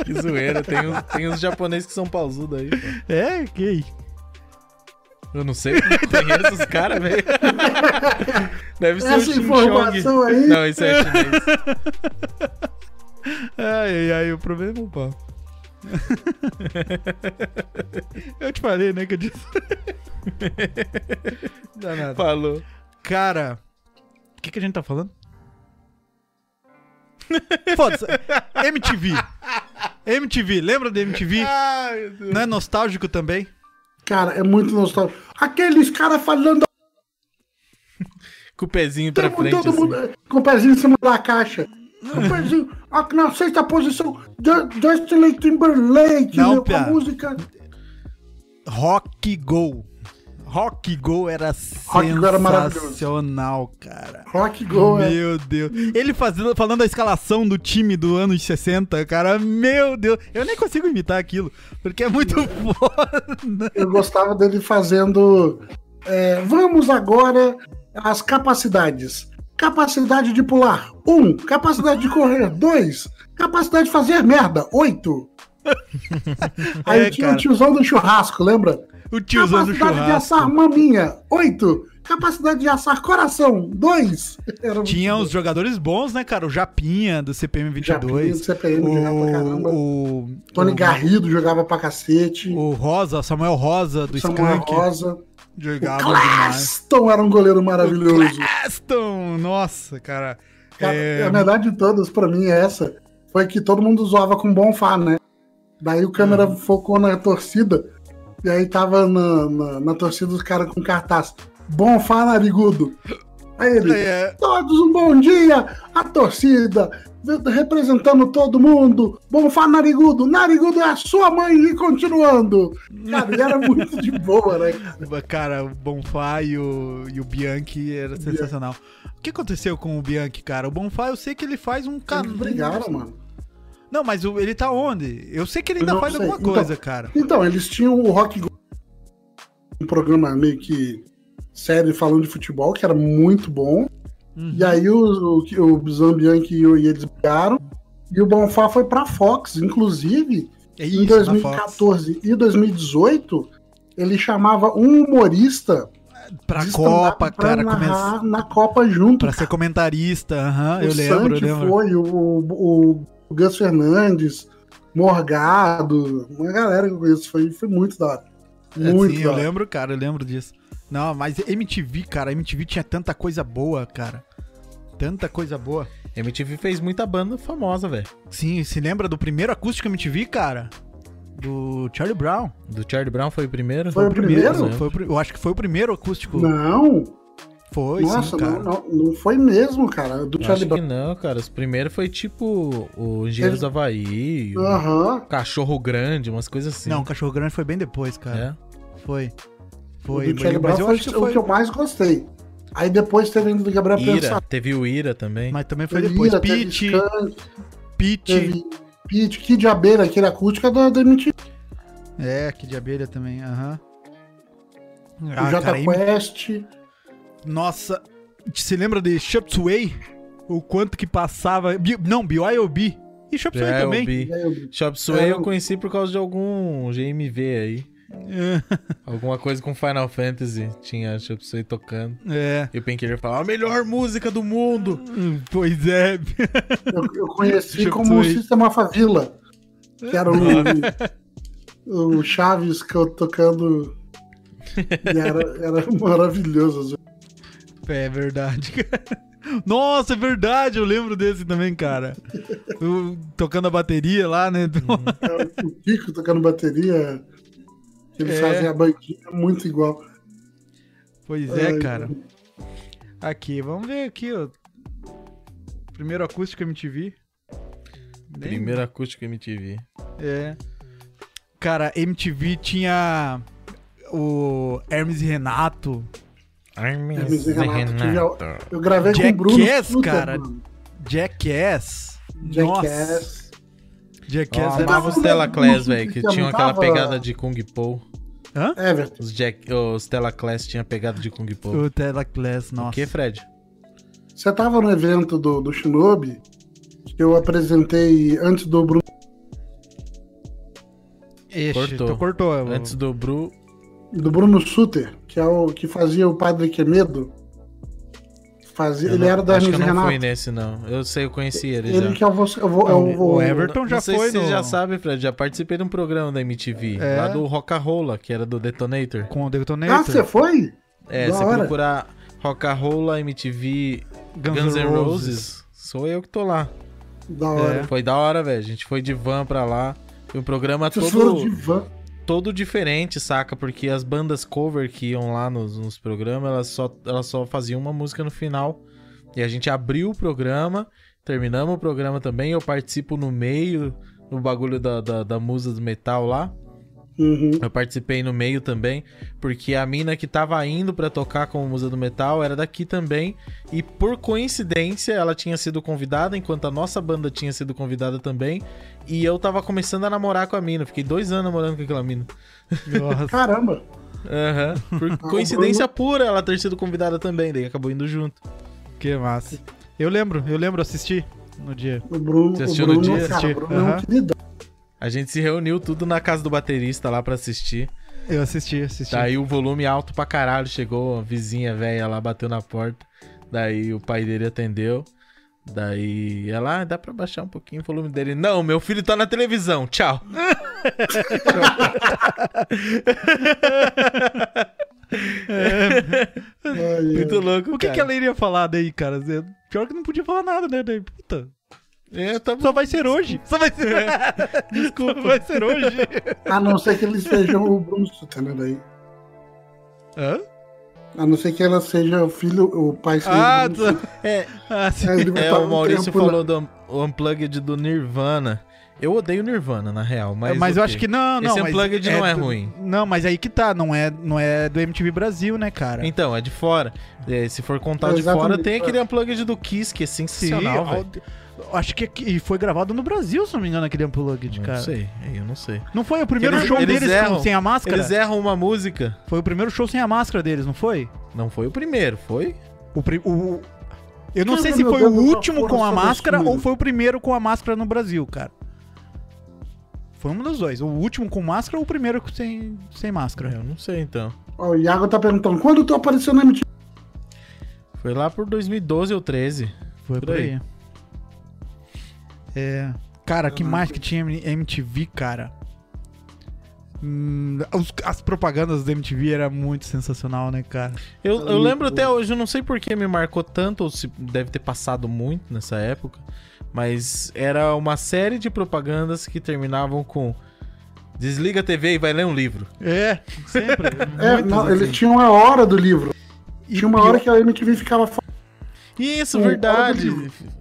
A: Que zoeira. Tem os, tem os japoneses que são pausudos aí. pô.
B: É, gay.
A: Eu não sei, não conheço os caras, velho. Deve ser
C: Essa
A: o Ching Chong.
C: informação aí.
A: Não, isso é chinês.
B: Ai, ai, ai, o problema é o pau. eu te falei, né, que eu disse. Danado.
A: Falou.
B: Cara, o que, que a gente tá falando? Foda-se. MTV. MTV, lembra da MTV? Não é nostálgico também?
C: Cara, é muito nostálgico. Aqueles caras falando
A: Com o pezinho pra
C: tempo
A: frente,
C: todo
A: assim.
C: mundo eh, com o pezinho em cima da caixa. Com o pezinho aqui na sexta posição, Ju- Justin Timberlake,
B: Não,
C: meu, com a
B: Pia.
C: música.
B: Rock Go. Rock Go era
C: Rock Go era maravilhoso.
B: sensacional, cara.
C: Rock Go, é.
B: Meu Deus. Ele fazendo, falando a escalação do time do anos 60, cara, meu Deus. Eu nem consigo imitar aquilo, porque é muito foda.
C: Eu gostava dele fazendo. é, vamos agora às capacidades. Capacidade de pular, um. Capacidade de correr, dois. Capacidade de fazer merda, oito. Aí
B: É,
C: tinha
B: cara.
C: o tiozão do churrasco, lembra?
B: O tiozão do
C: Capacidade de
B: churrasco.
C: assar maminha, oito. Capacidade de assar coração, dois. Era um muito
B: Tinha
C: bom.
B: uns jogadores bons, né, cara? O Japinha, do CPM
C: Japinha,
B: 22.
C: do CPM, jogava é pra caramba.
B: o, o,
C: Tony Garrido jogava pra cacete.
B: o Rosa, Samuel Rosa, do
C: Samuel
B: Skank.
C: Rosa.
B: Jogava demais.
C: Claston era um goleiro
B: O
C: maravilhoso.
B: Claston! Nossa, cara.
C: Cara,
B: É,
C: A verdade de todas, pra mim, é essa. Foi que todo mundo zoava com Bonfá, né? Daí o câmera
B: Uhum.
C: focou na torcida. E aí tava na, na, na torcida os caras com cartaz. Bonfá narigudo. Aí ele.
B: é,
C: Todos um bom dia! A torcida representando todo mundo. Bonfá narigudo. Narigudo é a sua mãe e continuando. Cara, ele era muito de boa, né?
B: Cara, o Bonfá e o, e o Bianchi era sensacional. O que aconteceu com o Bianchi, cara? O Bonfá, eu sei que ele faz um
C: Eles
B: canal.
C: brigaram, mano.
B: Não, mas o- ele tá onde? Eu sei que ele
C: Eu
B: ainda
C: não
B: faz
C: sei.
B: alguma
C: Então-
B: coisa, cara.
C: Então, eles tinham o Rock Go, um programa meio que sério falando de futebol, que era muito bom.
B: Uhum.
C: E aí o, o, o Zambianchi e o- e eles brigaram. E o Bonfá foi pra Fox. Inclusive,
B: É
C: em
B: isso, na Fox.
C: 2014 e 2018, ele chamava um humorista
B: Pra
C: de stand-up
B: Copa,
C: pra
B: cara.
C: narrar
B: Começa...
C: na Copa junto.
B: Pra ser comentarista, aham, Ah, eu
C: o
B: lembro, eu
C: Santi
B: lembro.
C: foi, o, o, o Gus Fernandes, Morgado, uma galera que eu conheço. Foi, foi muito da hora.
B: É,
C: Muito
B: Sim,
C: da
B: eu
C: hora.
B: lembro, cara, eu lembro disso. Não, mas MTV, cara, MTV tinha tanta coisa boa, cara. Tanta coisa boa.
A: MTV fez muita banda famosa, velho.
B: Sim, se lembra do primeiro acústico MTV, cara? Do Charlie Brown.
A: Do Charlie Brown foi o primeiro?
C: Foi o primeiro?
A: né?
B: Foi o pri- eu acho que foi o primeiro acústico.
C: Não,
B: Foi,
C: Nossa,
B: sim, cara.
C: não, não, não foi mesmo, cara. Do
A: Eu
C: Charlie
A: Acho que
C: Brown.
A: não, cara. Os primeiros foi tipo o Engenheiros do Havaí, o
C: Aham.
A: Cachorro Grande, umas coisas assim.
B: Ah. Não, o Cachorro Grande foi bem depois, cara.
A: É?
B: Foi.
C: O
B: Foi.
C: do
B: mas-
C: Charlie
B: mas
C: Brown
B: eu
C: foi,
B: acho que
C: o
B: foi.
C: que eu mais gostei. Aí depois teve ainda do Gabriel
A: Ira,
C: Pensado.
A: teve o Ira também.
B: Mas também foi depois.
C: Ira, teve
B: Pete,
C: Skank,
B: Pete.
C: teve Pete, Kid Abelha, aquele acústico é da, da MTV.
B: É, que de abelha também, aham.
C: o
B: Ah,
C: Jota
B: cara, e-
C: Quest.
B: nossa, se lembra de Shop's Way? O quanto que passava. B- não, BYOB. E Shop's Way
A: É, o
B: também.
A: Bi.
C: né, eu-
A: Chop Suey
C: É,
A: eu
C: o-
A: conheci por causa de algum GMV aí.
B: É,
A: Alguma coisa com Final Fantasy. Tinha Chop Suey tocando.
B: É.
A: E o Pinker falava, a melhor música do mundo!
B: Hum, Pois é.
C: Eu, eu conheci
B: Chop
C: como o
B: Suey.
C: Sistema Favila. Que era o, o Chaves que eu tocando. E era, era maravilhoso.
B: É verdade, cara. Nossa, é verdade, eu lembro desse também, cara. O- tocando a bateria lá, né?
A: Uhum.
C: O Pico tocando bateria. que Eles
B: É.
C: fazem a bandinha muito igual.
B: Pois é,
C: Ai,
B: cara. Aqui, vamos ver aqui, ó. Primeiro acústico MTV. Nem-
A: Primeiro acústico MTV.
B: É. Cara, MTV tinha o Hermes e Renato.
A: Hermes
C: Hermes
A: e
C: e Renato, que
A: Renato.
C: Eu gravei com o Bruno.
B: Jackass,
C: Suter,
B: cara.
C: mano.
B: Jackass. Nossa.
C: Jackass.
A: Eu
B: Jackass era...
A: amava
C: Dava
A: os
C: um-
A: Tela Class, velho, que
C: que
A: tinham aquela
C: dava-
A: pegada de Kung Po.
C: Everton.
A: Os, Jack, os Tela Class tinham pegada de Kung Po.
B: O Tela Class,
A: O
B: nossa.
A: que, Fred?
C: Você tava no evento do, do Shinobi, que eu apresentei antes do Bruno.
B: Ixi,
A: Cortou.
B: tu cortou. eu-
A: Antes do Bru,
C: do Bruno Suter, que é o que fazia o Padre Quemedo. Fazia,
A: Eu
C: ele
A: não-
C: era da
A: Acho
C: Hermes
A: que eu não
C: Renato.
A: fui nesse, não. Eu sei, eu conheci ele,
C: Ele
A: já.
C: que é eu vou. Eu vou,
B: Não,
C: eu vou-
B: o Everton já
A: não sei
B: foi
A: se
B: no...
A: você já sabe, Fred. Já participei de um programa da MTV.
B: É.
A: Lá do Rock'n'Rolla, que era do Detonator.
B: Com o Detonator.
C: Ah, você foi?
A: É,
C: Da
A: você
C: hora.
A: procurar Rock'n'Rolla MTV Guns, N' Roses, sou eu que tô lá. É.
C: Da hora.
A: Foi da hora, velho. A gente foi de van pra lá. Foi um programa
C: Vocês foram
A: todo,
C: de van.
A: todo diferente, saca? Porque as bandas cover que iam lá nos, nos programas, elas só, elas só faziam uma música no final. E a gente abriu o programa, terminamos o programa também. Eu participo no meio, no bagulho da, da, da musa do metal lá.
C: Uhum.
A: Eu participei no meio também, porque a mina que tava indo pra tocar com o Museu do Metal era daqui também, e por coincidência ela tinha sido convidada, enquanto a nossa banda tinha sido convidada também, e eu tava começando a namorar com a mina, fiquei dois anos namorando com aquela mina.
B: Nossa.
C: Caramba.
A: Aham, por coincidência pura ela ter sido convidada também, daí acabou indo junto.
B: Que massa. Eu lembro, eu lembro, assisti no dia.
C: O Bruno,
A: Você
C: o
A: assistiu no dia?
C: Bruno, cara, o
B: Assistiu.
C: Bruno é um
B: Aham.
C: queridão.
A: A gente se reuniu tudo na casa do baterista lá pra assistir,
B: Eu assisti, assisti.
A: daí o volume alto pra caralho, chegou a vizinha velha lá, bateu na porta, daí o pai dele atendeu. Daí ela, ah, dá pra baixar um pouquinho o volume dele. Não, meu filho tá na televisão, tchau.
B: É.
C: Ai,
A: Muito
C: ai.
A: louco.
B: O que, que
A: cara.
B: ela iria falar daí, cara? Zé? Pior que não podia falar nada, né? Daí, puta.
A: É, tá bom.
B: Só vai ser hoje. Só vai ser. Desculpa. vai ser hoje.
C: é. A não ser que eles sejam o Bruno Suter, né? Daí.
B: Hã?
C: A não ser que ela seja o filho, o pai seja.
B: Ah,
C: o Bruno
B: tá.
A: É,
B: Ah, sim.
C: Suter. Ele vai
A: é,
C: estar
A: o
C: um
A: Maurício
C: tempo lá.
A: falou do un- o Unplugged do Nirvana. Eu odeio Nirvana, na real, mas.
B: É,
C: É,
B: Mas, eu
A: ok.
B: acho que não, não.
A: Esse
B: mas
A: Unplugged não é
B: do-
A: ruim.
B: Não, mas aí que tá, não é, não é do MTV Brasil, né, cara?
A: Então, é de fora. É, se for contar
C: É,
A: o de fora,
C: exatamente.
A: tem aquele Unplugged do Kiss, que é sensacional,
B: Sim,
A: velho.
B: eu- Acho que aqui- e foi gravado no Brasil, se não me engano, aquele Unplugged,
A: Eu
B: cara.
A: Não sei, eu não sei.
B: Não foi o primeiro
A: Eles-
B: show
A: eles
B: deles
A: erram.
B: com- sem a máscara?
A: Eles erram uma música.
B: Foi o primeiro show sem a máscara deles, não foi?
A: Não foi o primeiro, foi?
B: O, pri- o- Eu não
C: Cara,
B: sei se
C: meu
B: foi
C: Deus,
B: o
C: eu só
B: último
C: furo
B: com a
C: sobre
B: máscara
C: isso,
B: ou
C: mano.
B: foi o primeiro com a máscara no Brasil, cara. Foi um dos dois. O último com máscara ou o primeiro com- sem, sem máscara?
A: Eu não sei, então.
C: Ó, o Iago tá perguntando: quando tu apareceu na MTV?
A: Foi lá por 2012 ou 13.
B: Foi
A: por aí.
B: É. Cara, que mais que tinha M- MTV, cara? Hum, os- as propagandas da MTV era muito sensacional, né, cara?
A: Eu, eu lembro até hoje, eu não sei por que me marcou tanto, ou se deve ter passado muito nessa época, mas era uma série de propagandas que terminavam com desliga a TV e vai ler um livro.
B: É, sempre.
C: É,
B: Muitas,
C: não,
B: assim.
C: eles tinham a hora do livro.
B: E
C: Tinha uma
B: pior-
C: hora que a MTV ficava fora.
A: Isso,
C: Sim,
A: verdade.
C: hora do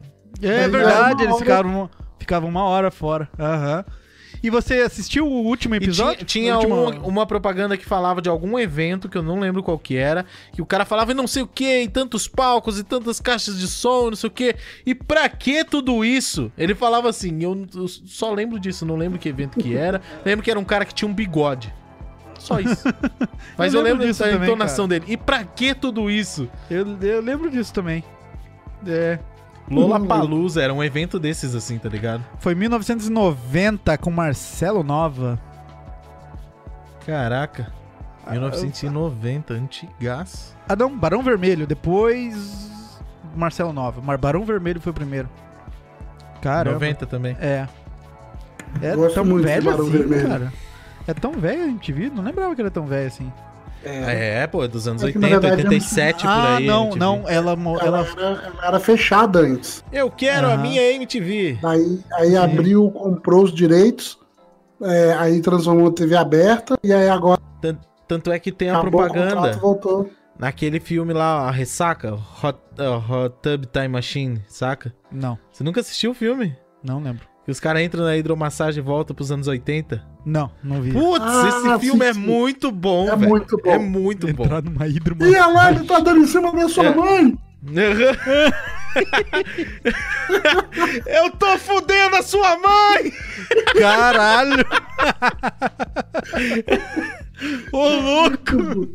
B: É
C: Mas
B: verdade,
C: era
B: eles
C: uma
B: ficaram, uma- ficavam uma hora fora. é, Aham. E você assistiu o último
A: E tinha,
B: episódio?
A: tinha
B: O último-
A: um- uma propaganda que falava de algum evento, que eu não lembro qual que era, que o cara falava e não sei o que, e tantos palcos, e tantas caixas de som, não sei o que. E pra que tudo isso? Ele falava assim, eu, eu só lembro disso, não lembro que evento que era. lembro que era um cara que tinha um bigode. Só isso. Mas eu,
B: Eu lembro
A: lembro,
B: disso
A: da
B: também,
A: entonação dele. E pra que tudo isso?
B: Eu, eu lembro disso também. É.
A: Lollapalooza era um evento desses assim, tá ligado?
B: Foi 1990 com Marcelo Nova.
A: Caraca. Ah, 1990, antigaço.
B: Ah, não, Barão Vermelho. Depois. Marcelo Nova. Mas Barão Vermelho foi o primeiro. Cara.
A: 90 também.
B: É. É
C: Gosto
B: tão
C: muito de
B: velho
C: Barão
B: assim,
C: Vermelho.
B: cara. É tão velho a MTV? Não lembrava que era tão velho assim.
A: É, pô, dos anos
C: É que, na
A: 80,
C: verdade, é um-
A: 87 por
B: ah,
A: aí.
B: não,
A: MTV.
B: não. Ela, mo-
C: Ela, é-
B: ela
C: era, ela era fechada antes.
A: Eu quero a
B: Aham.
A: minha MTV.
C: Aí, aí abriu, comprou os direitos, é, aí transformou a TV aberta, e aí agora
A: Tanto é que tem a
C: acabou o
A: propaganda
C: contrato voltou.
A: naquele filme lá, a Ressaca, Hot, uh, Hot Tub Time Machine, saca?
B: Não,
A: Você nunca assistiu o filme?
B: não lembro.
A: Que os caras entram na hidromassagem e voltam pros anos 80.
B: Não, não vi.
A: Putz,
C: Ah,
A: esse filme é
C: assisti.
A: muito bom,
C: É
A: velho.
C: muito bom.
A: É muito bom.
B: Entrar numa hidro,
C: E olha lá, ele tá dando em cima da sua
A: É.
C: mãe!
A: Eu tô fudendo a sua mãe!
B: Caralho! Ô, louco!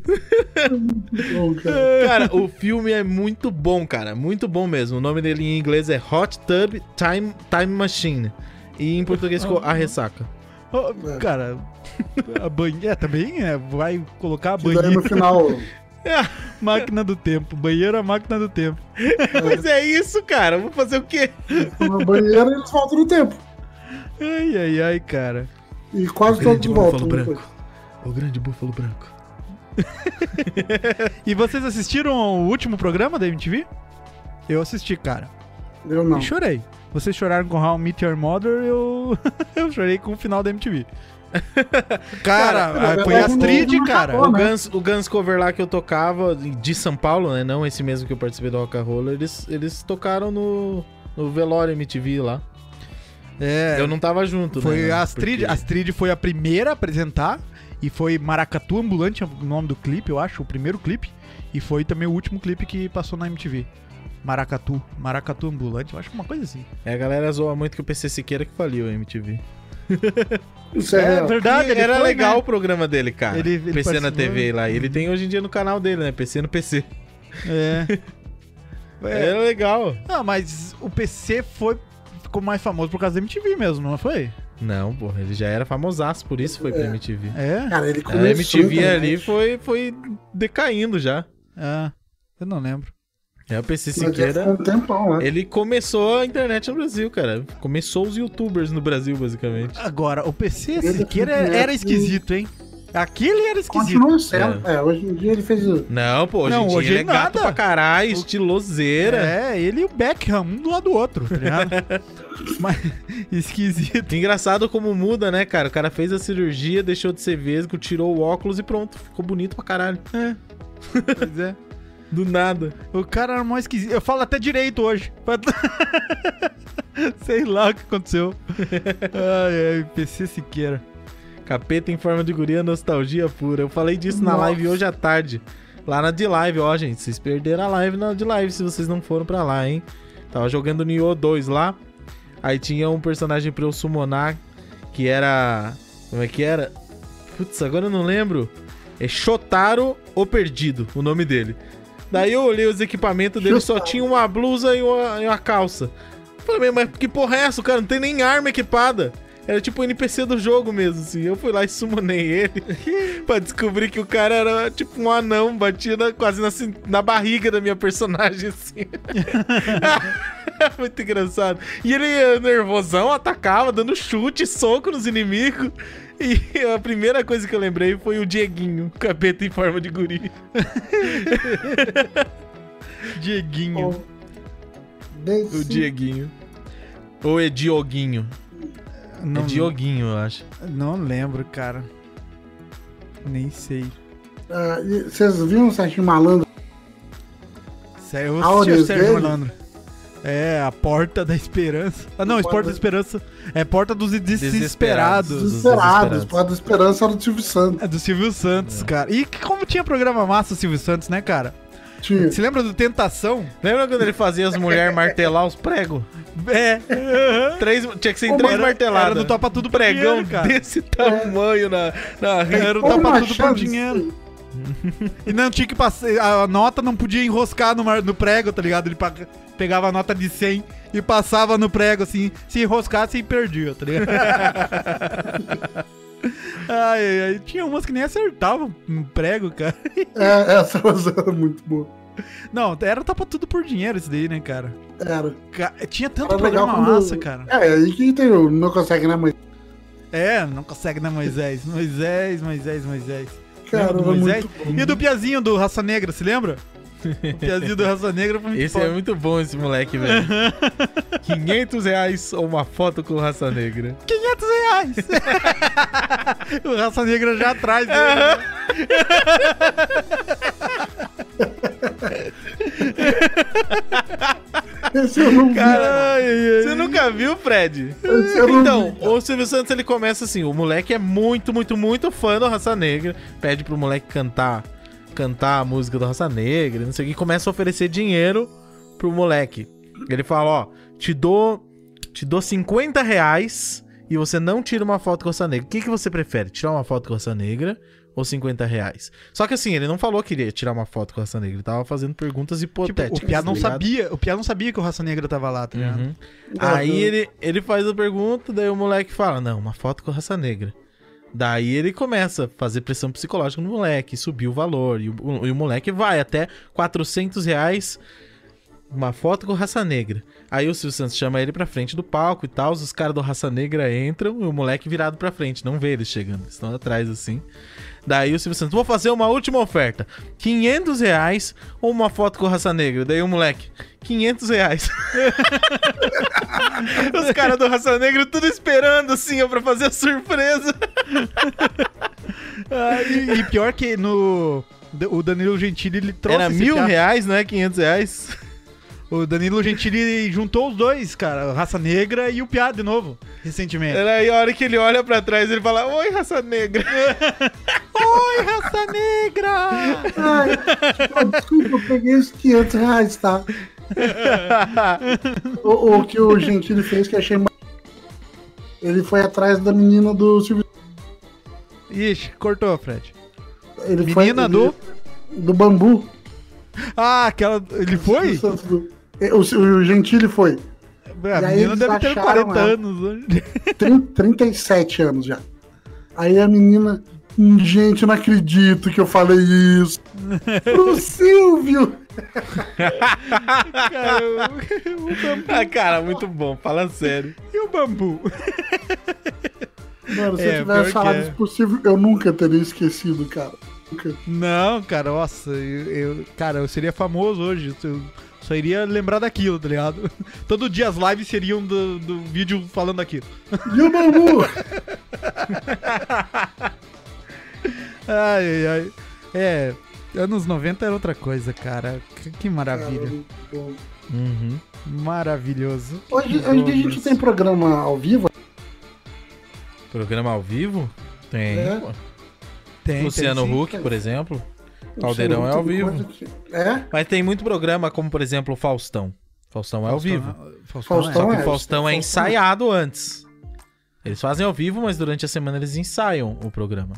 C: Bom, cara.
A: Cara, o filme é muito bom, cara. Muito bom mesmo. O nome dele em inglês é Hot Tub Time, Time Machine. E em português ficou A Ressaca.
B: Ô, cara, a banheira também é. Vai colocar a
C: Que daí no
B: banheira.
C: final.
B: Máquina do tempo. Banheiro é a máquina do tempo.
A: Mas é isso, cara. Vou fazer o quê?
C: No banheiro eles voltam no tempo.
B: Ai, ai, ai, cara.
C: E quase
A: Grande
C: todos voltam.
A: búfalo
C: depois.
A: O grande búfalo branco.
B: E vocês assistiram o último programa da MTV? Eu assisti, cara.
C: Eu não.
B: E chorei. Vocês choraram com How I Meet Your Mother, eu, eu chorei com o final da MTV. cara,
C: Cara,
B: foi a
C: não-
B: Astrid,
C: não
B: cara.
C: acabou,
A: O
C: né?
A: Guns, o Guns Cover lá que eu tocava, de São Paulo, né? Não esse mesmo que eu participei do Rock and Roll, eles, eles tocaram no, no Velório MTV lá.
B: É,
A: Eu não tava junto, né?
B: foi a
A: Porque-
B: Astrid. A Astrid foi a primeira a apresentar. E foi Maracatu Ambulante, é o nome do clipe, eu acho, o primeiro clipe. E foi também o último clipe que passou na MTV. Maracatu. Maracatu Ambulante, eu acho que uma coisa assim.
A: É, a galera zoa muito que o PC Siqueira que faliu a MTV.
C: Isso é, real.
B: verdade, né?
A: era legal o programa dele, cara.
B: Ele- ele
A: PC na
B: participou.
A: TV lá. Ele tem hoje em dia no canal dele, né? PC no PC.
B: É.
A: Era legal.
B: Ah, mas o PC foi ficou mais famoso por causa da MTV mesmo, não foi?
A: Não, porra, ele já era famosaço, por isso foi pra MTV.
B: É?
C: Cara, ele
A: A
C: começou.
A: MTV
C: né?
A: ali foi, foi decaindo já.
B: Ah, eu não lembro.
A: É, o PC
C: Mas já
A: Siqueira. É
C: ficou um tempão, né?
A: Ele começou a internet no Brasil, cara. Começou os youtubers no Brasil, basicamente.
B: Agora, o PC
C: Ele
B: Siqueira era,
C: foi
B: era
C: direto-
B: esquisito, hein? Aquele era esquisito.
C: Continua sendo. É. hoje em dia ele fez. o-
A: Não, pô, hoje
B: Não,
A: em dia
B: hoje
A: ele é
B: nada.
A: gato pra caralho, estiloseira.
B: É, ele e o Beckham, um do lado do outro, tá ligado? Mas, esquisito.
A: Engraçado como muda, né, cara? O cara fez a cirurgia, deixou de ser vesgo, tirou o óculos e pronto. Ficou bonito pra caralho.
B: Pois é.
A: Do nada.
B: O cara era mó esquisito. Eu falo até direito hoje. Sei lá o que aconteceu. Ai, ai, PC Siqueira.
A: Capeta em forma de guria, nostalgia pura. Eu falei disso na
C: Nossa.
A: live hoje à tarde. Lá na de live, ó, gente. Vocês perderam a live na de live se vocês não foram pra lá, hein? Tava jogando Nioh 2 lá. Aí tinha um personagem pra eu summonar que era. Como é que era? Putz, agora eu não lembro. É Shotaro o Perdido, o nome dele. Daí eu olhei os equipamentos dele, só tinha uma blusa e uma, e uma calça. Falei, "Meu, mas que porra é essa? O cara não tem nem arma equipada. Era tipo o NPC do jogo mesmo, assim. Eu fui lá e summonei ele pra descobrir que o cara era tipo um anão, batia na- quase na, cin- na barriga da minha personagem, assim. Muito engraçado. E ele, eh, nervosão, atacava, dando chute, soco nos inimigos. E a primeira coisa que eu lembrei foi o Dieguinho, capeta em forma de guri.
B: Dieguinho.
C: Desde
A: O Dieguinho. Ou é Dioguinho?
B: não,
A: É Dioguinho, eu acho.
B: não lembro, cara. Nem sei.
C: É, Ah, e vocês viram o Serginho Malandro
B: Sério, eu
C: A
B: assisti o
C: orelha
B: Sérgio
C: dele?
B: Malandro. É, a Porta da Esperança. Ah, não, Porta da Esperança. É Porta dos Desesperados.
A: Desesperados.
C: Desesperados. Pô, a esperança era do Silvio Santos.
B: É do Silvio Santos, cara. E que- como tinha programa massa o Silvio Santos, né, cara?
C: Tinha.
B: Você lembra do Tentação?
A: Lembra quando ele fazia as mulheres martelar os pregos?
B: É.
A: Três, tinha que ser em
B: Ô,
A: três
B: mano,
A: marteladas.
B: era do Topa Tudo
A: pregão
B: Dinheiro, cara. É.
A: desse tamanho na, na
B: Era
A: rede.
B: o
C: Como
B: Tapa Tudo por
C: achando isso
B: Dinheiro. E não tinha que passar. A nota não podia enroscar no, mar- no prego, tá ligado? Ele pa- pegava a nota de 100 e passava no prego, assim. Se enroscasse, e perdia, tá ligado? ai, ai, ai. Tinha umas que nem acertavam um prego, cara.
C: É, essa razão era muito boa.
B: Não, era tapa tudo por dinheiro isso daí, né, cara?
C: Era.
B: Ca- Tinha tanto
C: Era legal
B: programa
C: quando-
B: massa, cara.
C: É, aí que tem o Não Consegue, né, mãe?
B: É, não consegue, né, Moisés? Moisés, Moisés, Moisés.
C: Cara,
B: Lembra do
C: era
B: Moisés?
C: muito bom.
B: é, E do Piazinho do Raça Negra, se lembra? O Piazinho do Raça Negra foi muito
A: Esse
B: foda.
A: é muito bom, esse moleque, velho. 500 reais ou uma foto com raça negra.
B: 500 reais! o Raça Negra já atrás dele. né?
C: Esse eu não vi.
A: Você nunca viu, Fred?
C: Esse eu não
A: Então,
C: vi.
A: o Silvio Santos ele começa assim: o moleque é muito, muito, muito fã do Raça Negra. Pede pro moleque cantar cantar a música do Raça Negra, não sei o que. e Começa a oferecer dinheiro pro moleque. Ele fala: Ó, te dou, te dou 50 reais e você não tira uma foto com a Raça Negra. O que, que você prefere? Tirar uma foto com a Raça Negra ou 50 reais? Só que assim, ele não falou que iria tirar uma foto com a Raça Negra. Ele tava fazendo perguntas
B: Tipo,
A: hipotéticas.
B: o Piá não
A: tá ligado?
B: sabia. O Piá não sabia que o Raça Negra tava lá, tá ligado?
A: Uhum.
C: Ah,
A: Aí
C: eu-
A: ele, ele faz a pergunta, daí o moleque fala: Não, uma foto com raça negra. Daí ele começa a fazer pressão psicológica no moleque, subir o valor. E o, e o moleque vai até 400 reais, uma foto com raça negra. Aí o Silvio Santos chama ele pra frente do palco e tal. Os caras do raça negra entram e o moleque virado pra frente. Não vê eles chegando, eles estão atrás assim. Daí o Silvio Santos, vou fazer uma última oferta: 500 reais ou uma foto com raça negra? Daí o moleque, 500 reais. Os caras do Raça Negra tudo esperando, assim, ó, pra fazer a surpresa.
B: Ah, e, e pior que no... O Danilo Gentili, ele trouxe
A: Era
B: esse
A: mil
B: Piá.
A: reais, não é? 500 reais.
B: O Danilo Gentili juntou os dois, cara. a Raça Negra e o Piá de novo, recentemente.
A: É. Era aí a hora que ele olha pra trás, ele fala, Oi, Raça Negra. É.
B: Oi, Raça Negra!
C: Ai, pô, desculpa, eu peguei os 500 reais, tá? o, o que o Gentili fez que eu achei. ma- Ele foi atrás da menina do Silvio.
B: Ixi, cortou, Fred.
C: Ele foi-
B: Menina
C: ele-
B: do...
C: Do bambu.
B: Ah, aquela... Ele foi?
C: Do Santos do- E- O, o Gentili foi.
B: A
C: E aí
B: menina
C: eles
B: deve ter
C: acharam
B: 40
C: ela.
B: anos.
C: Trin- 37 anos já. Aí a menina. "Hum, Gente, eu não acredito que eu falei isso. Pro Silvio!
A: ah, cara, muito bom, fala sério.
B: E o bambu?
C: Mano, se
B: É,
C: eu tivesse
B: pior
C: falado
B: que é.
C: isso pro Silvio, eu nunca teria esquecido, cara. Nunca.
B: Não, cara, nossa, eu, eu- cara, eu seria famoso hoje. Eu só iria lembrar daquilo, tá ligado? Todo dia as lives seriam do, do vídeo falando aquilo.
C: E o bambu?
B: Ai, ai, ai. É, anos 90 era outra coisa, cara. Que, que maravilha.
C: Bom,
A: Uhum.
B: Maravilhoso.
C: Hoje, hoje a gente tem programa ao vivo,
A: Programa ao vivo? Tem.
C: É.
A: pô.
B: Tem,
A: Luciano
B: tem sim.
A: Huck, por exemplo. Caldeirão é ao vivo.
C: É?
A: Mas tem muito programa, como por exemplo o Faustão. Faustão é ao
B: Faustão,
A: vivo.
B: né? Faustão,
A: Só
C: Faustão
A: que
C: é.
A: o Faustão é ensaiado antes. Eles fazem ao vivo, mas durante a semana eles ensaiam o programa.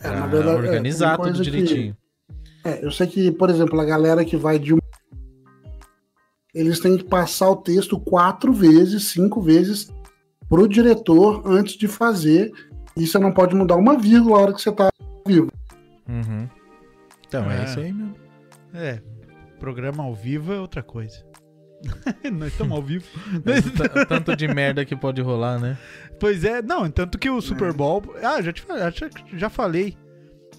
C: É,
A: Pra
C: na verdade, é,
A: organizar
C: tem coisa
A: Ah, tudo
C: que-
A: direitinho.
C: É, eu sei que, por exemplo, a galera que vai de um. Eles têm que passar o texto quatro vezes, cinco vezes pro diretor antes de fazer. E você não pode mudar uma vírgula a hora que você tá.
A: Uhum. Então é,
B: É.
A: isso aí mesmo.
B: É, programa ao vivo é outra coisa. Nós estamos ao vivo.
C: É.
A: T- Tanto de merda que pode rolar, né?
B: Pois é, não, tanto que o Super Bowl. Ah, já te falei, já, já falei.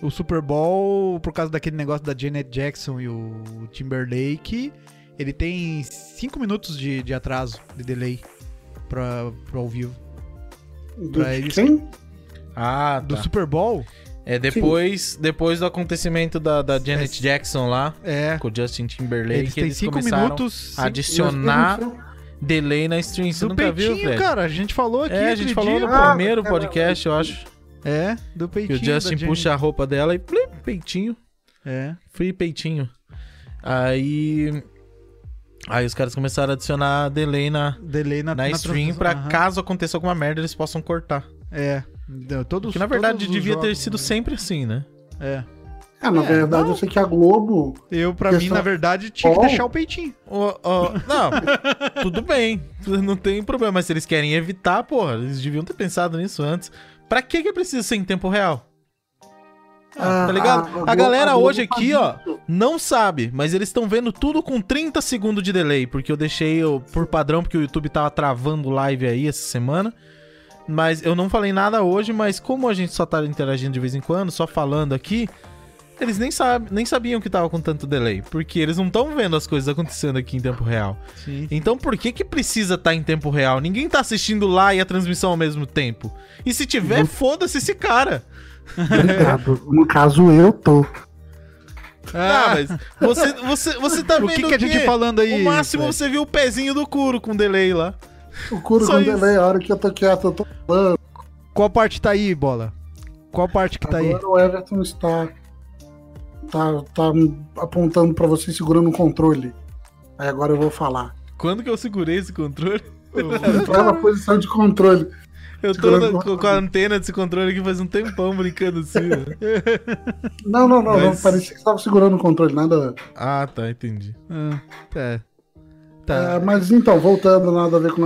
B: O Super Bowl, por causa daquele negócio da Janet Jackson e o Timberlake, ele tem 5 minutos de, de atraso, de delay, pra, pro ao vivo.
C: Do...
B: Pra eles-
C: Quem?
A: Ah,
B: Do
A: tá.
B: Super Bowl?
A: É, depois, depois do acontecimento da, da Janet Jackson lá,
B: É.
A: com o Justin Timberlake,
B: Eles têm
A: eles
B: 5
A: começaram
B: minutos
A: a adicionar delay na stream. Você
B: do
A: nunca
B: peitinho,
A: viu, velho?
B: cara. A gente falou aqui.
A: É, a
B: outro
A: gente falou
B: dia,
A: no
C: Ah,
A: primeiro
C: é,
A: podcast, eu acho,
B: pô. É, do
A: que
B: peitinho.
A: o Justin
B: da Jenny.
A: puxa a roupa dela e plim, peitinho,
B: É.
A: free peitinho. Aí aí os caras começaram a adicionar delay na
B: Delay na,
A: na stream
B: transmissão.
A: pra
B: Aham.
A: caso aconteça alguma merda eles possam cortar.
B: É. Deu Todos,
A: Que na verdade
B: todos os
A: devia ter
B: jogos,
A: sido
B: né?
A: sempre assim, né?
B: É.
C: É, na
A: É,
C: verdade,
A: não.
C: eu sei que a Globo.
B: Eu, pra
C: Porque
B: mim,
C: só-
B: na verdade, tinha que
C: Bom.
B: deixar o peitinho.
A: Ó, ó, não, tudo bem, não tem problema, mas se eles querem evitar, porra, eles deviam ter pensado nisso antes. Pra que que precisa ser em tempo real?
C: Ah,
A: tá ligado? A
C: Globo-
A: galera
C: Globo
A: hoje
C: faz
A: aqui, ó,
C: isso.
A: Não sabe, mas eles estão vendo tudo com 30 segundos de delay, porque eu deixei eu, por padrão, porque o YouTube tava travando live aí essa semana. Mas eu não falei nada hoje, mas como a gente só tá interagindo de vez em quando, só falando aqui, eles nem, sabe, nem sabiam que tava com tanto delay, porque eles não estão vendo as coisas acontecendo aqui em tempo real.
B: Sim.
A: Então por que que precisa estar em tempo real? Ninguém tá assistindo lá e a transmissão ao mesmo tempo. E se tiver, foda-se esse cara.
C: Obrigado. No caso, eu tô.
A: Ah, mas você, você, você tá vendo
B: o que, que a gente falando aí?
A: O máximo
B: Fred?
A: você viu o pezinho do Kuro com delay lá.
C: O Curo
A: Só
C: com
A: isso.
C: delay, a hora que eu tô quieto, eu tô falando.
B: Qual parte tá aí, bola? Qual parte que tá aí?
C: Agora o Everton está. Tá, tá apontando pra você segurando o controle. Aí agora eu vou falar.
A: Quando que eu segurei esse controle?
B: É,
C: Eu tô na posição de controle.
A: Eu tô
C: Segurando
A: na-
C: o
A: com, com a antena desse controle aqui faz um tempão brincando assim. ó.
C: Não, não, não, não.
A: Mas-
C: Parecia que você tava segurando o controle, nada.
A: ah, tá, entendi.
B: Ah, tá.
C: É,
B: Tá.
C: mas então, voltando, nada a ver com.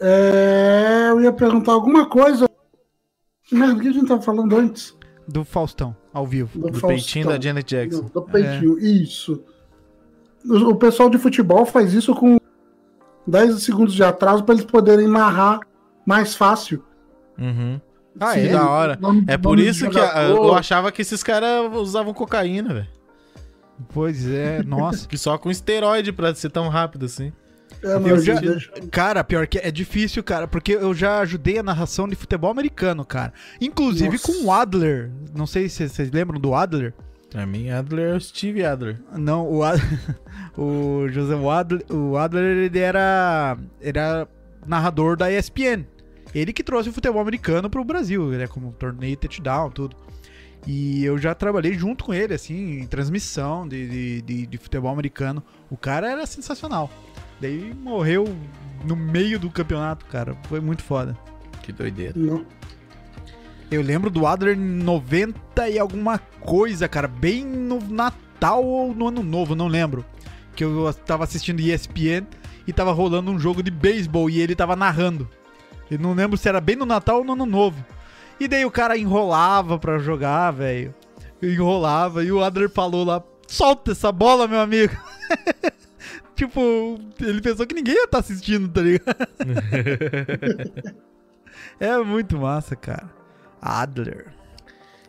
C: É, eu ia perguntar alguma coisa. Merda, do que a gente tava falando antes?
B: Do Faustão, ao vivo.
A: Do
C: Faustão.
A: peitinho da Janet Jackson.
C: Do, do peitinho, isso. O, o pessoal de futebol faz isso com 10 segundos de atraso pra eles poderem narrar mais fácil.
A: Uhum.
B: Ah,
A: Que
B: é?
A: da hora.
C: Nome-
A: É por
C: um nome do
A: isso que a-
C: jogador.
A: eu achava que esses caras usavam cocaína, velho.
B: Pois é, nossa.
A: Que só com esteroide pra ser tão rápido assim.
C: É, não,
B: Eu
C: eles
B: já-
C: deixam-
B: Cara, pior que é difícil, cara, porque eu já ajudei a narração de futebol americano, cara. Inclusive
C: Nossa.
B: com o Adler. Não sei se vocês lembram do Adler.
A: Pra mim, Adler é o Steve Adler.
B: Não, o, Ad... o José o Adler, o Adler, ele era era narrador da ESPN. Ele que trouxe o futebol americano pro Brasil, né, como torneio touchdown, tudo. E eu já trabalhei junto com ele, assim, em transmissão de, de, de- de futebol americano. O cara era sensacional. Daí morreu no meio do campeonato, cara. Foi muito foda.
A: Que doideira.
C: Não.
B: Eu lembro do Adler em 90 e alguma coisa, cara. Bem no Natal ou no Ano Novo, não lembro. Que eu tava assistindo ESPN e tava rolando um jogo de beisebol e ele tava narrando. Eu não lembro se era bem no Natal ou no Ano Novo. E daí o cara enrolava pra jogar, velho. Enrolava e o Adler falou lá: solta essa bola, meu amigo. tipo, ele pensou que ninguém ia estar assistindo, tá ligado? é muito massa, cara. Adler.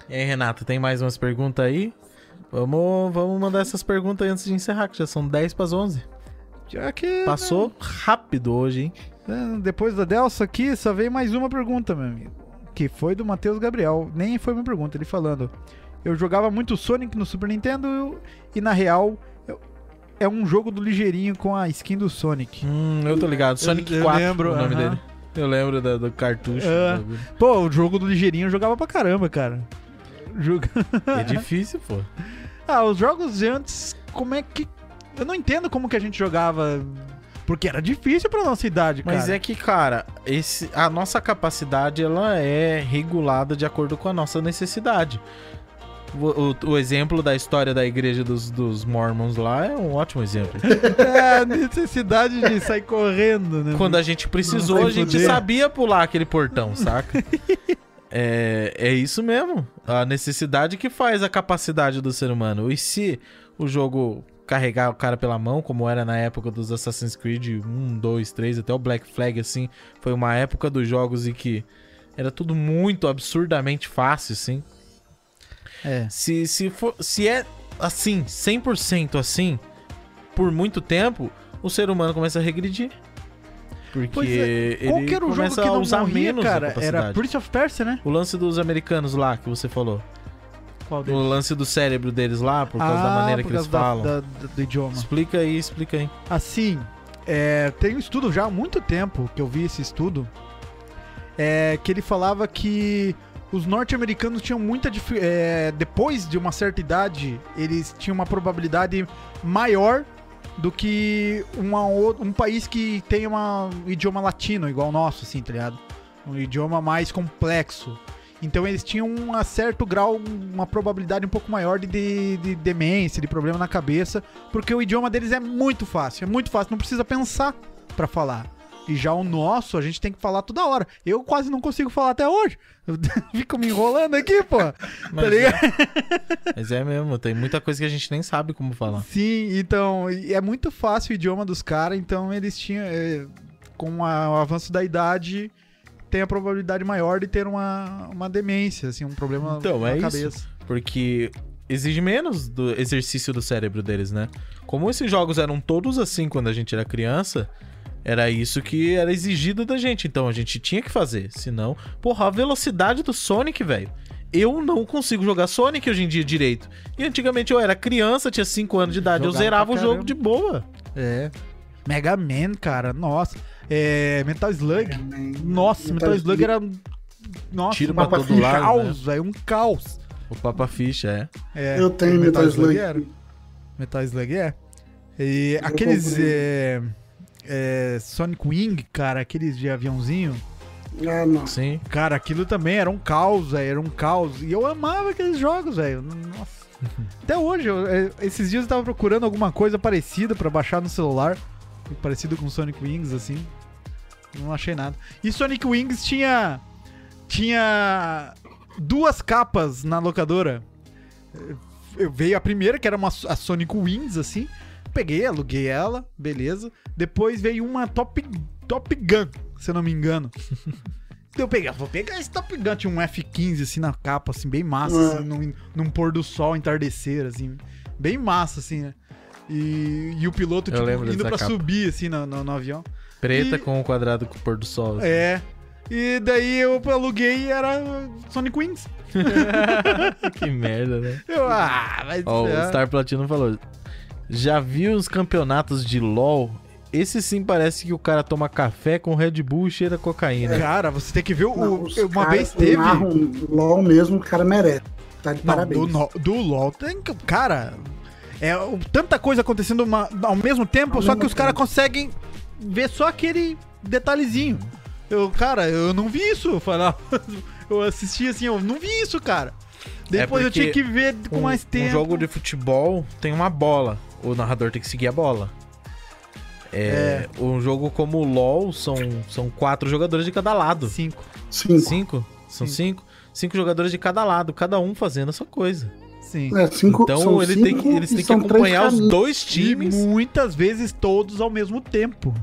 A: E aí, Renato, tem mais umas perguntas aí? Vamos, vamos mandar essas perguntas aí antes de encerrar, que já são 10 pras 11.
B: Já que.
A: Passou rápido hoje, hein?
B: né, Depois da Delso aqui, só veio mais uma pergunta, meu amigo. Que foi do Matheus Gabriel. Nem foi uma pergunta, ele falando. Eu jogava muito Sonic no Super Nintendo eu- e na real eu- é um jogo do ligeirinho com a skin do Sonic.
A: Hum, eu tô ligado. Sonic
B: eu
A: 4
B: lembro,
A: o nome
B: aham.
A: dele. Ah. Eu lembro da- do, cartucho.
B: É.
A: do bagulho.
B: Pô, o jogo do ligeirinho eu jogava pra caramba, cara. Joga-
A: É difícil, pô.
B: Ah, os jogos de antes, como é que. Eu não entendo como que a gente jogava. Porque era difícil pra nossa idade, cara.
A: Mas é que, cara, esse, a nossa capacidade ela é regulada de acordo com a nossa necessidade. O, o- o exemplo da história da igreja dos, dos Mormons lá é um ótimo exemplo.
B: É, a necessidade de sair correndo, né?
A: Quando a gente precisou,
B: Não
A: a
B: sei
A: gente
B: poder.
A: sabia pular aquele portão, saca? É, é isso mesmo. A necessidade que faz a capacidade do ser humano. E se o jogo carregar o cara pela mão, como era na época dos Assassin's Creed 1, 2, 3, até o Black Flag, assim, foi uma época dos jogos em que era tudo muito absurdamente fácil, assim.
B: É.
A: Se, se, for, se é assim, 100% assim, por muito tempo, o ser humano começa a regredir. Porque
B: Pois é,
A: ele
B: Qual que era o jogo
A: começa
B: que
A: a
B: não
A: usar
B: morria,
A: menos a
B: cara? Era
A: capacidade.
B: Prince of Persia, né?
A: O lance dos americanos lá, que você falou.
B: Qual
A: O lance do cérebro deles lá, por causa da
B: Ah,
A: maneira
B: por
A: que eles
B: causa
A: falam.
B: da- da- da- do idioma.
A: Explica aí, explica aí.
B: Assim, é, tem um estudo já há muito tempo que eu vi esse estudo, é, que ele falava que os norte-americanos tinham muita dif- é, depois de uma certa idade, eles tinham uma probabilidade maior do que uma ou- um país que tem uma- um idioma latino, igual o nosso, assim, tá ligado? Um idioma mais complexo. Então eles tinham um certo grau, uma probabilidade um pouco maior de- de- de demência, de problema na cabeça, porque o idioma deles é muito fácil, é muito fácil, não precisa pensar pra falar. E já o nosso, a gente tem que falar toda hora. Eu quase não consigo falar até hoje. Eu fico me enrolando aqui, pô.
A: Mas,
B: ligado?
A: É, mas é mesmo, tem muita coisa que a gente nem sabe como falar.
B: Sim, então, e é muito fácil o idioma dos caras, então eles tinham, é, com a- o avanço da idade, tem a probabilidade maior de ter uma, uma demência, assim, um problema
A: Então,
B: na
A: é isso.
B: cabeça.
A: Porque exige menos do exercício do cérebro deles, né? Como esses jogos eram todos assim quando a gente era criança, era isso que era exigido da gente. Então a gente tinha que fazer. Senão, porra, a velocidade do Sonic, velho. Eu não consigo jogar Sonic hoje em dia direito. E antigamente eu era criança, tinha 5 anos de idade, eu
B: Jogava
A: zerava
B: pra
A: o jogo
B: caramba.
A: de boa.
B: É. Mega Man, cara, nossa. É, Metal Slug. Nossa, Metal,
C: Metal
B: Slug
C: Slug.
B: era. Nossa,
A: Tiro
B: um
A: pra todo lado, né?
B: caos, velho. Um caos.
A: O Papa Ficha, é.
B: É,
C: Eu tenho Metal, Slug.
B: era. Metal Slug é. E
C: Eu
B: aqueles.
C: comprei.
B: é, é, Sonic Wing, cara, aqueles de aviãozinho.
C: Ah, não.
A: Sim.
B: Cara, aquilo também era um caos, velho. Era um caos. E eu amava aqueles jogos, velho. Nossa.
A: Uhum.
B: Até hoje, eu- é, esses dias eu tava procurando alguma coisa parecida pra baixar no celular. Parecido com Sonic Wings, assim. Não achei nada. E Sonic Wings tinha. Tinha. Duas capas na locadora. Eu- veio a primeira, que era uma, a Sonic Wings, assim. Peguei, aluguei ela, beleza. Depois veio uma Top, Top Gun, se eu não me engano. Então Eu peguei, vou pegar esse Top Gun, tinha um F-15 assim na capa, assim, bem massa,
C: É.
B: assim, num, num pôr do sol entardecer, assim, bem massa, assim, né? E, e o piloto, tipo,
A: Eu lembro
B: indo
A: dessa
B: pra
A: capa.
B: subir, assim, no, no- no avião.
A: Preta
B: E-
A: com o quadrado com o pôr do sol. assim.
B: É. E daí eu aluguei e era Sonic Wings.
A: que merda, né?
B: Eu, ah, mas.
A: Ó, o
B: é.
A: Star Platino falou. Já viu os campeonatos de LOL? Esse sim parece que o cara toma café com Red Bull e cheira
C: É,
A: cocaína.
B: Cara, você tem que ver o.
C: Não, os
B: uma
C: caras
B: vez
C: que
B: teve.
C: narram LOL mesmo, o cara merece. Tá
B: Não,
C: de parabéns.
B: do, no- do LOL tem. que- Cara, é o- tanta coisa acontecendo uma- ao mesmo tempo,
C: Ao
B: só
C: mesmo
B: que os caras conseguem ver só aquele detalhezinho. Eu, cara, eu não vi isso. Eu falava. Eu assisti assim, eu não vi isso, cara.
A: É
B: Depois eu
A: porque
B: tinha que ver com
A: Um-
B: mais tempo.
A: Um jogo de futebol tem uma bola. O narrador tem que seguir a bola. É, Um jogo como o LOL são, são quatro jogadores de cada lado.
B: Cinco.
C: Cinco.
A: Cinco? São
B: Cinco.
A: cinco? Cinco jogadores de cada lado, cada um fazendo a sua coisa.
B: Sim.
C: É, cinco
A: então
C: são
A: ele
C: cinco
A: tem que, eles
C: e
A: têm que
C: são três
A: acompanhar os
C: caminhos.
A: dois
B: E
A: times.
B: muitas vezes todos ao mesmo tempo.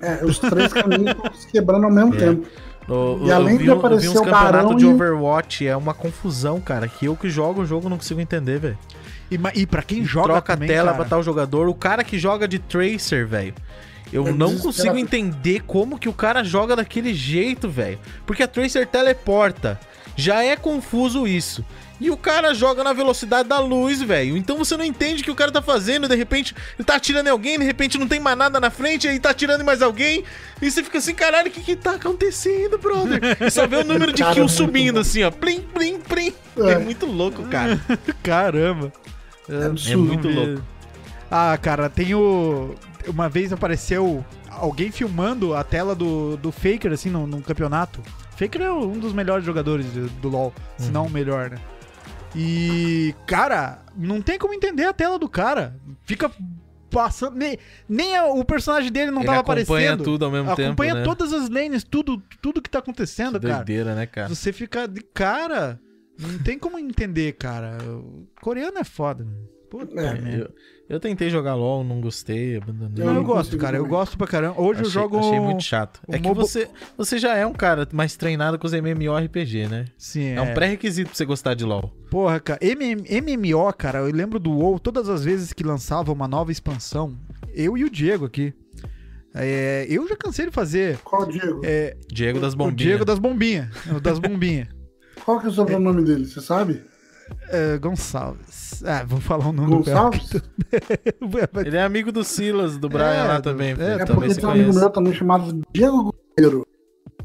C: É, os três caminhos estão se quebrando ao mesmo
A: É.
C: tempo.
A: No-
C: E além de
A: um-
C: aparecer
A: uns
C: o
A: campeonatos
C: Barão
A: de
C: e-
A: Overwatch, é uma confusão, cara. Que eu que jogo o jogo não consigo entender, velho.
B: E, ma- e pra quem joga
A: Troca
B: também,
A: a tela
B: cara,
A: pra tal jogador. O cara que joga de Tracer, velho. Eu
C: É
A: não
C: desesperado.
A: consigo entender como que o cara joga daquele jeito, velho. Porque a Tracer teleporta. Já é confuso isso. E o cara joga na velocidade da luz, velho. Então você não entende o que o cara tá fazendo. De repente, ele tá atirando em alguém, de repente não tem mais nada na frente, aí tá atirando em mais alguém. E você fica assim, caralho, o que que tá acontecendo, brother? E só vê o número de
C: Cara, é
A: kills
C: muito
A: subindo,
C: bom.
A: assim, ó. Plim, plim, plim.
C: É.
A: é muito louco, cara.
B: Caramba.
A: É muito louco.
B: Ah, cara, tem o. Uma vez apareceu alguém filmando a tela do, do Faker, assim, num, num campeonato. Faker é um dos melhores jogadores do, do LoL,
A: Uhum.
B: se não o melhor, né? E, cara, não tem como entender a tela do cara. Fica passando. Nem, nem a- o personagem dele não
A: Ele
B: tava
A: acompanha
B: aparecendo.
A: tudo ao mesmo tempo,
B: acompanha
A: né?
B: todas as lanes, tudo, tudo que tá acontecendo, cara.
A: Doideira, né, cara?
B: Você fica de cara. Não tem como entender, cara. O coreano é foda. mano. Puta
C: É,
B: merda.
A: Eu, eu tentei jogar LOL, não gostei, abandonei.
B: Não, eu,
C: não
B: gosto,
C: consigo
B: cara. Eu
C: também.
B: gosto pra caramba. Hoje eu
A: Achei-
B: jogo.
D: um-
B: um
A: Achei muito chato.
B: o
A: É que
B: Mobo-
A: você, você já é um cara mais treinado com os MMORPG, né?
B: Sim,
A: É,
B: é.
A: um pré-requisito pra você gostar de LOL.
B: Porra, cara. MM MMO, cara, eu lembro do WoW, todas as vezes que lançava uma nova expansão, eu e o Diego aqui.
D: É, eu já cansei de fazer
C: Qual o Diego?
D: é,
A: Diego das
D: o
A: Bombinhas.
D: Diego das Bombinhas. O das Bombinhas.
C: Qual que é o sobrenome dele? Você sabe?
D: É, Gonçalves. Ah, vou falar o nome
C: Gonçalves?
D: do cara.
A: Ele é amigo do Silas, do Brian
D: É,
A: lá
D: do-
A: também.
D: é,
A: filho.
D: é
C: É
A: Talvez
C: porque
A: você
B: tá
C: tem um amigo
A: conheça.
C: meu também chamado Diego Guerreiro,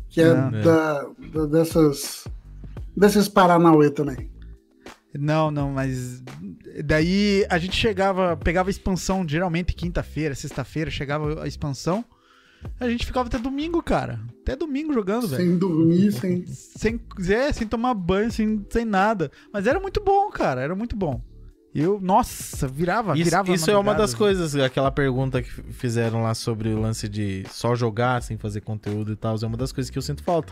C: que é,
D: Não.
C: da, da- dessas. desses Paranauê também.
D: Não, não, mas. Daí a gente chegava, pegava a expansão geralmente quinta-feira, sexta-feira, chegava a expansão. A gente ficava até domingo, cara. Até domingo jogando,
A: é.
D: velho.
C: Sem dormir, sem.
D: Sem, é, sem tomar banho, sem, sem nada. Mas era muito bom, cara. Era muito bom. Eu, nossa, virava,
A: Isso,
D: virava.
A: isso é uma
D: madrugada, assim.
A: das coisas, aquela pergunta que f- fizeram lá sobre o lance de só jogar sem fazer conteúdo e tal, é uma das coisas que eu sinto falta.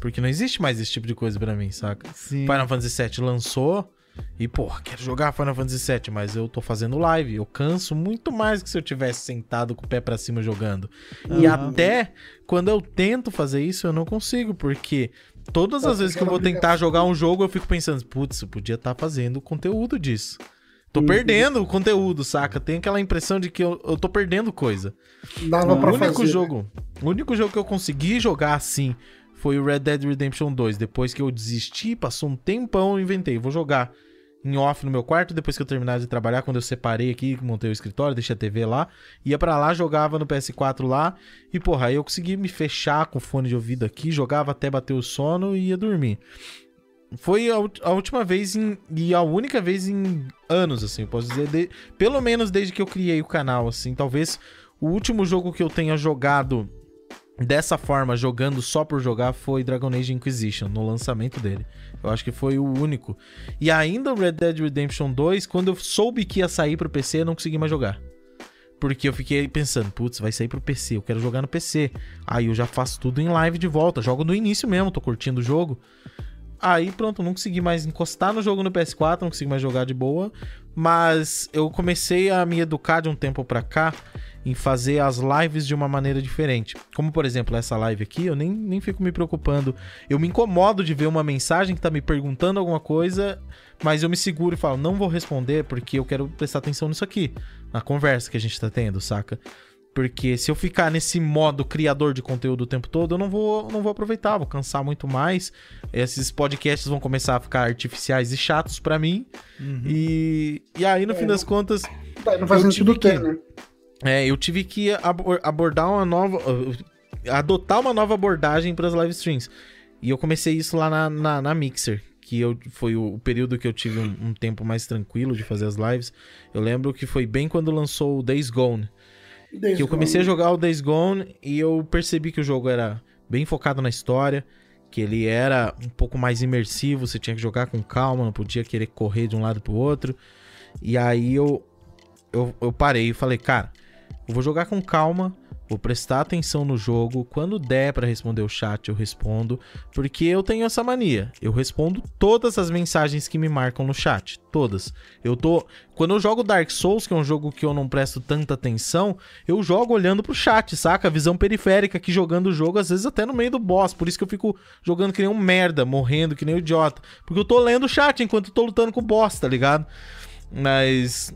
A: Porque não existe mais esse tipo de coisa pra mim, saca?
D: Sim.
A: Final Fantasy VII lançou e, porra, quero jogar Final Fantasy VII, mas eu tô fazendo live. Eu canso muito mais que se eu tivesse sentado com o pé pra cima jogando. E
D: Aham.
A: até quando eu tento fazer isso, eu não consigo, porque todas
C: Tá
A: as vezes que eu
C: ficando
A: vou tentar jogar um jogo, eu fico pensando, putz, eu podia estar fazendo conteúdo disso. Tô
C: Uhum.
A: perdendo o conteúdo, saca? Tem aquela impressão de que eu, eu tô perdendo coisa.
C: Dava
A: O
C: pra
A: único
C: fazer.
A: jogo, o único jogo que eu consegui jogar assim foi o Red Dead Redemption 2. Depois que eu desisti, passou um tempão, eu inventei, vou jogar em off no meu quarto, depois que eu terminar de trabalhar, quando eu separei aqui, montei o escritório, deixei a TV lá, ia pra lá, jogava no PS4 lá, e porra, aí eu consegui me fechar com o fone de ouvido aqui, jogava até bater o sono e ia dormir. Foi a, ult- a última vez em, e a única vez em anos, assim, eu posso dizer, de- pelo menos desde que eu criei o canal, assim, talvez o último jogo que eu tenha jogado dessa forma, jogando só por jogar, foi Dragon Age Inquisition, no lançamento dele. Eu acho que foi o único. E ainda o Red Dead Redemption 2, quando eu soube que ia sair pro PC, eu não consegui mais jogar. Porque eu fiquei pensando, putz, vai sair pro PC, eu quero jogar no PC. Aí eu já faço tudo em live de volta, jogo no início mesmo, tô curtindo o jogo. Aí pronto, não consegui mais encostar no jogo no PS4, não consegui mais jogar de boa. Mas eu comecei a me educar de um tempo pra cá em fazer as lives de uma maneira diferente. Como, por exemplo, essa live aqui, eu nem, nem fico me preocupando. Eu me incomodo de ver uma mensagem que tá me perguntando alguma coisa, mas eu me seguro e falo, não vou responder porque eu quero prestar atenção nisso aqui, na conversa que a gente tá tendo, saca? Porque se eu ficar nesse modo criador de conteúdo o tempo todo, eu não vou, não vou aproveitar, vou cansar muito mais. Esses podcasts vão começar a ficar artificiais e chatos pra mim.
B: Uhum.
A: E, e aí, no fim das contas,
C: Daí Não faz
A: Eu
C: sentido
A: tive
C: ter,
A: que-
C: né?
A: é, eu tive que abor- abordar uma nova. eh, adotar uma nova abordagem para as live streams. E eu comecei isso lá na, na, na Mixer, que eu, foi o, o período que eu tive um, um tempo mais tranquilo de fazer as lives. Eu lembro que foi bem quando lançou o Days Gone. Que eu comecei a jogar o Days Gone e eu percebi que o jogo era bem focado na história, que ele era um pouco mais imersivo, você tinha que jogar com calma, não podia querer correr de um lado pro outro. E aí eu, eu, eu parei e falei, cara, eu vou jogar com calma, vou prestar atenção no jogo. Quando der pra responder o chat, eu respondo, porque eu tenho essa mania. Eu respondo todas as mensagens que me marcam no chat, todas. Eu tô, quando eu jogo Dark Souls, que é um jogo que eu não presto tanta atenção, eu jogo olhando pro chat, saca? A visão periférica aqui jogando o jogo, às vezes até no meio do boss. Por isso que eu fico jogando que nem um merda, morrendo que nem um idiota, porque eu tô lendo o chat enquanto eu tô lutando com o boss, tá ligado? Mas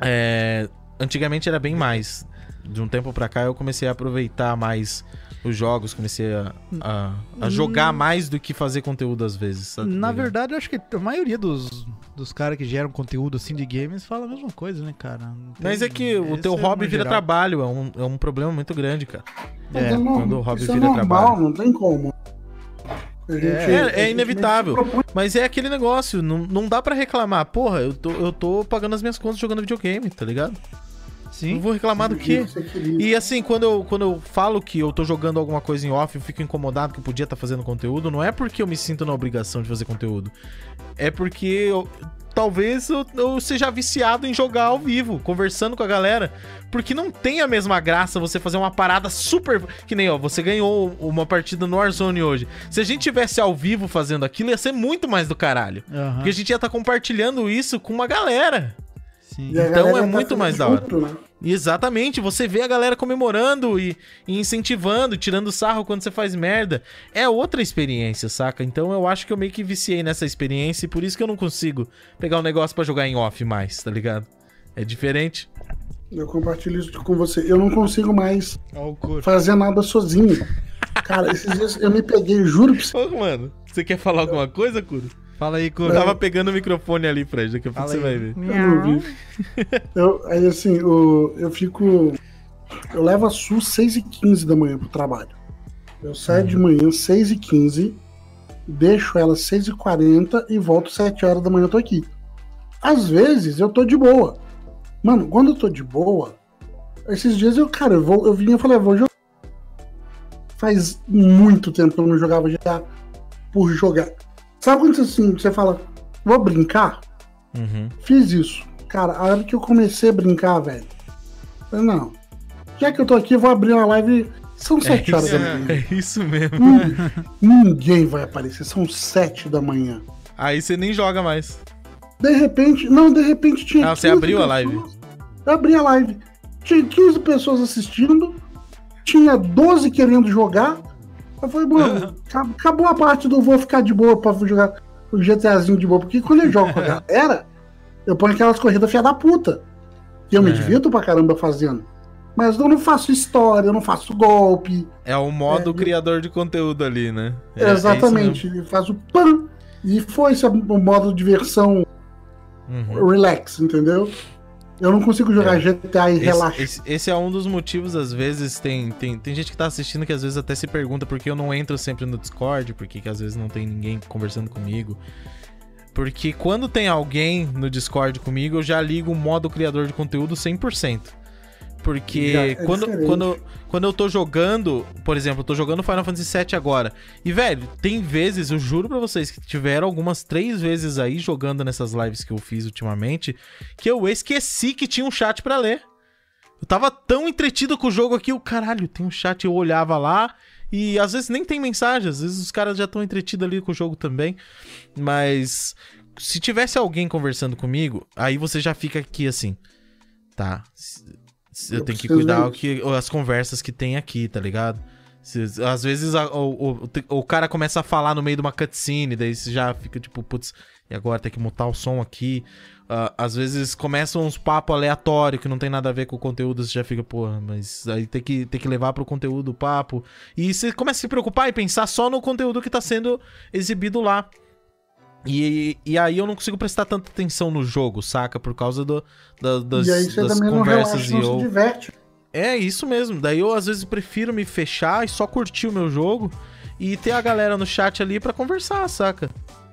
A: é, antigamente era bem mais. De um tempo pra cá eu comecei a aproveitar mais os jogos, comecei a, a- a jogar mais do que fazer conteúdo às vezes. sabe?
D: Na
A: Tá ligado?
D: verdade, eu acho que a maioria dos, dos caras que geram conteúdo assim de games fala a mesma coisa, né, cara? Não tem-
A: Mas é que o
D: esse
A: teu
D: é
A: hobby
D: mais
A: vira
D: geral.
A: trabalho, é um, é um problema muito grande, cara.
C: então. Mas
D: É,
C: normal,
A: quando o hobby
C: isso
A: vira
C: é normal,
A: trabalho.
C: não tem como. A gente-
A: É, é
C: a gente
A: inevitável.
C: meio que se propõe
A: Mas é aquele negócio, não, não dá pra reclamar. Porra, eu tô, eu tô pagando as minhas contas jogando videogame, tá ligado? Não
D: Sim.
A: vou reclamar do quê?
C: esse equilíbrio.
A: E assim, quando eu, quando eu falo que eu tô jogando alguma coisa em off, eu fico incomodado que eu podia estar fazendo conteúdo, não é porque eu me sinto na obrigação de fazer conteúdo. É porque eu- talvez eu, eu seja viciado em jogar ao vivo, conversando com a galera. Porque não tem a mesma graça você fazer uma parada super. Que nem, ó, você ganhou uma partida no Warzone hoje. Se a gente tivesse ao vivo fazendo aquilo, ia ser muito mais do caralho.
D: Aham,
A: Porque a gente ia estar compartilhando isso com uma galera.
D: sim.
C: E a
A: então
C: galera
A: é
C: tá
A: muito
C: fazendo
A: mais da hora.
C: junto, né?
A: Exatamente, você vê a galera comemorando e, e incentivando, tirando sarro quando você faz merda. É outra experiência, saca? Então eu acho que eu meio que viciei nessa experiência e por isso que eu não consigo pegar um negócio pra jogar em off mais, tá ligado? É diferente.
C: Eu compartilho isso com você. Eu não consigo mais
B: Ó, o couro.
C: fazer nada sozinho. Cara, esses dias eu me peguei, juro pra você.
A: Ô, mano, você quer falar alguma coisa, Curo?
B: Fala aí,
A: Eu
B: couro.
A: tava pegando o microfone ali, Fred. Daqui a pouco
B: Fala
A: você
B: aí.
A: vai ver.
C: Eu não vi. Eu, aí assim, eu, eu fico. Eu levo a SU 6h15 da manhã pro trabalho. Eu saio de manhã 6h15, deixo ela 6h40 e volto 7 horas da manhã, eu tô aqui. Às vezes eu tô de boa. Mano, quando eu tô de boa, esses dias eu, cara, eu, vou, eu vinha e falei, eu vou jogar. Faz muito tempo que eu não jogava GTA por jogar. Sabe quando você, assim, você fala, vou brincar?
A: Uhum.
C: Fiz isso. Cara, a hora que eu comecei a brincar, velho. Falei, não. Já que eu tô aqui, eu vou abrir uma live. São sete horas da manhã.
A: É isso mesmo.
C: Hum, Ninguém vai aparecer. São sete da manhã.
A: Aí você nem joga mais.
C: De repente. Não, de repente tinha.
A: Ah, você
C: 15
A: abriu a live?
C: pessoas. Eu abri a live. Tinha 15 pessoas assistindo. Tinha 12 querendo jogar. Eu falei, mano, ca- acabou a parte do vou ficar de boa pra jogar o GTAzinho de boa. Porque quando eu jogo com a galera, eu ponho aquelas corridas fia da puta. Que eu me
A: É.
C: divirto pra caramba fazendo. Mas eu não faço história, eu não faço golpe.
A: É o modo
C: É,
A: criador de conteúdo ali, né? É- é isso
C: Exatamente. Ele faz o PAN. E foi esse o modo diversão
A: mesmo. Uhum.
C: relax, entendeu? Eu não consigo jogar
A: É.
C: GTA e relaxar.
A: Esse, esse- esse é um dos motivos, às vezes, tem, tem, tem gente que tá assistindo que às vezes até se pergunta por que eu não entro sempre no Discord, por que que às vezes não tem ninguém conversando comigo. Porque quando tem alguém no Discord comigo, eu já ligo o modo criador de conteúdo 100%. Porque
C: Já é
A: quando,
C: diferente.
A: quando, quando eu tô jogando, por exemplo, eu tô jogando Final Fantasy VII agora. E, velho, tem vezes, eu juro pra vocês, que tiveram algumas três vezes aí jogando nessas lives que eu fiz ultimamente, que eu esqueci que tinha um chat pra ler. Eu tava tão entretido com o jogo aqui, o caralho, tem um chat, eu olhava lá e às vezes nem tem mensagem, às vezes os caras já estão entretidos ali com o jogo também. Mas se tivesse alguém conversando comigo, aí você já fica aqui assim, tá? se- se- Eu,
C: Eu
A: tenho que
C: preciso
A: cuidar
C: ver
A: o que, as conversas que tem aqui, tá ligado? Se- Às vezes a- o, o- o cara começa a falar no meio de uma cutscene, daí você já fica tipo, putz, e agora tem que mutar o som aqui. Ah, às vezes começam uns papos aleatórios que não tem nada a ver com o conteúdo, você já fica, porra, mas aí tem que, tem que levar pro conteúdo o papo. E você começa a se preocupar e pensar só no conteúdo que tá sendo exibido lá. E, e aí eu não consigo prestar tanta atenção no jogo, saca? Por causa do, da- das,
C: e aí você
A: das
C: também não
A: conversas
C: relaxa,
A: e
C: não se
A: eu.
C: diverte.
A: É isso mesmo. Daí eu às vezes prefiro me fechar e só curtir o meu jogo e ter a galera no chat ali pra conversar, saca?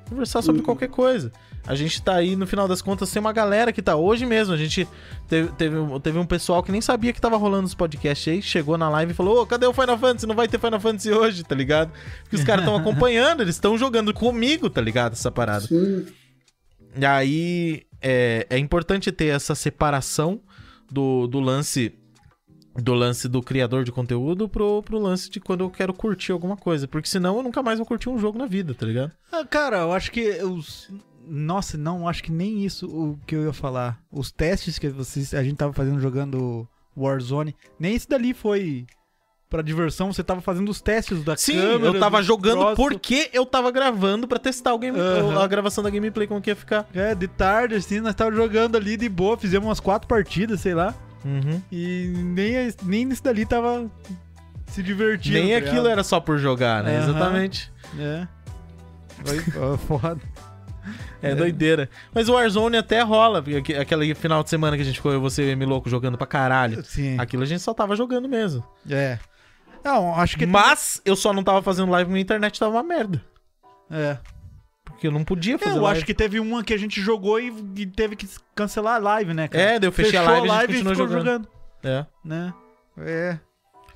A: Conversar sobre qualquer coisa. A gente tá aí, no final das contas, tem uma galera que tá hoje mesmo. A gente teve, teve, um- teve um pessoal que nem sabia que tava rolando os podcasts aí, chegou na live e falou: Ô, cadê o Final Fantasy? Não vai ter Final Fantasy hoje, tá ligado? Porque os caras estão acompanhando, eles estão jogando comigo, tá ligado? Essa parada.
C: Sim,
A: E aí é, é importante ter essa separação do, do lance do lance do criador de conteúdo pro, pro lance de quando eu quero curtir alguma coisa. Porque senão eu nunca mais vou curtir um jogo na vida, tá ligado?
B: Ah, Cara, eu acho que os. Nossa, não, acho que nem isso o que eu ia falar. Os testes que vocês, a gente tava fazendo jogando Warzone, nem esse dali foi pra diversão, você tava fazendo os testes da
A: Sim,
B: câmera.
A: eu tava
B: do
A: jogando
B: troço.
A: porque eu tava gravando pra testar o game,
B: Aham.
A: a gravação da gameplay, como que ia ficar.
B: É, de tarde, assim, nós tava jogando ali de boa, fizemos umas quatro partidas, sei lá.
A: Uhum.
B: E nem, nem nesse dali tava se divertindo.
A: Nem
B: tá
A: aquilo
B: ligado?
A: era só por jogar, né?
B: Aham.
A: Exatamente.
B: É. Foi foi foda.
A: É doideira. Mas o Warzone até rola. porque aque- Aquele final de semana que a gente ficou, eu, você e o M Louco jogando pra caralho.
B: Sim.
A: Aquilo a gente só tava jogando mesmo.
B: É. Não, acho que.
A: Mas eu só não tava fazendo live, minha internet tava uma merda.
B: É.
A: Porque eu não podia
B: É,
A: fazer
B: eu
A: live.
B: acho que teve uma que a gente jogou e, e teve que cancelar a live, né, cara?
A: É, daí eu fechei a live, e a gente continuou
B: ficou
A: jogando. É.
B: Né? É.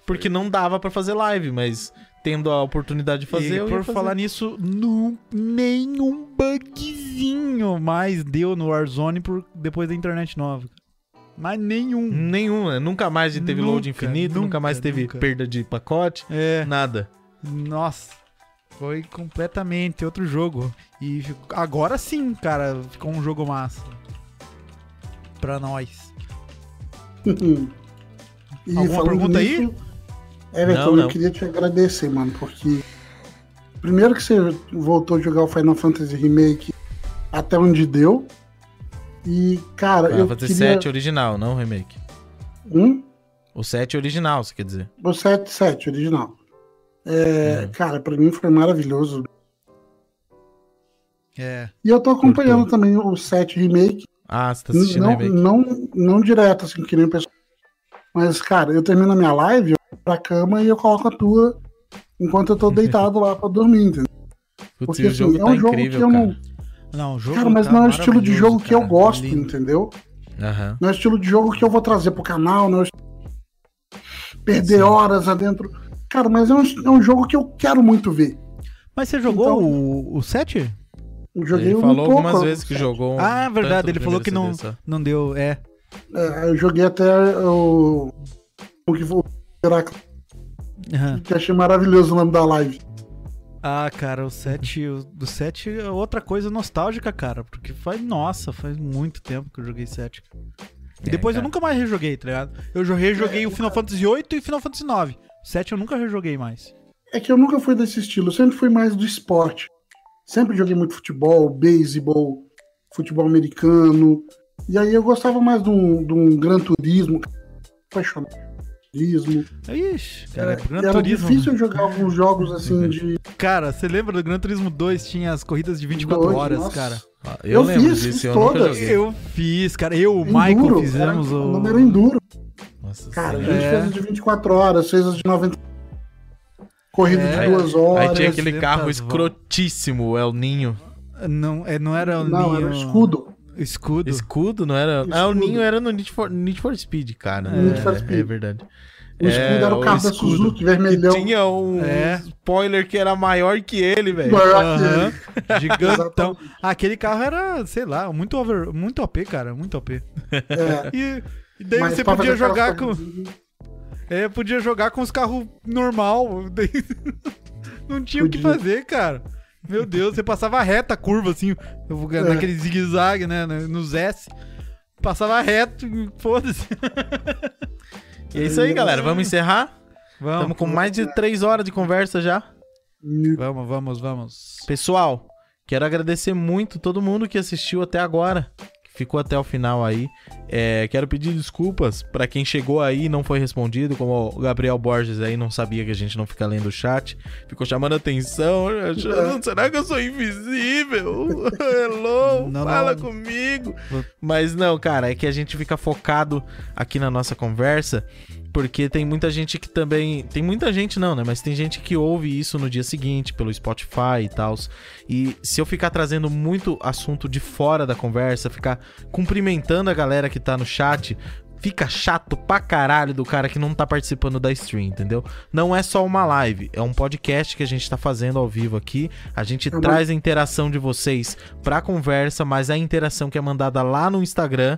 A: Porque não dava pra fazer live, mas tendo a oportunidade de fazer,
B: e
A: eu
B: por
A: ia fazer.
B: falar nisso, nu- nenhum bugzinho mais deu no Warzone por, depois da internet nova. Mas nenhum.
A: Nenhum, né? Nunca mais teve load
B: Nunca,
A: infinito, nunca,
B: nunca,
A: mais teve
B: nunca.
A: perda de pacote,
B: É.
A: nada.
B: Nossa. Foi completamente outro jogo. E fico- agora sim, cara, ficou um jogo massa. Pra nós.
C: E
B: Alguma
C: falando
B: pergunta aí?
C: nisso, Everton,
A: Não, não.
C: eu queria te agradecer, mano, porque primeiro que você voltou a jogar o Final Fantasy Remake até onde deu. E, cara,
A: Vai
C: eu
A: fazer Ah,
C: queria...
A: 7 original, não remake.
C: Hum?
A: O 7 original, você quer dizer.
C: O 7, 7, original.
A: Uhum.
C: É, Cara, pra mim foi maravilhoso.
E: É.
C: E eu tô acompanhando também o 7 Remake.
A: Ah, você tá assistindo
C: não,
A: aí, velho.
C: não, não direto, assim, que nem o pessoal. Mas, cara, eu termino a minha live, eu vou pra cama e eu coloco a tua enquanto eu tô deitado lá pra dormir, entendeu?
A: Putz,
C: Porque,
A: e o
C: assim,
A: jogo
C: é um
A: tá
C: jogo
A: incrível,
C: que eu não-
A: cara.
E: Não, o jogo
C: Cara, mas
E: tá
C: não é o estilo de
E: maravilhoso,
C: jogo que eu
E: cara.
C: gosto,
E: Lindo.
C: entendeu?
A: Aham.
C: Não é o estilo de jogo que eu vou trazer pro canal, não é o estilo... Perder horas adentro. Cara, mas é um, é um jogo que eu quero muito ver.
B: Mas você jogou
C: Então-
B: o, o 7?
C: Eu joguei
A: Ele
C: um
A: falou
C: pouco,
A: algumas vezes que jogou. um
B: Ah,
A: tanto
B: verdade,
A: no
B: ele falou que
A: primeiro
B: não,
A: CD só.
B: não deu. É.
C: É, eu joguei até o. O que foi o Heráclito,
B: Aham.
C: que eu achei maravilhoso o nome da live.
B: Ah, cara, o 7. O, do 7 é outra coisa nostálgica, cara. Porque faz. Nossa, faz muito tempo que eu joguei 7. E
A: É,
B: depois eu
A: cara.
B: nunca mais rejoguei, tá ligado? Eu jo- rejoguei o Final Fantasy VIII e o Final Fantasy IX. O 7 eu nunca rejoguei mais.
C: É que eu nunca fui desse estilo, eu sempre fui mais do esporte. Sempre joguei muito futebol, beisebol, futebol americano. E aí eu gostava mais de um, de um gran turismo, apaixonado por turismo.
B: Ixi, cara, é, pro Gran
C: Era
B: Turismo.
C: difícil jogar alguns jogos assim de.
B: Cara, você lembra do Gran Turismo 2? Tinha as corridas de 24
C: dois,
B: horas,
C: nossa.
B: cara.
A: Ah, Eu,
C: Eu
A: lembro
C: fiz,
A: disso,
C: fiz
A: eu nunca
C: todas.
A: joguei.
B: Eu fiz, cara. Eu, o
C: Enduro,
B: Michael,
C: era-
B: fizemos
C: O
B: o.
C: nome era enduro.
A: Nossa
C: Cara, a
A: senhora.
C: gente
B: É.
C: fez as de 24 horas, fez as de 90. Corrida
B: É.
C: de duas horas.
A: Aí tinha aquele
B: 300
A: carro
B: voltas.
A: escrotíssimo, o El Ninho.
B: Não, é, não era o
C: Não,
B: Ninho-
C: era um escudo.
B: Escudo.
A: Escudo, não era? Ah, o
C: Escudo.
A: Ninho era no Need for, Need for Speed, cara.
C: No Need for
A: É,
C: Speed.
A: É verdade.
C: O escudo
A: É,
C: era o carro da
A: escudo.
C: Suzuki,
A: E
C: vermelhão.
A: tinha um
B: É.
A: spoiler que era maior que ele, velho.
C: Aham.
B: Aham. Gigantão. Aquele carro era, sei lá, muito over, muito OP, cara, muito OP.
C: É.
B: E, e daí
C: Mas
B: você
C: pra
B: podia
C: fazer
B: jogar
C: aquelas
B: com,
C: corridinhas,
B: é, podia jogar com os carros normal. daí Não tinha o que
C: Podia.
B: fazer, cara. Meu Deus, você passava reta a curva assim, eu-
C: É.
B: naquele zigue-zague, né, né, nos S. Passava reto, e foda-se.
A: E é isso aí, galera. Vamos encerrar?
B: Vamos,
A: Estamos com mais de três horas de conversa já.
B: vamos, vamos, vamos.
A: Pessoal, quero agradecer muito todo mundo que assistiu até agora, que ficou até o final aí. É, quero pedir desculpas pra quem chegou aí e não foi respondido, como o Gabriel Borges aí não sabia que a gente não fica lendo o chat, ficou chamando atenção, achando, será que eu sou invisível? Hello,
B: Não,
A: fala
B: não.
A: comigo. Mas não, cara, é que a gente fica focado aqui na nossa conversa, porque tem muita gente que também, tem muita gente não, né, mas tem gente que ouve isso no dia seguinte pelo Spotify e tal. E se eu ficar trazendo muito assunto de fora da conversa, ficar cumprimentando a galera que tá no chat, fica chato pra caralho do cara que não tá participando da stream, entendeu? Não é só uma live, é um podcast que a gente tá fazendo ao vivo aqui. A gente
C: Tá bom.
A: traz a interação de vocês pra conversa, mas a interação que é mandada lá no Instagram,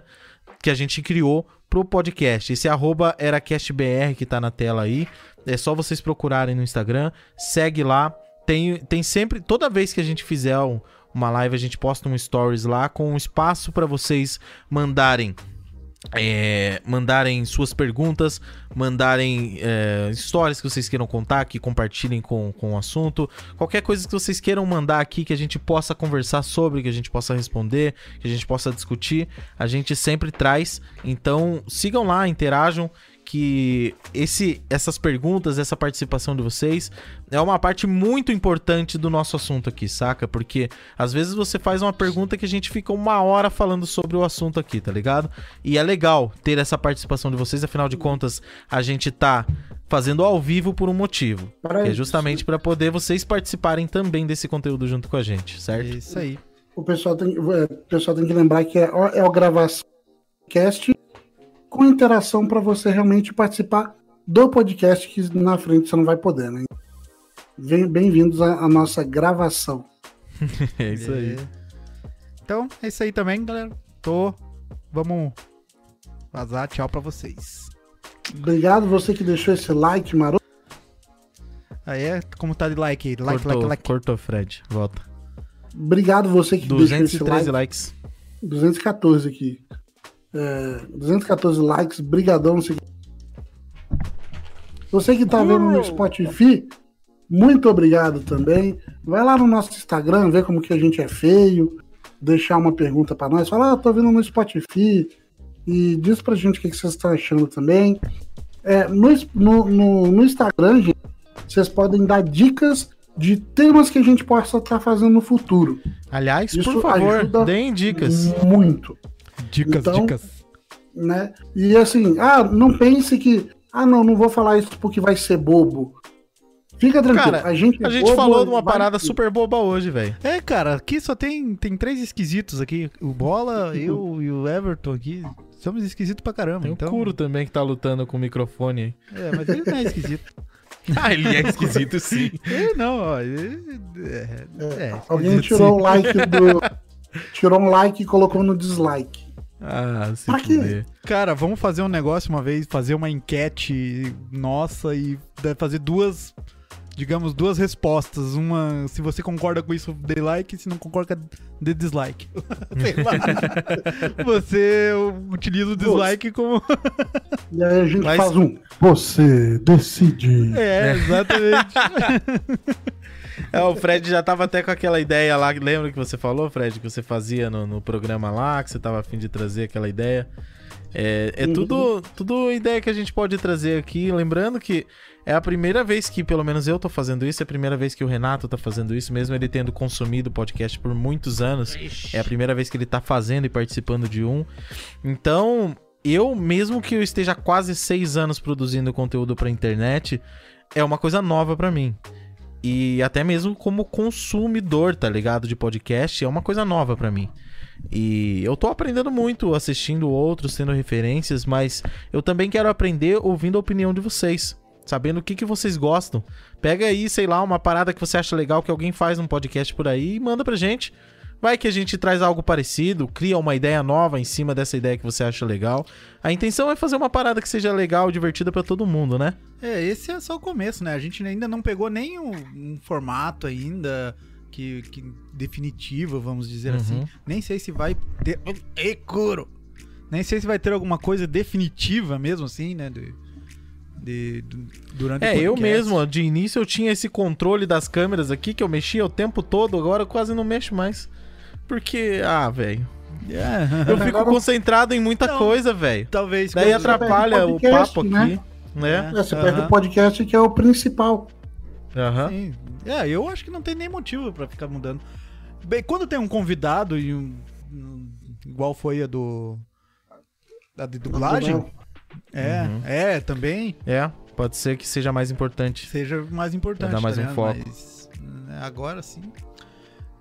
A: que a gente criou pro podcast. Esse arroba era castbr que tá na tela aí. É só vocês procurarem no Instagram, segue lá. Tem, tem sempre, toda vez que a gente fizer um- uma live, a gente posta um stories lá com um espaço pra vocês mandarem. é, mandarem suas perguntas, mandarem é, histórias que vocês queiram contar, que compartilhem com, com o assunto, qualquer coisa que vocês queiram mandar aqui que a gente possa conversar sobre, que a gente possa responder, que a gente possa discutir, a gente sempre traz. Então sigam lá, interajam, que esse, essas perguntas, essa participação de vocês é uma parte muito importante do nosso assunto aqui, saca? Porque às vezes você faz uma pergunta que a gente fica uma hora falando sobre o assunto aqui, tá ligado? E é legal ter essa participação de vocês, afinal de contas, a gente tá fazendo ao vivo por um motivo.
C: Para
A: Que é
C: isso.
A: justamente pra poder vocês participarem também desse conteúdo junto com a gente,
B: É
A: certo?
B: isso aí.
C: O pessoal tem, é, o pessoal tem que lembrar que é, ó, é o gravação do podcast com interação pra você realmente participar do podcast que na frente você não vai poder, né? Vem- Bem-vindos à, à nossa gravação.
A: É isso aí.
B: Então, é isso aí também, galera. Tô. Vamos vazar. Tchau pra vocês.
C: Obrigado você que deixou esse like, maroto.
B: Aí é como tá de like aí. Like,
A: cortou,
B: like, like.
A: cortou, Fred. Volta.
C: Obrigado você que deixou esse
A: 213
C: like.
A: likes.
C: 214 aqui. É, 214 likes, brigadão. você- Você que tá
A: Hum.
C: vendo no Spotify, muito obrigado também. Vai lá no nosso Instagram, ver como que a gente é feio, deixar uma pergunta pra nós. Fala, ah, tô vendo no Spotify, E diz pra gente o que que vocês estão achando também. É, no, es- no, no- no Instagram, gente, vocês podem dar dicas de temas que a gente possa estar fazendo no futuro.
A: Aliás, por
C: Isso Hum,
A: favor,
C: ajuda
A: deem dicas.
C: Muito.
B: Dicas,
C: Então-
B: dicas.
C: né? E assim, ah, não pense que, ah, não, não vou falar isso porque vai ser bobo. Fica tranquilo,
A: Cara,
C: a gente é
A: A gente
C: bobo,
A: falou de uma
C: vai-
A: parada super boba hoje, velho.
B: É, cara, aqui só tem, tem três esquisitos aqui. O Bola, eu e o Everton aqui. Somos esquisitos pra caramba.
A: Tem um o
B: então,
A: Kuro também que tá lutando com o microfone
B: É, mas ele não é esquisito.
A: aí. ah, ele é esquisito sim.
B: ele não, ó. ele- é, é,
C: Alguém
B: esquisito,
C: tirou
B: sim.
C: um like do tirou um like e colocou no dislike.
A: Ah, se
C: Pra quê?
A: fuder.
B: Cara, vamos fazer um negócio uma vez, fazer uma enquete nossa e da- fazer duas, digamos, duas respostas. Uma, se você concorda com isso, dê like, se não concorda, dê dislike. Sei lá. você utiliza o dislike como.
C: E aí a gente
A: Mas-
C: faz um. Você decide.
B: É, exatamente.
A: É, o Fred já tava até com aquela ideia lá. Lembra que você falou, Fred, que você fazia no, no programa lá, que você tava afim de trazer aquela ideia. É, é
C: Uhum.
A: tudo, tudo ideia que a gente pode trazer aqui. Lembrando que é a primeira vez que, pelo menos eu tô fazendo isso, é a primeira vez que o Renato tá fazendo isso, mesmo ele tendo consumido o podcast por muitos anos. É a primeira vez que ele tá fazendo e participando de um. Então, eu, mesmo que eu esteja há quase seis anos produzindo conteúdo pra internet, é uma coisa nova pra mim. E até mesmo como consumidor, tá ligado? De podcast, é uma coisa nova pra mim. E eu tô aprendendo muito assistindo outros, tendo referências, mas eu também quero aprender ouvindo a opinião de vocês. Sabendo o que, que vocês gostam. Pega aí, sei lá, uma parada que você acha legal que alguém faz num podcast por aí e manda pra gente. Vai que a gente traz algo parecido, cria uma ideia nova em cima dessa ideia que você acha legal. A intenção é fazer uma parada que seja legal, divertida pra todo mundo, né?
B: É, esse é só o começo, né? A gente ainda não pegou nem um, um formato ainda que, que definitivo, vamos dizer
A: Uhum.
B: assim. Nem sei se vai ter. Ei, couro! Nem sei se vai ter alguma coisa definitiva mesmo assim, né? De, de- du- durante o
A: É, eu
B: podcast.
A: mesmo, de início eu tinha esse controle das câmeras aqui que eu mexia o tempo todo, agora eu quase não mexo mais. Porque, ah, velho.
B: É.
A: Eu fico
C: Agora-
A: concentrado em muita
B: Não.
A: coisa, velho.
B: Talvez.
A: Daí
B: quando-
A: atrapalha o
C: podcast,
A: papo aqui,
C: né?
A: né?
C: É, você perde
B: Aham.
C: o podcast que é o principal.
A: Aham.
B: Sim. É, eu acho que não tem nem motivo pra ficar mudando. Bem, quando tem um convidado e um. um- igual foi a do. A de dublagem? É,
A: Uhum.
B: é, também.
A: É, pode ser que seja mais importante.
B: Seja mais
A: Vai
B: importante.
A: dar mais um
B: ligado?
A: foco.
B: Mas, né, agora sim.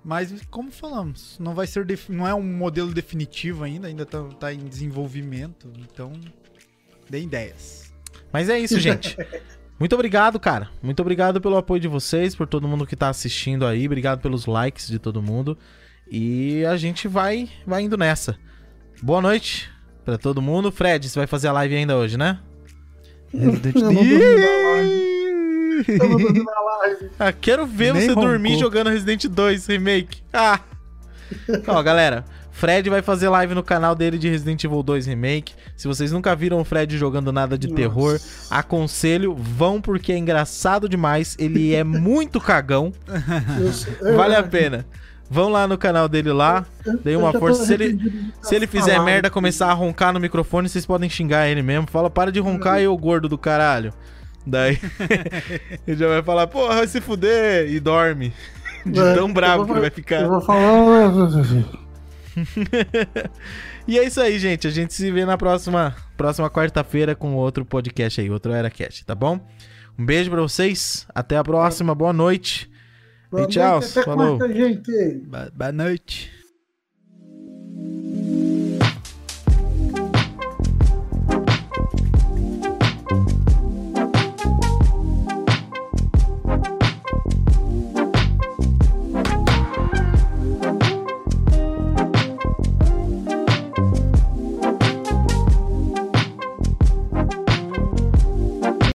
B: Mas, como falamos, não vai ser. defi- Não é um modelo definitivo ainda, ainda tá, tá em desenvolvimento. Então, dê ideias.
A: Mas é isso, gente. Muito obrigado, cara. Muito obrigado pelo apoio de vocês, por todo mundo que tá assistindo aí. Obrigado pelos likes de todo mundo. E a gente vai, vai indo nessa. Boa noite pra todo mundo. Fred, você vai fazer a live ainda hoje, né?
C: Eu não dormi na live. Eu não dormi na live.
A: Ah, quero ver
B: Nem
A: você dormir
B: roncou.
A: jogando Resident 2 Remake. Ah! Ó, galera, Fred vai fazer live no canal dele de Resident Evil 2 Remake. Se vocês nunca viram o Fred jogando nada de terror, aconselho, vão porque é engraçado demais. Ele é muito cagão,
C: Eu- eu-
A: vale a pena. Vão lá no canal dele lá, dei
C: É, eu
A: uma
C: já tô
A: força. Se ele,
C: arrependido de
A: se ele fizer
C: falar.
A: merda, começar a roncar no microfone, vocês podem xingar ele mesmo. Fala, para de
C: Hum.
A: roncar, eu gordo do caralho. Daí ele já vai falar, porra, vai se fuder e dorme. De
C: É,
A: tão bravo
C: eu
A: que
C: vou-
A: ele vai
C: Eu
A: ficar.
C: vou falar.
A: E é isso aí, gente. A gente se vê na próxima, próxima quarta-feira com outro podcast aí, outro EraCast, tá bom? Um beijo pra vocês. Até a próxima. Boa noite.
C: Boa
A: tchau,
C: noite, até
A: falou.
C: quarta, gente.
B: Ba- Boa noite.